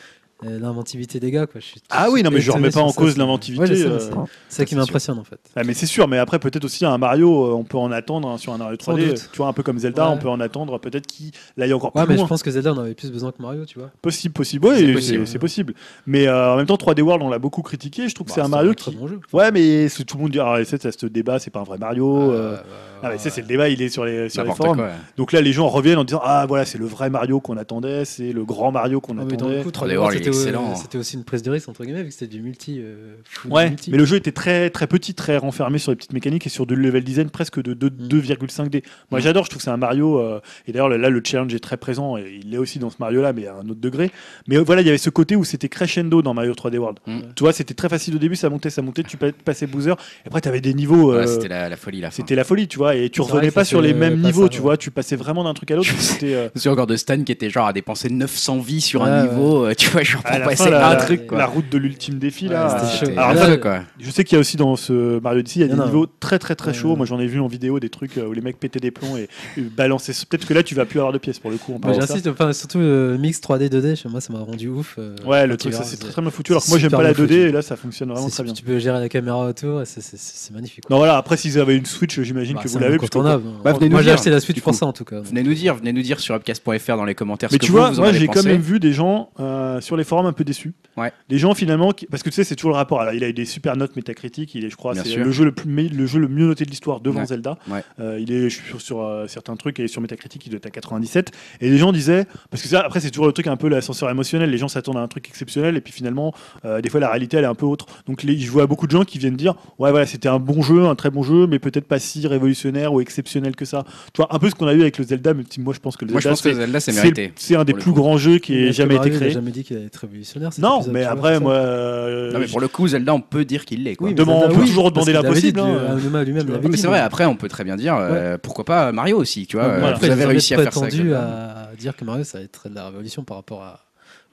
Speaker 4: euh, l'inventivité des gars. Quoi. Je suis
Speaker 3: Ah oui, non, mais je
Speaker 4: étonné
Speaker 3: remets pas
Speaker 4: sur
Speaker 3: en
Speaker 4: ça,
Speaker 3: cause
Speaker 4: c'est-
Speaker 3: l'inventivité,
Speaker 4: Ouais, je sais, mais
Speaker 3: euh,
Speaker 4: c'est- C'est ça qui
Speaker 1: c'est
Speaker 4: m'impressionne en fait.
Speaker 3: Ah, mais c'est sûr, mais après peut-être aussi un Mario, euh, on peut en attendre hein, sur un Mario
Speaker 4: Sans
Speaker 3: 3D,
Speaker 4: doute.
Speaker 3: euh, tu vois, un peu comme Zelda,
Speaker 4: Ouais.
Speaker 3: on peut en attendre peut-être qu'il aille encore
Speaker 4: Ouais,
Speaker 3: plus
Speaker 4: mais je
Speaker 3: loin.
Speaker 4: pense que Zelda en avait plus besoin que Mario, tu vois.
Speaker 3: Possible, possible, oui,
Speaker 1: C'est
Speaker 3: c'est
Speaker 1: possible.
Speaker 3: possible. Mais euh, en même temps, 3D World, on l'a beaucoup critiqué, je trouve que
Speaker 4: Bah,
Speaker 3: c'est un Mario
Speaker 4: très
Speaker 3: qui...
Speaker 4: bon jeu.
Speaker 3: Ouais, mais c'est- tout le monde dit, ah, ça, ça se débat, c'est pas un vrai Mario. euh. Ah, mais ça, c'est le débat, il est sur les, sur les
Speaker 1: N'importe
Speaker 3: forums.
Speaker 1: quoi.
Speaker 3: Donc là, les gens reviennent en disant, ah voilà, c'est le vrai Mario qu'on attendait, c'est le grand Mario qu'on
Speaker 4: Non, mais dans le
Speaker 3: attendait.
Speaker 4: coup,
Speaker 1: 3D
Speaker 4: 3D
Speaker 1: World,
Speaker 4: World,
Speaker 1: il est
Speaker 4: c'était,
Speaker 1: excellent. hein.
Speaker 4: euh, c'était aussi une prise de risque, entre guillemets, vu que c'était du multi. euh, full
Speaker 3: Ouais,
Speaker 4: multi.
Speaker 3: mais le jeu était très très petit, très renfermé sur les petites mécaniques et sur du level design presque de deux-
Speaker 4: Mm.
Speaker 3: 2,5D. Moi j'adore, je trouve que c'est un Mario, euh, et d'ailleurs là le challenge est très présent, et il est aussi dans ce Mario-là, mais à un autre degré. Mais euh, voilà, il y avait ce côté où c'était crescendo dans Mario 3D World.
Speaker 1: Mm.
Speaker 3: Tu vois, c'était très facile au début, ça montait, ça montait, tu pa- passais Bowser, et après tu avais des niveaux... euh,
Speaker 1: Ouais, C'était la la folie là.
Speaker 3: c'était la folie, tu vois, et tu
Speaker 4: C'est vrai
Speaker 3: revenais
Speaker 4: que
Speaker 3: pas
Speaker 4: ça
Speaker 3: sur
Speaker 4: fait
Speaker 3: les
Speaker 4: le
Speaker 3: mêmes
Speaker 4: passage,
Speaker 3: niveaux, tu
Speaker 4: ouais.
Speaker 3: vois, tu passais vraiment d'un truc à l'autre. c'était, euh,
Speaker 1: Je me souviens encore de Stan qui était genre à dépenser 900 vies sur
Speaker 4: Ouais,
Speaker 1: un
Speaker 4: ouais.
Speaker 1: niveau. euh, tu vois, je je
Speaker 3: À
Speaker 1: reprends
Speaker 3: la
Speaker 1: pas.
Speaker 3: fin,
Speaker 1: C'est
Speaker 3: la-
Speaker 1: un truc,
Speaker 3: La
Speaker 1: quoi.
Speaker 3: route de l'ultime défi,
Speaker 4: Ouais,
Speaker 3: là. euh,
Speaker 4: c'était chaud.
Speaker 3: alors,
Speaker 4: Là,
Speaker 3: ça,
Speaker 1: Affreux, quoi.
Speaker 3: je sais qu'il y a aussi dans ce Mario Odyssey, il y a
Speaker 4: Il y
Speaker 3: des
Speaker 4: en a.
Speaker 3: niveaux très très très
Speaker 4: Ouais,
Speaker 3: chauds.
Speaker 4: ouais.
Speaker 3: Moi j'en ai vu en vidéo des trucs euh, où les mecs pétaient des plombs et et balançaient. Peut-être que là tu vas plus avoir de pièces pour le coup. on
Speaker 4: Mais
Speaker 3: parle de ça.
Speaker 4: J'insiste, enfin, surtout le mix 3D, 2D, chez moi ça m'a rendu ouf. euh,
Speaker 3: Ouais, le
Speaker 4: quand tu
Speaker 3: truc, ça
Speaker 4: verras,
Speaker 3: c'est très très mal foutu. Alors que
Speaker 4: c'est
Speaker 3: moi j'aime
Speaker 4: super
Speaker 3: pas la
Speaker 4: mal
Speaker 3: 2D
Speaker 4: foutu.
Speaker 3: et là ça fonctionne vraiment
Speaker 4: c'est-
Speaker 3: très bien.
Speaker 4: Tu peux gérer la caméra autour, et c'est- c'est c'est magnifique. quoi.
Speaker 3: Non, voilà, après s'ils avaient une Switch, j'imagine
Speaker 4: Bah,
Speaker 3: que
Speaker 4: c'est
Speaker 3: vous l'avez. parce que-
Speaker 4: incontournable.
Speaker 1: Bah, venez nous
Speaker 4: Moi j'ai
Speaker 1: dire,
Speaker 4: acheté la Switch
Speaker 1: du
Speaker 4: pour
Speaker 1: coup.
Speaker 4: ça en tout cas.
Speaker 1: Venez nous dire, venez nous dire sur upcast.fr dans les commentaires.
Speaker 3: Mais
Speaker 1: ce que
Speaker 3: tu
Speaker 1: vous,
Speaker 3: vois,
Speaker 1: vous en
Speaker 3: moi
Speaker 1: avez
Speaker 3: j'ai
Speaker 1: pensé.
Speaker 3: quand même vu des gens euh, sur les forums un peu déçus.
Speaker 1: Ouais.
Speaker 3: Les gens finalement, qui- parce que tu sais, c'est toujours le rapport. Alors il a eu des super notes métacritiques, il est, je crois,
Speaker 1: Bien
Speaker 3: c'est
Speaker 1: sûr.
Speaker 3: le jeu le, plus, mais le jeu le mieux noté de l'histoire devant
Speaker 1: Ouais.
Speaker 3: Zelda.
Speaker 1: Ouais.
Speaker 3: Euh, il est je suis sûr, sur euh, certains trucs, et sur Metacritic, il doit être à 97. Et les gens disaient, parce que ça, après c'est toujours le truc un peu l'ascenseur émotionnel, les gens s'attendent à un truc exceptionnel, et puis finalement, euh, des fois la réalité elle est un peu autre. Donc les, je vois beaucoup de gens qui viennent dire, ouais, voilà, c'était un bon jeu, un très bon jeu, mais peut-être pas si révolutionnaire ou exceptionnel que ça. Tu vois, un peu ce qu'on a eu avec le Zelda, mais moi je pense que le
Speaker 1: Moi, je
Speaker 3: Zelda,
Speaker 1: pense que
Speaker 3: c'est-
Speaker 1: Zelda, c'est
Speaker 3: c'est-
Speaker 1: mérité.
Speaker 3: C'est un des
Speaker 1: pour le
Speaker 3: plus
Speaker 1: coup.
Speaker 3: grands jeux qui ait
Speaker 4: Mais
Speaker 3: jamais été
Speaker 4: Mario, il a
Speaker 3: créé.
Speaker 4: jamais dit qu'il allait être révolutionnaire. cet
Speaker 3: Non,
Speaker 4: épisode,
Speaker 3: mais
Speaker 4: tu vois,
Speaker 3: après,
Speaker 4: ça.
Speaker 3: moi. euh,
Speaker 1: Non, mais pour le coup, Zelda, on peut dire qu'il l'est. quoi.
Speaker 4: Oui, mais
Speaker 3: Demande-
Speaker 4: Zelda,
Speaker 3: on peut
Speaker 4: oui,
Speaker 3: toujours
Speaker 4: parce
Speaker 3: demander
Speaker 4: qu'il
Speaker 3: la
Speaker 4: avait dit,
Speaker 3: possible, hein.
Speaker 4: le- Anuma lui-même
Speaker 3: Tu vois.
Speaker 4: l'avait
Speaker 1: Oui, mais
Speaker 4: dit,
Speaker 1: c'est vrai, après, on peut très bien dire, euh, pourquoi pas Mario aussi, tu vois.
Speaker 3: Ouais,
Speaker 1: euh,
Speaker 3: voilà.
Speaker 1: Vous avez réussi à faire ça. avec
Speaker 4: prétendu
Speaker 1: Zelda.
Speaker 4: à dire que Mario, ça allait être de la révolution par rapport à-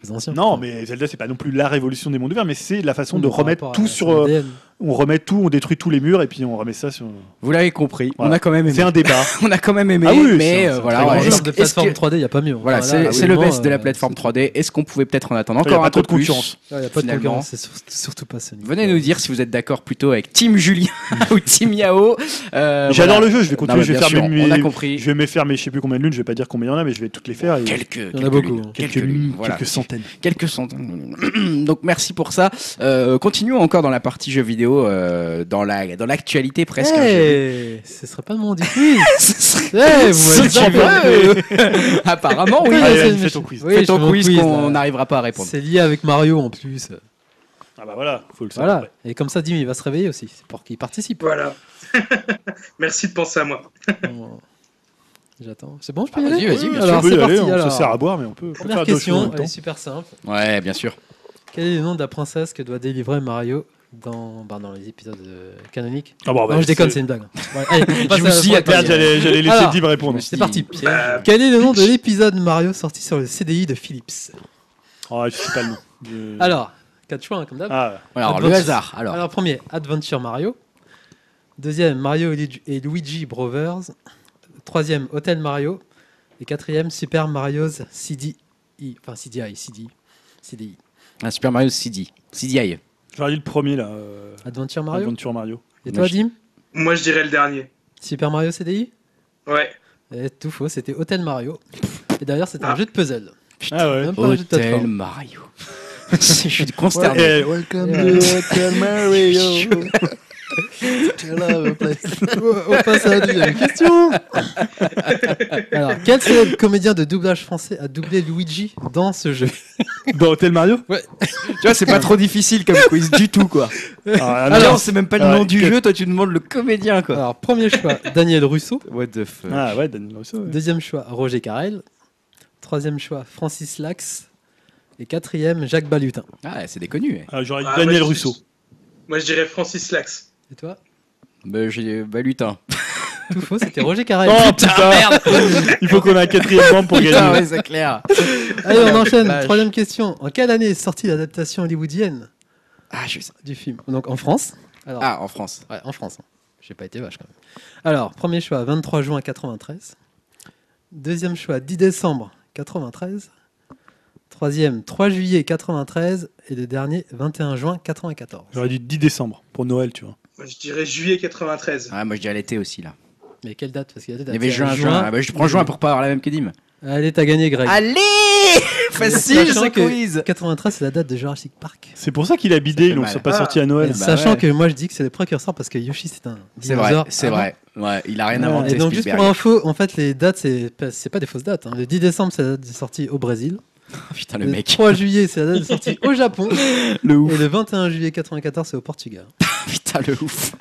Speaker 4: aux anciens.
Speaker 3: Non, mais Zelda, c'est pas non plus la révolution des mondes ouverts, mais c'est la façon de
Speaker 4: Par
Speaker 3: remettre
Speaker 4: rapport à
Speaker 3: tout
Speaker 4: son
Speaker 3: sur. euh,
Speaker 4: ADN.
Speaker 3: On remet tout, on détruit tous les murs et puis on remet ça sur.
Speaker 1: Vous l'avez compris, on
Speaker 3: Voilà.
Speaker 1: a quand même aimé.
Speaker 3: C'est un débat.
Speaker 1: On a quand même aimé,
Speaker 3: Ah oui, c'est-
Speaker 1: mais
Speaker 3: c'est
Speaker 1: euh,
Speaker 3: un
Speaker 1: voilà.
Speaker 3: très grand
Speaker 1: ouais,
Speaker 4: En
Speaker 3: jeu.
Speaker 1: est-ce
Speaker 4: termes
Speaker 1: que-
Speaker 4: de
Speaker 1: est-ce
Speaker 4: plateforme
Speaker 1: que-
Speaker 4: 3D, il n'y a pas mieux.
Speaker 1: Voilà, c'est c'est le best de
Speaker 4: euh,
Speaker 1: la plateforme 3D. Est-ce qu'on pouvait peut-être en attendre
Speaker 3: euh, Il y a
Speaker 1: encore
Speaker 3: pas
Speaker 1: un
Speaker 3: trop
Speaker 1: peu
Speaker 3: de
Speaker 1: plus
Speaker 3: concurrence.
Speaker 4: Il n'y a pas de
Speaker 1: finalement.
Speaker 4: concurrence, c'est sur- surtout pas Sonic.
Speaker 1: Venez nous dire si vous êtes d'accord plutôt avec Team Julien ou Team Yao. Euh,
Speaker 3: J'adore
Speaker 1: voilà.
Speaker 3: le jeu, je vais
Speaker 1: Non,
Speaker 3: continuer,
Speaker 1: mais
Speaker 3: je vais
Speaker 1: bien
Speaker 3: faire
Speaker 1: sûr,
Speaker 3: mes.
Speaker 1: On a
Speaker 3: mes-
Speaker 1: compris.
Speaker 3: Je vais me faire mes je sais plus combien de lunes, je vais pas dire combien il y en a, mais je vais toutes les faire. et-
Speaker 1: Quelques,
Speaker 4: en a
Speaker 1: quelques
Speaker 4: beaucoup,
Speaker 1: lunes,
Speaker 4: hein.
Speaker 1: quelques
Speaker 3: quelques,
Speaker 1: lunes,
Speaker 3: lunes,
Speaker 1: voilà.
Speaker 3: quelques centaines.
Speaker 1: quelques centaines. Donc merci pour ça. Euh, continuons encore dans la partie jeux vidéo, euh, dans la dans l'actualité presque.
Speaker 4: Eh, ce serait pas mon diffuse.
Speaker 1: Ce serait-
Speaker 4: Eh, vous
Speaker 1: Ce
Speaker 4: m'avez
Speaker 1: qui
Speaker 4: dit- euh,
Speaker 1: veut. Apparemment, oui.
Speaker 4: Oui,
Speaker 3: Allez,
Speaker 4: c'est-
Speaker 3: Anne, fais ton quiz.
Speaker 4: oui,
Speaker 1: Fais
Speaker 4: je fais
Speaker 1: ton
Speaker 4: mon
Speaker 1: quiz
Speaker 4: quiz,
Speaker 1: qu'on
Speaker 4: là.
Speaker 1: n'arrivera pas à répondre.
Speaker 4: C'est lié avec Mario en plus.
Speaker 3: Ah bah voilà, faut le savoir.
Speaker 4: Voilà. Et comme ça, Dim, il va se réveiller aussi. C'est pour qu'il participe. hein.
Speaker 2: Voilà. Merci de penser à moi.
Speaker 4: Bon, J'attends. C'est bon, je peux
Speaker 1: Ah,
Speaker 4: y aller
Speaker 1: vas-y, vas-y, bien
Speaker 3: Alors,
Speaker 4: Alors,
Speaker 3: on peut
Speaker 4: c'est
Speaker 3: y
Speaker 4: parti.
Speaker 3: aller, on- ça
Speaker 4: alors.
Speaker 3: sert à boire, mais on peut. on peut
Speaker 4: Première
Speaker 3: faire deux choses en
Speaker 4: question,
Speaker 3: même
Speaker 4: elle est
Speaker 3: temps.
Speaker 4: super simple.
Speaker 1: Ouais, bien sûr.
Speaker 4: Quel est le nom de la princesse que doit délivrer Mario dans, bah, dans les épisodes euh, canoniques
Speaker 3: Ah bon, bah,
Speaker 4: Non, je déconne, c'est une blague. Ouais, allez, on passe à la
Speaker 1: suis
Speaker 4: prochaine.
Speaker 1: attaché.
Speaker 3: Merde, j'allais j'allais laisser
Speaker 4: Alors,
Speaker 3: Dib répondre.
Speaker 4: C'est parti.
Speaker 2: Bah,
Speaker 4: Quel est le nom de l'épisode Mario sorti sur le CDI de Philips
Speaker 3: Ah, je sais pas le nom. Je-
Speaker 4: Alors, 4 choix, hein, comme d'hab.
Speaker 3: Ah,
Speaker 1: Alors le
Speaker 4: Adventure-
Speaker 1: hasard. Alors,
Speaker 4: Alors, premier, Adventure Mario. Deuxième, Mario et Lu- et Luigi Brothers. Troisième, Hotel Mario. Et quatrième, Super Mario's CDI. Enfin, CDI, CDI. CDI.
Speaker 1: un Super Mario CD, CDI.
Speaker 3: j'aurais dit le premier là. euh,
Speaker 4: Adventure Mario.
Speaker 3: Adventure Mario.
Speaker 4: Et toi, Dim
Speaker 2: moi, je dirais le dernier.
Speaker 4: Super Mario CDI
Speaker 2: Ouais.
Speaker 4: Eh, tout faux, c'était Hotel Mario. Et d'ailleurs, c'était un
Speaker 2: Ah.
Speaker 4: jeu de puzzle.
Speaker 3: Ah ouais.
Speaker 4: Même pas un jeu de
Speaker 1: Hôtel
Speaker 4: plateforme.
Speaker 1: Mario. Je suis consterné.
Speaker 3: Eh, welcome to Hotel Mario.
Speaker 4: On passe à la deuxième question. Alors, quel célèbre comédien de doublage français a doublé Luigi dans ce jeu
Speaker 3: Dans Hotel bah, Mario
Speaker 1: Tu vois, c'est pas trop difficile comme quiz du tout, quoi.
Speaker 3: Ah,
Speaker 1: Alors,
Speaker 3: merde.
Speaker 1: c'est même pas le
Speaker 3: Ah,
Speaker 1: nom du
Speaker 3: que-
Speaker 1: jeu, toi tu demandes le comédien, quoi.
Speaker 4: Alors, premier choix, Daniel Russo.
Speaker 1: What the fuck.
Speaker 3: Ah ouais, Daniel Russo. ouais.
Speaker 4: Deuxième choix, Roger Carrel. Troisième choix, Francis Lax. Et quatrième, Jacques Balutin.
Speaker 1: Ah, c'est déconnu. eh.
Speaker 3: Ah, J'aurais dit
Speaker 2: Ah,
Speaker 3: Daniel
Speaker 2: moi, je-
Speaker 3: Russo.
Speaker 2: Moi, je dirais Francis Lax.
Speaker 4: Et toi
Speaker 1: Bah, j'ai bah, lutin.
Speaker 4: Tout faux, c'était Roger Carrel.
Speaker 3: Oh putain,
Speaker 1: merde
Speaker 3: Il faut qu'on ait un quatrième membre pour
Speaker 1: Ah, Putain,
Speaker 3: gagner.
Speaker 1: ouais, c'est clair.
Speaker 4: Allez, on enchaîne.
Speaker 1: Vache.
Speaker 4: Troisième question. En quelle année est sortie l'adaptation hollywoodienne
Speaker 1: Ah, je sais.
Speaker 4: du film Donc, en France. Alors,
Speaker 1: Ah, en France.
Speaker 4: Ouais, en France. hein. J'ai pas été vache quand même. Alors, premier choix, 23 juin 93. Deuxième choix, 10 décembre 93. Troisième, 3 juillet 93. Et le dernier, 21 juin 94.
Speaker 3: J'aurais dit 10 décembre pour Noël, tu vois.
Speaker 2: Moi, je dirais juillet 93.
Speaker 1: Ah, moi je dirais l'été aussi, là.
Speaker 4: Mais quelle date Parce qu'il y a des
Speaker 1: Il
Speaker 4: dates.
Speaker 1: y avait juin, juin. Ah, bah, je prends juin pour pas avoir la même que Dim.
Speaker 4: Allez, t'as gagné, Greg.
Speaker 1: Allez Facile,
Speaker 4: Sachant
Speaker 1: ce
Speaker 4: que
Speaker 1: quiz
Speaker 4: 93, c'est la date de Jurassic Park.
Speaker 3: C'est pour ça qu'il a bidé,
Speaker 1: fait
Speaker 3: ils l'ont
Speaker 1: mal.
Speaker 3: pas
Speaker 2: Ah.
Speaker 3: sorti à Noël.
Speaker 1: Bah
Speaker 4: Sachant
Speaker 1: ouais.
Speaker 4: que moi je dis que c'est le précurseur parce que Yoshi c'est un
Speaker 1: C'est vrai,
Speaker 4: dinosaure.
Speaker 1: c'est
Speaker 4: avant.
Speaker 1: vrai. Ah Ouais, il a rien
Speaker 3: Ouais.
Speaker 1: inventé.
Speaker 4: Et donc juste
Speaker 1: Spielberg.
Speaker 4: pour info, en fait les dates c'est pas, c'est pas des fausses dates. hein. Le 10 décembre c'est la date de sortie au Brésil.
Speaker 1: Putain, Oh, le
Speaker 4: Le
Speaker 1: mec.
Speaker 4: 3 juillet, c'est la date de sortie au Japon.
Speaker 1: Le
Speaker 4: Et le 21 juillet 94, c'est au Portugal.
Speaker 1: Putain, le ouf.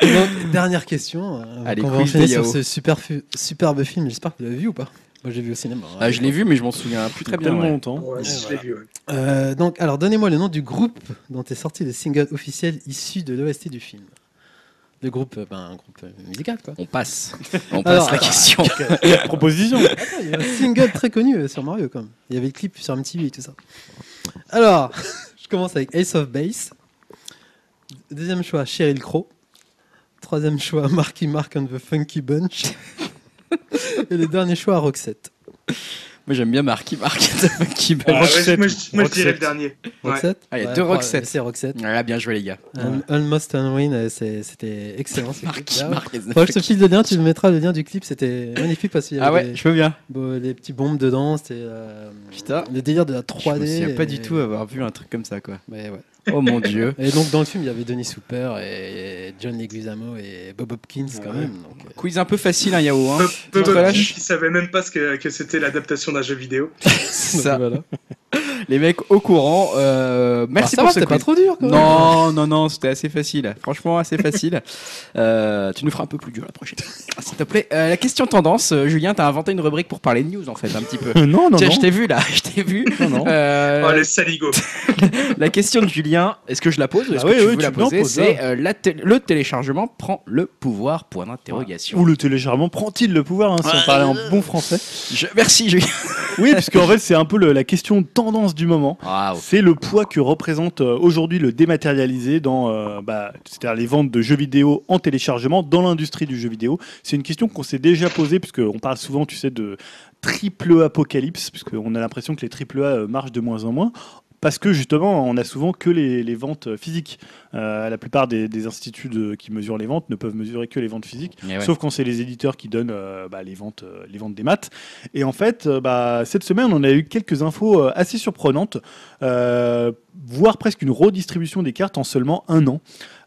Speaker 4: Donc, dernière question. euh,
Speaker 1: Allez,
Speaker 4: qu'on va
Speaker 1: quiz
Speaker 4: enchaîner
Speaker 1: de
Speaker 4: sur
Speaker 1: Yao.
Speaker 4: ce super fu- superbe film. J'espère que vous l'avez vu ou pas. Moi, j'ai vu au cinéma. hein.
Speaker 1: Ah, je l'ai vu, mais je m'en souviens plus très bien.
Speaker 3: Tellement
Speaker 1: ouais.
Speaker 3: longtemps.
Speaker 2: Ouais, je l'ai vu. ouais.
Speaker 4: Euh, donc, alors, donnez-moi le nom du groupe dont est sorti le single officiel issu de l'OST du film. Le groupe, euh, ben, un groupe euh, musical, quoi.
Speaker 1: On passe. On passe la
Speaker 4: Alors, alors,
Speaker 1: question.
Speaker 3: Proposition.
Speaker 4: euh, Il y a un single très connu euh, sur Mario, quand même. Il y avait le clip sur MTV et tout ça. Alors, je commence avec Ace of Base. Deuxième choix, Sheryl Crow. Troisième choix, Marky Mark and the Funky Bunch. Et le dernier choix, Roxette.
Speaker 1: Moi j'aime bien Marky Mark qui
Speaker 2: Ah ouais,
Speaker 1: balance.
Speaker 2: moi, je, moi, je dirais le
Speaker 3: Roxette.
Speaker 2: dernier. Ouais.
Speaker 4: Roxette
Speaker 1: Ah, il y a deux
Speaker 4: trois-
Speaker 1: Roxettes.
Speaker 4: C'est Roxette.
Speaker 1: Voilà, bien joué les gars.
Speaker 4: Un- Almost Unwin, euh, c'est- c'était excellent. ce
Speaker 1: Marky
Speaker 4: clip-là.
Speaker 1: Mark. is the
Speaker 4: Faudrait que je
Speaker 1: fuck-
Speaker 4: te file le lien, tu me mettras le lien du clip, c'était magnifique parce qu'il y
Speaker 1: Ah
Speaker 4: avait
Speaker 1: ouais, je veux bien.
Speaker 4: des, des petits bombes dedans, c'était euh,
Speaker 1: Putain.
Speaker 4: le délire de la
Speaker 1: Je
Speaker 4: 3D.
Speaker 1: me souviens pas
Speaker 4: et-
Speaker 1: du tout avoir vu un truc comme ça quoi.
Speaker 4: mais ouais.
Speaker 1: Oh mon dieu.
Speaker 4: Et donc dans le film, il y avait Denis Hooper et John Leguizamo et Bob Hopkins quand
Speaker 1: Ouais.
Speaker 4: même. donc, euh,
Speaker 1: Quiz un peu facile hein Yao. Hein.
Speaker 2: Bob, Bob
Speaker 1: te relâches.
Speaker 2: Hopkins, il savait même pas ce que, que c'était l'adaptation d'un jeu vidéo.
Speaker 1: C'est ça.
Speaker 4: donc voilà.
Speaker 1: Les mecs au courant. euh, merci
Speaker 4: Alors,
Speaker 1: pour ce
Speaker 4: ça va, c'était pas
Speaker 1: quiz.
Speaker 4: trop dur quand même.
Speaker 1: Non, non, non, c'était assez facile. Franchement, assez facile. Euh, tu nous feras un peu plus dur la prochaine. fois, S'il te plaît. Euh, la question tendance, euh, Julien, t'as inventé une rubrique pour parler de news en fait, un petit peu.
Speaker 3: non, non,
Speaker 1: Tiens, je
Speaker 3: non.
Speaker 1: t'ai vu là, je t'ai vu.
Speaker 3: Non, non.
Speaker 1: Euh,
Speaker 2: Oh, les saligots.
Speaker 1: La question de Julien, est-ce que je la pose ou est-ce
Speaker 3: Ah
Speaker 1: que
Speaker 3: oui,
Speaker 1: tu
Speaker 3: oui,
Speaker 1: veux la
Speaker 3: tu- non,
Speaker 1: poser
Speaker 3: pose-la.
Speaker 1: C'est euh, la tél- le téléchargement prend le pouvoir Point d'interrogation.
Speaker 3: Ou le téléchargement prend-il le pouvoir, hein, si on parlait en bon français
Speaker 1: Je- Merci Julien.
Speaker 3: Oui, parce qu'en fait, c'est un peu le- la question de tendance du moment.
Speaker 1: Waouh.
Speaker 3: C'est le poids que représente euh, aujourd'hui le dématérialisé dans, euh, bah, c'est-à-dire les ventes de jeux vidéo en téléchargement dans l'industrie du jeu vidéo. C'est une question qu'on s'est déjà posée puisque on parle souvent, tu sais, de triple apocalypse, puisque on a l'impression que les triple A euh, marchent de moins en moins. Parce que justement, on a souvent que les, les ventes euh, physiques. Euh, la plupart des, des instituts de- qui mesurent les ventes ne peuvent mesurer que les ventes physiques.
Speaker 1: Eh ouais.
Speaker 3: Sauf quand c'est les éditeurs qui donnent euh, bah, les, ventes, euh, les ventes des maths. Et en fait, euh, bah, cette semaine, on a eu quelques infos euh, assez surprenantes, euh, voire presque une redistribution des cartes en seulement un an.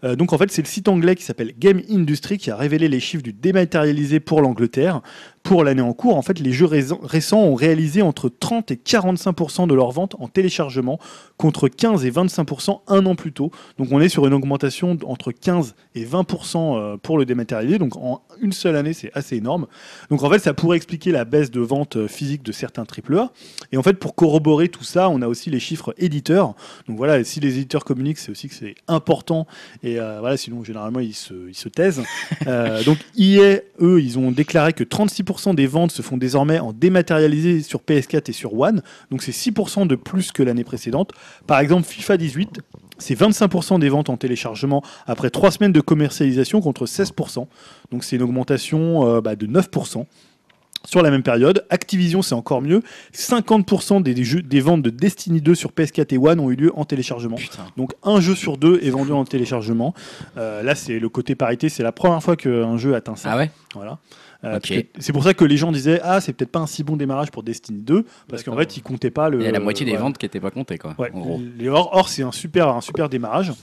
Speaker 3: Euh, donc en fait, c'est le site anglais qui s'appelle Game Industry qui a révélé les chiffres du dématérialisé pour l'Angleterre. Pour l'année en cours, en fait, les jeux raisin- récents ont réalisé entre 30 et 45% de leurs ventes en téléchargement, contre 15 et 25% un an plus tôt. Donc on est sur une augmentation d- entre 15 et 20% euh, pour le dématérialisé. Donc en une seule année, c'est assez énorme. Donc en fait, ça pourrait expliquer la baisse de vente euh, physique de certains AAA. Et en fait, pour corroborer tout ça, on a aussi les chiffres éditeurs. Donc voilà, si les éditeurs communiquent, c'est aussi que c'est important. Et euh, voilà, sinon généralement ils se, ils se taisent. Euh, donc EA, eux, ils ont déclaré que 36% des ventes se font désormais en dématérialisé sur PS4 et sur One. Donc c'est 6% de plus que l'année précédente. Par exemple, FIFA 18, c'est 25% des ventes en téléchargement après 3 semaines de commercialisation contre 16%. Donc c'est une augmentation euh, bah, de 9%. Sur la même période, Activision, c'est encore mieux. 50% des, jeux, des ventes de Destiny 2 sur PS4 et One ont eu lieu en téléchargement.
Speaker 1: Putain.
Speaker 3: Donc un jeu sur deux est vendu en téléchargement. Euh, là, c'est le côté parité. C'est la première fois qu'un jeu atteint ça.
Speaker 1: Ah ouais
Speaker 3: Voilà. Euh,
Speaker 1: Ok.
Speaker 3: parce que C'est pour ça que les gens disaient Ah, c'est peut-être pas un si bon démarrage pour Destiny 2, parce qu'en
Speaker 4: D'accord.
Speaker 3: fait, ils comptaient pas le.
Speaker 1: Il y a la moitié des
Speaker 3: voilà.
Speaker 1: ventes qui n'étaient pas comptées quoi.
Speaker 3: Euh, Ouais.
Speaker 1: En gros.
Speaker 3: Les- Or, or, c'est un super, un super démarrage.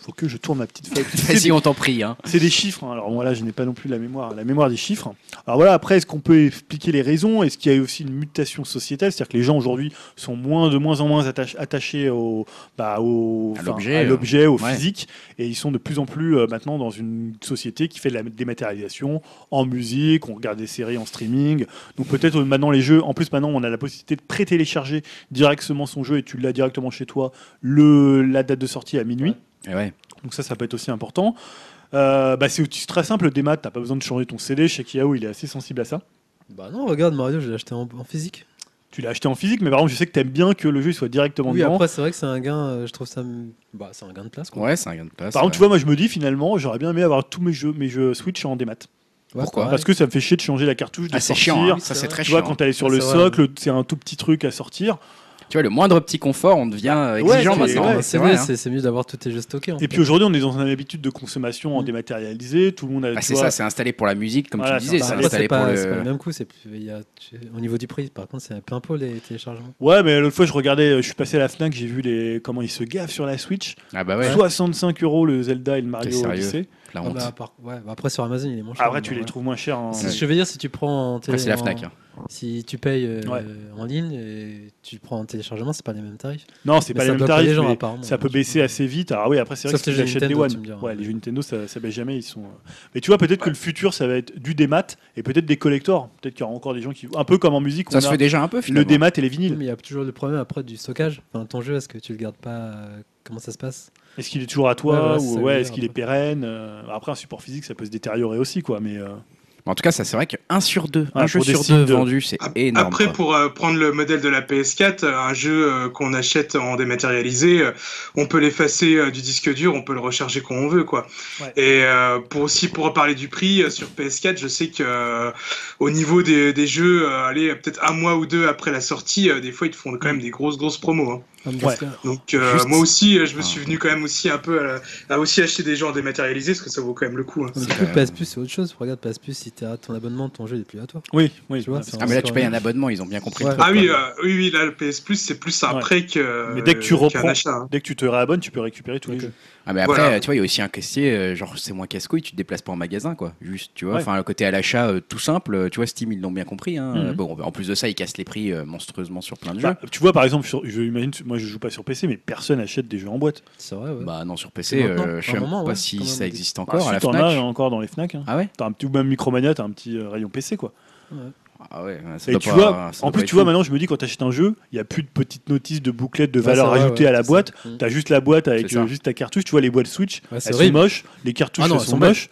Speaker 3: Faut que je tourne ma petite feuille. C'est
Speaker 1: Vas-y,
Speaker 3: des-
Speaker 1: on t'en prie. Hein.
Speaker 3: c'est des chiffres. hein. Alors voilà, je n'ai pas non plus la mémoire, la mémoire des chiffres. Alors voilà, après, est-ce qu'on peut expliquer les raisons Est-ce qu'il y a eu aussi une mutation sociétale C'est-à-dire que les gens aujourd'hui sont moins, de moins en moins attache- attachés au, bah, au,
Speaker 1: À
Speaker 3: enfin,
Speaker 1: l'objet,
Speaker 3: à
Speaker 1: euh,
Speaker 3: l'objet, au
Speaker 1: ouais.
Speaker 3: physique, et ils sont de plus en plus euh, maintenant dans une société qui fait de la dématérialisation en musique, on regarde des séries en streaming. Donc peut-être euh, maintenant les jeux. En plus maintenant, on a la possibilité de pré-télécharger directement son jeu et tu l'as directement chez toi le, la date de sortie à minuit.
Speaker 1: Eh ouais.
Speaker 3: Donc ça, ça peut être aussi important. Euh, bah, c'est aussi très simple, des maths, t'as pas besoin de changer ton CD, chez Yahoo, il est assez sensible à ça.
Speaker 4: Bah non, regarde Mario, je l'ai acheté en, en physique.
Speaker 3: Tu l'as acheté en physique, mais par contre, je sais que t'aimes bien que le jeu il soit directement
Speaker 4: Oui,
Speaker 3: dedans.
Speaker 4: après c'est vrai que c'est un gain, euh, je trouve ça, m- bah c'est un gain de place quoi.
Speaker 1: Ouais, c'est un gain de place.
Speaker 3: par contre, tu
Speaker 1: ouais.
Speaker 3: vois, moi je me dis finalement, j'aurais bien aimé avoir tous mes jeux, mes jeux Switch en démat.
Speaker 4: Ouais,
Speaker 1: Pourquoi
Speaker 4: c'est
Speaker 3: Parce que
Speaker 4: pareil.
Speaker 3: ça me fait chier de changer la cartouche, de
Speaker 1: Ah, c'est
Speaker 3: sortir.
Speaker 1: chiant. hein.
Speaker 4: Oui,
Speaker 1: Ça,
Speaker 4: c'est
Speaker 1: c'est
Speaker 4: vrai.
Speaker 1: très
Speaker 3: Tu
Speaker 1: chiant.
Speaker 3: vois, quand elle est sur
Speaker 4: Ça,
Speaker 3: le
Speaker 4: c'est vrai,
Speaker 3: socle, c'est un tout petit truc à sortir.
Speaker 1: Tu vois, le moindre petit confort, on devient euh,
Speaker 3: Ouais,
Speaker 1: exigeant
Speaker 3: c'est-
Speaker 1: maintenant.
Speaker 3: ouais,
Speaker 1: hein,
Speaker 4: c'est
Speaker 1: vrai,
Speaker 4: mieux,
Speaker 1: hein.
Speaker 4: c'est- c'est mieux d'avoir tous tes jeux stockés. en
Speaker 3: Et
Speaker 4: fait.
Speaker 3: puis aujourd'hui, on est dans une habitude de consommation en dématérialisé. Tout le monde a.
Speaker 1: Bah,
Speaker 3: tu
Speaker 1: Mm. c'est
Speaker 3: vois,
Speaker 1: ça, c'est installé pour la musique, comme
Speaker 3: Voilà,
Speaker 1: tu disais.
Speaker 3: c'est-
Speaker 1: C'est
Speaker 4: Bah,
Speaker 3: ça
Speaker 4: après,
Speaker 1: installé
Speaker 4: c'est
Speaker 1: pour
Speaker 4: pas, c'est pas le
Speaker 1: le.
Speaker 4: même coup, c'est plus- il y a- tu- au niveau du prix. Par contre, c'est plein pot les téléchargements.
Speaker 3: Ouais, mais l'autre fois, je regardais, euh, je suis passé à la Fnac, j'ai vu les comment ils se gaffent sur la Switch.
Speaker 1: Ah bah ouais,
Speaker 3: 65 euros le Zelda et le Mario
Speaker 1: sérieux
Speaker 3: Odyssey.
Speaker 1: la
Speaker 4: Ah bah,
Speaker 1: honte.
Speaker 4: par- ouais, bah, après, sur Amazon, il est moins cher.
Speaker 3: Après, tu
Speaker 4: mais
Speaker 3: les
Speaker 4: ouais.
Speaker 3: trouves moins chers. en-
Speaker 4: Si- Je veux dire, si tu prends en
Speaker 1: Après, c'est la
Speaker 4: en-
Speaker 1: Fnac. hein.
Speaker 4: Si tu payes euh,
Speaker 3: Ouais.
Speaker 4: en ligne et tu prends en téléchargement, c'est pas les mêmes tarifs.
Speaker 3: Non, c'est
Speaker 4: Mais
Speaker 3: pas
Speaker 4: ça
Speaker 3: les mêmes
Speaker 4: bloque pas les
Speaker 3: tarifs.
Speaker 4: gens,
Speaker 3: mais
Speaker 4: apparemment.
Speaker 1: hein,
Speaker 3: ça peut baisser assez vite. Alors oui, après c'est vrai
Speaker 4: Sauf
Speaker 3: que
Speaker 4: les
Speaker 3: si
Speaker 4: jeux
Speaker 3: t'achètes des
Speaker 4: Nintendo,
Speaker 3: One,
Speaker 4: tu me diras.
Speaker 3: ouais, les jeux Nintendo ça, ça baisse jamais. Ils sont. euh, Mais tu vois, peut-être que le futur ça va être du démat et peut-être des collectors. Peut-être qu'il y aura encore des gens qui, un peu comme en musique, on
Speaker 1: Ça se
Speaker 3: a
Speaker 1: fait déjà un peu
Speaker 3: le
Speaker 1: finalement.
Speaker 3: démat et les vinyles.
Speaker 4: Mais il y a toujours le problème après du stockage. Enfin, ton jeu, est-ce que tu le gardes pas euh, Comment ça se passe
Speaker 3: Est-ce qu'il est toujours à
Speaker 4: Ouais,
Speaker 3: toi
Speaker 4: voilà, ça
Speaker 3: ou
Speaker 4: veut
Speaker 3: ouais,
Speaker 4: dire
Speaker 3: est-ce qu'il est
Speaker 4: après.
Speaker 3: pérenne Euh, Après, un support physique ça peut se détériorer aussi quoi. Mais euh,
Speaker 1: Mais en tout cas, ça c'est vrai qu'un sur deux, un
Speaker 3: Ouais,
Speaker 1: jeu
Speaker 3: pour des
Speaker 1: sur
Speaker 3: sites
Speaker 1: deux
Speaker 3: de-
Speaker 1: vendu, c'est
Speaker 2: Ap-
Speaker 1: énorme.
Speaker 2: Ah, Après,
Speaker 1: quoi.
Speaker 2: pour euh, prendre le modèle de la PS4, euh, un jeu euh, qu'on achète en dématérialisé, euh, on peut l'effacer euh, du disque dur, on peut le recharger quand on veut, quoi.
Speaker 3: Ouais.
Speaker 2: Et euh, pour aussi pour parler du prix euh, sur PS4, je sais que euh, au niveau des, des jeux, euh, allez euh, peut-être un mois ou deux après la sortie, euh, des fois ils te font quand même des grosses grosses promos. hein.
Speaker 3: Ouais.
Speaker 2: Donc euh,
Speaker 1: Juste-
Speaker 2: moi aussi, euh, je me suis
Speaker 1: Ah.
Speaker 2: venu quand même aussi un peu à, la- à aussi acheter des jeux en dématérialisé parce que ça vaut quand même le coup. hein.
Speaker 4: Du
Speaker 1: C'est
Speaker 4: coup,
Speaker 1: quand même-
Speaker 4: PS Plus, c'est autre chose. Regarde, PS Plus, si t'as ton abonnement, ton jeu il est plus à toi.
Speaker 3: Oui, oui.
Speaker 4: Tu vois, c'est
Speaker 1: Ah mais là
Speaker 4: sur
Speaker 1: tu payes
Speaker 4: un-
Speaker 1: un abonnement, ils ont bien compris.
Speaker 4: Ouais.
Speaker 1: Le truc,
Speaker 2: Ah oui,
Speaker 1: quoi.
Speaker 2: euh, oui, oui, là le PS Plus c'est plus un
Speaker 3: Ouais.
Speaker 2: prêt que.
Speaker 3: Mais dès que tu
Speaker 2: qu'un
Speaker 3: reprends-
Speaker 2: achat, hein.
Speaker 3: Dès que tu te réabonnes, tu peux récupérer tous les
Speaker 4: Ok.
Speaker 3: jeux.
Speaker 1: Ah mais après,
Speaker 2: Voilà.
Speaker 1: euh, tu vois, il y a aussi un caissier, euh, genre c'est moins casse-couille, tu te déplaces pas en magasin, quoi. Juste, tu vois,
Speaker 3: Ouais.
Speaker 1: enfin, le côté à l'achat euh, tout simple, euh, tu vois, Steam, ils l'ont bien compris. hein.
Speaker 3: Mhm.
Speaker 1: Euh, Bon, en plus de ça, ils cassent les prix euh, monstrueusement sur plein de jeux.
Speaker 3: Bah, tu vois, par exemple, sur- je imagine, moi je joue pas sur PC, mais personne achète des jeux en boîte.
Speaker 4: C'est vrai, ouais.
Speaker 1: Bah non, sur PC,
Speaker 4: maintenant,
Speaker 1: euh, je
Speaker 4: un
Speaker 1: sais même
Speaker 4: moment,
Speaker 1: pas
Speaker 4: ouais,
Speaker 1: si
Speaker 4: quand même,
Speaker 1: ça
Speaker 4: on
Speaker 1: existe
Speaker 3: Bah,
Speaker 1: encore
Speaker 3: si
Speaker 1: à la
Speaker 3: t'en
Speaker 1: FNAC.
Speaker 3: as encore dans les Fnac, hein.
Speaker 1: Ah ouais
Speaker 3: T'as un petit, ou même Micromania, t'as un petit euh, rayon PC quoi.
Speaker 1: Ah ouais, ça
Speaker 3: Et
Speaker 1: doit
Speaker 3: tu
Speaker 1: pas-
Speaker 3: vois,
Speaker 1: ça doit
Speaker 3: en
Speaker 1: pas
Speaker 3: plus tu
Speaker 1: être
Speaker 3: vois
Speaker 1: fou.
Speaker 3: maintenant, je me dis quand t'achètes un jeu, il y a plus de petites notices de bouclettes de
Speaker 4: Ouais,
Speaker 3: valeur
Speaker 4: c'est vrai,
Speaker 3: ajoutée
Speaker 4: ouais,
Speaker 3: à la
Speaker 4: c'est
Speaker 3: boîte.
Speaker 4: ça. Mm.
Speaker 3: T'as juste la boîte avec
Speaker 1: C'est ça.
Speaker 3: euh, juste ta cartouche. Tu vois les boîtes Switch,
Speaker 4: Ouais, c'est
Speaker 3: elles sont
Speaker 4: horrible.
Speaker 3: moches, les cartouches
Speaker 4: Ah non,
Speaker 3: elles
Speaker 4: elles
Speaker 3: sont
Speaker 4: sont
Speaker 3: moches.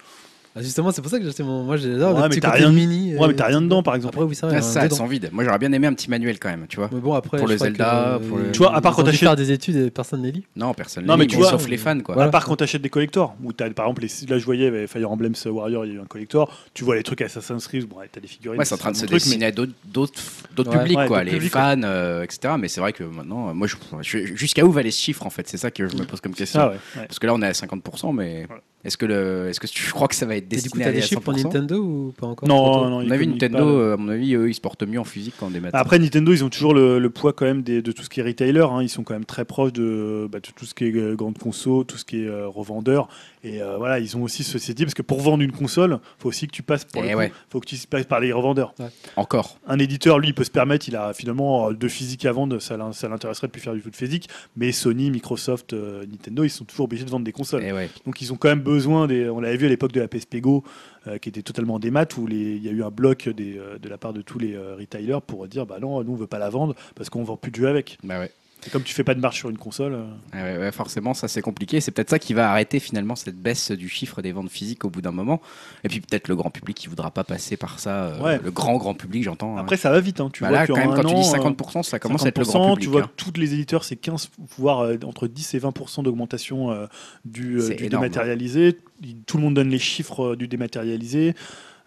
Speaker 4: Ah, justement, c'est pour ça que j'ai acheté mon. Moi, j'adore
Speaker 3: Ouais,
Speaker 4: le
Speaker 3: mais
Speaker 4: petit
Speaker 3: t'as
Speaker 4: côté
Speaker 3: rien-
Speaker 4: mini.
Speaker 3: Ouais,
Speaker 4: euh,
Speaker 3: mais t'as rien dedans par exemple.
Speaker 4: Après, oui, ça.
Speaker 1: Ah, ça, elles sont vides. Moi, j'aurais bien aimé un petit manuel quand même, tu vois.
Speaker 4: Mais bon, après,
Speaker 1: Pour
Speaker 4: je
Speaker 1: le
Speaker 4: crois
Speaker 1: Zelda,
Speaker 4: que, euh,
Speaker 1: pour le-
Speaker 3: Tu vois, à part quand
Speaker 4: ils ont dû
Speaker 3: t'achètes-
Speaker 4: faire des études et personne ne les lit.
Speaker 1: Non, personne.
Speaker 3: Non,
Speaker 1: ne
Speaker 3: mais
Speaker 1: lit,
Speaker 3: tu vois-
Speaker 1: sauf les fans, quoi.
Speaker 4: Voilà.
Speaker 3: À part quand t'achètes des collectors, où t'as par exemple, les, là je voyais avec Fire Emblem Warrior, il y a eu un collector, tu vois les trucs Assassin's Creed, bon, ouais, t'as des figurines.
Speaker 1: Ouais, c'est en train de
Speaker 3: ton
Speaker 1: se
Speaker 3: truc, mais-
Speaker 1: dessiner à d'autres- d'autres d'autres
Speaker 4: Ouais.
Speaker 1: publics,
Speaker 3: Ouais,
Speaker 1: quoi,
Speaker 3: d'autres
Speaker 1: les
Speaker 3: publics,
Speaker 1: fans, euh, etc. Mais c'est vrai que maintenant, euh, moi, je- je- jusqu'à où valait ce chiffre, en fait C'est ça que je me pose comme question.
Speaker 3: Ah ouais, ouais.
Speaker 1: Parce que là, on est à 50%, mais
Speaker 3: Voilà.
Speaker 1: est-ce que, le... est que tu crois que ça va être
Speaker 4: Et du coup,
Speaker 1: destiné à
Speaker 4: t'as
Speaker 1: aller
Speaker 4: des
Speaker 1: à
Speaker 4: chiffres pour
Speaker 1: 100%
Speaker 4: Nintendo ou pas encore trop tôt
Speaker 3: Non, non,
Speaker 1: On
Speaker 3: ils
Speaker 1: a vu
Speaker 3: communiquent
Speaker 1: Nintendo,
Speaker 3: pas, là.
Speaker 1: euh, à mon avis, eux, ils se portent mieux en physique qu'en démat.
Speaker 3: Après Nintendo, ils ont toujours le, le poids quand même des- de tout ce qui est retailer. hein. Ils sont quand même très proches de, bah, de tout ce qui est euh, grande conso, tout ce qui est euh, revendeur. Et euh, voilà, ils ont aussi ce CD parce que pour vendre une console, faut aussi que tu passes pour
Speaker 1: Eh
Speaker 3: le coup,
Speaker 1: ouais.
Speaker 3: faut que tu passes par les revendeurs.
Speaker 1: Encore.
Speaker 3: un éditeur, lui, il peut se permettre, il a finalement euh, de physique à vendre, ça l'in- ça l'intéresserait de plus faire du tout de physique, mais Sony, Microsoft, euh, Nintendo, ils sont toujours obligés de vendre des consoles.
Speaker 1: Eh ouais.
Speaker 3: Donc ils ont quand même besoin, des, on l'avait vu à l'époque de la PSP Go, euh, qui était totalement des maths, où les- il y a eu un bloc des, euh, de la part de tous les euh, retailers pour dire, bah non, nous on veut pas la vendre, parce qu'on vend plus de jeux avec.
Speaker 1: Bah ouais. Ah
Speaker 3: Et comme tu fais pas de marche sur une console... euh,
Speaker 1: Ouais, ouais, ouais, forcément, ça c'est compliqué. C'est peut-être ça qui va arrêter finalement cette baisse du chiffre des ventes physiques au bout d'un moment. Et puis peut-être le grand public qui voudra pas passer par ça. euh,
Speaker 3: Ouais.
Speaker 1: Le grand grand public, j'entends. hein.
Speaker 3: Après ça va vite, hein. tu
Speaker 1: Bah
Speaker 3: vois
Speaker 1: là,
Speaker 3: qu'en
Speaker 1: quand même,
Speaker 3: un
Speaker 1: quand tu dis
Speaker 3: an, euh,
Speaker 1: 50%, ça commence à être le
Speaker 3: 50%,
Speaker 1: grand public.
Speaker 3: Tu vois,
Speaker 1: hein.
Speaker 3: tous les éditeurs, c'est 15, voire euh, entre 10 et 20% d'augmentation euh, du, euh,
Speaker 1: C'est
Speaker 3: du
Speaker 1: énorme. hein.
Speaker 3: dématérialisé. Il- Tout le monde donne les chiffres euh, du dématérialisé.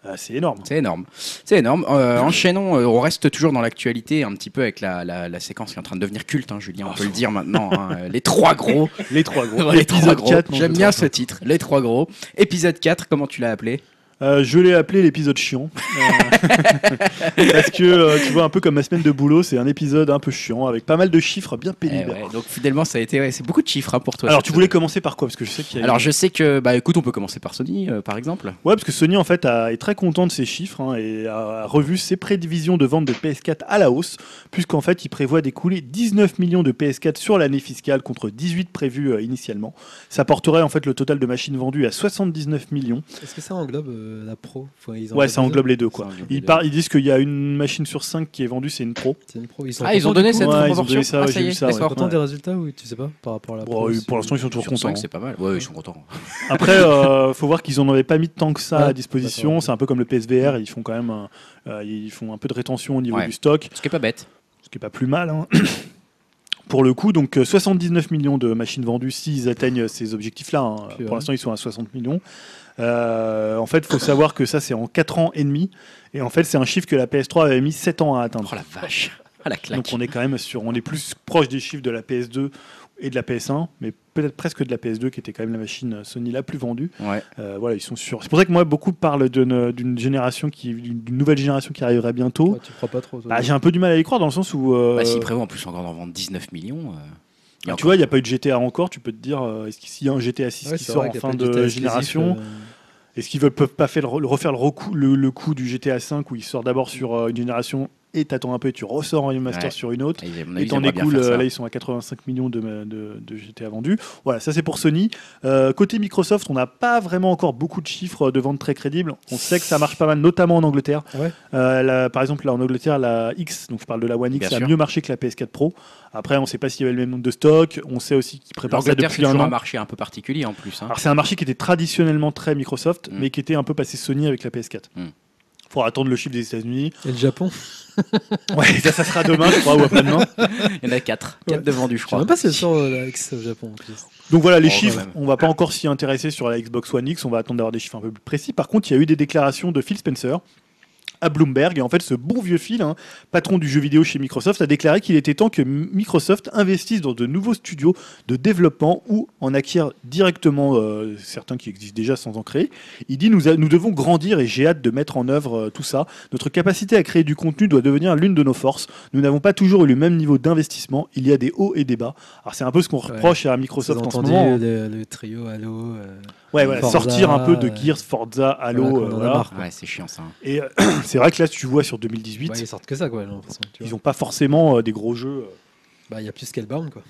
Speaker 3: Euh, c'est énorme.
Speaker 1: C'est énorme. C'est énorme. Euh, enchaînons, euh, on reste toujours dans l'actualité, un petit peu avec la, la- la séquence qui est en train de devenir culte, hein, Julien, on peut le dire maintenant. hein. Euh, Les trois gros.
Speaker 3: Les trois gros.
Speaker 1: les trois
Speaker 3: Épisode
Speaker 1: gros.
Speaker 3: 4, non,
Speaker 1: J'aime
Speaker 3: je hein.
Speaker 1: bien
Speaker 3: sais
Speaker 1: ce titre. Les trois gros. Épisode 4, comment tu l'as appelé
Speaker 3: pas. Euh, je l'ai appelé l'épisode chiant. Euh, parce que, euh, tu vois, un peu comme ma semaine de boulot, c'est un épisode un peu chiant, avec pas mal de chiffres bien
Speaker 1: Eh
Speaker 3: pénibles.
Speaker 1: ouais, Donc finalement, ça a été. ouais, c'est beaucoup de chiffres hein, pour toi.
Speaker 3: Alors,
Speaker 1: cette
Speaker 3: tu voulais
Speaker 1: semaine.
Speaker 3: commencer par quoi Parce que je sais qu'il y a
Speaker 1: Alors
Speaker 3: une-
Speaker 1: je sais que. Bah écoute, on peut commencer par Sony, euh, par exemple.
Speaker 3: Ouais, parce que Sony en fait a- est très content de ces chiffres hein, et a revu ses prévisions de vente de PS4 à la hausse, puisqu'en fait il prévoit d'écouler 19 millions de PS4 sur l'année fiscale contre 18 prévus euh, initialement. Ça porterait en fait le total de machines vendues à 79 millions.
Speaker 4: Est-ce que ça englobe euh, la pro Enfin, ils
Speaker 3: ouais, ça
Speaker 4: englobent les
Speaker 3: englobe les deux quoi.
Speaker 1: Ça englobe les
Speaker 3: Ils,
Speaker 1: deux.
Speaker 3: par- ils disent qu'il y a une machine sur cinq qui est vendue, c'est une pro.
Speaker 4: deux. C'est une pro. sont
Speaker 1: Ah, ils ont
Speaker 4: contents,
Speaker 1: donné
Speaker 4: du coup, hein.
Speaker 1: cette
Speaker 3: ouais, ils ont
Speaker 1: proportion.
Speaker 3: donné ça,
Speaker 1: Ah,
Speaker 3: ouais,
Speaker 1: ça
Speaker 3: j'ai
Speaker 1: y
Speaker 3: vu
Speaker 1: est,
Speaker 3: ça, ouais.
Speaker 1: d'accord.
Speaker 4: Content
Speaker 3: Ouais.
Speaker 4: des résultats ou tu sais pas par rapport à la
Speaker 3: Bon,
Speaker 4: pro
Speaker 3: euh,
Speaker 4: c'est-
Speaker 3: pour l'instant ils sont toujours
Speaker 1: Sur
Speaker 3: contents.
Speaker 1: cinq, c'est pas mal. Ouais, ils sont contents.
Speaker 3: hein. Après, euh, faut voir qu'ils en avaient pas mis tant que ça
Speaker 4: Ouais,
Speaker 3: à disposition.
Speaker 4: d'accord.
Speaker 3: C'est un peu comme le PSVR, ils font quand même, un- euh, ils font un peu de rétention au niveau
Speaker 1: Ouais.
Speaker 3: du stock.
Speaker 1: Ce qui est pas bête.
Speaker 3: ce qui est pas plus mal. hein. Pour le coup, donc euh, 79 millions de machines vendues s'ils atteignent ces objectifs-là. hein.
Speaker 4: Puis, ouais.
Speaker 3: Pour l'instant, ils sont à 60 millions. Euh, en fait, il faut savoir que ça, c'est en 4 ans et demi. Et en fait, c'est un chiffre que la PS3 avait mis 7 ans à atteindre.
Speaker 1: Oh la vache. Ah la claque.
Speaker 3: donc on est quand même sur, on est plus proche des chiffres de la PS2 et de la PS1, mais peut-être presque de la PS2 qui était quand même la machine Sony la plus vendue.
Speaker 1: Ouais.
Speaker 3: Euh, voilà, ils sont sûrs. C'est pour ça que moi, beaucoup parlent d'une d'une génération qui, d'une nouvelle génération qui arriverait bientôt.
Speaker 4: Ouais, tu crois pas trop. toi.
Speaker 3: Bah, J'ai un peu du mal à y croire dans le sens où. euh, Ah,
Speaker 1: Bah, s'ils prévoient en plus encore d'en vendre 19 millions. euh, il y a
Speaker 3: tu
Speaker 1: encore-
Speaker 3: vois, il n'y a pas eu de GTA encore, tu peux te dire, euh, est-ce qu'il s'il y a un GTA 6
Speaker 4: Ouais,
Speaker 3: qui
Speaker 4: c'est
Speaker 3: sort
Speaker 4: vrai
Speaker 3: en
Speaker 4: qu'il y a
Speaker 3: fin
Speaker 4: pas de GTA
Speaker 3: de
Speaker 4: exclusif,
Speaker 3: génération
Speaker 4: euh,
Speaker 3: Est-ce qu'ils ne peuvent pas faire le, re- refaire le, recou- le, le coup du GTA 5 où il sort d'abord sur euh, une génération et t'attends un peu et tu ressors un remaster
Speaker 1: Ouais.
Speaker 3: sur une autre
Speaker 1: Ah, ils- à mon avis,
Speaker 3: et
Speaker 1: ils
Speaker 3: t'en
Speaker 1: aimeraient bien
Speaker 3: découles,
Speaker 1: faire ça.
Speaker 3: euh, là ils sont à 85 millions de, ma- de, de GTA vendus. Voilà, ça c'est pour Sony. Euh, côté Microsoft, on n'a pas vraiment encore beaucoup de chiffres de vente très crédibles. On sait que ça marche pas mal, notamment en Angleterre.
Speaker 4: Ouais.
Speaker 3: Euh, la- par exemple, là en Angleterre, la X, donc je parle de la One X,
Speaker 1: Bien
Speaker 3: a
Speaker 1: sûr.
Speaker 3: mieux marché que la PS4 Pro. Après, on ne sait pas s'il y avait le même nombre de stocks. On sait aussi qu'ils préparent ça
Speaker 1: L'Angleterre, c'est
Speaker 3: depuis un
Speaker 1: toujours un
Speaker 3: an.
Speaker 1: marché un peu particulier en plus. hein.
Speaker 3: Alors c'est un marché qui était traditionnellement très Microsoft,
Speaker 1: Mm.
Speaker 3: mais qui était un peu passé Sony avec la PS4.
Speaker 1: Mm.
Speaker 3: Pour attendre le chiffre des États-Unis.
Speaker 4: Et le Japon
Speaker 3: Ouais, ça, ça sera demain, je crois, ou après-demain.
Speaker 1: Il y en a 4.
Speaker 4: Ouais.
Speaker 1: 4 de vendus, je
Speaker 4: Je sais
Speaker 1: crois.
Speaker 4: même pas si elles sont euh, la X au Japon. en plus.
Speaker 3: Donc voilà, les
Speaker 1: Oh,
Speaker 3: chiffres,
Speaker 1: quand même.
Speaker 3: on va pas encore s'y intéresser sur la Xbox One X, on va attendre d'avoir des chiffres un peu plus précis. Par contre, il y a eu des déclarations de Phil Spencer à Bloomberg, et en fait, ce bon vieux Phil, hein, patron du jeu vidéo chez Microsoft, a déclaré qu'il était temps que Microsoft investisse dans de nouveaux studios de développement ou en acquiert directement euh, certains qui existent déjà sans en créer. Il dit nous, a- nous devons grandir et j'ai hâte de mettre en œuvre euh, tout ça. Notre capacité à créer du contenu doit devenir l'une de nos forces. Nous n'avons pas toujours eu le même niveau d'investissement. Il y a des hauts et des bas. Alors c'est un peu ce qu'on reproche à Microsoft
Speaker 4: Vous
Speaker 3: en ce
Speaker 4: entendez
Speaker 3: moment.
Speaker 4: le, le trio Halo. euh,
Speaker 3: Ouais, voilà,
Speaker 4: Forza,
Speaker 3: sortir un peu de
Speaker 4: ouais.
Speaker 3: Gears, Forza, Halo.
Speaker 4: Voilà, qu'on
Speaker 3: euh,
Speaker 4: en a
Speaker 3: voilà.
Speaker 4: marre.
Speaker 1: Ouais, c'est chiant ça.
Speaker 3: Et euh, c'est vrai que là, si tu vois sur 2018,
Speaker 4: ouais, ils sortent que ça, quoi, j'ai l'impression. tu vois.
Speaker 3: ils n'ont pas forcément euh, des gros jeux. euh.
Speaker 4: Bah, il y a plus Scalebound, quoi.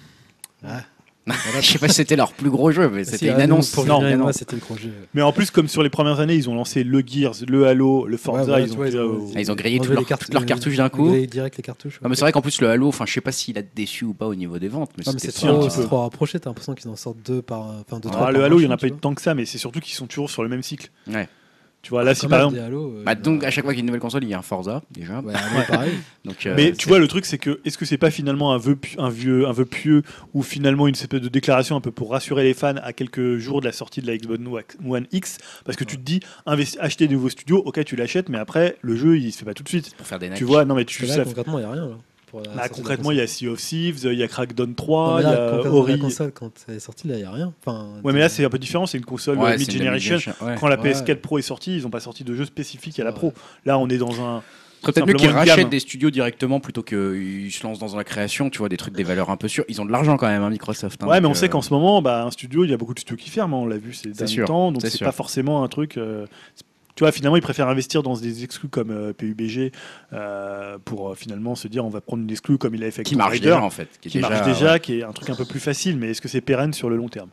Speaker 1: je sais pas si c'était leur plus gros jeu, mais
Speaker 4: Si,
Speaker 1: c'était une
Speaker 4: ah, nous,
Speaker 1: annonce.
Speaker 4: Pour
Speaker 1: Non,
Speaker 4: Julien et
Speaker 1: non.
Speaker 4: moi, c'était le gros jeu.
Speaker 3: Mais en plus, comme sur les premières années, ils ont lancé le Gears, le Halo, le Forza.
Speaker 4: Ouais, voilà,
Speaker 3: ils,
Speaker 4: tu
Speaker 3: ont
Speaker 4: vois,
Speaker 3: fait,
Speaker 4: ils
Speaker 3: euh,
Speaker 4: ont-
Speaker 1: Ah, ils ont grillé
Speaker 4: Enlever
Speaker 1: toutes leurs-
Speaker 4: les cartes-
Speaker 1: toutes leurs
Speaker 4: euh,
Speaker 1: cartouches d'un coup.
Speaker 4: enlever Direct les cartouches. ouais.
Speaker 1: Non, mais c'est vrai qu'en plus, le Halo, enfin, je sais pas s'il a déçu ou pas au niveau des ventes, mais
Speaker 4: Non, mais
Speaker 1: c'était
Speaker 4: c'est
Speaker 3: si, un
Speaker 4: trop,
Speaker 3: petit peu.
Speaker 4: c'est trop rapproché, t'as l'impression qu'ils en sortent deux par. Enfin, deux,
Speaker 1: Ah,
Speaker 4: trois
Speaker 3: ah,
Speaker 4: par
Speaker 3: le Halo, il n'y en
Speaker 4: machine,
Speaker 3: a pas
Speaker 4: tu
Speaker 3: eu tant que ça, mais c'est surtout qu'ils sont toujours sur le même cycle.
Speaker 1: Ouais.
Speaker 3: Tu vois,
Speaker 4: vois.
Speaker 3: là, si
Speaker 4: Quand
Speaker 3: par
Speaker 4: même,
Speaker 3: exemple.
Speaker 4: des Halo, euh,
Speaker 1: Bah, donc,
Speaker 4: bah,
Speaker 1: à chaque fois qu'il y a une nouvelle console, il y a un Forza, déjà.
Speaker 4: ouais, Halo, pareil.
Speaker 1: Donc, euh,
Speaker 3: Mais
Speaker 1: c'est-
Speaker 3: tu vois, le truc, c'est que est-ce que c'est pas finalement un vœu, pu- un vieux, un vœu pieux ou finalement une espèce de déclaration un peu pour rassurer les fans à quelques jours de la sortie de la Xbox One X Parce que tu te dis, investi- acheter des nouveaux studios, ok, tu l'achètes, mais après, le jeu, il se fait pas tout de suite.
Speaker 1: pour faire des
Speaker 3: Tu
Speaker 1: nages.
Speaker 3: vois, non, mais
Speaker 4: Parce
Speaker 3: tu
Speaker 4: que là,
Speaker 3: ça-
Speaker 4: concrètement, il n'y a rien. Là, pour la
Speaker 3: bah,
Speaker 4: sortie de la
Speaker 3: concrètement, il y a Sea of Thieves, il y a Crackdown 3, il
Speaker 4: console.
Speaker 3: y
Speaker 4: Non, mais là,
Speaker 3: a
Speaker 4: concrètement,
Speaker 3: Ori.
Speaker 4: La console, quand elle est sortie, là, il n'y a rien. Enfin,
Speaker 3: Ouais, mais là, c'est un peu différent, c'est une console
Speaker 1: Ouais,
Speaker 3: euh,
Speaker 1: c'est une
Speaker 3: mid-generation.
Speaker 1: mid-generation, ouais.
Speaker 3: Quand la
Speaker 4: Ouais.
Speaker 3: PS4 Pro est sortie, ils ont pas sorti de jeu spécifique à la
Speaker 4: Ouais.
Speaker 3: Pro. Là, on est dans un.
Speaker 1: Serait peut-être mieux qu'ils
Speaker 3: simplement une gamme.
Speaker 1: rachètent des studios directement plutôt qu'ils se lancent dans la création, tu vois, des trucs, des valeurs un peu sûres. Ils ont de l'argent quand même, hein, Microsoft. hein,
Speaker 3: Ouais, mais
Speaker 1: donc,
Speaker 3: on sait
Speaker 1: euh,
Speaker 3: qu'en ce moment, bah, un studio, il y a beaucoup de studios qui ferment, hein, on l'a vu ces derniers
Speaker 1: sûr,
Speaker 3: temps, donc
Speaker 1: c'est
Speaker 3: c'est
Speaker 1: sûr.
Speaker 3: pas forcément un truc. euh, c'est- tu vois, finalement, ils préfèrent investir dans des exclus comme euh, PUBG euh, pour euh, finalement se dire on va prendre une exclue comme il a fait avec
Speaker 1: Qui
Speaker 3: Tomb
Speaker 1: marche
Speaker 3: Raider,
Speaker 1: déjà, en fait. est
Speaker 3: qui marche déjà,
Speaker 1: ouais.
Speaker 3: qui est un truc un peu plus facile, mais est-ce que c'est pérenne sur le long terme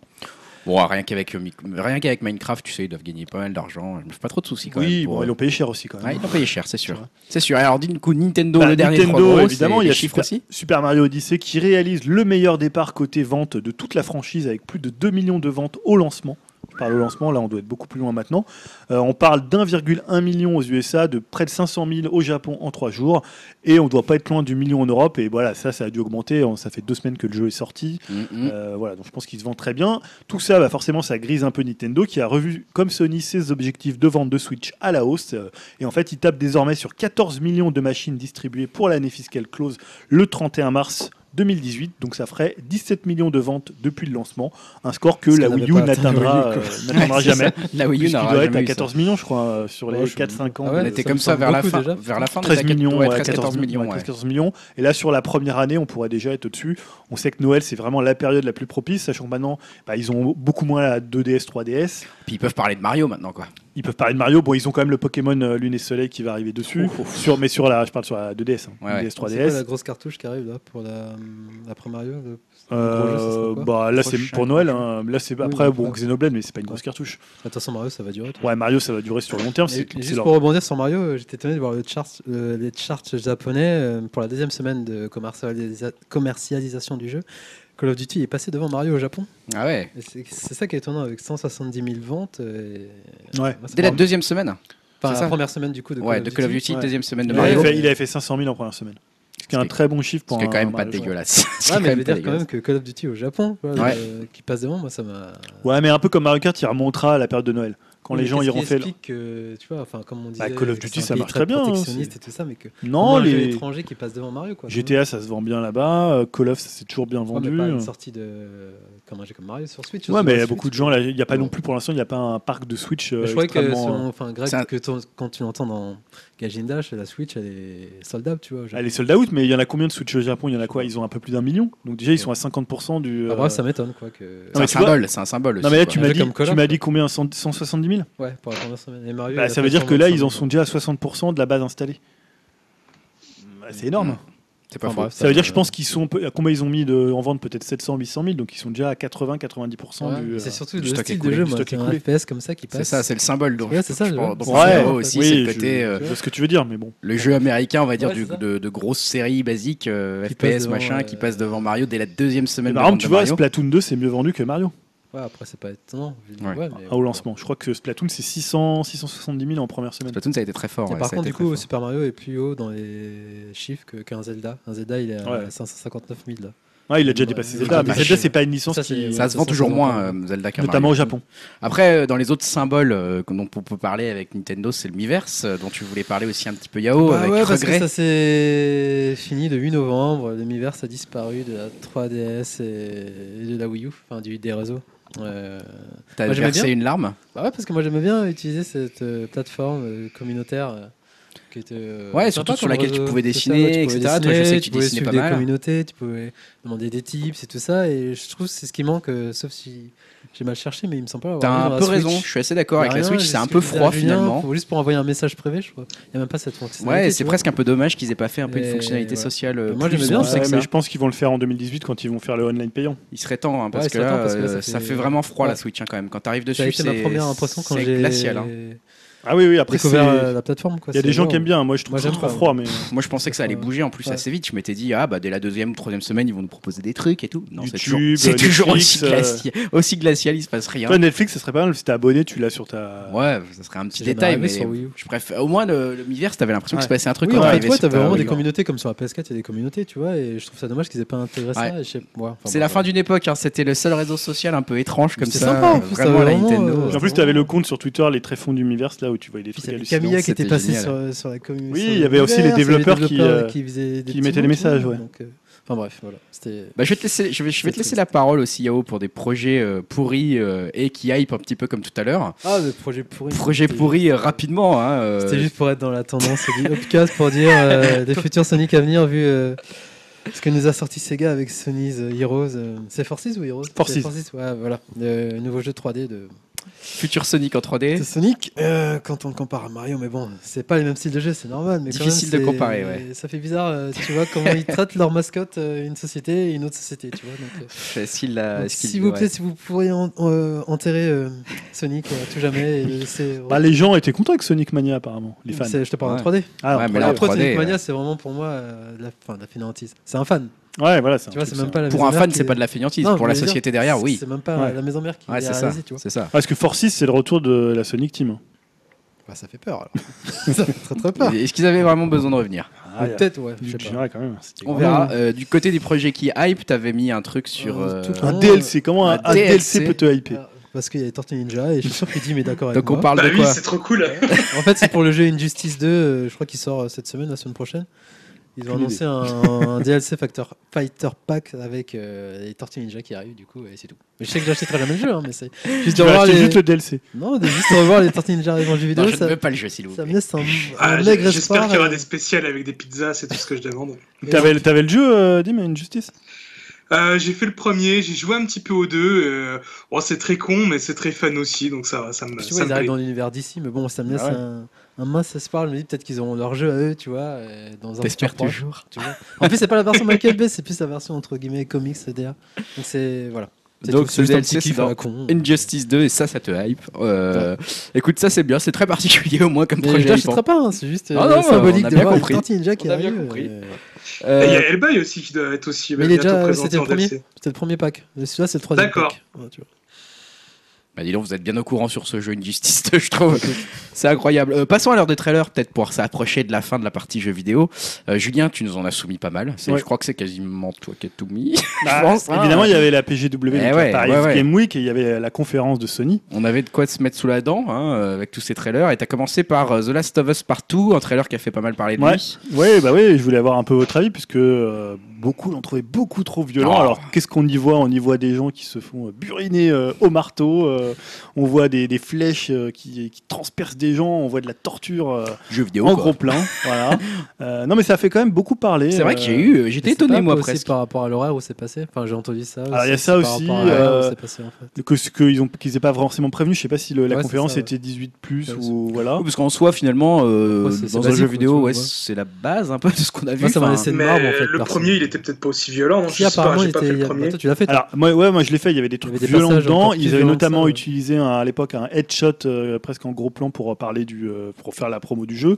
Speaker 1: Bon, ah, rien qu'avec euh, mic- rien qu'avec Minecraft, tu sais, ils doivent gagner pas mal d'argent. Je me fais pas trop de soucis quand
Speaker 3: Oui,
Speaker 1: même. pour,
Speaker 3: bon, ils
Speaker 1: euh,
Speaker 3: l'ont payé cher aussi quand
Speaker 1: ouais,
Speaker 3: même.
Speaker 1: ils l'ont payé cher, c'est
Speaker 3: Ouais.
Speaker 1: sûr. C'est sûr. Alors, du coup, Nintendo,
Speaker 3: Bah,
Speaker 1: le dernier
Speaker 3: Nintendo,
Speaker 1: trois gros,
Speaker 3: évidemment,
Speaker 1: c'est
Speaker 3: il y a
Speaker 1: les chiffres
Speaker 3: Super,
Speaker 1: aussi.
Speaker 3: Super Mario Odyssey qui réalise le meilleur départ côté vente de toute la franchise avec plus de 2 millions de ventes au lancement. Je parle au lancement, là on doit être beaucoup plus loin maintenant. Euh, on parle d'1,1 million aux USA, de près de 500 000 au Japon en 3 jours, et on ne doit pas être loin du million en Europe. Et voilà, ça, ça a dû augmenter. On- Ça fait deux semaines que le jeu est sorti.
Speaker 1: Mm, mm.
Speaker 3: Euh, voilà, donc je pense qu'il se vend très bien. Tout ça, bah, forcément, ça grise un peu Nintendo qui a revu, comme Sony, ses objectifs de vente de Switch à la hausse. Euh, et en fait, il tape désormais sur 14 millions de machines distribuées pour l'année fiscale close le 31 mars 2018. Donc ça ferait 17 millions de ventes depuis le lancement. Un score que
Speaker 4: Parce
Speaker 3: la
Speaker 4: qu'elle
Speaker 3: Wii
Speaker 4: n'avait
Speaker 3: U
Speaker 4: pas atteint le
Speaker 3: n'atteindra
Speaker 4: Wii
Speaker 3: euh,
Speaker 4: U,
Speaker 3: n'atteindra
Speaker 1: Ouais, c'est
Speaker 3: jamais.
Speaker 1: ça. La Wii U
Speaker 3: Puisqu'il
Speaker 1: n'aura
Speaker 3: doit être
Speaker 1: jamais
Speaker 3: à
Speaker 1: eu ça.
Speaker 3: 14 millions, je crois, euh, sur les
Speaker 4: Ouais, je-
Speaker 3: 4-5 ans.
Speaker 4: Ah ouais,
Speaker 1: On
Speaker 4: ça
Speaker 1: était
Speaker 4: me
Speaker 1: comme ça
Speaker 4: semble
Speaker 1: vers la,
Speaker 4: beaucoup
Speaker 1: fin,
Speaker 4: déjà.
Speaker 1: vers la fin. on était à
Speaker 3: 13
Speaker 1: quatre-
Speaker 3: millions,
Speaker 1: ouais,
Speaker 3: ouais,
Speaker 1: 13,
Speaker 3: 14 millions, ouais,
Speaker 1: ouais.
Speaker 3: 14 millions. Et là, sur la première année, on pourrait déjà être au-dessus. On sait que Noël, c'est vraiment la période la plus propice, sachant que maintenant, bah, ils ont beaucoup moins la 2DS, 3DS.
Speaker 1: Puis ils peuvent parler de Mario maintenant, quoi.
Speaker 3: Ils peuvent parler de Mario. Bon, ils ont quand même le Pokémon euh, Lune et Soleil qui va arriver dessus. Sur, mais sur la, je parle sur la 2DS, hein,
Speaker 1: Ouais, ouais.
Speaker 3: 2DS,
Speaker 4: C'est quoi la
Speaker 3: 3DS.
Speaker 4: grosse cartouche qui arrive là pour la. hum, Après Mario le-
Speaker 3: Euh,
Speaker 4: gros jeu, ça serait quoi
Speaker 3: bah, là, c'est
Speaker 1: Prochain,
Speaker 3: pour Noël. hein. Là, c'est
Speaker 4: Oui,
Speaker 3: après,
Speaker 4: oui,
Speaker 3: bon,
Speaker 4: ouais.
Speaker 3: Xenoblade, mais c'est pas une grosse cartouche.
Speaker 4: De toute façon, Mario, ça va durer. toi.
Speaker 3: Ouais, Mario, ça va durer sur le long terme.
Speaker 4: Et-
Speaker 3: C'est
Speaker 4: et
Speaker 3: c'est
Speaker 4: juste
Speaker 3: leur-
Speaker 4: pour rebondir sur Mario, euh, j'étais étonné de voir le chart, euh, les charts japonais euh, pour la deuxième semaine de commercialisa- commercialisation du jeu. Call of Duty est passé devant Mario au Japon.
Speaker 1: Ah ouais.
Speaker 4: Et C'est c'est ça qui est étonnant avec 170 000 ventes. et-
Speaker 3: Ouais.
Speaker 4: Moi, ça
Speaker 1: Dès la
Speaker 4: me-
Speaker 1: deuxième semaine.
Speaker 4: enfin,
Speaker 1: c'est
Speaker 4: la
Speaker 1: ça
Speaker 4: première semaine du coup de Call,
Speaker 1: Ouais,
Speaker 4: of,
Speaker 1: de
Speaker 4: Duty,
Speaker 1: Call of Duty,
Speaker 3: ouais.
Speaker 1: deuxième semaine de
Speaker 3: Il avait,
Speaker 1: Mario.
Speaker 3: fait, il avait fait 500 000 en première semaine. Ce qui est un
Speaker 1: Ce qui-
Speaker 3: très bon chiffre
Speaker 1: Ce
Speaker 3: pour
Speaker 1: qui est
Speaker 3: un-
Speaker 1: quand même
Speaker 3: un
Speaker 1: pas
Speaker 3: Mario, ouais.
Speaker 1: dégueulasse. Ce qui est
Speaker 4: Ouais, mais je
Speaker 1: quand
Speaker 4: veux
Speaker 1: même
Speaker 4: dire
Speaker 1: pas
Speaker 4: quand même que Call of Duty au Japon, voilà,
Speaker 1: Ouais.
Speaker 4: euh, qui passe devant, moi ça m'a.
Speaker 3: Ouais, mais un peu comme Mario Kart, il remontera à la période de Noël. Quand les gens iront
Speaker 4: fait.
Speaker 3: faire.
Speaker 4: tu vois, enfin, comme on disait,
Speaker 3: Bah, Call of
Speaker 4: que
Speaker 3: Duty,
Speaker 4: c'est un
Speaker 3: ça
Speaker 4: pays
Speaker 3: marche très bien, hein,
Speaker 4: Protectionniste
Speaker 3: c'est-
Speaker 4: et tout ça, mais que.
Speaker 3: Non, les.
Speaker 4: étrangers qui passent devant Mario, quoi.
Speaker 3: GTA, ça se vend bien là-bas. euh, Call of, ça s'est toujours bien
Speaker 4: Ouais, mais
Speaker 3: vendu.
Speaker 4: pas une sortie de. Comme un jeu comme Mario sur Switch.
Speaker 3: Ouais, mais il y a
Speaker 4: Switch.
Speaker 3: beaucoup de gens là. Il n'y a pas non
Speaker 4: Non.
Speaker 3: plus pour l'instant, il n'y a pas un parc de Switch. euh,
Speaker 4: Je croyais que,
Speaker 3: extrêmement,
Speaker 4: selon- enfin, Greg,
Speaker 1: C'est un-
Speaker 4: que ton- quand tu l'entends dans Gajin Dash, la Switch, elle est sold out, tu vois. au
Speaker 3: euh,
Speaker 4: Japon.
Speaker 3: Elle est sold out, mais il y en a combien de Switch au Japon Il y en a quoi Ils ont un peu plus d'un million. Donc déjà, ils sont à 50% du.
Speaker 4: Ah,
Speaker 3: euh,
Speaker 4: bref, ça m'étonne, quoi. Que...
Speaker 1: C'est
Speaker 3: mais
Speaker 1: un
Speaker 3: tu vois-
Speaker 1: symbole, c'est un symbole aussi.
Speaker 3: Non, mais là,
Speaker 1: quoi.
Speaker 3: tu
Speaker 4: Un
Speaker 3: m'as
Speaker 4: jeu
Speaker 3: dit,
Speaker 4: comme Call
Speaker 3: tu
Speaker 4: of,
Speaker 3: m'as
Speaker 4: quoi.
Speaker 3: dit combien 100 170 000
Speaker 4: Ouais, pour la première semaine. Et Mario,
Speaker 3: Bah,
Speaker 4: il a
Speaker 3: Ça
Speaker 4: fait
Speaker 3: veut dire que là,
Speaker 4: 125 000.
Speaker 3: ils en sont déjà à 60% de la base installée. Bah, C'est énorme.
Speaker 1: C'est pas
Speaker 4: Enfin,
Speaker 1: faux.
Speaker 4: bref,
Speaker 3: Ça veut dire,
Speaker 4: me-
Speaker 3: je pense qu'ils sont. peu- à Combien ils ont mis de, en vente Peut-être 700, 800 000. Donc ils sont déjà à 80-90%
Speaker 4: Ouais,
Speaker 3: du.
Speaker 4: mais
Speaker 3: euh,
Speaker 4: C'est surtout
Speaker 1: du
Speaker 4: le
Speaker 1: stock
Speaker 4: style
Speaker 1: écoulé,
Speaker 4: de jeu,
Speaker 3: du
Speaker 4: moi,
Speaker 3: stock
Speaker 4: c'est un
Speaker 3: écoulé.
Speaker 4: FPS comme ça qui passe.
Speaker 1: C'est ça, c'est le symbole dont
Speaker 4: Ouais,
Speaker 1: je-
Speaker 4: c'est ça,
Speaker 1: je
Speaker 4: je-
Speaker 1: pense- dont
Speaker 4: Ouais,
Speaker 1: on
Speaker 3: Ouais,
Speaker 1: parle aussi,
Speaker 3: oui,
Speaker 1: c'est le
Speaker 3: je-
Speaker 1: côté euh,
Speaker 3: je vois ce que tu veux dire, mais bon.
Speaker 1: le jeu américain, on va dire,
Speaker 4: Ouais,
Speaker 1: du-
Speaker 4: c'est ça.
Speaker 1: de, de grosses séries basiques, euh,
Speaker 4: Qui passe
Speaker 1: FPS,
Speaker 4: devant,
Speaker 1: machin,
Speaker 4: euh,
Speaker 1: qui passe devant Mario dès la deuxième
Speaker 3: Mais
Speaker 1: semaine.
Speaker 3: par
Speaker 1: de
Speaker 3: exemple,
Speaker 1: vente
Speaker 3: tu
Speaker 1: de
Speaker 3: vois,
Speaker 1: Mario.
Speaker 3: Splatoon 2, c'est mieux vendu que Mario.
Speaker 4: Ouais, après, c'est pas étonnant. vu le-
Speaker 1: Ouais.
Speaker 4: ouais, mais-
Speaker 3: Ah, au lancement. Je crois que Splatoon, c'est 600, 670 000 en première semaine.
Speaker 1: Splatoon, ça a été très fort.
Speaker 4: Et
Speaker 1: ouais,
Speaker 4: par
Speaker 1: ça a
Speaker 4: contre,
Speaker 1: été
Speaker 4: du
Speaker 1: très
Speaker 4: coup,
Speaker 1: fort.
Speaker 4: Super Mario est plus haut dans les chiffres que- qu'un Zelda. Un Zelda, il est à
Speaker 3: Ouais.
Speaker 4: 559 000. Là.
Speaker 3: Ouais, il a déjà
Speaker 4: Ouais,
Speaker 3: dépassé
Speaker 4: ouais,
Speaker 3: Zelda,
Speaker 4: ouais,
Speaker 3: mais
Speaker 4: ouais.
Speaker 3: Zelda, c'est pas une licence
Speaker 4: Ça,
Speaker 3: qui.
Speaker 4: c'est-
Speaker 1: Ça se vend
Speaker 4: ça, ça
Speaker 1: toujours
Speaker 4: se vend
Speaker 1: moins,
Speaker 4: pas.
Speaker 1: euh, Zelda qu'un
Speaker 3: Notamment
Speaker 1: Mario.
Speaker 3: au Japon.
Speaker 1: Après, euh, dans les autres symboles euh, dont on peut parler avec Nintendo, c'est le Miiverse, euh, dont tu voulais parler aussi un petit peu Yao,
Speaker 4: Bah
Speaker 1: avec
Speaker 4: ouais, parce que
Speaker 1: regret.
Speaker 4: ça s'est fini le 8 novembre. L'univers a disparu de la 3DS et de la Wii U, enfin du, des réseaux. Euh,
Speaker 1: T'as
Speaker 4: Moi, j'aimais
Speaker 1: versé
Speaker 4: bien.
Speaker 1: une larme.
Speaker 4: Bah ouais, parce que moi j'aimais bien utiliser cette euh, plateforme euh, communautaire euh, qui était. euh,
Speaker 1: Ouais, surtout
Speaker 4: sympa
Speaker 1: sur
Speaker 4: comme
Speaker 1: laquelle tu
Speaker 4: réseau,
Speaker 1: pouvais
Speaker 4: tout ça,
Speaker 1: dessiner,
Speaker 4: ouais, tu
Speaker 1: etc. Toi,
Speaker 4: pouvais
Speaker 1: je
Speaker 4: dessiner,
Speaker 1: sais que tu
Speaker 4: pouvais
Speaker 1: dessinais
Speaker 4: suivre
Speaker 1: pas
Speaker 4: des
Speaker 1: mal.
Speaker 4: communautés, tu pouvais demander des tips et tout ça. Et je trouve que c'est ce qui manque, euh, sauf si j'ai mal cherché, mais il me semble pas. avoir
Speaker 1: T'as
Speaker 4: rien
Speaker 1: un
Speaker 4: dans
Speaker 1: peu
Speaker 4: la Switch.
Speaker 1: raison, je suis assez d'accord
Speaker 4: Y
Speaker 1: avec
Speaker 4: a
Speaker 1: la
Speaker 4: rien,
Speaker 1: Switch,
Speaker 4: juste
Speaker 1: c'est un
Speaker 4: ce que
Speaker 1: peu
Speaker 4: disait
Speaker 1: froid
Speaker 4: Julien,
Speaker 1: finalement.
Speaker 4: faut juste pour envoyer un message privé, je crois. Il n'y a même pas cette fonctionnalité.
Speaker 1: Ouais,
Speaker 4: tu
Speaker 1: c'est
Speaker 4: vois.
Speaker 1: presque un peu dommage qu'ils aient pas fait un peu une
Speaker 4: Mais-
Speaker 1: fonctionnalité
Speaker 4: ouais.
Speaker 1: sociale. euh,
Speaker 4: Moi,
Speaker 1: plus
Speaker 4: j'aimais bien,
Speaker 1: poussée
Speaker 4: c'est
Speaker 3: Ouais,
Speaker 1: que ça.
Speaker 3: mais je pense qu'ils vont le faire en 2018 quand ils vont faire le online payant.
Speaker 1: Il serait temps, hein, parce,
Speaker 4: Ouais, il
Speaker 1: que
Speaker 4: serait
Speaker 1: là,
Speaker 4: temps, parce que là,
Speaker 1: euh, ça,
Speaker 4: ça
Speaker 1: fait...
Speaker 4: fait-
Speaker 1: vraiment froid la
Speaker 4: Ouais.
Speaker 1: Switch hein, quand même. Quand t'arrives
Speaker 4: Ça a
Speaker 1: dessus, c'est
Speaker 4: été ma première impression quand
Speaker 1: c'est
Speaker 4: j'ai
Speaker 1: glacial. hein.
Speaker 3: Ah oui, oui, après, c'est.
Speaker 4: découvert euh,
Speaker 3: Il
Speaker 4: la plateforme. quoi.
Speaker 3: y a des
Speaker 4: C'est
Speaker 3: gens
Speaker 4: bon.
Speaker 3: qui aiment bien. Moi, je trouve
Speaker 4: Moi,
Speaker 3: ça
Speaker 4: j'aime
Speaker 3: trop
Speaker 4: pas.
Speaker 3: froid, mais.
Speaker 1: Moi, je pensais que ça allait bouger en plus
Speaker 4: Ouais.
Speaker 1: assez vite. Je m'étais dit, ah bah dès la deuxième, troisième semaine, ils vont nous proposer des trucs et tout. Non, c'est toujours,
Speaker 3: YouTube,
Speaker 1: c'est
Speaker 3: euh,
Speaker 1: toujours aussi,
Speaker 3: Netflix,
Speaker 1: glacial, aussi glacial, il se passe rien.
Speaker 3: Toi, Netflix, ça serait pas mal si t'es abonné, tu l'as sur ta.
Speaker 1: Ouais, ça serait un petit
Speaker 4: C'est jamais
Speaker 1: détail,
Speaker 4: arrivé
Speaker 1: mais
Speaker 4: sur Wii U.
Speaker 1: je préfère. Au moins, le, le Miiverse, t'avais l'impression que
Speaker 4: Ouais.
Speaker 1: se passait un truc
Speaker 4: Oui,
Speaker 1: quand
Speaker 4: en fait,
Speaker 1: t'arrivais
Speaker 4: ouais,
Speaker 1: sur
Speaker 4: t'avais
Speaker 1: ta
Speaker 4: vraiment des
Speaker 1: Wii U.
Speaker 4: communautés comme sur la PS4, il y a des communautés, tu vois, et je trouve ça dommage qu'ils aient pas intégré ça. et je sais- ouais, enfin,
Speaker 1: C'est
Speaker 4: bon,
Speaker 1: la
Speaker 4: ouais.
Speaker 1: fin du époque, hein, c'était le seul réseau social un peu étrange comme ça.
Speaker 4: C'était sympa, en
Speaker 1: euh,
Speaker 4: plus,
Speaker 1: vraiment
Speaker 4: t'avais
Speaker 1: la
Speaker 4: vraiment,
Speaker 1: Nintendo.
Speaker 4: euh,
Speaker 3: En plus, t'avais le compte sur Twitter, les tréfonds du univers, là où tu voyais des
Speaker 4: Puis
Speaker 3: trucs
Speaker 4: il y avait
Speaker 3: hallucinants.
Speaker 4: Camilla qui était
Speaker 1: c'était
Speaker 4: passée
Speaker 1: génial.
Speaker 4: sur, sur la communauté.
Speaker 3: Oui, il y avait aussi les développeurs qui, euh,
Speaker 4: faisaient des
Speaker 3: qui
Speaker 4: petits
Speaker 3: mettaient les
Speaker 4: mots, tu vois,
Speaker 3: messages, ouais.
Speaker 4: donc, euh, Enfin bref, voilà. C'était.
Speaker 1: Bah, je vais te laisser, je vais, je vais te laisser
Speaker 4: triste.
Speaker 1: la parole aussi, Yao, pour des projets euh, pourris euh, et qui hype un petit peu comme tout à l'heure.
Speaker 4: Ah, le projet pourri.
Speaker 1: Projet
Speaker 4: C'était-
Speaker 1: pourri euh, rapidement. Hein, euh,
Speaker 4: C'était juste pour être dans la tendance du podcast pour dire euh, des futurs Sonic à venir vu euh, ce que nous a sorti Sega avec Sony's euh, Heroes. euh, c'est Forces ou Heroes
Speaker 3: Forces.
Speaker 4: C'est ouais, voilà. Le nouveau jeu 3D de,
Speaker 1: Futur Sonic en 3D.
Speaker 4: de Sonic. Euh, quand on le compare à Mario, mais bon, c'est pas les mêmes styles de jeu, c'est normal. Mais quand
Speaker 1: Difficile
Speaker 4: même,
Speaker 1: de
Speaker 4: c'est-
Speaker 1: comparer, ouais.
Speaker 4: Ça fait bizarre, euh, tu vois, comment ils traitent leur mascotte, euh, une société et une autre société, tu vois. donc, euh,
Speaker 1: Est-ce qu'il l'a-
Speaker 4: donc,
Speaker 1: est-ce qu'il-
Speaker 4: S'il vous
Speaker 1: ouais.
Speaker 4: plaît, si vous pourriez en- euh, enterrer euh, Sonic euh, à tout jamais et le laisser.
Speaker 3: Bah, les gens étaient contents avec Sonic Mania, apparemment, les fans.
Speaker 4: C'est- Je te parle
Speaker 1: Ouais.
Speaker 4: en 3D.
Speaker 3: Ah,
Speaker 1: Ouais, mais
Speaker 4: Mais
Speaker 1: là, en
Speaker 4: après,
Speaker 1: 3D,
Speaker 4: Sonic
Speaker 1: ouais.
Speaker 4: Mania, c'est vraiment pour moi euh, de la, fin, de la fainéantise. C'est un fan.
Speaker 3: ouais, voilà. c'est un
Speaker 4: Tu vois,
Speaker 3: truc,
Speaker 4: c'est
Speaker 3: ça.
Speaker 4: même pas la
Speaker 1: Pour
Speaker 4: maison
Speaker 1: un
Speaker 4: mère
Speaker 1: fan,
Speaker 4: qui-
Speaker 1: c'est pas de la fainéantise.
Speaker 4: Non,
Speaker 1: Pour la
Speaker 4: mais je veux
Speaker 1: société
Speaker 4: dire,
Speaker 1: derrière,
Speaker 4: c'est-
Speaker 1: oui.
Speaker 4: C'est même pas
Speaker 3: Ouais.
Speaker 4: la maison mère qui
Speaker 1: Ouais,
Speaker 4: les
Speaker 1: c'est
Speaker 4: a
Speaker 1: ça.
Speaker 4: réalisés, tu vois.
Speaker 1: C'est ça.
Speaker 3: Parce que Force 6, c'est le retour de la Sonic Team. hein.
Speaker 4: Bah, ça fait peur alors. ça fait très très peur.
Speaker 1: Est-ce qu'ils avaient vraiment besoin de revenir
Speaker 3: Ah, il y a
Speaker 4: Peut-être, ouais.
Speaker 3: du
Speaker 4: Je sais pas.
Speaker 3: Jira, quand même. C'était
Speaker 1: On
Speaker 3: grand.
Speaker 1: verra. Euh, du côté des projets qui hype, t'avais mis un truc sur.
Speaker 4: Euh, tout
Speaker 1: euh,
Speaker 4: le
Speaker 3: Un
Speaker 4: Non,
Speaker 3: DLC, comment un,
Speaker 1: un
Speaker 3: un DLC,
Speaker 1: DLC
Speaker 3: peut te hyper
Speaker 4: Ah, Parce qu'il y a les Tortues Ninja et je suis sûr qu'il dit, mais d'accord avec
Speaker 1: Donc on
Speaker 4: moi.
Speaker 1: parle
Speaker 2: Bah
Speaker 1: de
Speaker 2: oui,
Speaker 1: quoi
Speaker 2: c'est trop cool.
Speaker 4: En fait, c'est pour le jeu Injustice 2, euh, je crois qu'il sort euh, cette semaine, la semaine prochaine. Ils ont
Speaker 3: Aucune
Speaker 4: annoncé un, un DLC Factor, Fighter Pack avec euh, les Tortues Ninja qui arrivent, du coup, et c'est tout. Mais je sais que j'achèterai jamais le jeu, hein, mais c'est juste de
Speaker 3: Tu vas
Speaker 4: revoir
Speaker 3: acheter
Speaker 4: les.
Speaker 3: juste le DLC.
Speaker 4: Non, de juste revoir les Tortues Ninja arriver en jeu
Speaker 1: Non,
Speaker 4: vidéo,
Speaker 1: je
Speaker 4: ça,
Speaker 1: ne veux pas le jeu, s'il vous
Speaker 4: Ça me
Speaker 1: plaît.
Speaker 4: laisse un,
Speaker 2: Ah,
Speaker 4: un
Speaker 2: j-
Speaker 4: maigre
Speaker 2: J'espère
Speaker 4: espoir.
Speaker 2: qu'il y aura
Speaker 4: euh,
Speaker 2: des spéciales avec des pizzas, c'est tout ce que je demande.
Speaker 3: T'avais t'avais le jeu, euh, Dim, Injustice
Speaker 2: Euh, j'ai fait le premier, j'ai joué un petit peu aux deux. euh, bon, c'est très con, mais c'est très fun aussi, donc ça, ça me,
Speaker 4: Tu
Speaker 2: Bah, ça
Speaker 4: vois,
Speaker 2: me
Speaker 4: ils
Speaker 2: plaît.
Speaker 4: arrivent dans l'univers d'ici, mais bon, ça me laisse
Speaker 3: Ah ouais.
Speaker 4: un, un mince espoir. Je me dis peut-être qu'ils auront leur jeu à eux, tu vois, euh, dans un
Speaker 1: T'espères
Speaker 4: futur proche, tu vois. En plus, c'est pas la version Michael Bay, c'est plus la version entre guillemets comics DA. Donc c'est voilà. C'est
Speaker 1: Donc,
Speaker 4: tout,
Speaker 1: ce
Speaker 4: juste un
Speaker 1: DLC,
Speaker 4: petit kiff
Speaker 1: c'est
Speaker 4: à
Speaker 1: dans
Speaker 4: la con.
Speaker 1: Injustice 2 et ça, ça te hype. Euh, Écoute, ça c'est bien, c'est très particulier au moins comme
Speaker 4: Mais je
Speaker 1: projet.
Speaker 4: l'achèterai pas, hein, c'est juste euh,
Speaker 1: Ah non, on
Speaker 4: symbolique
Speaker 1: a
Speaker 4: de
Speaker 1: bien
Speaker 4: voir les
Speaker 1: compris.
Speaker 4: Tortues Ninja qui
Speaker 1: On a bien
Speaker 4: arrivent,
Speaker 1: compris.
Speaker 4: euh, voilà.
Speaker 2: Et il y
Speaker 1: Euh,
Speaker 2: a Elbay aussi qui doit être aussi
Speaker 4: Mais il est
Speaker 2: bientôt
Speaker 4: déjà,
Speaker 2: présenté
Speaker 4: c'était
Speaker 2: en
Speaker 4: le premier.
Speaker 2: DLC.
Speaker 4: C'était le premier pack. Mais Celui-là, c'est le troisième.
Speaker 2: D'accord.
Speaker 4: pack. Ouais, tu vois.
Speaker 1: Bah dis donc, vous êtes bien au courant sur ce jeu Injustice 2, je trouve. C'est incroyable. Euh, passons à l'heure des trailers, peut-être pour s'approcher de la fin de la partie jeux vidéo. Euh, Julien, tu nous en as soumis pas mal. C'est-
Speaker 3: Ouais.
Speaker 1: Je crois que c'est quasiment toi qui as tout mis.
Speaker 3: Bah,
Speaker 1: je pense,
Speaker 4: ah,
Speaker 1: hein.
Speaker 3: Évidemment, il y avait la PGW, donc
Speaker 1: Eh
Speaker 3: la
Speaker 1: ouais,
Speaker 3: Paris
Speaker 1: ouais, ouais.
Speaker 3: Game Week, et il y avait la conférence de Sony.
Speaker 1: On avait de quoi se mettre sous la dent hein, euh, avec tous ces trailers. Et t'as commencé par euh, The Last of Us Partout, un trailer qui a fait pas mal parler de
Speaker 3: Ouais.
Speaker 1: lui.
Speaker 3: Ouais, bah ouais, je voulais avoir un peu votre avis, puisque euh, beaucoup l'ont trouvé beaucoup trop violent.
Speaker 1: Oh.
Speaker 3: Alors, qu'est-ce qu'on y voit On y voit des gens qui se font euh, buriner euh, au marteau, euh, on voit des, des flèches euh, qui, qui transpercent des gens, on voit de la torture euh,
Speaker 1: Jeu vidéo.
Speaker 3: en
Speaker 1: quoi.
Speaker 3: gros plan. voilà. Euh, non, mais ça a fait quand même beaucoup parler.
Speaker 1: C'est vrai que j'ai
Speaker 3: euh,
Speaker 1: eu, euh, j'étais
Speaker 4: Mais c'est
Speaker 1: étonné
Speaker 4: pas
Speaker 1: moi
Speaker 4: aussi
Speaker 1: presque.
Speaker 4: par rapport à l'horaire où c'est passé. Enfin, j'ai entendu ça.
Speaker 3: Ah, il y a ça
Speaker 4: par
Speaker 3: aussi,
Speaker 4: rapport à l'horaire où
Speaker 3: euh,
Speaker 4: c'est passé, en fait.
Speaker 3: que ce qu'ils ont qu'ils aient pas forcément prévenu je sais pas si le- la
Speaker 4: Ouais, c'est
Speaker 3: conférence
Speaker 4: ça, ouais.
Speaker 3: était 18 plus
Speaker 4: Ouais,
Speaker 3: ou voilà
Speaker 1: Oui, Parce qu'en soi, finalement, euh,
Speaker 4: Ouais, c'est- c'est
Speaker 1: dans un
Speaker 4: basique,
Speaker 1: jeu
Speaker 4: quoi,
Speaker 1: vidéo,
Speaker 4: tu vois,
Speaker 1: ouais,
Speaker 4: ouais.
Speaker 1: c'est la base un peu de ce qu'on a vu.
Speaker 4: Moi, ça m'a
Speaker 1: Enfin,
Speaker 4: laissé de
Speaker 2: Mais
Speaker 4: marbre en fait.
Speaker 2: le
Speaker 4: perso.
Speaker 2: premier, il était peut-être pas aussi violent. Non,
Speaker 4: Qui
Speaker 2: je sais pas,
Speaker 4: apparemment
Speaker 2: j'ai pas
Speaker 4: était.
Speaker 2: fait
Speaker 4: il y
Speaker 2: le
Speaker 4: a-
Speaker 2: premier.
Speaker 4: Bah, toi, tu l'as fait. toi.
Speaker 3: alors moi ouais moi je l'ai fait il y avait des
Speaker 4: Il y
Speaker 3: trucs
Speaker 4: avait des
Speaker 3: violents
Speaker 4: passages
Speaker 3: dedans
Speaker 4: encore plus
Speaker 3: ils avaient
Speaker 4: violents que
Speaker 3: notamment
Speaker 4: ça,
Speaker 3: utilisé un- à l'époque un headshot euh, presque en gros plan pour euh, parler du, euh, pour faire la promo du jeu.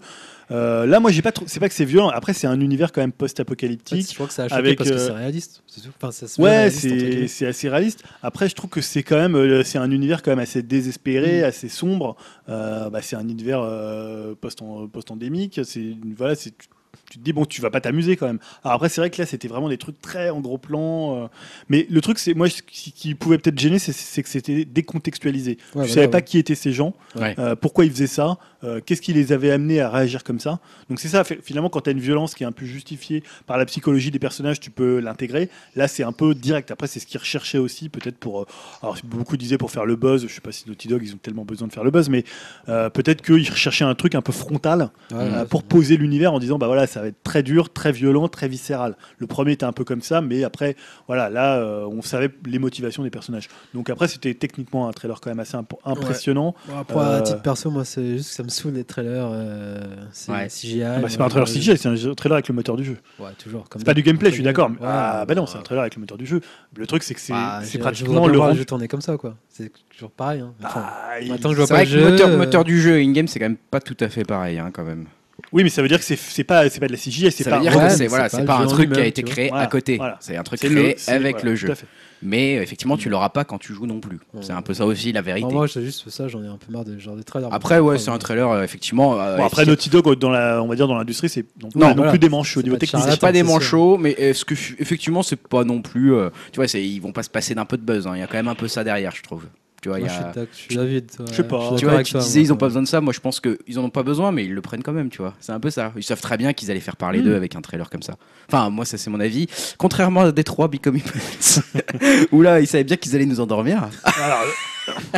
Speaker 3: Euh, là, moi, j'ai pas, trop- c'est pas que c'est violent. Après, c'est un univers quand même
Speaker 4: En fait,
Speaker 3: post-apocalyptique.
Speaker 4: je crois que ça a choqué
Speaker 3: avec,
Speaker 4: parce que
Speaker 3: euh,
Speaker 4: c'est réaliste. C'est tout. Enfin, ça se veut
Speaker 3: Ouais,
Speaker 4: réaliste, entre
Speaker 3: c'est
Speaker 4: guillemets.
Speaker 3: c'est assez réaliste. Après, je trouve que c'est quand même, euh, c'est un univers quand même assez désespéré,
Speaker 4: Mm.
Speaker 3: assez sombre. Euh, bah, c'est un univers euh, post-en- post-endémique. C'est voilà, c'est tu- tu te dis bon, tu vas pas t'amuser quand même. Alors après, c'est vrai que là, c'était vraiment des trucs très en gros plan. euh, mais le truc, c'est moi, ce qui, qui pouvait peut-être gêner, c'est- c'est que c'était décontextualisé.
Speaker 4: Ouais, voilà,
Speaker 3: tu savais pas
Speaker 4: ouais.
Speaker 3: qui étaient ces gens,
Speaker 1: Ouais.
Speaker 3: euh, pourquoi ils faisaient ça, euh, qu'est-ce qui les avait amenés à réagir comme ça. Donc c'est ça, fi- finalement, quand tu as une violence qui est un peu justifiée par la psychologie des personnages, tu peux l'intégrer. Là, c'est un peu direct. Après, c'est ce qu'ils recherchaient aussi, peut-être pour... euh, alors, beaucoup disaient pour faire le buzz, je sais pas si Naughty Dog, ils ont tellement besoin de faire le buzz, mais euh, peut-être qu'ils recherchaient un truc un peu frontal
Speaker 4: Ouais,
Speaker 3: euh,
Speaker 4: ouais,
Speaker 3: pour
Speaker 4: c'est-
Speaker 3: poser l'univers en disant, bah voilà, ça va être très dur, très violent, très viscéral. Le premier était un peu comme ça, mais après, voilà, là, euh, on savait les motivations des personnages. Donc après, c'était techniquement un trailer quand même assez imp- impressionnant.
Speaker 4: Bon, après, à
Speaker 3: Euh,
Speaker 4: titre perso, moi, c'est juste que ça me saoule les trailers. euh, c'est
Speaker 1: Ouais.
Speaker 4: CGI.
Speaker 3: Ah bah, c'est pas un trailer CGI, c'est un trailer avec le moteur du jeu.
Speaker 4: Ouais, toujours. comme
Speaker 3: C'est pas du
Speaker 4: d'hab.
Speaker 3: gameplay, je suis d'accord. mais-
Speaker 4: Ouais,
Speaker 3: Ah bah non, c'est un
Speaker 4: ouais.
Speaker 3: trailer avec le moteur du jeu. Le truc, c'est que c'est
Speaker 4: Bah,
Speaker 3: c'est
Speaker 4: je- je
Speaker 3: pratiquement
Speaker 4: voudrais
Speaker 3: le
Speaker 4: voir le
Speaker 3: rendu.
Speaker 4: jeu tourné comme ça, quoi. C'est toujours pareil. hein. Enfin,
Speaker 3: Ah, il-
Speaker 4: maintenant que je vois
Speaker 1: C'est
Speaker 4: pas
Speaker 1: vrai
Speaker 4: le
Speaker 1: que
Speaker 4: jeu,
Speaker 1: moteur,
Speaker 4: euh,
Speaker 1: moteur du jeu et in-game, c'est quand même pas tout à fait pareil, hein, quand même.
Speaker 3: Oui, mais ça veut dire que c'est- c'est pas, c'est pas de la CGI, c'est
Speaker 1: Ça
Speaker 3: pas
Speaker 1: veut dire
Speaker 4: ouais,
Speaker 1: que
Speaker 4: mais
Speaker 1: c'est voilà,
Speaker 4: c'est
Speaker 1: c'est
Speaker 4: pas
Speaker 1: pas
Speaker 4: le
Speaker 1: un
Speaker 4: jeu en
Speaker 1: truc qui a
Speaker 4: lui-même,
Speaker 1: été
Speaker 4: tu
Speaker 1: créé
Speaker 3: vois.
Speaker 1: à côté.
Speaker 3: Voilà, voilà.
Speaker 1: C'est un truc
Speaker 3: c'est
Speaker 1: créé
Speaker 3: c'est-
Speaker 1: avec le
Speaker 3: voilà, tout
Speaker 1: jeu.
Speaker 3: à fait.
Speaker 1: Mais euh, effectivement, tu l'auras pas quand tu joues non plus. C'est un peu ça aussi la
Speaker 4: bon,
Speaker 1: vérité.
Speaker 4: moi, c'est juste ça, j'en ai un peu marre des genre des trailers.
Speaker 1: Après, ouais, c'est un
Speaker 4: trailer.
Speaker 1: trailer, euh, effectivement. euh,
Speaker 3: Bon, après
Speaker 1: efficace.
Speaker 3: Naughty Dog, dans la, on va dire dans l'industrie, c'est non,
Speaker 1: Non,
Speaker 3: non
Speaker 4: voilà.
Speaker 3: plus des manches au
Speaker 4: C'est
Speaker 3: niveau
Speaker 4: pas de
Speaker 3: technique.
Speaker 1: C'est
Speaker 4: charlatan.
Speaker 1: pas des
Speaker 4: c'est sûr.
Speaker 1: manchots, mais est-ce que effectivement c'est pas non plus, euh, tu vois, c'est- ils vont pas se passer d'un peu de buzz. hein. Il y a quand même un peu ça derrière, je trouve. Tu vois, il y
Speaker 4: Moi,
Speaker 1: a-
Speaker 4: je suis d'ac- je suis David. ouais,
Speaker 1: tu
Speaker 3: sais pas.
Speaker 4: suis d'accord
Speaker 1: vois,
Speaker 4: avec
Speaker 1: tu
Speaker 4: toi,
Speaker 1: disais
Speaker 4: moi,
Speaker 1: ils ont pas
Speaker 4: ouais.
Speaker 1: besoin de ça. Moi, je pense que ils en ont pas besoin, mais ils le prennent quand même. Tu vois, c'est un peu ça. Ils savent très bien qu'ils allaient faire
Speaker 3: Mm.
Speaker 1: parler d'eux avec un trailer comme ça. Enfin, moi, ça c'est mon avis. Contrairement à Detroit Become Human, où là, ils savaient bien qu'ils allaient nous endormir.
Speaker 3: Alors,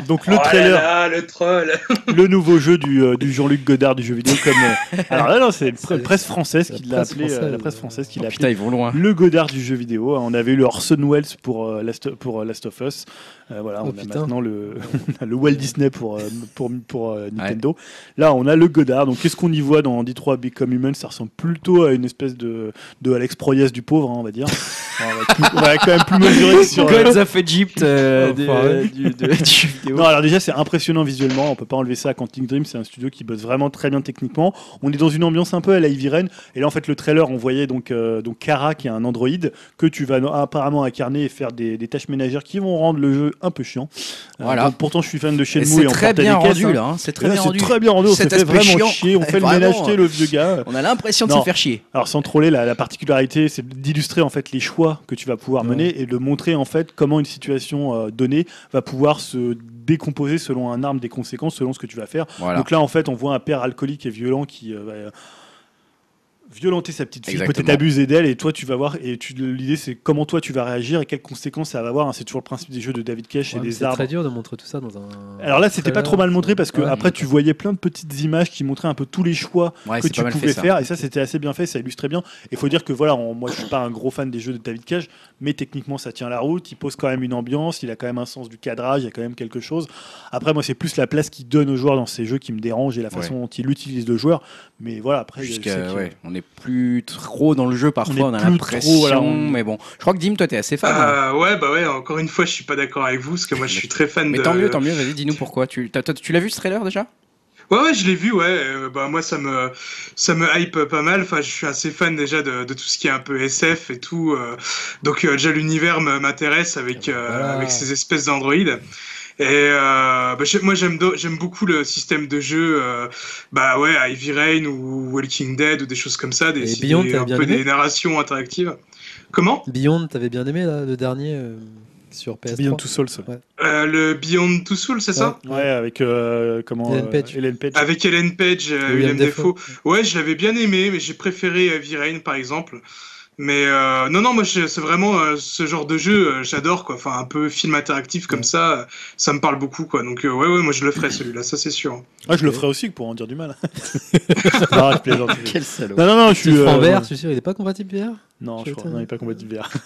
Speaker 3: donc le
Speaker 2: Ah, Oh là
Speaker 3: trailer,
Speaker 2: là, le troll.
Speaker 3: le nouveau jeu du, euh, du Jean-Luc Godard du jeu vidéo. Comme, euh, alors là, non, c'est une pre-
Speaker 4: C'est-
Speaker 3: presse française
Speaker 4: la
Speaker 3: qui l'a
Speaker 4: presse
Speaker 3: appelé, euh, la
Speaker 4: française,
Speaker 3: presse
Speaker 4: euh,
Speaker 3: française qui
Speaker 1: Oh,
Speaker 3: l'a appelé
Speaker 1: putain, ils vont loin.
Speaker 3: Le Godard du jeu vidéo. hein. On avait eu le Orson Welles pour euh, Last, pour euh, Last of Us. Euh, voilà,
Speaker 4: Oh,
Speaker 3: on a
Speaker 4: putain.
Speaker 3: maintenant le, on a le Walt Disney pour, euh, pour, pour euh, Nintendo. Là, on a le Godard. Donc, qu'est-ce qu'on y voit dans D3 Become Human Ça ressemble plutôt à une espèce de, de Alex Proyas du pauvre, hein, on va dire. on, va plus- on va quand même plus mesurer que sur. euh,
Speaker 1: Gods of Egypt euh,
Speaker 4: Enfin,
Speaker 1: des-
Speaker 4: ouais.
Speaker 1: du, de- du jeu vidéo.
Speaker 3: non, alors déjà, c'est impressionnant visuellement. On peut pas enlever ça à Quantic Dream. C'est un studio qui bosse vraiment très bien techniquement. On est dans une ambiance un peu à la Ivy Rain. Et là, en fait, le trailer, on voyait donc, euh, donc Kara, qui est un androïde, que tu vas no- apparemment incarner et faire des, des tâches ménagères qui vont rendre le jeu un peu chiant. Euh,
Speaker 1: Voilà.
Speaker 3: donc, pourtant, je suis fan de
Speaker 1: Et
Speaker 3: Shenmue
Speaker 1: c'est
Speaker 3: et on
Speaker 1: très
Speaker 3: portait
Speaker 1: bien
Speaker 3: des caisses,
Speaker 1: rendu
Speaker 3: hein.
Speaker 1: là. hein. C'est
Speaker 3: Et
Speaker 1: très
Speaker 3: là,
Speaker 1: bien
Speaker 3: c'est
Speaker 1: rendu.
Speaker 3: très bien rendu, on se
Speaker 1: Cet
Speaker 3: fait
Speaker 1: aspect
Speaker 3: vraiment
Speaker 1: chiant.
Speaker 3: chier, on
Speaker 1: Eh,
Speaker 3: fait le
Speaker 1: vraiment.
Speaker 3: ménage, t'es le vieux gars.
Speaker 1: On a l'impression de
Speaker 3: Non.
Speaker 1: se faire chier.
Speaker 3: Alors sans troller, la, la particularité, c'est d'illustrer en fait les choix que tu vas pouvoir
Speaker 4: Ouais.
Speaker 3: mener et de montrer en fait comment une situation euh, donnée va pouvoir se décomposer selon un arme des conséquences, selon ce que tu vas faire.
Speaker 1: Voilà.
Speaker 3: Donc là, en fait, on voit un père alcoolique et violent qui euh, va euh, violenter sa petite fille,
Speaker 1: Exactement.
Speaker 3: peut-être abuser d'elle, et toi, tu vas voir. Et tu- l'idée, c'est comment toi, tu vas réagir et quelles conséquences ça va avoir. hein. C'est toujours le principe des jeux de David Cash
Speaker 4: Ouais,
Speaker 3: et
Speaker 4: mais
Speaker 3: des
Speaker 4: C'est
Speaker 3: arbres.
Speaker 4: très dur de montrer tout ça dans un.
Speaker 3: Alors là, c'était pas trop mal montré parce que
Speaker 4: Ouais.
Speaker 3: après, tu voyais plein de petites images qui montraient un peu tous les choix
Speaker 1: Ouais,
Speaker 3: que
Speaker 1: Ah, c'est
Speaker 3: tu
Speaker 1: pas mal
Speaker 3: pouvais
Speaker 1: fait ça.
Speaker 3: faire. Et ça, c'était assez bien fait, ça illustrait bien. Et faut dire que voilà, on- moi, je suis pas un gros fan des jeux de David Cage, mais techniquement, ça tient la route. Il pose quand même une ambiance, il a quand même un sens du cadrage, il y a quand même quelque chose. Après, moi, c'est plus la place qu'il donne aux joueurs dans ces jeux qui me dérange et la façon dont il utilise le joueur. Mais voilà, après, je sais
Speaker 1: Jusqu'à,
Speaker 3: que-
Speaker 1: ouais, on n'est plus trop dans le jeu
Speaker 3: On est
Speaker 1: parfois, on, a
Speaker 3: plus
Speaker 1: l'impression.
Speaker 3: trop, alors, on-
Speaker 1: Mais bon, je crois que Dim, toi, t'es assez fan. hein.
Speaker 2: Euh, ouais, bah ouais, encore une fois, je suis pas d'accord avec vous parce que moi, je suis très fan
Speaker 1: Mais
Speaker 2: de.
Speaker 1: tant mieux, tant mieux, vas-y, dis-nous pourquoi. Tu, t'as- t'as- tu l'as vu ce trailer déjà
Speaker 2: Ouais, ouais, je l'ai vu, ouais. euh, bah, moi, ça me, ça me hype pas mal. Enfin, je suis assez fan déjà de, de tout ce qui est un peu SF et tout. euh, donc, euh, déjà, l'univers me- m'intéresse avec, euh,
Speaker 4: Voilà.
Speaker 2: avec ces espèces d'androïdes. Et euh, bah, j'ai- moi, j'aime do- j'aime beaucoup le système de jeu, euh, bah ouais, Ivy Rain ou Walking Dead ou des choses comme ça, des,
Speaker 4: Et Beyond,
Speaker 2: des-
Speaker 4: t'as
Speaker 2: un
Speaker 4: bien
Speaker 2: peu
Speaker 4: aimé
Speaker 2: des narrations interactives. Comment
Speaker 4: Beyond, t'avais bien aimé là, le dernier euh, sur PS3.
Speaker 3: Beyond Two Souls.
Speaker 2: Euh, Le Beyond Two Souls, c'est ça
Speaker 3: Ouais, avec euh, comment
Speaker 4: Ellen
Speaker 3: euh,
Speaker 4: Page.
Speaker 3: Ellen Page.
Speaker 2: Avec Ellen Page, euh,
Speaker 4: William
Speaker 2: William Defoe.
Speaker 4: Dafoe.
Speaker 2: Ouais, je l'avais bien aimé, mais j'ai préféré euh, Virane par exemple. Mais euh, non, non, moi je- c'est vraiment euh, ce genre de jeu, euh, j'adore quoi. Enfin, un peu film interactif comme ça, euh, ça me parle beaucoup quoi. Donc euh, ouais, ouais, moi je le ferai celui-là, ça c'est sûr.
Speaker 3: Ah, je le ferai aussi pour en dire du mal. non, je plaisante.
Speaker 1: Quel salaud.
Speaker 3: Non, non, non, je suis.
Speaker 4: Tu prends
Speaker 3: euh,
Speaker 4: vert, je suis sûr, il est pas compatible VR
Speaker 3: Non, je
Speaker 4: Je
Speaker 3: crois.
Speaker 4: t'en-
Speaker 3: Non, il n'est pas compatible VR.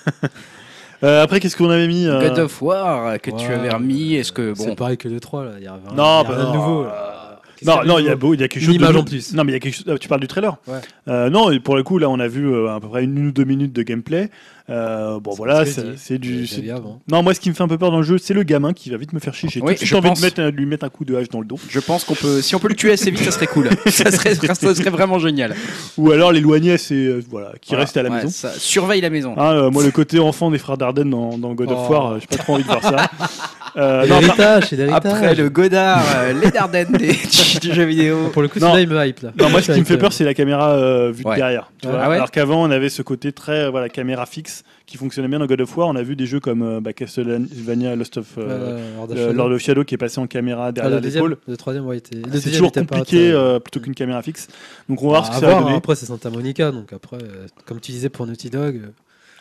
Speaker 3: Euh, après, qu'est-ce qu'on avait mis euh,
Speaker 1: God of War que tu
Speaker 4: Ouais, euh,
Speaker 1: avais remis, est-ce que
Speaker 4: C'est
Speaker 1: bon.
Speaker 4: pareil que le 3 là, il y a
Speaker 3: Non,
Speaker 4: rien, il y a
Speaker 3: bah
Speaker 4: rien de
Speaker 3: non.
Speaker 4: nouveau. là. Qu'est-ce
Speaker 3: Non,
Speaker 4: qu'il y
Speaker 3: non, il y a
Speaker 4: de-
Speaker 3: beau, il y a quelque
Speaker 4: Une
Speaker 3: chose
Speaker 4: image
Speaker 3: de...
Speaker 4: en plus.
Speaker 3: Non, mais il y a quelque chose. ah, Tu parles du trailer.
Speaker 4: Ouais.
Speaker 3: Euh, non, et pour le coup, là, on a vu euh, à peu près une ou deux minutes de gameplay. Euh, bon,
Speaker 4: C'est
Speaker 3: voilà,
Speaker 4: ce que je
Speaker 3: c'est
Speaker 4: dis.
Speaker 3: c'est du.
Speaker 4: Je l'ai
Speaker 3: c'est-
Speaker 4: dit avant.
Speaker 3: Non, moi, ce qui me fait un peu peur dans le jeu, c'est le gamin qui va vite me faire chier. J'ai
Speaker 1: Oui,
Speaker 3: tout de suite
Speaker 1: je
Speaker 3: envie
Speaker 1: pense.
Speaker 3: de mettre un- de lui mettre un coup de hache dans le dos.
Speaker 1: Je pense qu'on peut, si on peut le tuer assez vite, ça serait cool. ça, serait, ça serait vraiment génial.
Speaker 3: Ou alors l'éloigner, c'est euh, voilà, qui
Speaker 1: Voilà.
Speaker 3: reste à la
Speaker 1: Ouais,
Speaker 3: maison.
Speaker 1: ça- surveille la
Speaker 4: Ah,
Speaker 1: maison.
Speaker 3: Hein, euh, moi, le côté enfant des frères Dardenne dans, dans God of
Speaker 4: Oh.
Speaker 3: War, euh, j'ai pas trop envie de voir ça. Euh, non, par-
Speaker 4: L'héritage, c'est l'héritage.
Speaker 1: Après le Godard, euh, les Dardennes des, du jeu vidéo.
Speaker 4: Pour le coup,
Speaker 3: Non.
Speaker 4: celui-là, il me hype là.
Speaker 3: non, moi, ce qui me fait
Speaker 4: Avec,
Speaker 3: peur, c'est la caméra euh, vue
Speaker 1: Ouais.
Speaker 3: de derrière. tu
Speaker 4: Ah
Speaker 3: vois.
Speaker 1: ouais
Speaker 3: Alors qu'avant, on avait ce côté très euh, voilà, caméra fixe qui fonctionnait bien dans God of War. On a vu des jeux comme euh, bah, Castlevania, Lost of
Speaker 4: euh,
Speaker 3: euh,
Speaker 4: euh, Lord of
Speaker 3: Le-
Speaker 4: Shadow.
Speaker 3: Lord of Shadow qui est passé en caméra
Speaker 4: Ah,
Speaker 3: derrière
Speaker 4: le deuxième,
Speaker 3: l'épaule.
Speaker 4: le troisième, ouais, était. le
Speaker 3: C'est
Speaker 4: deuxième
Speaker 3: toujours
Speaker 4: était pas
Speaker 3: compliqué
Speaker 4: très-
Speaker 3: euh, plutôt qu'une caméra fixe. Donc on va
Speaker 4: Bah,
Speaker 3: voir ce que
Speaker 4: à
Speaker 3: ça va
Speaker 4: voir, hein.
Speaker 3: donner.
Speaker 4: Après, c'est Santa Monica, donc après, euh, comme tu disais pour Naughty Dog, euh,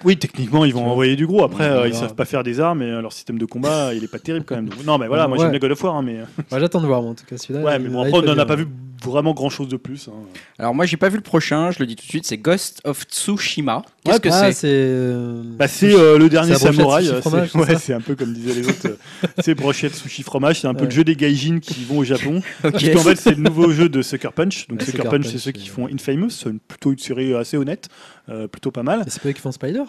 Speaker 3: Oui, techniquement, ils vont
Speaker 4: Ouais.
Speaker 3: envoyer du gros. Après,
Speaker 4: Ouais,
Speaker 3: euh, ils
Speaker 4: voilà.
Speaker 3: savent pas faire des armes et euh, leur système de combat, il est pas terrible quand même. Donc, non, mais voilà, moi
Speaker 4: Ouais.
Speaker 3: j'aime bien God of War, hein, mais,
Speaker 4: bah, j'attends de voir, moi, en tout cas, celui-là.
Speaker 3: ouais,
Speaker 4: il
Speaker 3: mais
Speaker 4: me
Speaker 3: bon,
Speaker 4: hype
Speaker 3: après, on en
Speaker 4: bien.
Speaker 3: a pas vu vraiment grand chose de plus. hein.
Speaker 1: Alors moi, j'ai pas vu le prochain. Je le dis tout de suite, c'est Ghost of Tsushima. Qu'est-ce
Speaker 4: Ouais,
Speaker 1: que
Speaker 4: ah,
Speaker 1: c'est
Speaker 4: c'est. euh,
Speaker 3: Bah, c'est euh, le dernier
Speaker 4: brochette,
Speaker 3: samouraï.
Speaker 4: sushi,
Speaker 3: euh, C'est
Speaker 4: fromage, c'est
Speaker 3: ouais,
Speaker 4: ça
Speaker 3: c'est un peu comme disaient les autres. euh, c'est brochette, sushi, fromage. C'est un peu le
Speaker 4: Ouais.
Speaker 3: jeu des gaijins qui vont au Japon.
Speaker 1: Ok.
Speaker 3: Parce qu'en fait, c'est le nouveau jeu de Sucker Punch. Donc
Speaker 4: Ouais,
Speaker 3: Sucker
Speaker 4: Sucker
Speaker 3: Punch,
Speaker 4: Punch, euh,
Speaker 3: c'est ceux
Speaker 4: c'est-
Speaker 3: qui font Infamous. C'est une- plutôt une série assez honnête, euh, plutôt pas mal.
Speaker 4: mais C'est pas eux qui font Spider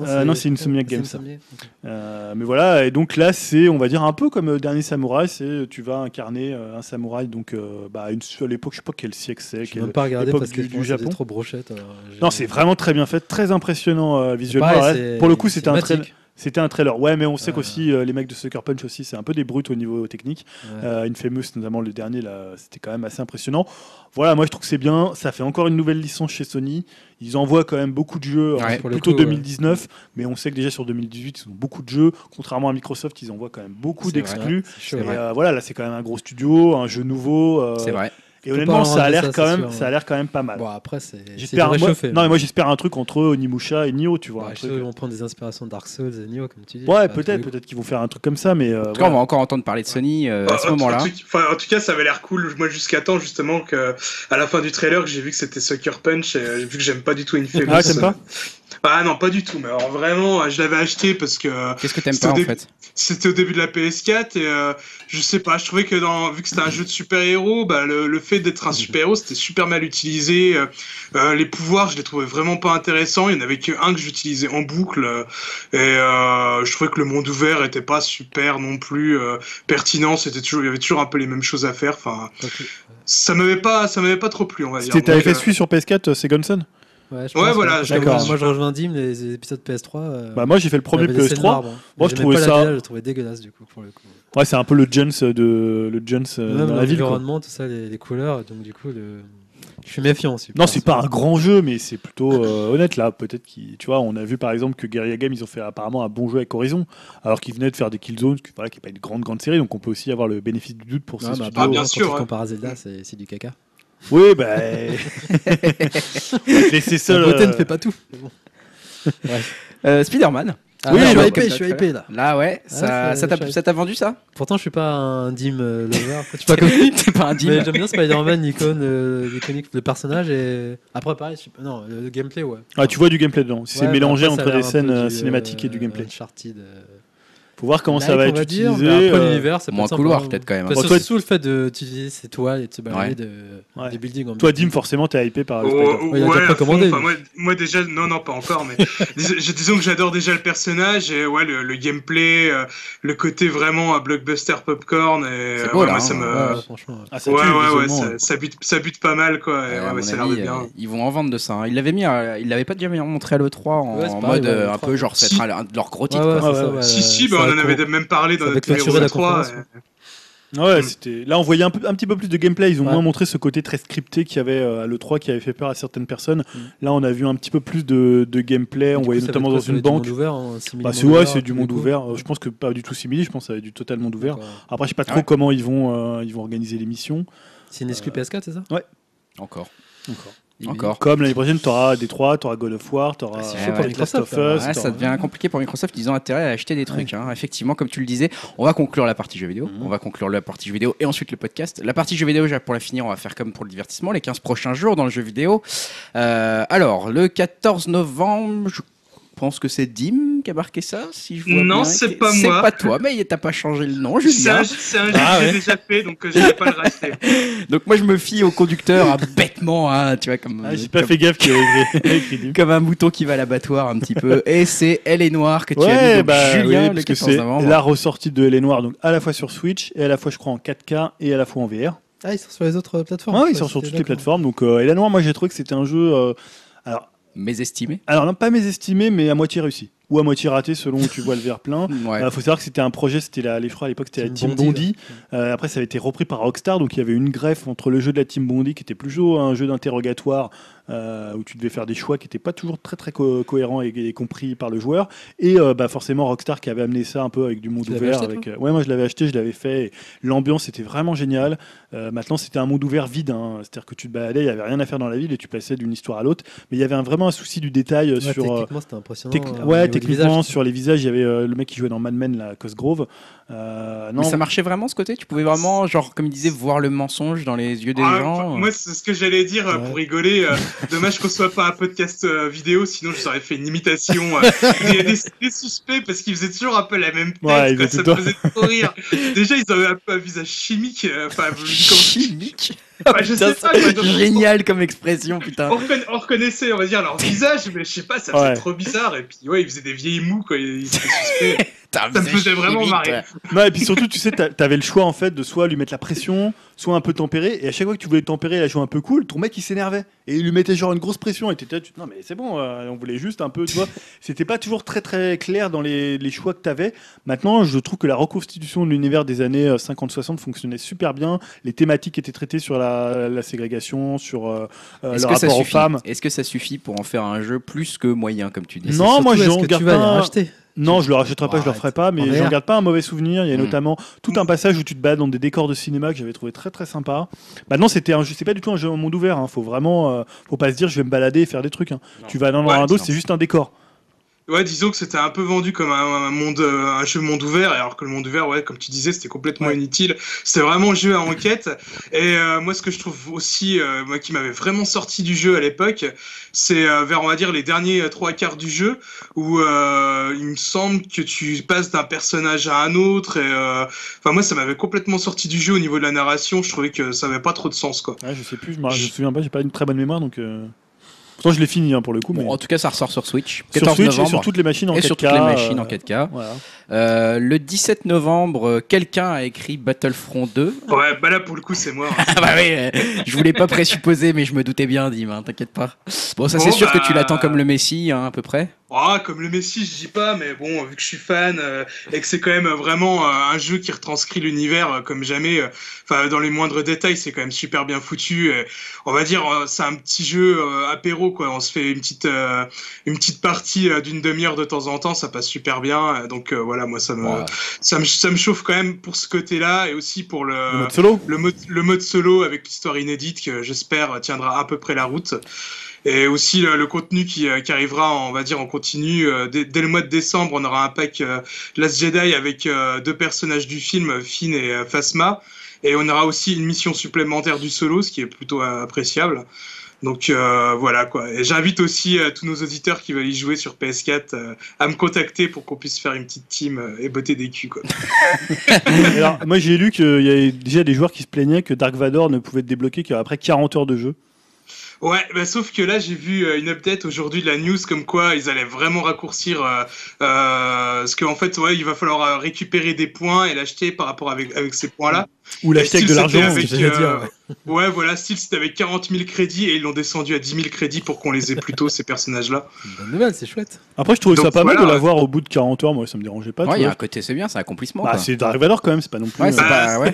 Speaker 3: Euh, non, c'est Insomniac Games, ça.
Speaker 4: Insomniac.
Speaker 3: Euh, mais voilà, et donc là, c'est, on va dire, un peu comme euh, Dernier Samouraï, c'est euh, tu vas incarner euh, un samouraï, donc euh, bah, à une seule époque, je sais pas quel siècle c'est.
Speaker 4: Je
Speaker 3: quelle-
Speaker 4: ne même pas regardé
Speaker 3: époque
Speaker 4: parce que
Speaker 3: du- du
Speaker 4: du
Speaker 3: Japon.
Speaker 4: Japon. trop brochette. alors, j'ai-
Speaker 3: Non, c'est vraiment très bien fait, très impressionnant euh, visuellement.
Speaker 4: Pareil,
Speaker 3: Ouais,
Speaker 4: c'est-
Speaker 3: pour le coup, c'était
Speaker 4: c'est
Speaker 3: un,
Speaker 4: thématique.
Speaker 3: trail- c'était un trailer. Ouais, mais on sait
Speaker 4: Euh.
Speaker 3: qu'aussi, euh, les mecs de Sucker Punch aussi, c'est un peu des brutes au niveau technique.
Speaker 4: Ouais.
Speaker 3: Euh, Infamous, notamment le dernier, là, c'était quand même assez impressionnant. Voilà, moi je trouve que c'est bien. Ça fait encore une nouvelle licence chez Sony. Ils envoient quand même beaucoup de jeux,
Speaker 1: Ouais,
Speaker 3: Alors,
Speaker 4: pour le
Speaker 3: plutôt
Speaker 4: coup,
Speaker 3: 2019, mais on sait que déjà sur 2018, ils ont beaucoup de jeux. Contrairement à Microsoft, ils envoient quand même beaucoup
Speaker 1: C'est
Speaker 3: d'exclus.
Speaker 4: C'est
Speaker 3: Et
Speaker 4: chaud.
Speaker 1: vrai.
Speaker 3: euh, voilà, là c'est quand même un gros studio, un jeu nouveau. euh,
Speaker 1: C'est vrai.
Speaker 3: Et
Speaker 4: pas
Speaker 3: honnêtement,
Speaker 4: leur
Speaker 3: ça a
Speaker 4: enlever
Speaker 3: l'air
Speaker 4: ça,
Speaker 3: quand
Speaker 4: c'est
Speaker 3: même,
Speaker 4: sûr,
Speaker 3: ça a
Speaker 4: ouais.
Speaker 3: l'air quand même pas mal.
Speaker 4: Bon, après, c'est. c'est
Speaker 3: J'espère,
Speaker 4: du
Speaker 3: moi-
Speaker 4: réchauffé,
Speaker 3: non, mais
Speaker 4: mais-
Speaker 3: moi j'espère un truc entre Onimusha et Nio, tu vois.
Speaker 4: Bah,
Speaker 3: un
Speaker 4: je
Speaker 3: truc-
Speaker 4: sais, ils vont prendre des inspirations de Dark Souls et Nioh, comme tu dis.
Speaker 3: Ouais,
Speaker 4: Enfin,
Speaker 3: peut-être,
Speaker 4: tous les-
Speaker 3: peut-être qu'ils vont faire un truc comme ça, mais. euh,
Speaker 1: En tout cas,
Speaker 3: voilà.
Speaker 1: on va encore entendre parler de Sony euh, à ce
Speaker 2: En- en-
Speaker 1: moment-là.
Speaker 2: En, tout- enfin, en tout cas, ça avait l'air cool. Moi, jusqu'à temps, justement, que à la fin du trailer, j'ai vu que c'était Sucker Punch, et, euh, vu que j'aime pas du tout Infamous.
Speaker 3: Ah, t'aimes pas
Speaker 2: Ah non, pas du tout. Mais alors, vraiment, euh, je l'avais acheté parce que euh,
Speaker 1: Qu'est-ce que t'aimes
Speaker 2: C'était
Speaker 1: pas en
Speaker 2: au début.
Speaker 1: fait
Speaker 2: c'était au début de la PS4 et euh, je sais pas, je trouvais que dans, vu que c'était un jeu de super-héros, bah, le, le fait d'être un super-héros, c'était super mal utilisé. Euh, euh, les pouvoirs, je les trouvais vraiment pas intéressants. Il y en avait que un que j'utilisais en boucle euh, et euh, je trouvais que le monde ouvert était pas super non plus euh, pertinent. C'était toujours, il y avait toujours un peu les mêmes choses à faire. Enfin, ça m'avait pas, ça m'avait pas trop plu, on va dire.
Speaker 3: C'était ta
Speaker 2: Donc, euh,
Speaker 3: FSU sur PS4, euh, c'est Gunson
Speaker 4: Ouais, je
Speaker 2: Ouais,
Speaker 4: pense,
Speaker 2: voilà,
Speaker 4: ouais.
Speaker 2: je-
Speaker 4: Moi,
Speaker 3: D'accord.
Speaker 4: je rejoins Dim, les les épisodes PS3. euh,
Speaker 3: Bah, moi j'ai fait le
Speaker 4: il y
Speaker 3: premier
Speaker 4: avait des scènes
Speaker 3: PS3.
Speaker 4: marbre, hein.
Speaker 3: moi, je
Speaker 4: J'aimais
Speaker 3: trouvais
Speaker 4: pas la
Speaker 3: ça-
Speaker 4: DA, je le trouvais dégueulasse du coup pour le coup.
Speaker 3: Ouais, c'est un peu le Jones euh, de le Jones euh,
Speaker 4: Même
Speaker 3: dans la ville. quoi.
Speaker 4: l'environnement, tout ça, les, les couleurs, donc du coup, le... je suis méfiant aussi.
Speaker 3: Non, c'est pas un grand jeu, mais c'est plutôt euh, honnête là. Peut-être qu'il, tu vois, on a vu par exemple que Guerrilla Games ils ont fait apparemment un bon jeu avec Horizon, alors qu'ils venaient de faire des Killzones, qui, voilà, qui est pas une grande grande série, donc on peut aussi avoir le bénéfice du doute pour ces
Speaker 4: Ouais, mais
Speaker 3: studios. Ah,
Speaker 2: Ah,
Speaker 4: apparemment,
Speaker 2: bien
Speaker 4: quand
Speaker 2: sûr,
Speaker 4: tu
Speaker 2: ouais.
Speaker 4: compares à Zelda, c'est c'est du caca.
Speaker 3: Oui, bah, on va te laisser seul.
Speaker 4: La beauté ben, ne
Speaker 3: euh,
Speaker 4: fait pas tout.
Speaker 1: Euh, Spider-Man.
Speaker 4: Ah,
Speaker 1: oui,
Speaker 4: je suis
Speaker 1: bah,
Speaker 4: hypé,
Speaker 1: comme
Speaker 4: je suis
Speaker 1: ça,
Speaker 4: hypé là.
Speaker 1: Là, ouais, ça
Speaker 4: c'est-
Speaker 1: ça t'a
Speaker 4: je-
Speaker 1: ça t'a vendu ça
Speaker 4: Pourtant, je suis pas un Dim euh, lover. Je suis pas comme-
Speaker 1: T'es pas un
Speaker 4: Mais
Speaker 1: deal.
Speaker 4: j'aime bien Spider-Man, l'icône, euh, l'iconique, le personnage et après pareil, je suis pas- non, le, le gameplay ouais.
Speaker 3: Ah, tu vois du gameplay dedans. C'est
Speaker 4: Ouais, mais
Speaker 3: mélangé
Speaker 4: après, ça a
Speaker 3: entre des
Speaker 4: l'air un peu
Speaker 3: scènes
Speaker 4: du,
Speaker 3: euh,
Speaker 4: euh,
Speaker 3: cinématiques et du gameplay.
Speaker 4: Uncharted, euh,
Speaker 3: Faut voir comment ça
Speaker 4: like,
Speaker 3: va
Speaker 4: on
Speaker 3: être
Speaker 4: dire,
Speaker 3: utilisé.
Speaker 4: mais après
Speaker 3: euh,
Speaker 4: l'univers, ça peut
Speaker 1: Moins
Speaker 4: être
Speaker 1: couloir
Speaker 4: sympa.
Speaker 1: peut-être quand même.
Speaker 4: Parce
Speaker 3: Bon,
Speaker 4: que
Speaker 3: toi,
Speaker 4: sous le fait d'utiliser ces toiles et de se balader
Speaker 1: Ouais.
Speaker 4: de,
Speaker 3: Ouais.
Speaker 4: des buildings. En
Speaker 3: euh. Toi, Dim, forcément, t'es hypé par
Speaker 4: Ah,
Speaker 3: le Spider.
Speaker 4: Ouais, il a déjà
Speaker 2: à
Speaker 4: précommandé,
Speaker 2: fond. Enfin, moi,
Speaker 4: lui.
Speaker 2: moi déjà, non, non, pas encore, mais dis- je- disons que j'adore déjà le personnage et ouais, le, le gameplay, euh, le côté vraiment à blockbuster popcorn. Et,
Speaker 1: C'est
Speaker 2: euh,
Speaker 1: beau,
Speaker 2: ouais,
Speaker 1: là, hein.
Speaker 2: moi, ça me.
Speaker 4: Ouais, ouais, franchement. ouais.
Speaker 3: Ah, ça
Speaker 2: Ouais, ouais,
Speaker 3: tue,
Speaker 2: ouais,
Speaker 3: visuellement,
Speaker 2: ça, ça bute, ça bute pas mal, quoi. et
Speaker 1: Euh,
Speaker 2: ouais,
Speaker 1: à mon
Speaker 2: ça a l'air
Speaker 1: avis,
Speaker 2: de
Speaker 1: euh,
Speaker 2: bien.
Speaker 1: ils vont en vendre de ça. hein. Ils l'avaient mis, à- ils l'avaient pas déjà mis montré à l'E3 en
Speaker 4: Ouais, c'est pareil,
Speaker 1: mode
Speaker 4: ouais,
Speaker 1: euh, un
Speaker 4: l'E3,
Speaker 1: peu genre c'est
Speaker 2: Si.
Speaker 1: un de leurs gros
Speaker 4: Ouais,
Speaker 1: titres.
Speaker 4: ouais,
Speaker 1: quoi.
Speaker 3: quoi.
Speaker 4: c'est
Speaker 3: Ah,
Speaker 4: ça,
Speaker 3: ouais.
Speaker 4: ouais,
Speaker 2: si, si,
Speaker 4: ça
Speaker 2: bah,
Speaker 4: va
Speaker 2: on en avait
Speaker 4: con-
Speaker 2: même parlé dans
Speaker 4: ça va
Speaker 2: notre numéro euh.
Speaker 4: clôturer la
Speaker 2: 3.
Speaker 4: conférence,
Speaker 3: Ouais,
Speaker 2: Mm.
Speaker 3: c'était. Là, on voyait un, peu- un petit peu plus de gameplay. Ils ont
Speaker 4: Ouais.
Speaker 3: moins montré ce côté très scripté qu'il y avait euh, à l'E3 qui avait fait peur à certaines personnes.
Speaker 4: Mm.
Speaker 3: Là, on a vu un petit peu plus de, de gameplay. on
Speaker 4: Du coup,
Speaker 3: voyait
Speaker 4: ça va
Speaker 3: notamment
Speaker 4: être
Speaker 3: dans
Speaker 4: quoi, ça va
Speaker 3: une
Speaker 4: être du
Speaker 3: banque.
Speaker 4: monde ouvert, hein, simili
Speaker 3: Bah,
Speaker 4: monde
Speaker 3: c'est ouais,
Speaker 4: ouvert,
Speaker 3: c'est du
Speaker 4: tous les
Speaker 3: monde
Speaker 4: coups.
Speaker 3: ouvert. Euh, Je pense que pas du tout simili, je pense que ça va être du total monde ouvert.
Speaker 4: Donc, euh,
Speaker 3: Après, je sais pas trop
Speaker 1: Ouais.
Speaker 3: comment ils vont, euh, ils vont organiser l'émission.
Speaker 4: C'est une exclu PS4, c'est ça
Speaker 1: Encore,
Speaker 3: Euh, Encore.
Speaker 1: encore.
Speaker 3: Comme l'année prochaine, t'auras Détroit, t'auras God of War, t'auras
Speaker 4: Ah, c'est
Speaker 1: chaud
Speaker 3: euh,
Speaker 1: pour
Speaker 3: Last
Speaker 4: Microsoft,
Speaker 3: of
Speaker 4: là.
Speaker 3: Us,
Speaker 1: Ouais, ça
Speaker 3: t'auras-
Speaker 1: devient compliqué pour Microsoft. Ils ont intérêt à acheter des trucs. hein. Effectivement, comme tu le disais, on va conclure la partie jeux vidéo.
Speaker 3: Mhm.
Speaker 1: On va conclure la partie jeux vidéo et ensuite le podcast. La partie jeux vidéo, j'ai- pour la finir, on va faire comme pour le divertissement, les 15 prochains jours dans le jeu vidéo. Euh, alors, le 14 novembre, je pense que c'est Dim qui a marqué ça, si je vois
Speaker 2: Non,
Speaker 1: bien.
Speaker 2: c'est
Speaker 1: Qui-
Speaker 2: pas moi.
Speaker 1: C'est pas toi, mais t'as pas changé le nom,
Speaker 2: C'est un,
Speaker 1: Julien.
Speaker 2: c'est un jeu
Speaker 1: Ah
Speaker 2: que
Speaker 1: ouais.
Speaker 2: j'ai déjà fait, donc euh, je vais pas le racheter.
Speaker 1: Donc moi, je me fie au conducteur hein, bêtement, hein, tu vois, comme,
Speaker 3: Ah, J'ai
Speaker 1: comme,
Speaker 3: pas fait gaffe qu'il avait écrit du.
Speaker 1: comme un mouton qui va à l'abattoir un petit peu. Et c'est Elle est Noire que tu as mis,
Speaker 3: Ouais,
Speaker 1: donc
Speaker 3: bah, oui,
Speaker 1: Julien, le
Speaker 3: parce que
Speaker 1: 14
Speaker 3: c'est
Speaker 1: novembre.
Speaker 3: la ressortie de Les Noirs, donc à la fois sur Switch, et à la fois, je crois, en 4K, et à la fois en VR.
Speaker 4: Ah, ils sont sur les autres plateformes.
Speaker 3: Ah,
Speaker 4: Ouais,
Speaker 3: ils sortent sur
Speaker 4: c'était
Speaker 3: toutes les
Speaker 4: d'accord.
Speaker 3: plateformes. Donc, euh, et la Noire, moi, j'ai trouvé que c'était un jeu. euh, alors,
Speaker 1: Mésestimé.
Speaker 3: alors, non, pas mésestimé, mais à moitié réussi. Ou à moitié raté, selon où tu vois le verre plein.
Speaker 1: Ouais.
Speaker 3: Il faut savoir que c'était un projet, c'était la, je crois à l'époque c'était la
Speaker 4: Team
Speaker 3: Team
Speaker 4: Bondi,
Speaker 3: Bondi. Euh, après, ça a été repris par Rockstar, donc il y avait une greffe entre le jeu de la Team Bondi, qui était plutôt un jeu d'interrogatoire euh, où tu devais faire des choix qui n'étaient pas toujours très très co- cohérents et, et compris par le joueur, et euh, bah, forcément Rockstar qui avait amené ça un peu avec du monde
Speaker 4: Tu l'avais
Speaker 3: ouvert.
Speaker 4: acheté, toi
Speaker 3: avec, euh, ouais, moi je l'avais acheté, je l'avais fait. et L'ambiance était vraiment géniale. Euh, maintenant, c'était un monde ouvert vide, hein. c'est-à-dire que tu te baladais, il y avait rien à faire dans la ville et tu passais d'une histoire à l'autre. Mais il y avait un- vraiment un souci du détail euh,
Speaker 4: Ouais,
Speaker 3: sur. euh,
Speaker 4: techniquement, c'était impressionnant.
Speaker 3: Techni-
Speaker 4: euh, au niveau
Speaker 3: ouais,
Speaker 4: du
Speaker 3: techniquement,
Speaker 4: visage.
Speaker 3: sur les visages, il y avait euh, le mec qui jouait dans Mad Men, là, Cosgrove. Euh, non,
Speaker 1: Mais ça marchait vraiment ce côté Tu pouvais vraiment, genre, comme il disait, voir le mensonge dans les yeux des
Speaker 2: Ah,
Speaker 1: gens euh.
Speaker 2: Moi, c'est ce que j'allais dire euh, pour
Speaker 4: Ouais.
Speaker 2: rigoler. euh, dommage qu'on soit pas un podcast euh, vidéo, sinon je aurais fait une imitation euh, des, des- des suspects parce qu'ils faisaient toujours un peu la même tête.
Speaker 3: Ouais, ils
Speaker 2: quoi,
Speaker 3: étaient
Speaker 2: ça me
Speaker 3: tout-
Speaker 2: faisait trop rire. Déjà, ils avaient un peu un visage chimique. euh, Enfin, vous- comme-
Speaker 1: Chimique
Speaker 2: Bah, je sais pas, moi, donc-
Speaker 1: Génial comme expression, putain
Speaker 2: on, reconna- on reconnaissait, on va dire, leur visage, mais je sais pas, ça faisait
Speaker 3: Ouais.
Speaker 2: trop bizarre. Et puis, ouais, ils faisaient des vieilles mous, quoi. Ils étaient suspects.
Speaker 1: Putain,
Speaker 2: ça me
Speaker 1: vous êtes
Speaker 2: faisait vraiment
Speaker 1: chimique,
Speaker 2: marrer.
Speaker 1: ouais.
Speaker 3: Non, et puis surtout, tu sais, t'a- t'avais le choix en fait de soit lui mettre la pression, soit un peu tempérer. Et à chaque fois que tu voulais tempérer et la jouer un peu cool, ton mec il s'énervait et il lui mettait genre une grosse pression. Et t'étais là, tu non, mais c'est bon, euh, on voulait juste un peu, tu vois. C'était pas toujours très très clair dans les, les choix que t'avais. Maintenant, je trouve que la reconstitution de l'univers des années euh, 50-60 fonctionnait super bien. Les thématiques étaient traitées sur la, la ségrégation, sur euh, euh,
Speaker 1: Est-ce
Speaker 3: le
Speaker 1: que, ça
Speaker 3: rapport aux
Speaker 1: suffit
Speaker 3: femmes.
Speaker 1: Est-ce que ça suffit pour en faire un jeu plus que moyen, comme tu dis
Speaker 4: Et c'est
Speaker 3: Non,
Speaker 4: surtout,
Speaker 3: moi,
Speaker 4: est-ce
Speaker 3: j'en
Speaker 4: que
Speaker 3: garde
Speaker 4: Tu vas les
Speaker 3: pas un-
Speaker 4: racheter.
Speaker 3: Non, je le rachèterai pas, je le referai pas, mais
Speaker 4: En
Speaker 3: j'en
Speaker 4: VR.
Speaker 3: garde pas un mauvais souvenir. Il y a
Speaker 1: Mm.
Speaker 3: notamment tout un passage où tu te bats dans des décors de cinéma que j'avais trouvé très très sympa. Maintenant, c'était un jeu, c'est pas du tout un jeu en monde ouvert. Hein. Faut vraiment, euh, faut pas se dire, je vais me balader et faire des trucs. hein.
Speaker 1: Non.
Speaker 3: Tu vas dans
Speaker 2: Ouais,
Speaker 3: un dos,
Speaker 1: non.
Speaker 3: c'est juste un décor.
Speaker 2: Ouais, disons que c'était un peu vendu comme un, un monde, euh, un jeu monde ouvert, alors que le monde ouvert, ouais, comme tu disais, c'était complètement
Speaker 3: Ouais.
Speaker 2: inutile. C'était vraiment un jeu à enquête. Et euh, moi, ce que je trouve aussi, euh, moi, qui m'avait vraiment sorti du jeu à l'époque, c'est euh, vers, on va dire, les derniers euh, trois quarts du jeu, où euh, il me semble que tu passes d'un personnage à un autre. Et euh, enfin, moi, ça m'avait complètement sorti du jeu au niveau de la narration. Je trouvais que ça avait pas trop de sens, quoi.
Speaker 3: Ouais, je sais plus, je me Bah, je me souviens pas, j'ai pas une très bonne mémoire, donc. euh, Pourtant, je l'ai fini hein, pour le coup.
Speaker 1: Bon,
Speaker 3: mais...
Speaker 1: En tout cas, ça ressort sur Switch.
Speaker 3: Sur
Speaker 1: 14
Speaker 3: Switch et
Speaker 1: novembre.
Speaker 3: sur toutes les machines en
Speaker 1: Et
Speaker 3: 4K.
Speaker 1: sur toutes les machines en
Speaker 3: euh,
Speaker 1: 4K.
Speaker 3: voilà.
Speaker 1: Euh, le 17 novembre, euh, quelqu'un a écrit Battlefront 2.
Speaker 2: Ouais, bah là, pour le coup, c'est moi. hein.
Speaker 1: Ah bah oui, euh, je voulais pas présupposer, mais je me doutais bien, Dim, hein, t'inquiète pas. Bon, ça
Speaker 2: Bon,
Speaker 1: c'est sûr
Speaker 2: bah.
Speaker 1: que tu l'attends comme le Messi, hein, à peu près.
Speaker 2: Ah, comme le Messi, je dis pas, mais bon, vu que je suis fan euh, et que c'est quand même euh, vraiment euh, un jeu qui retranscrit l'univers euh, comme jamais, euh, enfin dans les moindres détails, c'est quand même super bien foutu. euh, on va dire, euh, c'est un petit jeu euh, apéro, quoi. On se fait une petite, euh, une petite partie euh, d'une demi-heure de temps en temps, ça passe super bien. euh, donc euh, voilà, moi ça me,
Speaker 1: Bon,
Speaker 2: ça me, ça me chauffe quand même pour ce côté-là et aussi pour le.
Speaker 3: Le mode solo.
Speaker 2: Le mode, le mode solo avec l'histoire inédite que j'espère tiendra à peu près la route. Et aussi le, le contenu qui, euh, qui arrivera, en- on va dire, en continu. euh, Dès, dès le mois de décembre, on aura un pack euh, Last Jedi avec euh, deux personnages du film, Finn et euh, Phasma. Et on aura aussi une mission supplémentaire du solo, ce qui est plutôt euh, appréciable. Donc euh, voilà quoi. Et j'invite aussi euh, tous nos auditeurs qui veulent y jouer sur PS4 euh, à me contacter pour qu'on puisse faire une petite team euh, et botter des culs quoi.
Speaker 3: Alors, moi, j'ai lu qu'il y avait déjà des joueurs qui se plaignaient que Dark Vador ne pouvait être débloqué qu'après 40 heures de jeu.
Speaker 2: Ouais, bah, sauf que là j'ai vu euh, une update aujourd'hui de la news comme quoi ils allaient vraiment raccourcir euh, euh, parce qu'en fait ouais il va falloir euh, récupérer des points et l'acheter par rapport avec avec ces points là.
Speaker 3: Ou l'acheter avec de
Speaker 2: Style, c'était
Speaker 3: l'argent.
Speaker 2: avec,
Speaker 4: ce que j'allais
Speaker 2: euh,
Speaker 4: dire,
Speaker 2: ouais voilà, style c'était avec 40 000 crédits et ils l'ont descendu à 10 000 crédits pour qu'on les ait plus tôt ces personnages là.
Speaker 4: C'est une Bonne nouvelle, c'est chouette.
Speaker 3: Après, je trouvais
Speaker 2: Donc
Speaker 3: ça pas mal
Speaker 2: voilà.
Speaker 3: de l'avoir au bout de 40 heures. Moi, ça me dérangeait pas.
Speaker 1: ouais,
Speaker 3: tu
Speaker 1: il y a
Speaker 3: vois.
Speaker 1: un côté, c'est bien, c'est un accomplissement.
Speaker 3: Bah,
Speaker 1: quoi.
Speaker 3: c'est Dark Vador quand même, c'est pas non plus.
Speaker 1: Ouais,
Speaker 3: euh,
Speaker 1: c'est
Speaker 2: Bah,
Speaker 1: pas- ouais.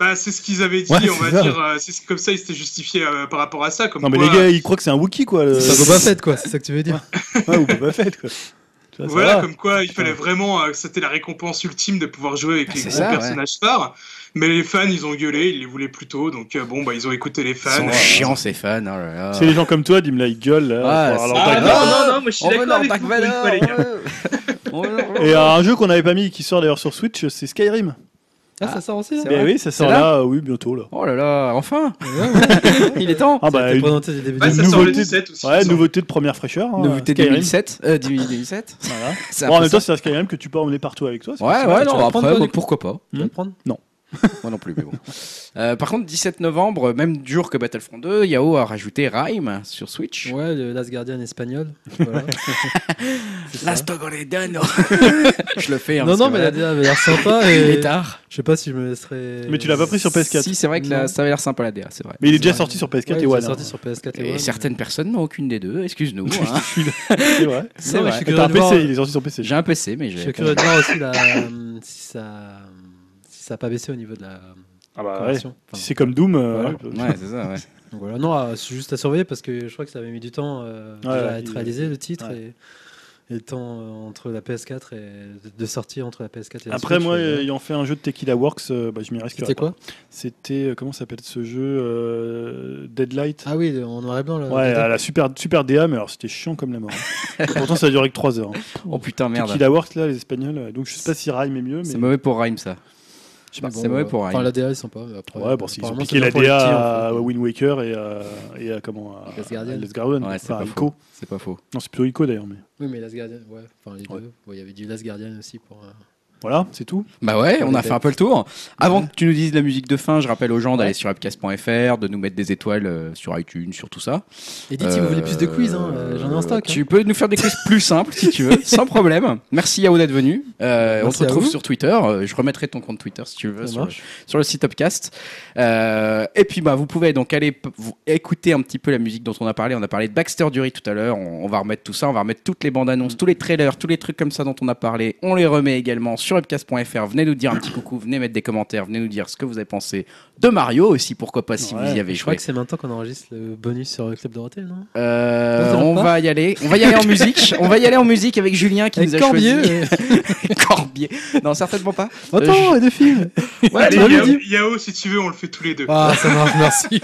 Speaker 2: Bah c'est ce qu'ils avaient dit,
Speaker 3: Ouais,
Speaker 2: on va
Speaker 3: c'est ça.
Speaker 2: dire, euh, c'est comme ça ils s'étaient justifiés euh, par rapport à ça comme
Speaker 3: Non, mais
Speaker 2: quoi,
Speaker 3: les
Speaker 1: hein.
Speaker 3: gars, ils croient que c'est un Wookie, quoi. le-
Speaker 4: C'est pas Boba Fett, quoi, c'est ça que tu veux dire.
Speaker 3: Ouais, ou Boba Fett, quoi. Tu vois, ça
Speaker 2: Voilà,
Speaker 3: va.
Speaker 2: comme quoi il fallait vraiment, euh, que c'était la récompense ultime de pouvoir jouer
Speaker 3: Ah,
Speaker 2: avec les
Speaker 1: c'est
Speaker 2: gros
Speaker 1: ça, ouais.
Speaker 2: personnages phares. Mais les fans, ils ont gueulé, ils les voulaient plus tôt, donc euh, bon, bah ils ont écouté les
Speaker 1: Ils
Speaker 2: fans.
Speaker 1: sont chiants ces fans. oh là là.
Speaker 3: hein. C'est les gens comme toi, dis-moi, là, ils gueulent. là,
Speaker 1: Ah,
Speaker 3: pour avoir
Speaker 1: c'est-
Speaker 3: leur Dark
Speaker 1: Ah,
Speaker 3: Vador.
Speaker 1: non, non,
Speaker 2: moi je
Speaker 1: On veut leur Dark Vador, oh on veut- on veut leur-
Speaker 3: Et euh, un jeu qu'on avait pas mis qui sort d'ailleurs sur Switch, c'est Skyrim.
Speaker 4: Ah, ça sort aussi là
Speaker 1: C'est
Speaker 3: Ben
Speaker 1: vrai
Speaker 3: oui, ça sort
Speaker 1: là
Speaker 3: là, euh, oui, bientôt là.
Speaker 1: Oh là là, enfin
Speaker 4: Ouais, ouais.
Speaker 1: Il est temps
Speaker 3: Ah
Speaker 4: Ça a
Speaker 3: bah,
Speaker 4: été
Speaker 3: une-
Speaker 4: présenté dès le début
Speaker 2: Ouais,
Speaker 4: du
Speaker 2: ça
Speaker 4: mois.
Speaker 2: sort le
Speaker 3: nouveauté-
Speaker 2: 17 aussi.
Speaker 3: ouais,
Speaker 2: il me semble.
Speaker 3: nouveauté de première fraîcheur. hein,
Speaker 1: Nouveauté
Speaker 3: Skyrim.
Speaker 1: 2007 euh, 2017
Speaker 3: Voilà.
Speaker 1: C'est un
Speaker 3: Bon, en
Speaker 1: peu
Speaker 3: même
Speaker 1: ça.
Speaker 3: temps, c'est un Skyrim que tu peux emmener partout avec toi. c'est
Speaker 1: Ouais,
Speaker 3: pour ça
Speaker 1: ouais,
Speaker 3: que tu
Speaker 1: non,
Speaker 3: vas-
Speaker 4: prendre,
Speaker 1: après,
Speaker 4: toi,
Speaker 1: bah,
Speaker 4: du coup
Speaker 1: pourquoi pas
Speaker 3: Hmm.
Speaker 4: Tu vas le prendre
Speaker 1: Moi non plus, mais bon. Euh, par contre, 17 novembre, même jour que Battlefront 2, Yahoo a rajouté Rhyme sur Switch.
Speaker 4: Ouais, le Last Guardian espagnol. Voilà. C'est ça.
Speaker 1: Last Togoledano Je le fais, hein,
Speaker 4: Non,
Speaker 1: parce
Speaker 4: non,
Speaker 1: que
Speaker 4: mais
Speaker 1: voilà,
Speaker 4: la DA avait l'air sympa. et...
Speaker 1: il est tard.
Speaker 4: Je sais pas si je me laisserais.
Speaker 3: Mais tu l'as pas pris sur PS4.
Speaker 1: Si, c'est vrai que la-
Speaker 4: Non.
Speaker 1: ça avait l'air sympa la DA, c'est vrai.
Speaker 3: Mais il est
Speaker 4: C'est
Speaker 3: déjà
Speaker 4: vrai.
Speaker 3: sorti sur PS4
Speaker 4: Ouais,
Speaker 3: et
Speaker 4: il est
Speaker 3: One.
Speaker 4: sorti
Speaker 3: hein.
Speaker 4: sur PS4 et
Speaker 1: Et
Speaker 4: One.
Speaker 1: certaines personnes n'ont aucune des deux, excuse-nous. hein.
Speaker 3: C'est vrai.
Speaker 1: c'est
Speaker 4: Non, mais
Speaker 1: vrai.
Speaker 4: je suis
Speaker 3: T'as un
Speaker 4: curieux de voir-
Speaker 3: PC, il est sorti sur PC.
Speaker 1: euh, J'ai un PC, mais
Speaker 4: Je
Speaker 1: j'ai.
Speaker 4: suis curieux de voir aussi la, euh, si ça si ça a pas baissé au niveau de la
Speaker 3: Ah bah ouais.
Speaker 4: conversion. Enfin,
Speaker 3: Si c'est comme Doom, euh,
Speaker 4: Voilà.
Speaker 3: ouais.
Speaker 1: Ouais, c'est ça, ouais.
Speaker 4: donc voilà. Non, euh, c'est juste à surveiller parce que je crois que ça avait mis du temps euh,
Speaker 3: Ouais,
Speaker 4: déjà
Speaker 3: ouais,
Speaker 4: à être
Speaker 3: il-
Speaker 4: réalisé le titre
Speaker 3: ouais.
Speaker 4: et, et le temps euh, entre la PS4 et de sortie entre la PS4 et la
Speaker 3: Après,
Speaker 4: Switch,
Speaker 3: moi,
Speaker 4: euh,
Speaker 3: ayant fait un jeu de Tequila Works, euh, bah, je m'y risque.
Speaker 4: c'était quoi
Speaker 3: C'était, euh, comment s'appelle ce jeu euh, Deadlight
Speaker 4: Ah oui, le- en noir et blanc là.
Speaker 3: Ouais,
Speaker 4: peut-être.
Speaker 3: à la super, super DA, mais alors c'était chiant comme la mort. hein. Pourtant, ça a duré que 3 heures. hein.
Speaker 1: Oh putain, merde.
Speaker 3: Tequila Works, là, les Espagnols, euh, donc je sais pas si Rhyme est mieux,
Speaker 1: C'est
Speaker 3: mais.
Speaker 1: mauvais pour Rhyme, ça.
Speaker 4: Je sais
Speaker 1: Bah,
Speaker 4: pas,
Speaker 1: c'est mauvais
Speaker 4: euh,
Speaker 1: pour
Speaker 4: Enfin,
Speaker 1: Ryan.
Speaker 4: la DA, ils sont pas. mais après,
Speaker 3: Ouais, bon, s'ils ont
Speaker 4: apparemment,
Speaker 3: piqué
Speaker 4: c'est
Speaker 3: la euh,
Speaker 4: bien pour les
Speaker 3: DA
Speaker 4: petits,
Speaker 3: à,
Speaker 4: en fait.
Speaker 3: Wind Waker et à, et à comment à,
Speaker 4: Last Guardian.
Speaker 3: à Last Guardian,
Speaker 1: Ouais, c'est
Speaker 3: enfin,
Speaker 1: pas
Speaker 3: à
Speaker 1: faux.
Speaker 3: Ico.
Speaker 1: C'est pas faux.
Speaker 3: Non, c'est plutôt Ico d'ailleurs, mais
Speaker 4: Oui, mais Last Guardian, ouais. Enfin, les
Speaker 3: Ouais.
Speaker 4: deux. Bon, il y avait du Last Guardian aussi pour. euh,
Speaker 3: voilà, c'est tout.
Speaker 1: Bah ouais, on a
Speaker 4: Ouais.
Speaker 1: fait un peu le tour. Avant que tu nous dises la musique de fin, je rappelle aux gens d'aller sur upcast.fr, de nous mettre des étoiles euh, sur iTunes, sur tout ça.
Speaker 4: Et dites si vous voulez plus de quiz, hein,
Speaker 1: Euh,
Speaker 4: euh, j'en ai en stock. hein.
Speaker 1: Tu peux nous faire des quiz plus simples si tu veux, sans problème. Merci Yao d'être venu. Euh, on
Speaker 4: Merci
Speaker 1: se
Speaker 4: à
Speaker 1: retrouve
Speaker 4: vous.
Speaker 1: sur Twitter. Euh, Je remettrai ton compte Twitter si tu veux
Speaker 4: Ça
Speaker 1: sur,
Speaker 4: marche.
Speaker 1: sur le site Upcast. Euh, et puis bah vous pouvez donc aller p- vous écouter un petit peu la musique dont on a parlé. On a parlé de Baxter Dury tout à l'heure. On, on va remettre tout ça. On va remettre toutes les bandes annonces, tous les trailers, tous les trucs comme ça dont on a parlé. On les remet également sur upcast.fr. Venez nous dire un petit coucou. Venez mettre des commentaires. Venez nous dire ce que vous avez pensé de Mario aussi. Pourquoi pas si
Speaker 3: Ouais,
Speaker 1: vous y avez
Speaker 4: Je crois
Speaker 1: joué.
Speaker 4: que c'est maintenant qu'on enregistre le bonus sur le club Dorothée, non
Speaker 1: Euh,
Speaker 4: Non, c'est
Speaker 1: on
Speaker 4: pas.
Speaker 1: va y aller. On va y aller en musique. On va y aller en musique avec Julien qui
Speaker 4: Avec
Speaker 1: nous a
Speaker 4: Corbier,
Speaker 1: choisi.
Speaker 4: euh,
Speaker 1: Corbier. Non, certainement pas.
Speaker 4: Attends, et deux filles
Speaker 1: Ouais,
Speaker 2: Allez,
Speaker 1: tu l'avais
Speaker 2: Yao-
Speaker 1: dit.
Speaker 2: Yao, si tu veux, on le fait tous les deux.
Speaker 4: Ah, ça marche, merci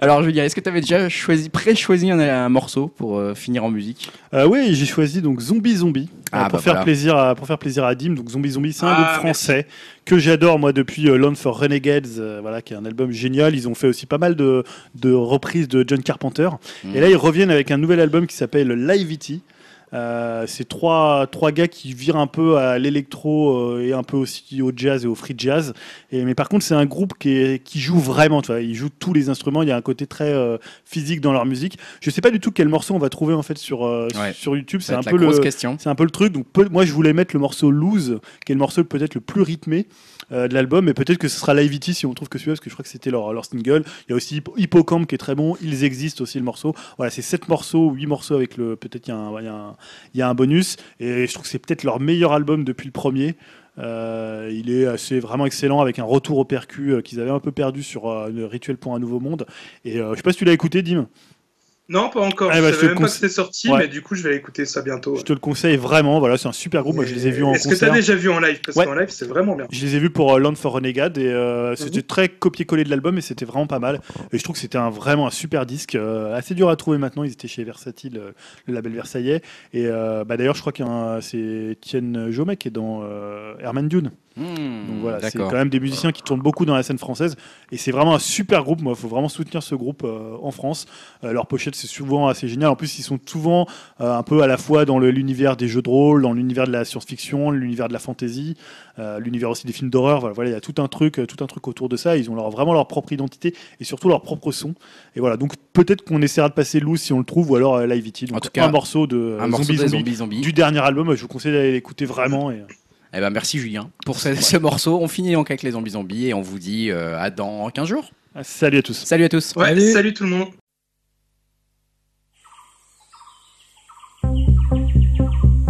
Speaker 1: Alors Julien, est-ce que tu avais déjà choisi, pré-choisi un, un morceau pour euh, finir en musique
Speaker 3: Euh, oui, j'ai choisi donc Zombie Zombie
Speaker 1: Ah,
Speaker 3: euh, pour
Speaker 1: bah
Speaker 3: faire
Speaker 1: voilà.
Speaker 3: plaisir à pour faire plaisir à Dim. Donc Zombie Zombie, c'est un
Speaker 2: Ah,
Speaker 3: groupe français que j'adore moi depuis euh, Land for Renegades, euh, voilà, qui est un album génial. Ils ont fait aussi pas mal de, de reprises de John Carpenter.
Speaker 1: Mm.
Speaker 3: Et là, ils reviennent avec un nouvel album qui s'appelle E Liveity. Euh, c'est trois, trois gars qui virent un peu à l'électro euh, et un peu aussi au jazz et au free jazz. Et, mais par contre, c'est un groupe qui, est- qui joue vraiment. Tu vois, ils jouent tous les instruments. Il y a un côté très euh, physique dans leur musique. Je sais pas du tout quel morceau on va trouver en fait sur, euh,
Speaker 1: Ouais.
Speaker 3: sur YouTube. C'est
Speaker 1: Ça va
Speaker 3: un
Speaker 1: être
Speaker 3: peu
Speaker 1: la
Speaker 3: le
Speaker 1: grosse question.
Speaker 3: c'est un peu le truc. Donc peu- moi, je voulais mettre le morceau Lose, qui est le morceau peut-être le plus rythmé euh, de l'album, mais peut-être que ce sera Liveity si on trouve que celui-là, parce que je crois que c'était leur, leur single. Il y a aussi Hippo- Hippocampe qui est très bon. Ils existent aussi le morceau. Voilà, c'est sept morceaux, huit morceaux avec le. Peut-être qu'il y, a un- il y a un- il y a un bonus. Et je trouve que c'est peut-être leur meilleur album depuis le premier. Euh, il est assez vraiment excellent avec un retour au percu euh, qu'ils avaient un peu perdu sur euh, le rituel pour un nouveau monde. Et euh, je sais pas si tu l'as écouté, Dim.
Speaker 2: Non, pas encore.
Speaker 3: Eh
Speaker 2: je
Speaker 3: bah, je te
Speaker 2: savais même pas
Speaker 3: le
Speaker 2: que
Speaker 3: conseille.
Speaker 2: c'était sorti,
Speaker 3: Ouais.
Speaker 2: mais du coup, je vais écouter ça bientôt.
Speaker 3: Je te le conseille vraiment. Voilà, c'est un super groupe. Moi, je les ai vus en
Speaker 2: Est-ce que
Speaker 3: concert.
Speaker 2: t'as déjà vu en live Parce
Speaker 3: Ouais.
Speaker 2: qu'en live, c'est vraiment bien.
Speaker 3: Je les ai vus pour euh, Land for Renegade et euh, c'était très copier-coller de l'album et c'était vraiment pas mal. Et je trouve que c'était un, vraiment un super disque, euh, assez dur à trouver maintenant. Ils étaient chez Versatile, euh, le label versaillais. Et euh, bah, d'ailleurs, je crois que c'est Étienne Jomet qui est dans euh, Herman Dune.
Speaker 1: Hmm,
Speaker 3: Donc voilà, c'est
Speaker 1: D'accord.
Speaker 3: quand même des musiciens qui tournent beaucoup dans la scène française. Et c'est vraiment un super groupe. Moi, il faut vraiment soutenir ce groupe euh, en France. Euh, leur pochette, c'est souvent assez génial. En plus, ils sont souvent euh, un peu à la fois dans le- l'univers des jeux de rôle, dans l'univers de la science-fiction, l'univers de la fantasy, euh, l'univers aussi des films d'horreur. Voilà, voilà, il y a tout un truc, euh, tout un truc autour de ça. Ils ont leur, vraiment leur propre identité et surtout leur propre son. Et voilà, donc peut-être qu'on essaiera de passer Loose si on le trouve ou alors euh, Live It. Donc
Speaker 1: En tout cas,
Speaker 3: un morceau de euh,
Speaker 1: Un morceau
Speaker 3: Zombie
Speaker 1: de
Speaker 3: Zombie
Speaker 1: Zombie Zombie.
Speaker 3: du dernier album. Je vous conseille d'aller l'écouter vraiment. Et... euh,
Speaker 1: Eh ben merci Julien pour ce, ce morceau. On finit donc avec les Zombies Zombies et on vous dit euh, à dans 15 jours.
Speaker 3: Ah, Salut à tous.
Speaker 1: Salut à tous.
Speaker 2: Ouais,
Speaker 4: Salut.
Speaker 2: salut tout le monde.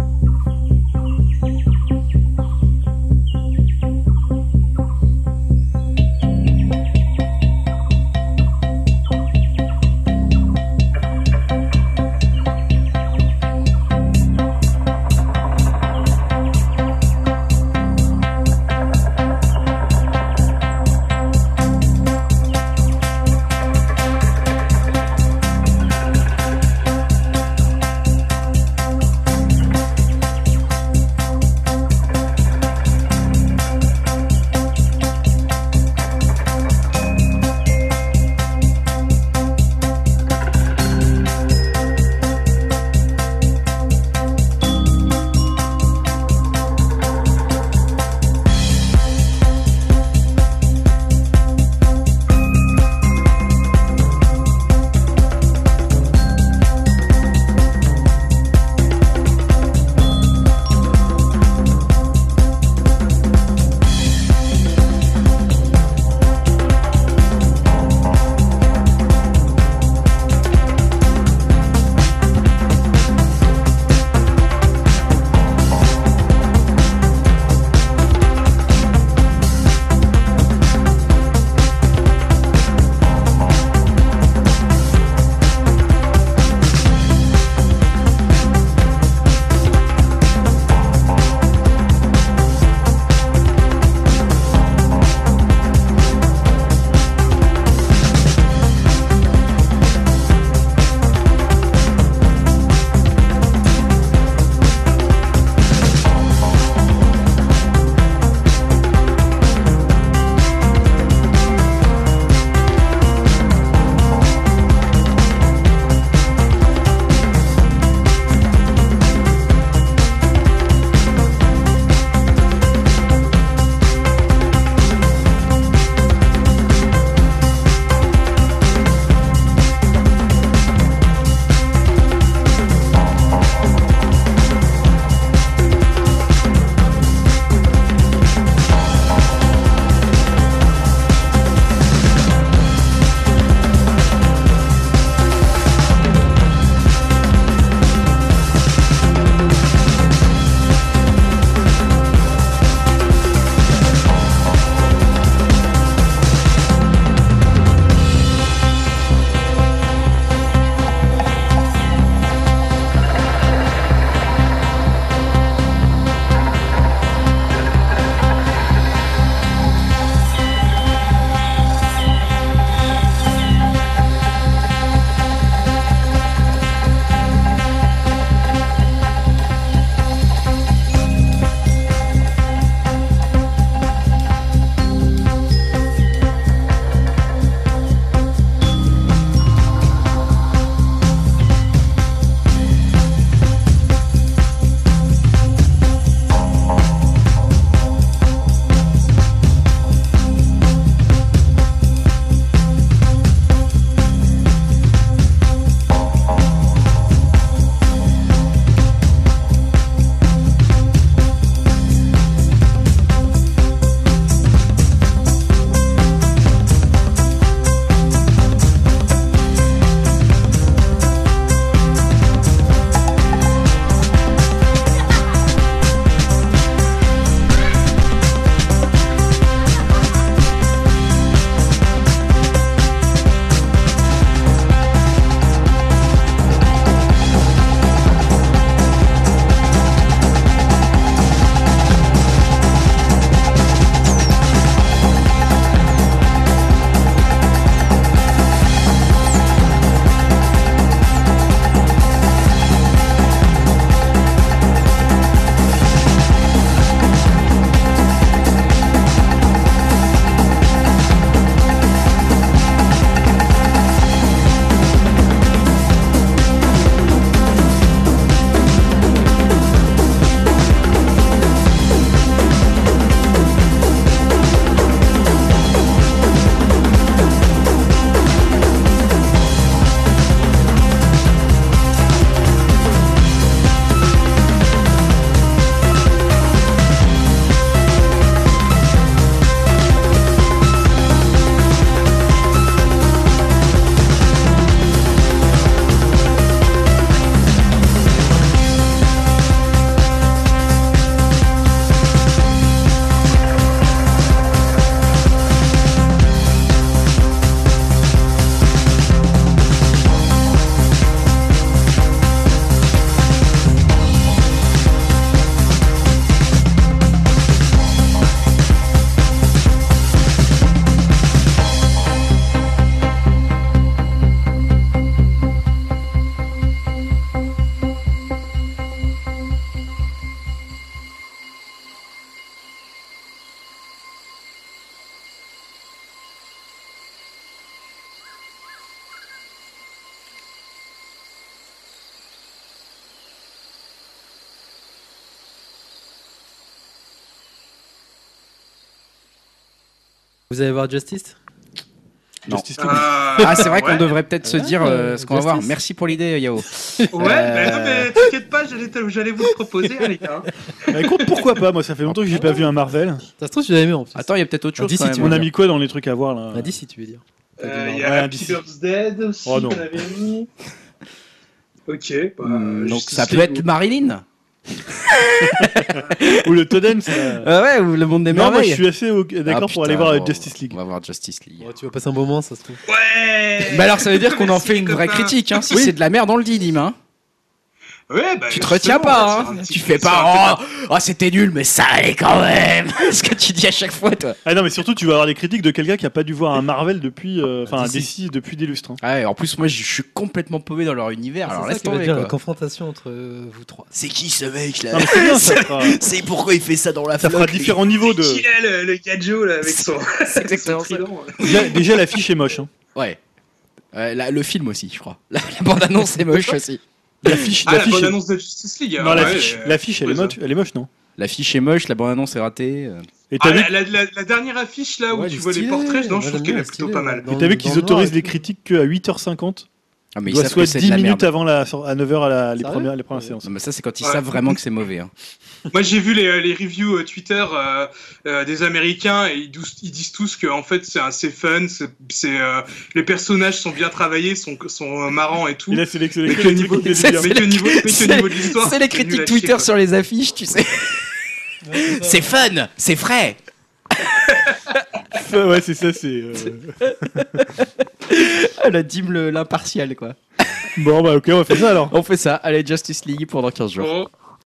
Speaker 4: Vous allez voir Justice
Speaker 3: Justice League.
Speaker 2: Ah,
Speaker 1: Ah, c'est vrai qu'on
Speaker 2: ouais.
Speaker 1: devrait peut-être se
Speaker 4: Ouais,
Speaker 1: dire euh, ce qu'on va voir.
Speaker 4: justice.
Speaker 1: Merci pour l'idée, Yao.
Speaker 2: Ouais, mais non,
Speaker 3: Euh.
Speaker 2: mais t'inquiète pas, j'allais te- j'allais vous le proposer, hein, les gars.
Speaker 3: Bah, écoute, pourquoi pas Moi, ça fait longtemps que j'ai pas vu un Marvel.
Speaker 4: Ça se trouve, je l'avais mis en plus.
Speaker 1: Attends, il y a peut-être autre
Speaker 4: Ah,
Speaker 1: chose.
Speaker 4: d'ici,
Speaker 1: quand
Speaker 4: tu
Speaker 1: même,
Speaker 3: On
Speaker 1: à
Speaker 3: a
Speaker 1: dire.
Speaker 3: mis quoi dans les trucs à voir là
Speaker 4: Ah, d'ici, tu veux dire.
Speaker 2: Euh, Il
Speaker 4: T'as dit
Speaker 2: y
Speaker 4: non.
Speaker 2: a
Speaker 3: Ouais,
Speaker 2: Happy
Speaker 3: d'ici.
Speaker 2: Birds Dead aussi,
Speaker 3: Oh non.
Speaker 2: qu'on avait mis. Ok, bah,
Speaker 1: Hmm, Donc
Speaker 2: Justice
Speaker 1: ça peut
Speaker 2: League,
Speaker 1: être Marilyn
Speaker 3: Ou le Totem ça-
Speaker 1: Euh, Ouais, ou le monde des
Speaker 3: Non, moi, je
Speaker 1: merveilles.
Speaker 3: suis assez au- d'accord
Speaker 1: Ah,
Speaker 3: pour aller
Speaker 1: putain,
Speaker 3: voir euh,
Speaker 1: bon,
Speaker 3: Justice League.
Speaker 1: On va voir Justice League.
Speaker 4: Bon, tu vas passer un bon moment, ça se trouve.
Speaker 2: Ouais
Speaker 1: Mais Bah, alors ça veut dire qu'on en
Speaker 2: Merci,
Speaker 1: fait une
Speaker 2: les
Speaker 1: vraie
Speaker 2: copains.
Speaker 1: critique. Hein. Si
Speaker 3: Oui.
Speaker 1: c'est de la merde, on le dit, Dim. Hein.
Speaker 2: Ouais, bah,
Speaker 1: Tu te retiens pas. Hein. Tu fais pas. Oh, oh, c'était nul, mais ça allait quand même. Ce que tu dis à chaque fois, toi.
Speaker 3: Ah non, mais surtout, tu vas avoir des critiques de quelqu'un qui a pas dû voir un Marvel depuis, euh, enfin un
Speaker 4: DC.
Speaker 3: DC depuis des lustres. hein.
Speaker 1: Ouais, en plus, moi, je suis complètement paumé dans leur univers. alors
Speaker 4: c'est ça
Speaker 1: laisse
Speaker 4: qui va
Speaker 1: tomber.
Speaker 4: dire la
Speaker 1: quoi.
Speaker 4: confrontation entre euh, vous trois.
Speaker 1: C'est qui ce mec
Speaker 3: Non,
Speaker 1: là
Speaker 3: mais c'est bien, ça fera,
Speaker 1: C'est pourquoi il fait ça dans la
Speaker 3: ça fera
Speaker 1: flotte, lui
Speaker 3: différents niveaux de.
Speaker 2: Qui est le, le gadjo là avec son.
Speaker 1: C'est
Speaker 2: avec son
Speaker 1: exactement ça.
Speaker 2: trident, ouais.
Speaker 3: Déjà, déjà, l'affiche est moche. hein.
Speaker 1: Ouais. Euh, la- le film aussi, je crois. La, la bande-annonce est moche aussi.
Speaker 3: L'affiche,
Speaker 2: Ah, la
Speaker 3: l'affiche.
Speaker 2: bonne
Speaker 3: est-
Speaker 2: annonce de Justice League. hein,
Speaker 3: Non, l'affiche, l'affiche, elle est
Speaker 2: ouais, ça.
Speaker 3: moche, elle est moche, non
Speaker 1: L'affiche est moche, la bande-annonce est ratée. euh.
Speaker 3: Et t'as vu,
Speaker 2: Ah, la, la- la dernière affiche là où
Speaker 4: Ouais, elle
Speaker 2: Ah tu
Speaker 4: est
Speaker 2: vois les
Speaker 4: stylée,
Speaker 2: portraits, non,
Speaker 4: moi,
Speaker 2: je trouve
Speaker 4: j'aime
Speaker 2: qu'elle
Speaker 4: bien,
Speaker 2: est plutôt
Speaker 4: stylée,
Speaker 2: pas
Speaker 4: dans-
Speaker 2: mal.
Speaker 4: dans
Speaker 3: et
Speaker 4: le-
Speaker 3: t'as vu
Speaker 4: dans
Speaker 3: qu'ils
Speaker 4: le noir,
Speaker 3: autorisent
Speaker 4: elle
Speaker 3: les
Speaker 4: fait-
Speaker 3: critiques que à 8h50
Speaker 1: Ah, mais ils
Speaker 3: Doit
Speaker 1: savent que
Speaker 3: soit
Speaker 1: c'est
Speaker 3: 10
Speaker 1: de la
Speaker 3: minutes
Speaker 1: merde.
Speaker 3: avant la, sor- à 9h à la, les
Speaker 4: Sérieux
Speaker 3: premières, les premières
Speaker 4: Ouais.
Speaker 3: séances.
Speaker 1: Non, mais ça, c'est quand ils
Speaker 2: Ouais.
Speaker 1: savent vraiment que c'est mauvais. hein.
Speaker 2: Moi, j'ai vu les, les reviews euh, Twitter euh, euh, des Américains et ils, dous- ils disent tous que en fait c'est assez fun, c'est c'est, euh, les personnages sont bien travaillés, sont sont euh, marrants et tout.
Speaker 3: Et là, c'est les, c'est les-
Speaker 2: Mais
Speaker 3: les
Speaker 2: que
Speaker 3: trucs
Speaker 2: niveau-
Speaker 3: qui les
Speaker 1: c'est-
Speaker 3: délirent.
Speaker 2: mais que
Speaker 1: les-
Speaker 2: niveau, mais que
Speaker 1: c'est-
Speaker 2: niveau de l'histoire,
Speaker 1: C'est les
Speaker 2: nul à
Speaker 1: critiques
Speaker 2: chier,
Speaker 1: Twitter
Speaker 2: quoi.
Speaker 1: sur les affiches, tu sais.
Speaker 4: Ouais,
Speaker 1: C'est fun, c'est frais.
Speaker 3: Ouais, c'est ça, c'est. euh,
Speaker 1: Ah, La dîme l'impartial, quoi.
Speaker 3: Bon, bah ok, on va faire ça alors.
Speaker 1: On fait ça. Allez, Justice League pendant 15 jours.
Speaker 2: Bon,